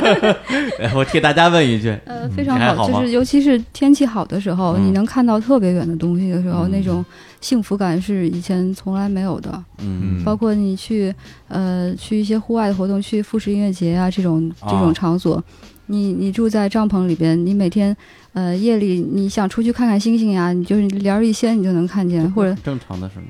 [SPEAKER 1] 哎我替大家问一句，
[SPEAKER 3] 呃非常
[SPEAKER 1] 你还好吗
[SPEAKER 3] 就是尤其是天气好的时候，
[SPEAKER 1] 嗯
[SPEAKER 3] 你能看到特别远的东西的时候，
[SPEAKER 1] 嗯
[SPEAKER 3] 那种幸福感是以前从来没有的。
[SPEAKER 1] 嗯
[SPEAKER 2] 嗯
[SPEAKER 3] 包括你去呃去一些户外的活动，去富士音乐节啊这种这种
[SPEAKER 1] 啊
[SPEAKER 3] 场所，你你住在帐篷里边，你每天呃夜里你想出去看看星星呀、你就是帘儿一掀你就能看见， 或者
[SPEAKER 1] 正常的是吗？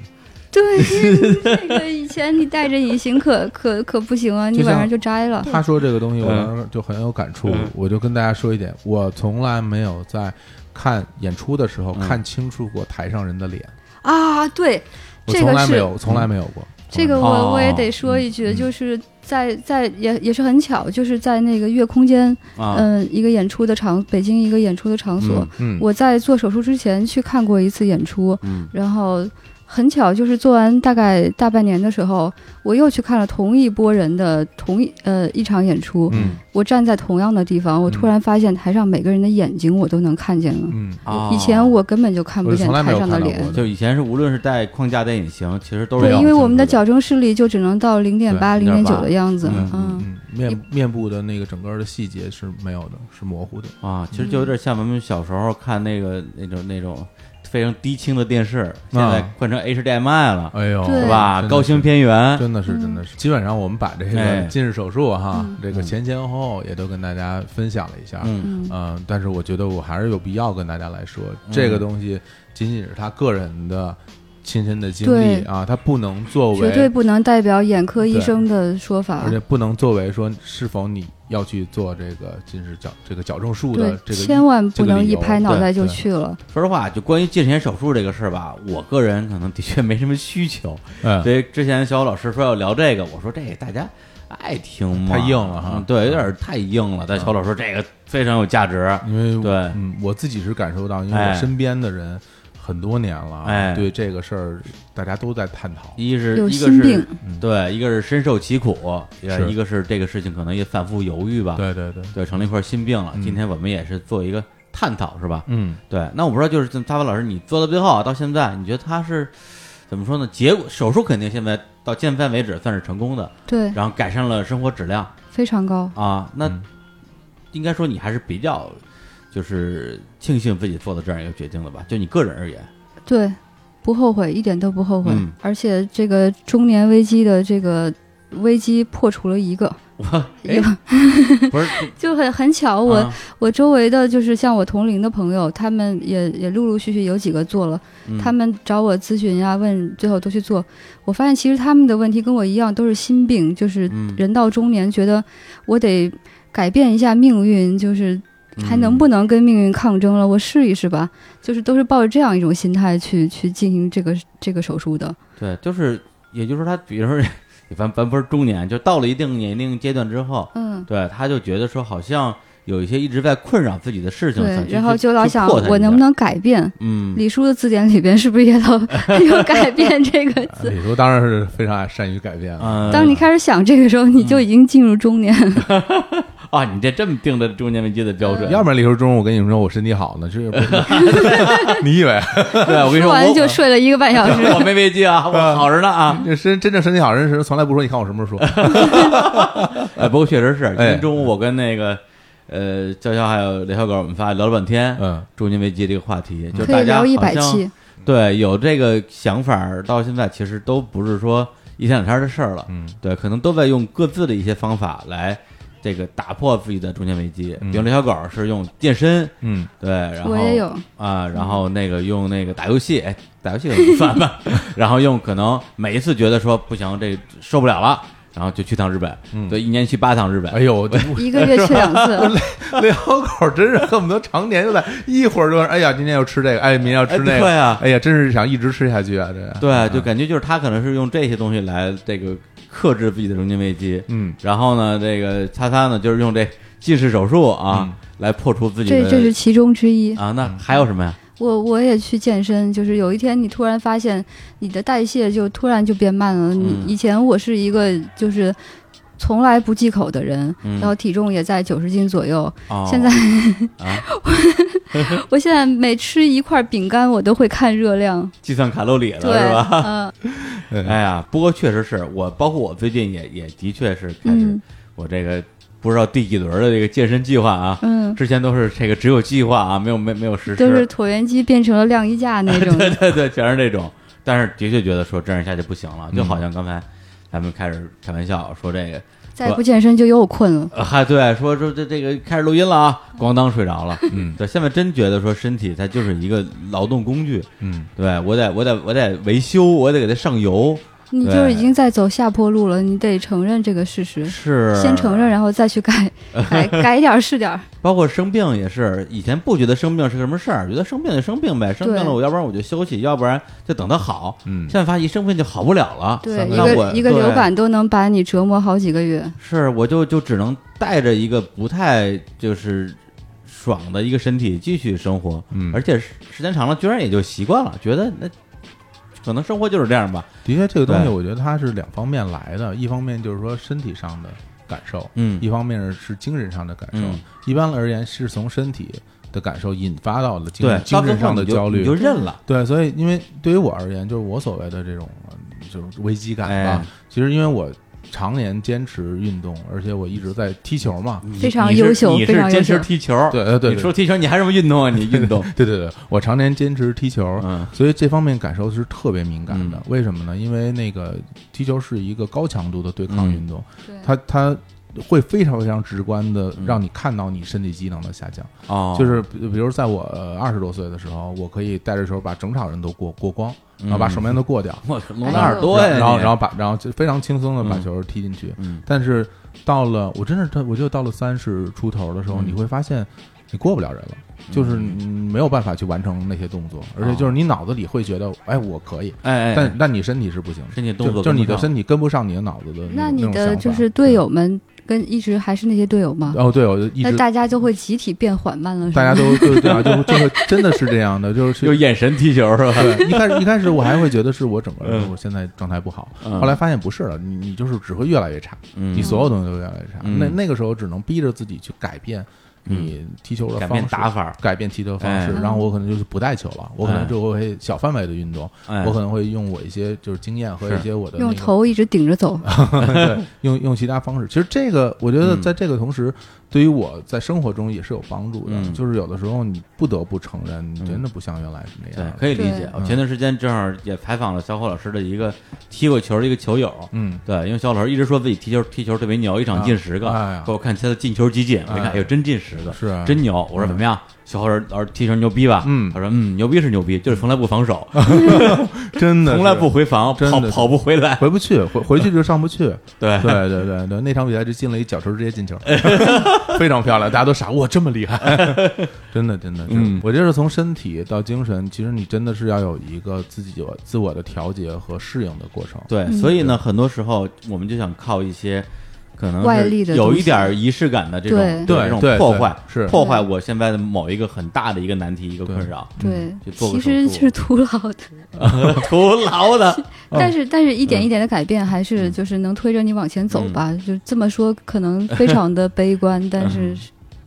[SPEAKER 3] 对这个以前你戴着隐形可 可可不行啊，你
[SPEAKER 2] 就像
[SPEAKER 3] 晚上就摘了。
[SPEAKER 2] 他说这个东西，我
[SPEAKER 1] 嗯
[SPEAKER 2] 当时就很有感触。
[SPEAKER 1] 嗯
[SPEAKER 2] 我就跟大家说一点，我从来没有在看演出的时候
[SPEAKER 1] 嗯
[SPEAKER 2] 看清楚过台上人的脸，
[SPEAKER 3] 啊，对，
[SPEAKER 2] 我
[SPEAKER 3] 这
[SPEAKER 2] 从
[SPEAKER 3] 个
[SPEAKER 2] 来没
[SPEAKER 1] 嗯
[SPEAKER 3] 是
[SPEAKER 2] 有，从来没有过。
[SPEAKER 3] 这个
[SPEAKER 6] 哦
[SPEAKER 3] 我我也得说一句，
[SPEAKER 6] 嗯
[SPEAKER 3] 就是在在也也是很巧，就是在那个月空间，
[SPEAKER 1] 啊，
[SPEAKER 3] 嗯、一个演出的场，北京一个演出的场所，
[SPEAKER 2] 嗯，
[SPEAKER 3] 我在做手术之前去看过一次演出，
[SPEAKER 1] 嗯
[SPEAKER 3] 然后很巧，就是做完大概大半年的时候，我又去看了同一波人的同一呃一场演出，
[SPEAKER 2] 嗯
[SPEAKER 3] 我站在同样的地方，我突然发现台上每个人的眼睛我都能看见了。
[SPEAKER 2] 嗯，
[SPEAKER 1] 啊
[SPEAKER 3] 以前我根本就看不
[SPEAKER 2] 我
[SPEAKER 3] 见
[SPEAKER 2] 从来没
[SPEAKER 3] 台
[SPEAKER 2] 有
[SPEAKER 3] 上的
[SPEAKER 2] 看到
[SPEAKER 3] 脸
[SPEAKER 2] 过，
[SPEAKER 1] 就以前是无论是戴框架戴隐形，其实都是
[SPEAKER 3] 对，
[SPEAKER 1] 要
[SPEAKER 3] 因为我们的
[SPEAKER 1] 镜
[SPEAKER 3] 矫正视力就只能到零点八、
[SPEAKER 1] 对
[SPEAKER 3] 零点九
[SPEAKER 1] 0.8
[SPEAKER 3] 的样子，
[SPEAKER 1] 嗯
[SPEAKER 3] 嗯
[SPEAKER 2] 嗯，面面部的那个整个的细节是没有的，是模糊的。
[SPEAKER 1] 头的啊，其实就有点像咱们小时候看那个那种那种非常低清的电视，现在换成 HDMI 了，
[SPEAKER 2] 哎呦，
[SPEAKER 3] 对
[SPEAKER 1] 啊是
[SPEAKER 3] 对
[SPEAKER 1] 吧？高清片源，
[SPEAKER 2] 真的是
[SPEAKER 3] 嗯
[SPEAKER 2] 真的是，基本上我们把这
[SPEAKER 1] 哎
[SPEAKER 2] 个近视手术哈
[SPEAKER 3] 嗯，
[SPEAKER 2] 这个前前后后也都跟大家分享了一下。
[SPEAKER 1] 嗯
[SPEAKER 3] 嗯
[SPEAKER 2] 嗯，但是我觉得我还是有必要跟大家来说，这
[SPEAKER 1] 嗯
[SPEAKER 2] 个东西仅仅是他个人的亲身的经历
[SPEAKER 3] 对
[SPEAKER 2] 啊，他不能作
[SPEAKER 3] 绝对
[SPEAKER 2] 为，
[SPEAKER 3] 不能代表眼科医
[SPEAKER 2] 对
[SPEAKER 3] 生的说法
[SPEAKER 2] 而。且不能作为说是否你要去做这个近视矫这个矫正术的
[SPEAKER 3] 对，
[SPEAKER 2] 这个
[SPEAKER 3] 千万不能一拍脑
[SPEAKER 2] 这个理
[SPEAKER 3] 袋
[SPEAKER 2] 由
[SPEAKER 3] 就
[SPEAKER 2] 对
[SPEAKER 3] 去了。
[SPEAKER 1] 说实话，就关于近视眼手术这个事儿吧，我个人可能的确没什么需求。
[SPEAKER 2] 嗯
[SPEAKER 1] 所以之前小欧老师说要聊这个，我说这个大家爱听吗？
[SPEAKER 2] 太硬了哈
[SPEAKER 1] 嗯对，有点太硬了。但小欧老师说这个非常有价值，
[SPEAKER 2] 因为我
[SPEAKER 1] 对
[SPEAKER 2] 嗯，我自己是感受到，因为
[SPEAKER 1] 哎
[SPEAKER 2] 我身边的人很多年了，啊
[SPEAKER 1] 哎
[SPEAKER 2] 对这个事儿大家都在探讨，
[SPEAKER 1] 一是
[SPEAKER 3] 有
[SPEAKER 1] 一个
[SPEAKER 3] 心病
[SPEAKER 1] 是对，一个是深受其苦，
[SPEAKER 2] 是
[SPEAKER 1] 一个是这个事情可能也反复犹豫吧，
[SPEAKER 2] 对对对，
[SPEAKER 1] 对，成了一块心病了。
[SPEAKER 2] 嗯
[SPEAKER 1] 今天我们也是做一个探讨，是吧？
[SPEAKER 2] 嗯，
[SPEAKER 1] 对，那我不知道，就是大发老师，你做到最后啊，到现在，你觉得他是怎么说呢？结果手术肯定现在到现在为止算是成功的，
[SPEAKER 3] 对，
[SPEAKER 1] 然后改善了生活质量
[SPEAKER 3] 非常高。
[SPEAKER 1] 啊。那
[SPEAKER 2] 嗯
[SPEAKER 1] 应该说你还是比较就是庆幸自己做的这样一个决定的吧？就你个人而言，
[SPEAKER 3] 对，不后悔，一点都不后悔。
[SPEAKER 1] 嗯
[SPEAKER 3] 而且这个中年危机的这个危机破除了一个，
[SPEAKER 1] 我哎不是
[SPEAKER 3] 就很很巧， 我、
[SPEAKER 1] 啊
[SPEAKER 3] 我周围的就是像我同龄的朋友，他们也也陆陆续续有几个做了，
[SPEAKER 1] 嗯
[SPEAKER 3] 他们找我咨询呀、问最后都去做。我发现其实他们的问题跟我一样，都是心病，就是
[SPEAKER 1] 嗯
[SPEAKER 3] 人到中年觉得我得改变一下命运，就是
[SPEAKER 1] 嗯
[SPEAKER 3] 还能不能跟命运抗争了？我试一试吧，就是都是抱着这样一种心态去去进行这个这个手术的。
[SPEAKER 1] 对，就是也就是说他，比如说 咱咱不是中年，就到了一定年龄阶段之后，
[SPEAKER 3] 嗯，
[SPEAKER 1] 对，他就觉得说好像有一些一直在困扰自己的事情，想
[SPEAKER 3] 对，
[SPEAKER 1] 去
[SPEAKER 3] 然后
[SPEAKER 1] 去
[SPEAKER 3] 就老
[SPEAKER 1] 去
[SPEAKER 3] 想
[SPEAKER 1] 破它
[SPEAKER 3] 我
[SPEAKER 1] 一
[SPEAKER 3] 能不
[SPEAKER 1] 下
[SPEAKER 3] 能改变。
[SPEAKER 1] 嗯
[SPEAKER 3] 李叔的字典里边是不是也老 有改变这个
[SPEAKER 2] 啊
[SPEAKER 3] 字？
[SPEAKER 2] 李叔当然是非常爱善于改变啊了，
[SPEAKER 1] 嗯，
[SPEAKER 3] 当你开始想这个时候，你就已经进入中年。
[SPEAKER 1] 啊，你这这么定的中年危机的标准，
[SPEAKER 2] 要不然李叔中午我跟你们说我身体好呢，这 你以为
[SPEAKER 1] 对我跟你
[SPEAKER 3] 呃说
[SPEAKER 1] 说，
[SPEAKER 3] 完
[SPEAKER 1] 我
[SPEAKER 3] 就睡了一个半小时。
[SPEAKER 1] 我没危机啊，我好着呢啊。
[SPEAKER 2] 这身真正身体好人是从来不说，你看我什么时候说？
[SPEAKER 1] 哎，不过确实是，今
[SPEAKER 2] 哎
[SPEAKER 1] 天中午我跟那个呃潇潇还有雷小狗，我们仨聊了半天
[SPEAKER 2] 嗯，
[SPEAKER 1] 中年危机这个话题，就
[SPEAKER 3] 可
[SPEAKER 1] 大
[SPEAKER 3] 以
[SPEAKER 1] 家
[SPEAKER 3] 聊一
[SPEAKER 1] 好
[SPEAKER 3] 百
[SPEAKER 1] 像
[SPEAKER 3] 期，
[SPEAKER 1] 对，有这个想法儿到现在其实都不是说一天两天的事儿了，
[SPEAKER 2] 嗯，
[SPEAKER 1] 对，可能都在用各自的一些方法来这个打破自己的中年危机。
[SPEAKER 2] 嗯
[SPEAKER 1] 比如雷小狗是用健身，
[SPEAKER 2] 嗯，
[SPEAKER 1] 对，然后
[SPEAKER 3] 我也有
[SPEAKER 1] 啊，然后那个用那个打游戏，哎，打游戏可能不算吧， 然后用可能每一次觉得说不行，这受不了了，然后就去趟日本，
[SPEAKER 2] 嗯
[SPEAKER 1] 对，一年去八趟日本，
[SPEAKER 2] 哎呦，我这
[SPEAKER 3] 一个月去两 次，
[SPEAKER 2] 两口真是恨不得常年就在一会儿就哎呀，今天又吃这个，哎，明天又吃那
[SPEAKER 1] 哎
[SPEAKER 2] 个，
[SPEAKER 1] 对啊
[SPEAKER 2] 哎呀，真是想一直吃下去啊，这
[SPEAKER 1] 对，就感觉就是他可能是用这些东西来这个克制自己的中年危机，
[SPEAKER 2] 嗯
[SPEAKER 1] 然后呢，这个擦擦呢就是用这近视手术啊、
[SPEAKER 2] 嗯
[SPEAKER 1] 来破除自己的
[SPEAKER 3] 这这是其中之一。
[SPEAKER 1] 啊，那还有什么呀？
[SPEAKER 3] 我我也去健身，就是有一天你突然发现你的代谢就突然就变慢了。你
[SPEAKER 1] 嗯
[SPEAKER 3] 以前我是一个就是从来不忌口的人，
[SPEAKER 1] 嗯
[SPEAKER 3] 然后体重也在九十斤左右。
[SPEAKER 1] 哦、
[SPEAKER 3] 现在
[SPEAKER 1] 啊，
[SPEAKER 3] 我现在每吃一块饼干，我都会看热量。
[SPEAKER 1] 哦计算卡路里了
[SPEAKER 3] 对，
[SPEAKER 1] 是吧？
[SPEAKER 3] 嗯
[SPEAKER 2] 对
[SPEAKER 1] 哎呀，不过确实是我，包括我最近也也的确是开始
[SPEAKER 3] 嗯
[SPEAKER 1] 我这个不知道第几轮的这个健身计划啊，
[SPEAKER 3] 嗯，
[SPEAKER 1] 之前都是这个只有计划啊，没有没没有实施，
[SPEAKER 3] 都 是椭圆机变成了晾衣架那种的。
[SPEAKER 1] 对对，全是这种。但是的确觉得说这样下去不行了，就
[SPEAKER 2] 嗯
[SPEAKER 1] 好像刚才咱们开始开玩笑说这个，
[SPEAKER 3] 再不健身就又困了。
[SPEAKER 1] 呃嗨、对，说说这这个开始录音了啊，咣当睡着了。
[SPEAKER 2] 嗯
[SPEAKER 1] 对，现在真觉得说身体它就是一个劳动工具，
[SPEAKER 2] 嗯
[SPEAKER 1] 对我得我得我得维修，我得给它上油，
[SPEAKER 3] 你就
[SPEAKER 1] 对
[SPEAKER 3] 已经在走下坡路了，你得承认这个事实，
[SPEAKER 1] 是
[SPEAKER 3] 嗯先承认，然后再去改， 改改一点儿是点儿。
[SPEAKER 1] 包括生病也是，以前不觉得生病是个什么事儿，觉得生病就生病呗，生病了我要不然我就休息，要不然就等它好。
[SPEAKER 2] 嗯
[SPEAKER 1] 现在发现一生病就好不了了，
[SPEAKER 3] 对，一
[SPEAKER 1] 那我
[SPEAKER 3] 个一个
[SPEAKER 1] 对
[SPEAKER 3] 流感都能把你折磨好几个月。
[SPEAKER 1] 是我就就只能带着一个不太就是爽的一个身体继续生活，
[SPEAKER 2] 嗯
[SPEAKER 1] 而且时时间长了居然也就习惯了，觉得那可能生活就是这样吧，
[SPEAKER 2] 的确，这个东西
[SPEAKER 1] 对
[SPEAKER 2] 我觉得它是两方面来的，一方面就是说身体上的感受，
[SPEAKER 1] 嗯
[SPEAKER 2] 一方面是精神上的感受
[SPEAKER 1] 嗯。
[SPEAKER 2] 一般而言是从身体的感受引发到了精
[SPEAKER 1] 对，
[SPEAKER 2] 精神上的焦
[SPEAKER 1] 到最后你
[SPEAKER 2] 虑
[SPEAKER 1] 就，你就认了，
[SPEAKER 2] 对，所以因为对于我而言，就是我所谓的这种呃就是危机感吧
[SPEAKER 1] 哎。
[SPEAKER 2] 其实因为我常年坚持运动，而且我一直在踢球嘛。
[SPEAKER 3] 非常
[SPEAKER 1] 你是
[SPEAKER 3] 优秀
[SPEAKER 1] 你
[SPEAKER 3] 非
[SPEAKER 1] 是
[SPEAKER 3] 常
[SPEAKER 1] 坚
[SPEAKER 3] 优
[SPEAKER 1] 持
[SPEAKER 3] 秀
[SPEAKER 1] 踢球，
[SPEAKER 2] 对对对
[SPEAKER 1] 你除了踢球你还什么运动啊？你运 动，
[SPEAKER 2] 对对对，我常年坚持踢球，
[SPEAKER 1] 嗯
[SPEAKER 2] 所以这方面感受是特别敏感的。
[SPEAKER 1] 嗯
[SPEAKER 2] 为什么呢？因为那个踢球是一个高强度的对抗
[SPEAKER 1] 嗯
[SPEAKER 2] 运动，
[SPEAKER 3] 对，
[SPEAKER 2] 它它会非常非常直观的
[SPEAKER 1] 嗯
[SPEAKER 2] 让你看到你身体机能的下降。
[SPEAKER 1] 哦，
[SPEAKER 2] 就是比比如在我呃二十多岁的时候，我可以带着球把整场人都过过光，
[SPEAKER 1] 嗯
[SPEAKER 2] 然后把守门员都过掉，
[SPEAKER 1] 我
[SPEAKER 3] 哎
[SPEAKER 1] 隆纳尔多呀，
[SPEAKER 2] 然后
[SPEAKER 1] 你啊
[SPEAKER 2] 然后把然后就非常轻松的把
[SPEAKER 1] 嗯
[SPEAKER 2] 球踢进去。
[SPEAKER 1] 嗯
[SPEAKER 2] 但是到了我真是到我就到了三十出头的时候，
[SPEAKER 1] 嗯
[SPEAKER 2] 你会发现你过不了人了。就是你没有办法去完成那些动作，而且就是你脑子里会觉得，哎，我可以，
[SPEAKER 1] 哦哎哎，
[SPEAKER 2] 但但你身体是不行的，
[SPEAKER 1] 身体动
[SPEAKER 2] 就
[SPEAKER 1] 作
[SPEAKER 2] 就是你的
[SPEAKER 1] 体
[SPEAKER 2] 身体跟不上你的脑子的
[SPEAKER 3] 那
[SPEAKER 2] 种
[SPEAKER 3] 你
[SPEAKER 2] 那种
[SPEAKER 3] 的
[SPEAKER 2] 想法
[SPEAKER 3] 就是队友们跟一直还是那些队友吗？
[SPEAKER 1] 啊
[SPEAKER 2] 哦，对，我就一
[SPEAKER 3] 那
[SPEAKER 2] 直
[SPEAKER 3] 大家就会集体变缓慢了，是
[SPEAKER 2] 大家
[SPEAKER 3] 吗？
[SPEAKER 2] 都对对啊，就就会真的是这样的，就是
[SPEAKER 1] 有眼神踢球是吧？
[SPEAKER 2] 对，一开始一开始我还会觉得是我整个人
[SPEAKER 1] 嗯
[SPEAKER 2] 我现在状态不好，
[SPEAKER 1] 嗯
[SPEAKER 2] 后来发现不是了，你你就是只会越来越差，你
[SPEAKER 1] 你
[SPEAKER 2] 所有东西都越来越差。
[SPEAKER 1] 嗯
[SPEAKER 2] 那那个时候只能逼着自己去改变你踢球的
[SPEAKER 1] 改
[SPEAKER 2] 方式、
[SPEAKER 1] 变打法，
[SPEAKER 2] 改变踢球的方式，
[SPEAKER 1] 哎
[SPEAKER 2] 然后我可能就是不带球了，我可
[SPEAKER 1] 哎
[SPEAKER 2] 能就会小范围的运动，
[SPEAKER 1] 哎
[SPEAKER 2] 嗯我可能会用我一些就是经验和
[SPEAKER 1] 是
[SPEAKER 2] 一些我的那
[SPEAKER 3] 用
[SPEAKER 2] 个
[SPEAKER 3] 头一直顶着走，
[SPEAKER 1] 啊
[SPEAKER 2] 对，用用其他方式。其实这个，我觉得
[SPEAKER 1] 嗯
[SPEAKER 2] 在这个同时，对于我在生活中也是有帮助的。
[SPEAKER 1] 嗯
[SPEAKER 2] 就是有的时候你不得不承认，你真的不像原来是那
[SPEAKER 1] 对
[SPEAKER 2] 样，的。
[SPEAKER 1] 可以理解
[SPEAKER 3] 对。
[SPEAKER 1] 我前段时间正好也采访了小伙老师的一个踢过球的一个球友，
[SPEAKER 2] 嗯，
[SPEAKER 1] 对，因为小伙老师一直说自己踢球踢球特别牛，一场进十个
[SPEAKER 2] 啊哎呀，
[SPEAKER 1] 给我看他的进球集锦，我一看，
[SPEAKER 2] 哎
[SPEAKER 1] 哎呦，真进十个，
[SPEAKER 2] 是啊
[SPEAKER 1] 真牛。我说怎么样，小伙老师踢球牛逼吧？
[SPEAKER 2] 嗯
[SPEAKER 1] 他说嗯，牛逼是牛逼，就是从来不防守，
[SPEAKER 2] 真的
[SPEAKER 1] 从来
[SPEAKER 2] 是
[SPEAKER 1] 不回防，
[SPEAKER 2] 真
[SPEAKER 1] 跑
[SPEAKER 2] 的是
[SPEAKER 1] 跑不回 来。
[SPEAKER 2] 回不去，回回去就上不去。
[SPEAKER 1] 对
[SPEAKER 2] 对对对对，那场比赛就进了一脚球，直接进球， 非常漂亮，大家都傻，哇，这么厉害， 真的真的，真的
[SPEAKER 1] 嗯
[SPEAKER 2] 我觉得从身体到精神，其实你真的是要有一个自己有自我的调节和适应的过程。
[SPEAKER 3] 嗯
[SPEAKER 1] 对，所以呢，很多时候我们就想靠一些可能是
[SPEAKER 3] 外力的
[SPEAKER 1] 有
[SPEAKER 3] 东
[SPEAKER 1] 一
[SPEAKER 3] 西
[SPEAKER 1] 点儿仪式感的这种
[SPEAKER 3] 对
[SPEAKER 2] 对
[SPEAKER 1] 这种
[SPEAKER 2] 对
[SPEAKER 1] 破
[SPEAKER 2] 对
[SPEAKER 1] 坏，
[SPEAKER 2] 是
[SPEAKER 1] 破坏我现在的某一个很大的一个难题一个困扰，
[SPEAKER 3] 对，
[SPEAKER 1] 嗯就做个
[SPEAKER 3] 其
[SPEAKER 1] 手
[SPEAKER 3] 实
[SPEAKER 1] 术嗯
[SPEAKER 3] 是徒劳的。
[SPEAKER 1] 徒劳 的。
[SPEAKER 3] 但是但是一点一点的改变，还
[SPEAKER 1] 嗯
[SPEAKER 3] 是就是能推着你往前走吧。就这么说，可能非常的 悲观，但
[SPEAKER 1] 嗯
[SPEAKER 3] 是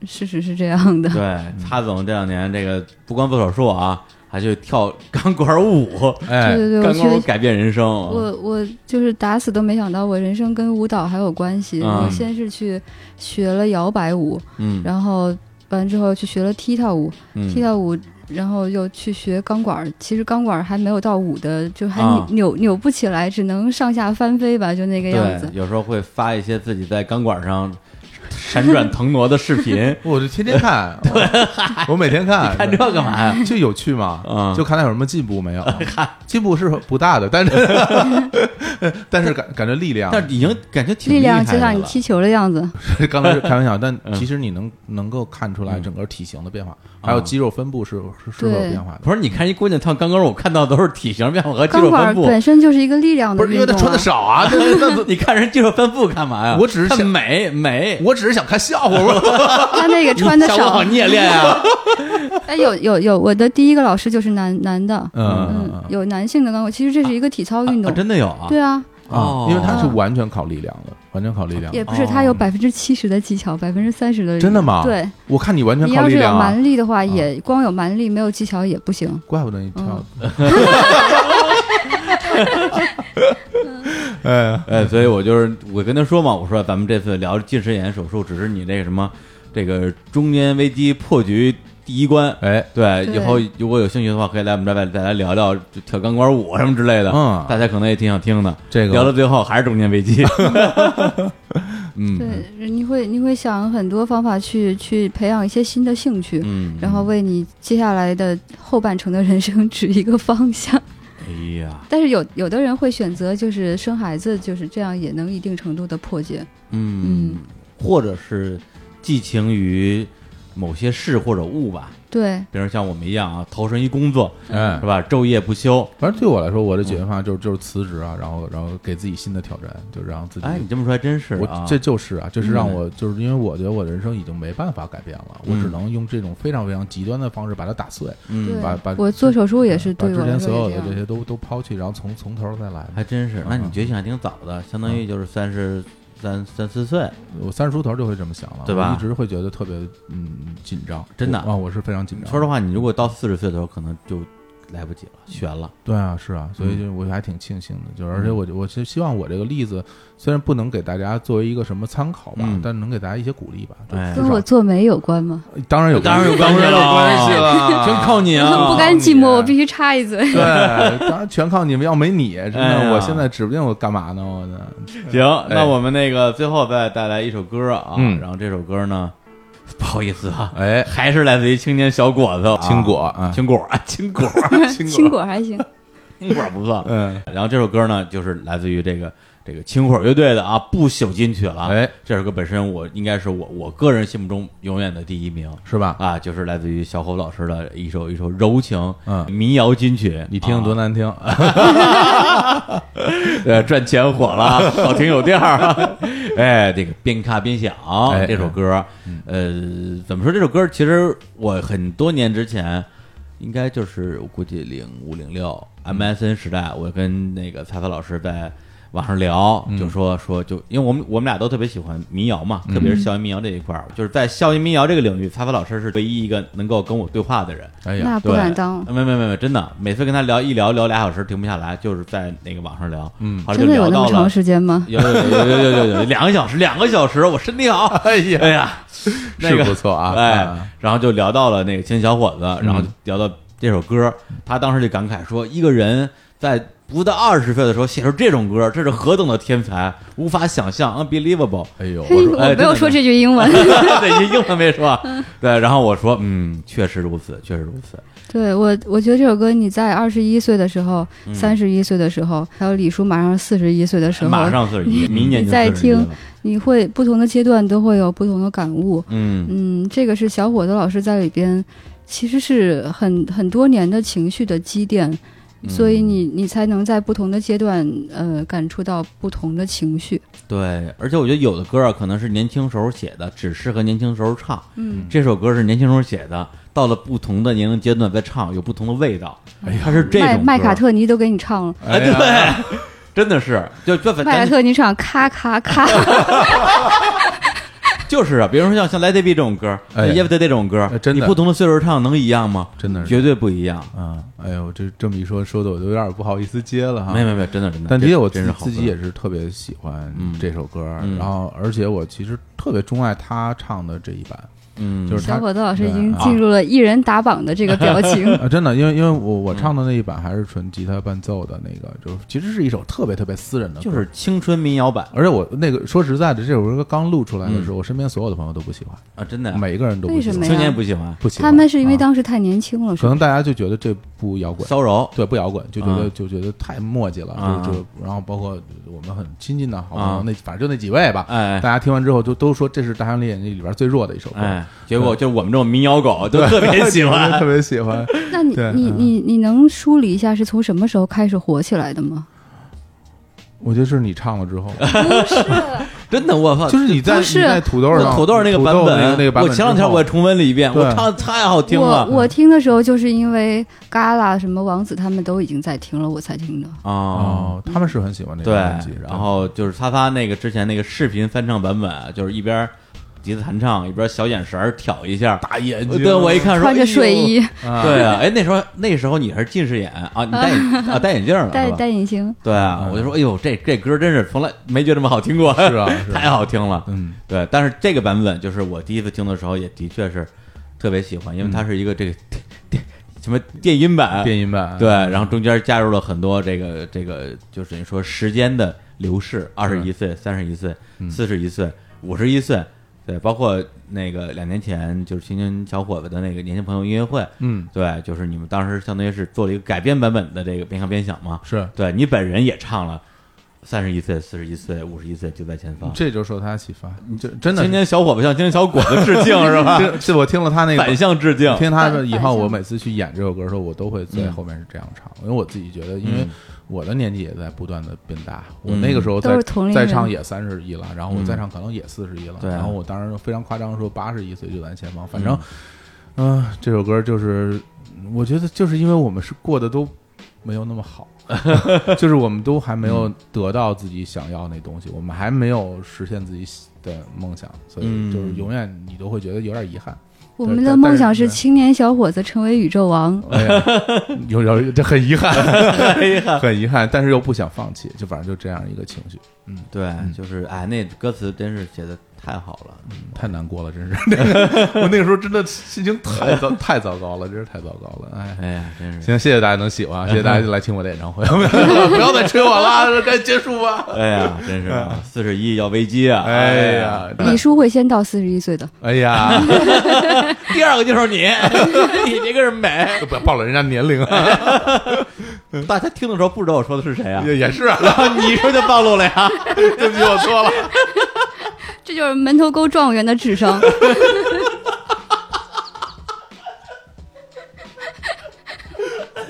[SPEAKER 3] 事实是这样的。
[SPEAKER 2] 嗯
[SPEAKER 1] 对，擦总这两年这个不光做手术啊，还去跳 钢管舞，
[SPEAKER 2] 哎，，
[SPEAKER 3] 对对，我
[SPEAKER 1] 钢管舞
[SPEAKER 3] 去，
[SPEAKER 1] 改变人生。啊
[SPEAKER 3] 我我就是打死都没想到，我人生跟舞蹈还有关系。
[SPEAKER 1] 嗯
[SPEAKER 3] 我先是去学了摇摆舞，
[SPEAKER 1] 嗯
[SPEAKER 3] 然后完之后去学了踢踏舞，
[SPEAKER 1] 嗯，
[SPEAKER 3] 踢踏舞，然后又去学钢管儿。其实钢管儿还没有到舞的，就还
[SPEAKER 1] 啊
[SPEAKER 3] 扭、扭扭不起来，只能上下翻飞吧，就那个样子
[SPEAKER 1] 对，。有时候会发一些自己在钢管上闪转腾挪的视 频
[SPEAKER 2] 我就天天 看，我我每天看，
[SPEAKER 1] 看这干嘛 呀？
[SPEAKER 2] 就有趣嘛，
[SPEAKER 1] 嗯
[SPEAKER 2] 就看他有什么进步没 有，进步是不大的，但是 但是感感觉力量，
[SPEAKER 1] 但已经感觉挺
[SPEAKER 3] 力
[SPEAKER 1] 厉害
[SPEAKER 3] 量
[SPEAKER 1] 的
[SPEAKER 3] 就像你
[SPEAKER 1] 了
[SPEAKER 3] 踢球的样子，
[SPEAKER 2] 刚才是开玩笑，但其实你能能够看出来整个体型的变化，还有肌肉分布是是是否有
[SPEAKER 3] 对
[SPEAKER 2] 变化的。
[SPEAKER 1] 不是，你看一姑娘跳钢管舞，看到都是体型变化和肌
[SPEAKER 3] 钢
[SPEAKER 1] 肉
[SPEAKER 3] 管儿
[SPEAKER 1] 分布。
[SPEAKER 3] 本身就是一个力量的
[SPEAKER 2] 不是因为
[SPEAKER 3] 运
[SPEAKER 2] 他
[SPEAKER 3] 动、
[SPEAKER 2] 穿的
[SPEAKER 3] 啊。
[SPEAKER 2] 少啊，对
[SPEAKER 1] 你看人肌肉分布干嘛呀？
[SPEAKER 2] 我只是
[SPEAKER 1] 看
[SPEAKER 2] 想
[SPEAKER 1] 美美，
[SPEAKER 2] 我只是 想看笑话。我
[SPEAKER 3] 啊他那个
[SPEAKER 1] 你
[SPEAKER 3] 穿的
[SPEAKER 1] 小
[SPEAKER 3] 少
[SPEAKER 1] 王，你也练 啊？
[SPEAKER 3] 哎，有有有，我的第一个老师就是男男的，
[SPEAKER 2] 嗯
[SPEAKER 3] 嗯，有男性的钢管，其实这是一个体操运动，
[SPEAKER 1] 啊真的有啊？
[SPEAKER 3] 对啊，
[SPEAKER 1] 哦
[SPEAKER 2] 啊，因为他是完全靠力量的，完全靠力量的。
[SPEAKER 3] 也不是，他有百分之七十的技巧，百分之三十的
[SPEAKER 2] 哦真的吗？
[SPEAKER 3] 对，
[SPEAKER 2] 我看你完全
[SPEAKER 3] 你
[SPEAKER 2] 靠
[SPEAKER 3] 要
[SPEAKER 2] 力
[SPEAKER 3] 是有
[SPEAKER 2] 量啊，
[SPEAKER 3] 蛮力的话，也光有蛮力没有技巧也不行。
[SPEAKER 2] 怪不得你跳。哎，
[SPEAKER 1] 哎，所以我就是我跟他说嘛，我说咱们这次聊近视眼手术，只是你那个什么这个中年危机破局第一关。
[SPEAKER 2] 哎，
[SPEAKER 1] 对，
[SPEAKER 3] 对
[SPEAKER 1] 以后如果有兴趣的话，可以来我们这边再来聊聊就跳钢管舞什么之类的。
[SPEAKER 2] 嗯
[SPEAKER 1] 大家可能也挺想听的。
[SPEAKER 2] 这个哎
[SPEAKER 1] 聊到最后还是中年危 机。 嗯
[SPEAKER 3] 对，你会你会想很多方法去去培养一些新的兴趣，
[SPEAKER 1] 嗯，
[SPEAKER 3] 然后为你接下来的后半程的人生指一个方向。
[SPEAKER 1] 哎呀、
[SPEAKER 3] 但是有有的人会选择就是生孩子，就是这样也能一定程度的破解。
[SPEAKER 1] 嗯，或者是寄情于某些事或者物吧，
[SPEAKER 3] 对，
[SPEAKER 1] 比如像我们一样啊，投身于工作，
[SPEAKER 2] 哎
[SPEAKER 1] 是，吧？骤夜不休。
[SPEAKER 2] 反正对我来说，我的解决方案就是就是辞职啊，然后然后给自己新的挑战，就让自己
[SPEAKER 1] 哎，你这么说还真是啊嗯
[SPEAKER 2] 我，这就是啊，就是让我，就是因为我觉得我人生已经没办法改变了，我只能用这种非常非常极端的方式把它打碎，
[SPEAKER 1] 嗯
[SPEAKER 3] 对
[SPEAKER 2] 把把
[SPEAKER 3] 我做手术也是
[SPEAKER 2] 啊把
[SPEAKER 3] 对
[SPEAKER 2] 之
[SPEAKER 3] 我来
[SPEAKER 2] 前
[SPEAKER 3] 说
[SPEAKER 2] 所有
[SPEAKER 3] 也
[SPEAKER 2] 的
[SPEAKER 3] 这
[SPEAKER 2] 这
[SPEAKER 3] 样。
[SPEAKER 2] 些都都抛弃，然后从从头再来。
[SPEAKER 1] 还真
[SPEAKER 6] 嗯
[SPEAKER 1] 是。那你觉醒还挺早的，相当于就是三十三三四岁，
[SPEAKER 2] 我三十出头就会这么想了，
[SPEAKER 1] 对吧
[SPEAKER 2] 我一直会觉得特别嗯紧张，
[SPEAKER 1] 真的
[SPEAKER 2] 我啊，我是非常
[SPEAKER 6] 嗯
[SPEAKER 2] 紧张。
[SPEAKER 1] 说实，话，你如果到四十岁的时候，可能就来不及了，悬了。
[SPEAKER 2] 对啊，是啊，
[SPEAKER 1] 嗯
[SPEAKER 2] 所以就我还挺庆幸的，就是而且我我是希望我这个例子虽然不能给大家作为一个什么参考吧，
[SPEAKER 1] 嗯
[SPEAKER 2] 但能给大家一些鼓励吧。就
[SPEAKER 1] 哎
[SPEAKER 2] 至
[SPEAKER 3] 跟
[SPEAKER 2] 少
[SPEAKER 3] 我做媒有关吗？
[SPEAKER 2] 当然有
[SPEAKER 6] 当然有关系了，
[SPEAKER 2] 了
[SPEAKER 6] 全 靠你啊！
[SPEAKER 3] 不甘寂寞，我必须插一嘴。
[SPEAKER 2] 对，当然全靠你们，要没你，真
[SPEAKER 1] 哎呀
[SPEAKER 2] 的，我现在指不定我干嘛呢，我呢。
[SPEAKER 6] 哎
[SPEAKER 1] 行，那我们那个最后再带来一首歌啊，
[SPEAKER 2] 嗯
[SPEAKER 1] 然后这首歌呢，不好意思啊，
[SPEAKER 2] 哎，
[SPEAKER 1] 还是来自于青年小果子啊
[SPEAKER 2] 青果啊，
[SPEAKER 1] 青果啊，青果，
[SPEAKER 3] 青果还行，
[SPEAKER 1] 青果不错。
[SPEAKER 2] 嗯，
[SPEAKER 1] 然后这首歌呢，就是来自于这个这个青火乐队的啊《不朽金曲》了。
[SPEAKER 2] 哎，
[SPEAKER 1] 这首歌本身我应该是我我个人心目中永远的第一名
[SPEAKER 2] 是吧？
[SPEAKER 1] 啊，就是来自于小侯老师的一首一首柔情
[SPEAKER 2] 嗯
[SPEAKER 1] 民谣金曲。
[SPEAKER 2] 你听多
[SPEAKER 1] 啊
[SPEAKER 2] 难听，
[SPEAKER 1] 呃赚钱火了，啊好听有调儿。哎，这个边看边想
[SPEAKER 2] 哎嗯
[SPEAKER 1] 这首歌，呃，怎么说？这首歌其实我很多年之前。应该就是我估计零五零六
[SPEAKER 2] 嗯
[SPEAKER 1] MSN 时代，我跟那个蔡蔡老师在网上聊，
[SPEAKER 2] 嗯
[SPEAKER 1] 就说说就因为我们我们俩都特别喜欢民谣嘛，特
[SPEAKER 2] 嗯
[SPEAKER 1] 别是校园民谣这一块儿，就是在校园民谣这个领域，蔡蔡老师是唯一一个能够跟我对话的人。
[SPEAKER 2] 哎呀，
[SPEAKER 3] 那啊不
[SPEAKER 1] 对
[SPEAKER 3] 敢当。
[SPEAKER 1] 没没没没，真的，每次跟他聊一聊聊俩小时停不下来，就是在那个网上聊，嗯，后来就
[SPEAKER 3] 真的
[SPEAKER 1] 聊
[SPEAKER 3] 有那
[SPEAKER 1] 到
[SPEAKER 3] 么长
[SPEAKER 1] 了。
[SPEAKER 3] 时间 吗？
[SPEAKER 1] 有有有有有有有两个小时，两个小时，我身体好， 哎呀，哎呀，那个
[SPEAKER 2] 是不错啊
[SPEAKER 1] 哎
[SPEAKER 2] 啊，嗯
[SPEAKER 1] 然后就聊到了那个青年小伙子，然后就聊到这首歌，他当时就感慨说，一个人在不到二十岁的时候写出这种歌，这是何等的天才，无法想象，unbelievable。
[SPEAKER 2] 哎呦，我
[SPEAKER 3] 嘿，
[SPEAKER 2] 说
[SPEAKER 3] 我没有说这句英 文。
[SPEAKER 1] 对，英文没说 啊，对，然后我说，嗯，确实如此，确实如此，
[SPEAKER 3] 对我，我觉得这首歌你在二十一岁的时候、
[SPEAKER 1] 嗯
[SPEAKER 3] 三十一岁的时候，还有李叔马上四十一岁的时候，
[SPEAKER 1] 马上四十一，明年就
[SPEAKER 3] 你
[SPEAKER 1] 41
[SPEAKER 3] 再
[SPEAKER 1] 了
[SPEAKER 3] 听，你会不同的阶段都会有不同的感悟。
[SPEAKER 1] 嗯，
[SPEAKER 3] 嗯，这个是小伙子老师在里边，其实是很很多年的情绪的积淀，
[SPEAKER 1] 嗯
[SPEAKER 3] 所以你你才能在不同的阶段，呃，感触到不同的情绪。
[SPEAKER 1] 对，而且我觉得有的歌啊，可能是年轻时候写的，只适合年轻时候唱。
[SPEAKER 3] 嗯，
[SPEAKER 1] 这首歌是年轻时候写的，到了不同的年龄阶段再唱，有不同的味道。
[SPEAKER 2] 哎呀
[SPEAKER 1] 它是这种
[SPEAKER 3] 麦
[SPEAKER 1] 歌
[SPEAKER 3] 麦卡，特尼都给你唱了，
[SPEAKER 2] 哎呀，
[SPEAKER 1] 真的是就就反
[SPEAKER 3] 麦卡
[SPEAKER 1] 正
[SPEAKER 3] 特尼唱咔咔 咔，
[SPEAKER 1] 就是啊，比如说像像《Let It Be》这种歌，
[SPEAKER 2] 哎
[SPEAKER 1] 耶 e 德》这种歌
[SPEAKER 2] 哎，真的
[SPEAKER 1] 你不同的岁数唱能一样吗？
[SPEAKER 2] 真的是
[SPEAKER 1] 绝对不一样。
[SPEAKER 2] 啊，哎呦，这这么一说，说的我都有点不好意思接了哈。
[SPEAKER 1] 没有没有没有，真的真的。
[SPEAKER 2] 啊但的确，我
[SPEAKER 1] 真
[SPEAKER 2] 自
[SPEAKER 1] 是
[SPEAKER 2] 己
[SPEAKER 1] 好
[SPEAKER 2] 自己也
[SPEAKER 1] 歌
[SPEAKER 2] 是特别喜欢
[SPEAKER 1] 嗯
[SPEAKER 2] 这首歌，
[SPEAKER 1] 嗯
[SPEAKER 2] 然后而且我其实特别钟爱他唱的这一版，
[SPEAKER 1] 嗯，
[SPEAKER 2] 就是他
[SPEAKER 3] 小伙子老师已经
[SPEAKER 2] 对啊
[SPEAKER 3] 进入了一人打榜的这个表 情。
[SPEAKER 2] 啊，真的，因为因为我
[SPEAKER 1] 嗯
[SPEAKER 2] 我唱的那一版还是纯吉他伴奏的那个，就其实是一首特别特别私人的歌，
[SPEAKER 1] 就是青春民谣版
[SPEAKER 2] 而且我那个说实在的，这首歌刚录出来
[SPEAKER 1] 嗯
[SPEAKER 2] 的时候，我身边所有的朋友都不喜欢，
[SPEAKER 1] 啊，真的啊。
[SPEAKER 2] 每个人都不喜
[SPEAKER 3] 为什
[SPEAKER 2] 欢
[SPEAKER 3] 么，
[SPEAKER 1] 青年不喜欢
[SPEAKER 2] 不喜欢。
[SPEAKER 3] 他们是因为
[SPEAKER 2] 啊
[SPEAKER 3] 当时太年轻了，是
[SPEAKER 2] 可
[SPEAKER 3] 吧
[SPEAKER 2] 能大家就觉得这不摇滚，
[SPEAKER 1] 骚扰，
[SPEAKER 2] 对不摇滚，就觉得
[SPEAKER 1] 啊
[SPEAKER 2] 就觉得太墨迹了，
[SPEAKER 1] 啊
[SPEAKER 2] 就就然后包括我们很亲近的好朋
[SPEAKER 1] 啊
[SPEAKER 2] 友，那反正就那几位吧，
[SPEAKER 1] 哎哎
[SPEAKER 2] 大家听完之后就都说这是《大象猎眼记》里边最弱的一首歌，
[SPEAKER 1] 哎， 结果就我们这种民谣狗都特别喜欢，
[SPEAKER 2] 特别喜欢。
[SPEAKER 3] 那你
[SPEAKER 2] 对
[SPEAKER 3] 你
[SPEAKER 2] 嗯
[SPEAKER 3] 你你能梳理一下是从什么时候开始火起来的吗？
[SPEAKER 2] 我觉得是你唱了之后，
[SPEAKER 1] 真的，我操，
[SPEAKER 2] 就是你在
[SPEAKER 3] 不
[SPEAKER 2] 你
[SPEAKER 3] 是
[SPEAKER 2] 在土豆
[SPEAKER 1] 我
[SPEAKER 2] 上
[SPEAKER 1] 土啊豆那个版
[SPEAKER 2] 土豆
[SPEAKER 1] 本，
[SPEAKER 2] 那个那个版本之后，
[SPEAKER 1] 我前两天我也重温了一遍，
[SPEAKER 2] 对
[SPEAKER 1] 我唱的太好听
[SPEAKER 3] 我
[SPEAKER 1] 了
[SPEAKER 2] 嗯
[SPEAKER 3] 我听的时候就是因为嘎啦什么王子他们都已经在听了，我才听的。
[SPEAKER 1] 啊。
[SPEAKER 2] 哦，他们是很喜欢那
[SPEAKER 1] 对
[SPEAKER 2] 个专辑，，
[SPEAKER 1] 然后就是擦擦那个之前那个视频翻唱版本，啊就是一边笛子弹唱，一边小眼神儿挑一下。
[SPEAKER 2] 大眼睛，
[SPEAKER 1] 对，我一看说
[SPEAKER 3] 穿着睡，衣，
[SPEAKER 1] 哎呦对啊，哎，那时候那时候你还是近视眼啊，你 戴眼啊戴眼镜了，
[SPEAKER 3] 戴
[SPEAKER 1] 是吧
[SPEAKER 3] 戴隐形，
[SPEAKER 1] 对啊，我就说，哎呦，这这歌真是从来没觉得这么好听过，
[SPEAKER 2] 嗯是啊 是啊
[SPEAKER 1] 太好听了。
[SPEAKER 2] 嗯，
[SPEAKER 1] 对，但是这个版本就是我第一次听的时候，也的确是特别喜欢，因为它是一个这个电电什么电音版，
[SPEAKER 2] 嗯电音版，
[SPEAKER 1] 对，然后中间加入了很多这个这个，就是等于
[SPEAKER 2] 嗯
[SPEAKER 1] 说时间的流逝，二十一岁、三十一岁、四十一岁、五十一岁，对，包括那个两年前就是青年小伙子的那个年轻朋友音乐会，
[SPEAKER 2] 嗯，
[SPEAKER 1] 对，就是你们当时相当于是做了一个改编版本的这个边看边想嘛，
[SPEAKER 2] 是，
[SPEAKER 1] 对你本人也唱了三十一岁、四十一岁、五十一岁就在前方，
[SPEAKER 2] 这就受他启发，你这真的啊
[SPEAKER 1] 青年小伙子向青年小伙子致敬是 吧？
[SPEAKER 2] 这这我听了他那个
[SPEAKER 1] 反向致敬，
[SPEAKER 2] 听他说，
[SPEAKER 3] 反
[SPEAKER 2] 以后
[SPEAKER 3] 反向
[SPEAKER 2] 我每次去演这首歌的时候，我都会在后面是这样唱，因为我自己觉得，因
[SPEAKER 1] 嗯
[SPEAKER 2] 为我的年纪也在不断的变大，我那个时候
[SPEAKER 3] 都
[SPEAKER 2] 在
[SPEAKER 3] 是同龄
[SPEAKER 2] 在
[SPEAKER 3] 人
[SPEAKER 2] 唱也三十一了，然后我再唱可能也四十一了，
[SPEAKER 1] 嗯对啊
[SPEAKER 2] 然后我当时非常夸张说八十一岁就在前方，反正，嗯，这首歌就是我觉得就是因为我们是过得都没有那么好。 就是我们都还
[SPEAKER 1] 嗯
[SPEAKER 2] 没有得到自己想要那东西，我们还没有实现自己的梦想，所以就是
[SPEAKER 1] 嗯
[SPEAKER 2] 永远你都会觉得有点遗憾。
[SPEAKER 3] 我们
[SPEAKER 2] 对
[SPEAKER 3] 的
[SPEAKER 2] 但
[SPEAKER 3] 梦
[SPEAKER 2] 但
[SPEAKER 3] 想
[SPEAKER 2] 是
[SPEAKER 3] 是青年小伙子成为宇宙王，
[SPEAKER 2] 哎呀， 有有这很遗憾，很遗憾，很遗憾，但是又不想放弃，就反正就这样一个情绪，
[SPEAKER 1] 对，就是哎，那歌词真是写的太好了，
[SPEAKER 2] 太难过了，真是。 我那个时候真的心情太糟太糟糕了，真是太糟糕了，哎。
[SPEAKER 1] 哎呀，真是，
[SPEAKER 2] 行，谢谢大家能喜欢，谢谢大家来听我的演唱 会，不要再吹我了， 该结束吧。
[SPEAKER 1] 哎呀，真是啊，四十一要危机啊，
[SPEAKER 2] 哎，呀，
[SPEAKER 3] 李叔会先到四十一岁的。
[SPEAKER 2] 哎呀，
[SPEAKER 6] 第二个就是 你，你这个人美。
[SPEAKER 2] 不要暴露人家年龄啊，
[SPEAKER 1] 大家听的时候不知道我说的是谁啊，
[SPEAKER 2] 也也是啊， 你说就暴露了呀，对不起，我错了。
[SPEAKER 3] 这就是门头沟状元的智
[SPEAKER 2] 啊
[SPEAKER 3] 商。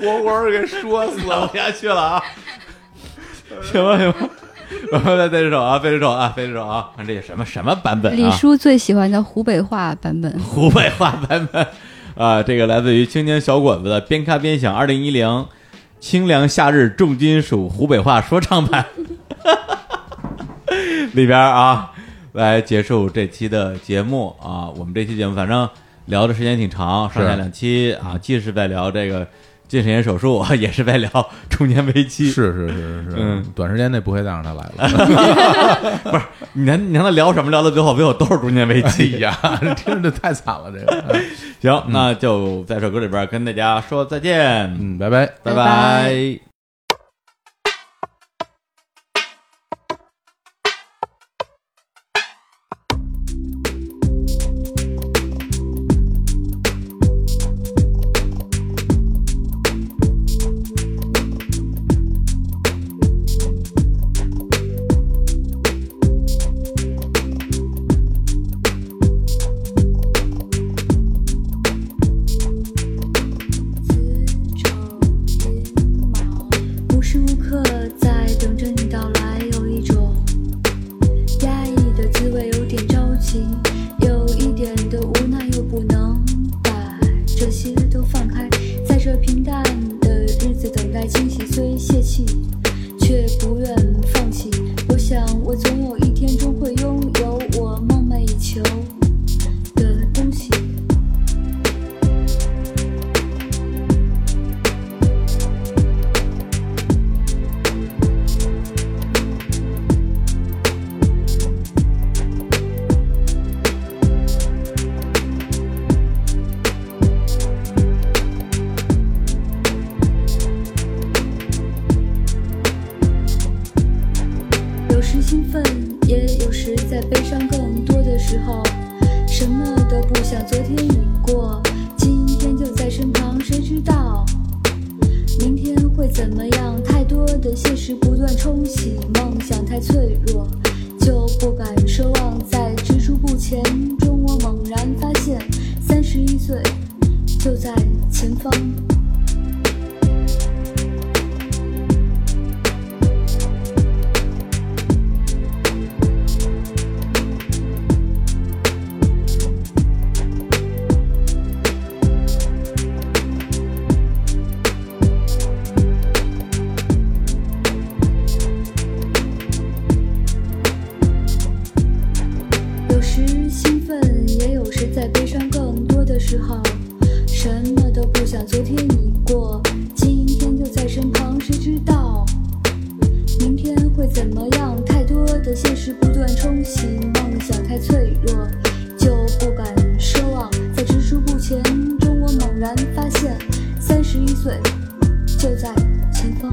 [SPEAKER 2] 活活给说 死了，
[SPEAKER 1] 不下去了啊！行吧行吧， 我们来背这首啊，背这首啊，背这首啊，看这什么什么版本
[SPEAKER 3] 李
[SPEAKER 1] 啊？
[SPEAKER 3] 叔最喜欢的湖北话版本，
[SPEAKER 1] 湖北话版本啊，这个来自于青年小伙子的《边看边想》二零一零清凉夏日重金属湖北话说唱版 里边啊，来结束这期的节目啊。我们这期节目反正聊的时间挺长，上下
[SPEAKER 2] 是
[SPEAKER 1] 两期啊，既是在聊这个 近视眼手术，也是在聊中年危机。
[SPEAKER 2] 是是是是是
[SPEAKER 1] 嗯，
[SPEAKER 2] 短时间内不会再让他来了。
[SPEAKER 1] 你难你让他聊什么？聊到最后，最后都是中年危
[SPEAKER 2] 哎
[SPEAKER 1] 机。
[SPEAKER 2] 呀，听着太惨了，这个。
[SPEAKER 1] 行，那就在这首歌里边跟大家说再见，
[SPEAKER 2] 嗯，拜拜。
[SPEAKER 1] 拜
[SPEAKER 3] 拜
[SPEAKER 1] 拜
[SPEAKER 3] 拜
[SPEAKER 5] 子丑寅卯，无时无刻在等着你到来。有一种压抑的滋味，有点着急，有一点的无奈，又不能把这些都放开。在这平淡的日子，等待惊喜虽泄气，却不愿放弃。我想，我总有一天终会拥有我梦寐以求的东西。有时兴奋，也有时在悲伤，更多的时候什么都不想。昨天已过，今天就在身旁，谁知道明天会怎么样？太多的现实不断冲洗，梦想太脆弱，就不敢奢望。在踟蹰不前中，我猛然发现，三十一岁就在前方。有时兴奋，也有时在悲伤，更多的时候什么都不想。昨天已过，今天就在身旁，谁知道明天会怎么样？太多的现实不断冲洗，梦想太脆弱，就不敢奢望。在踟蹰不前中，我猛然发现，三十一岁就在前方。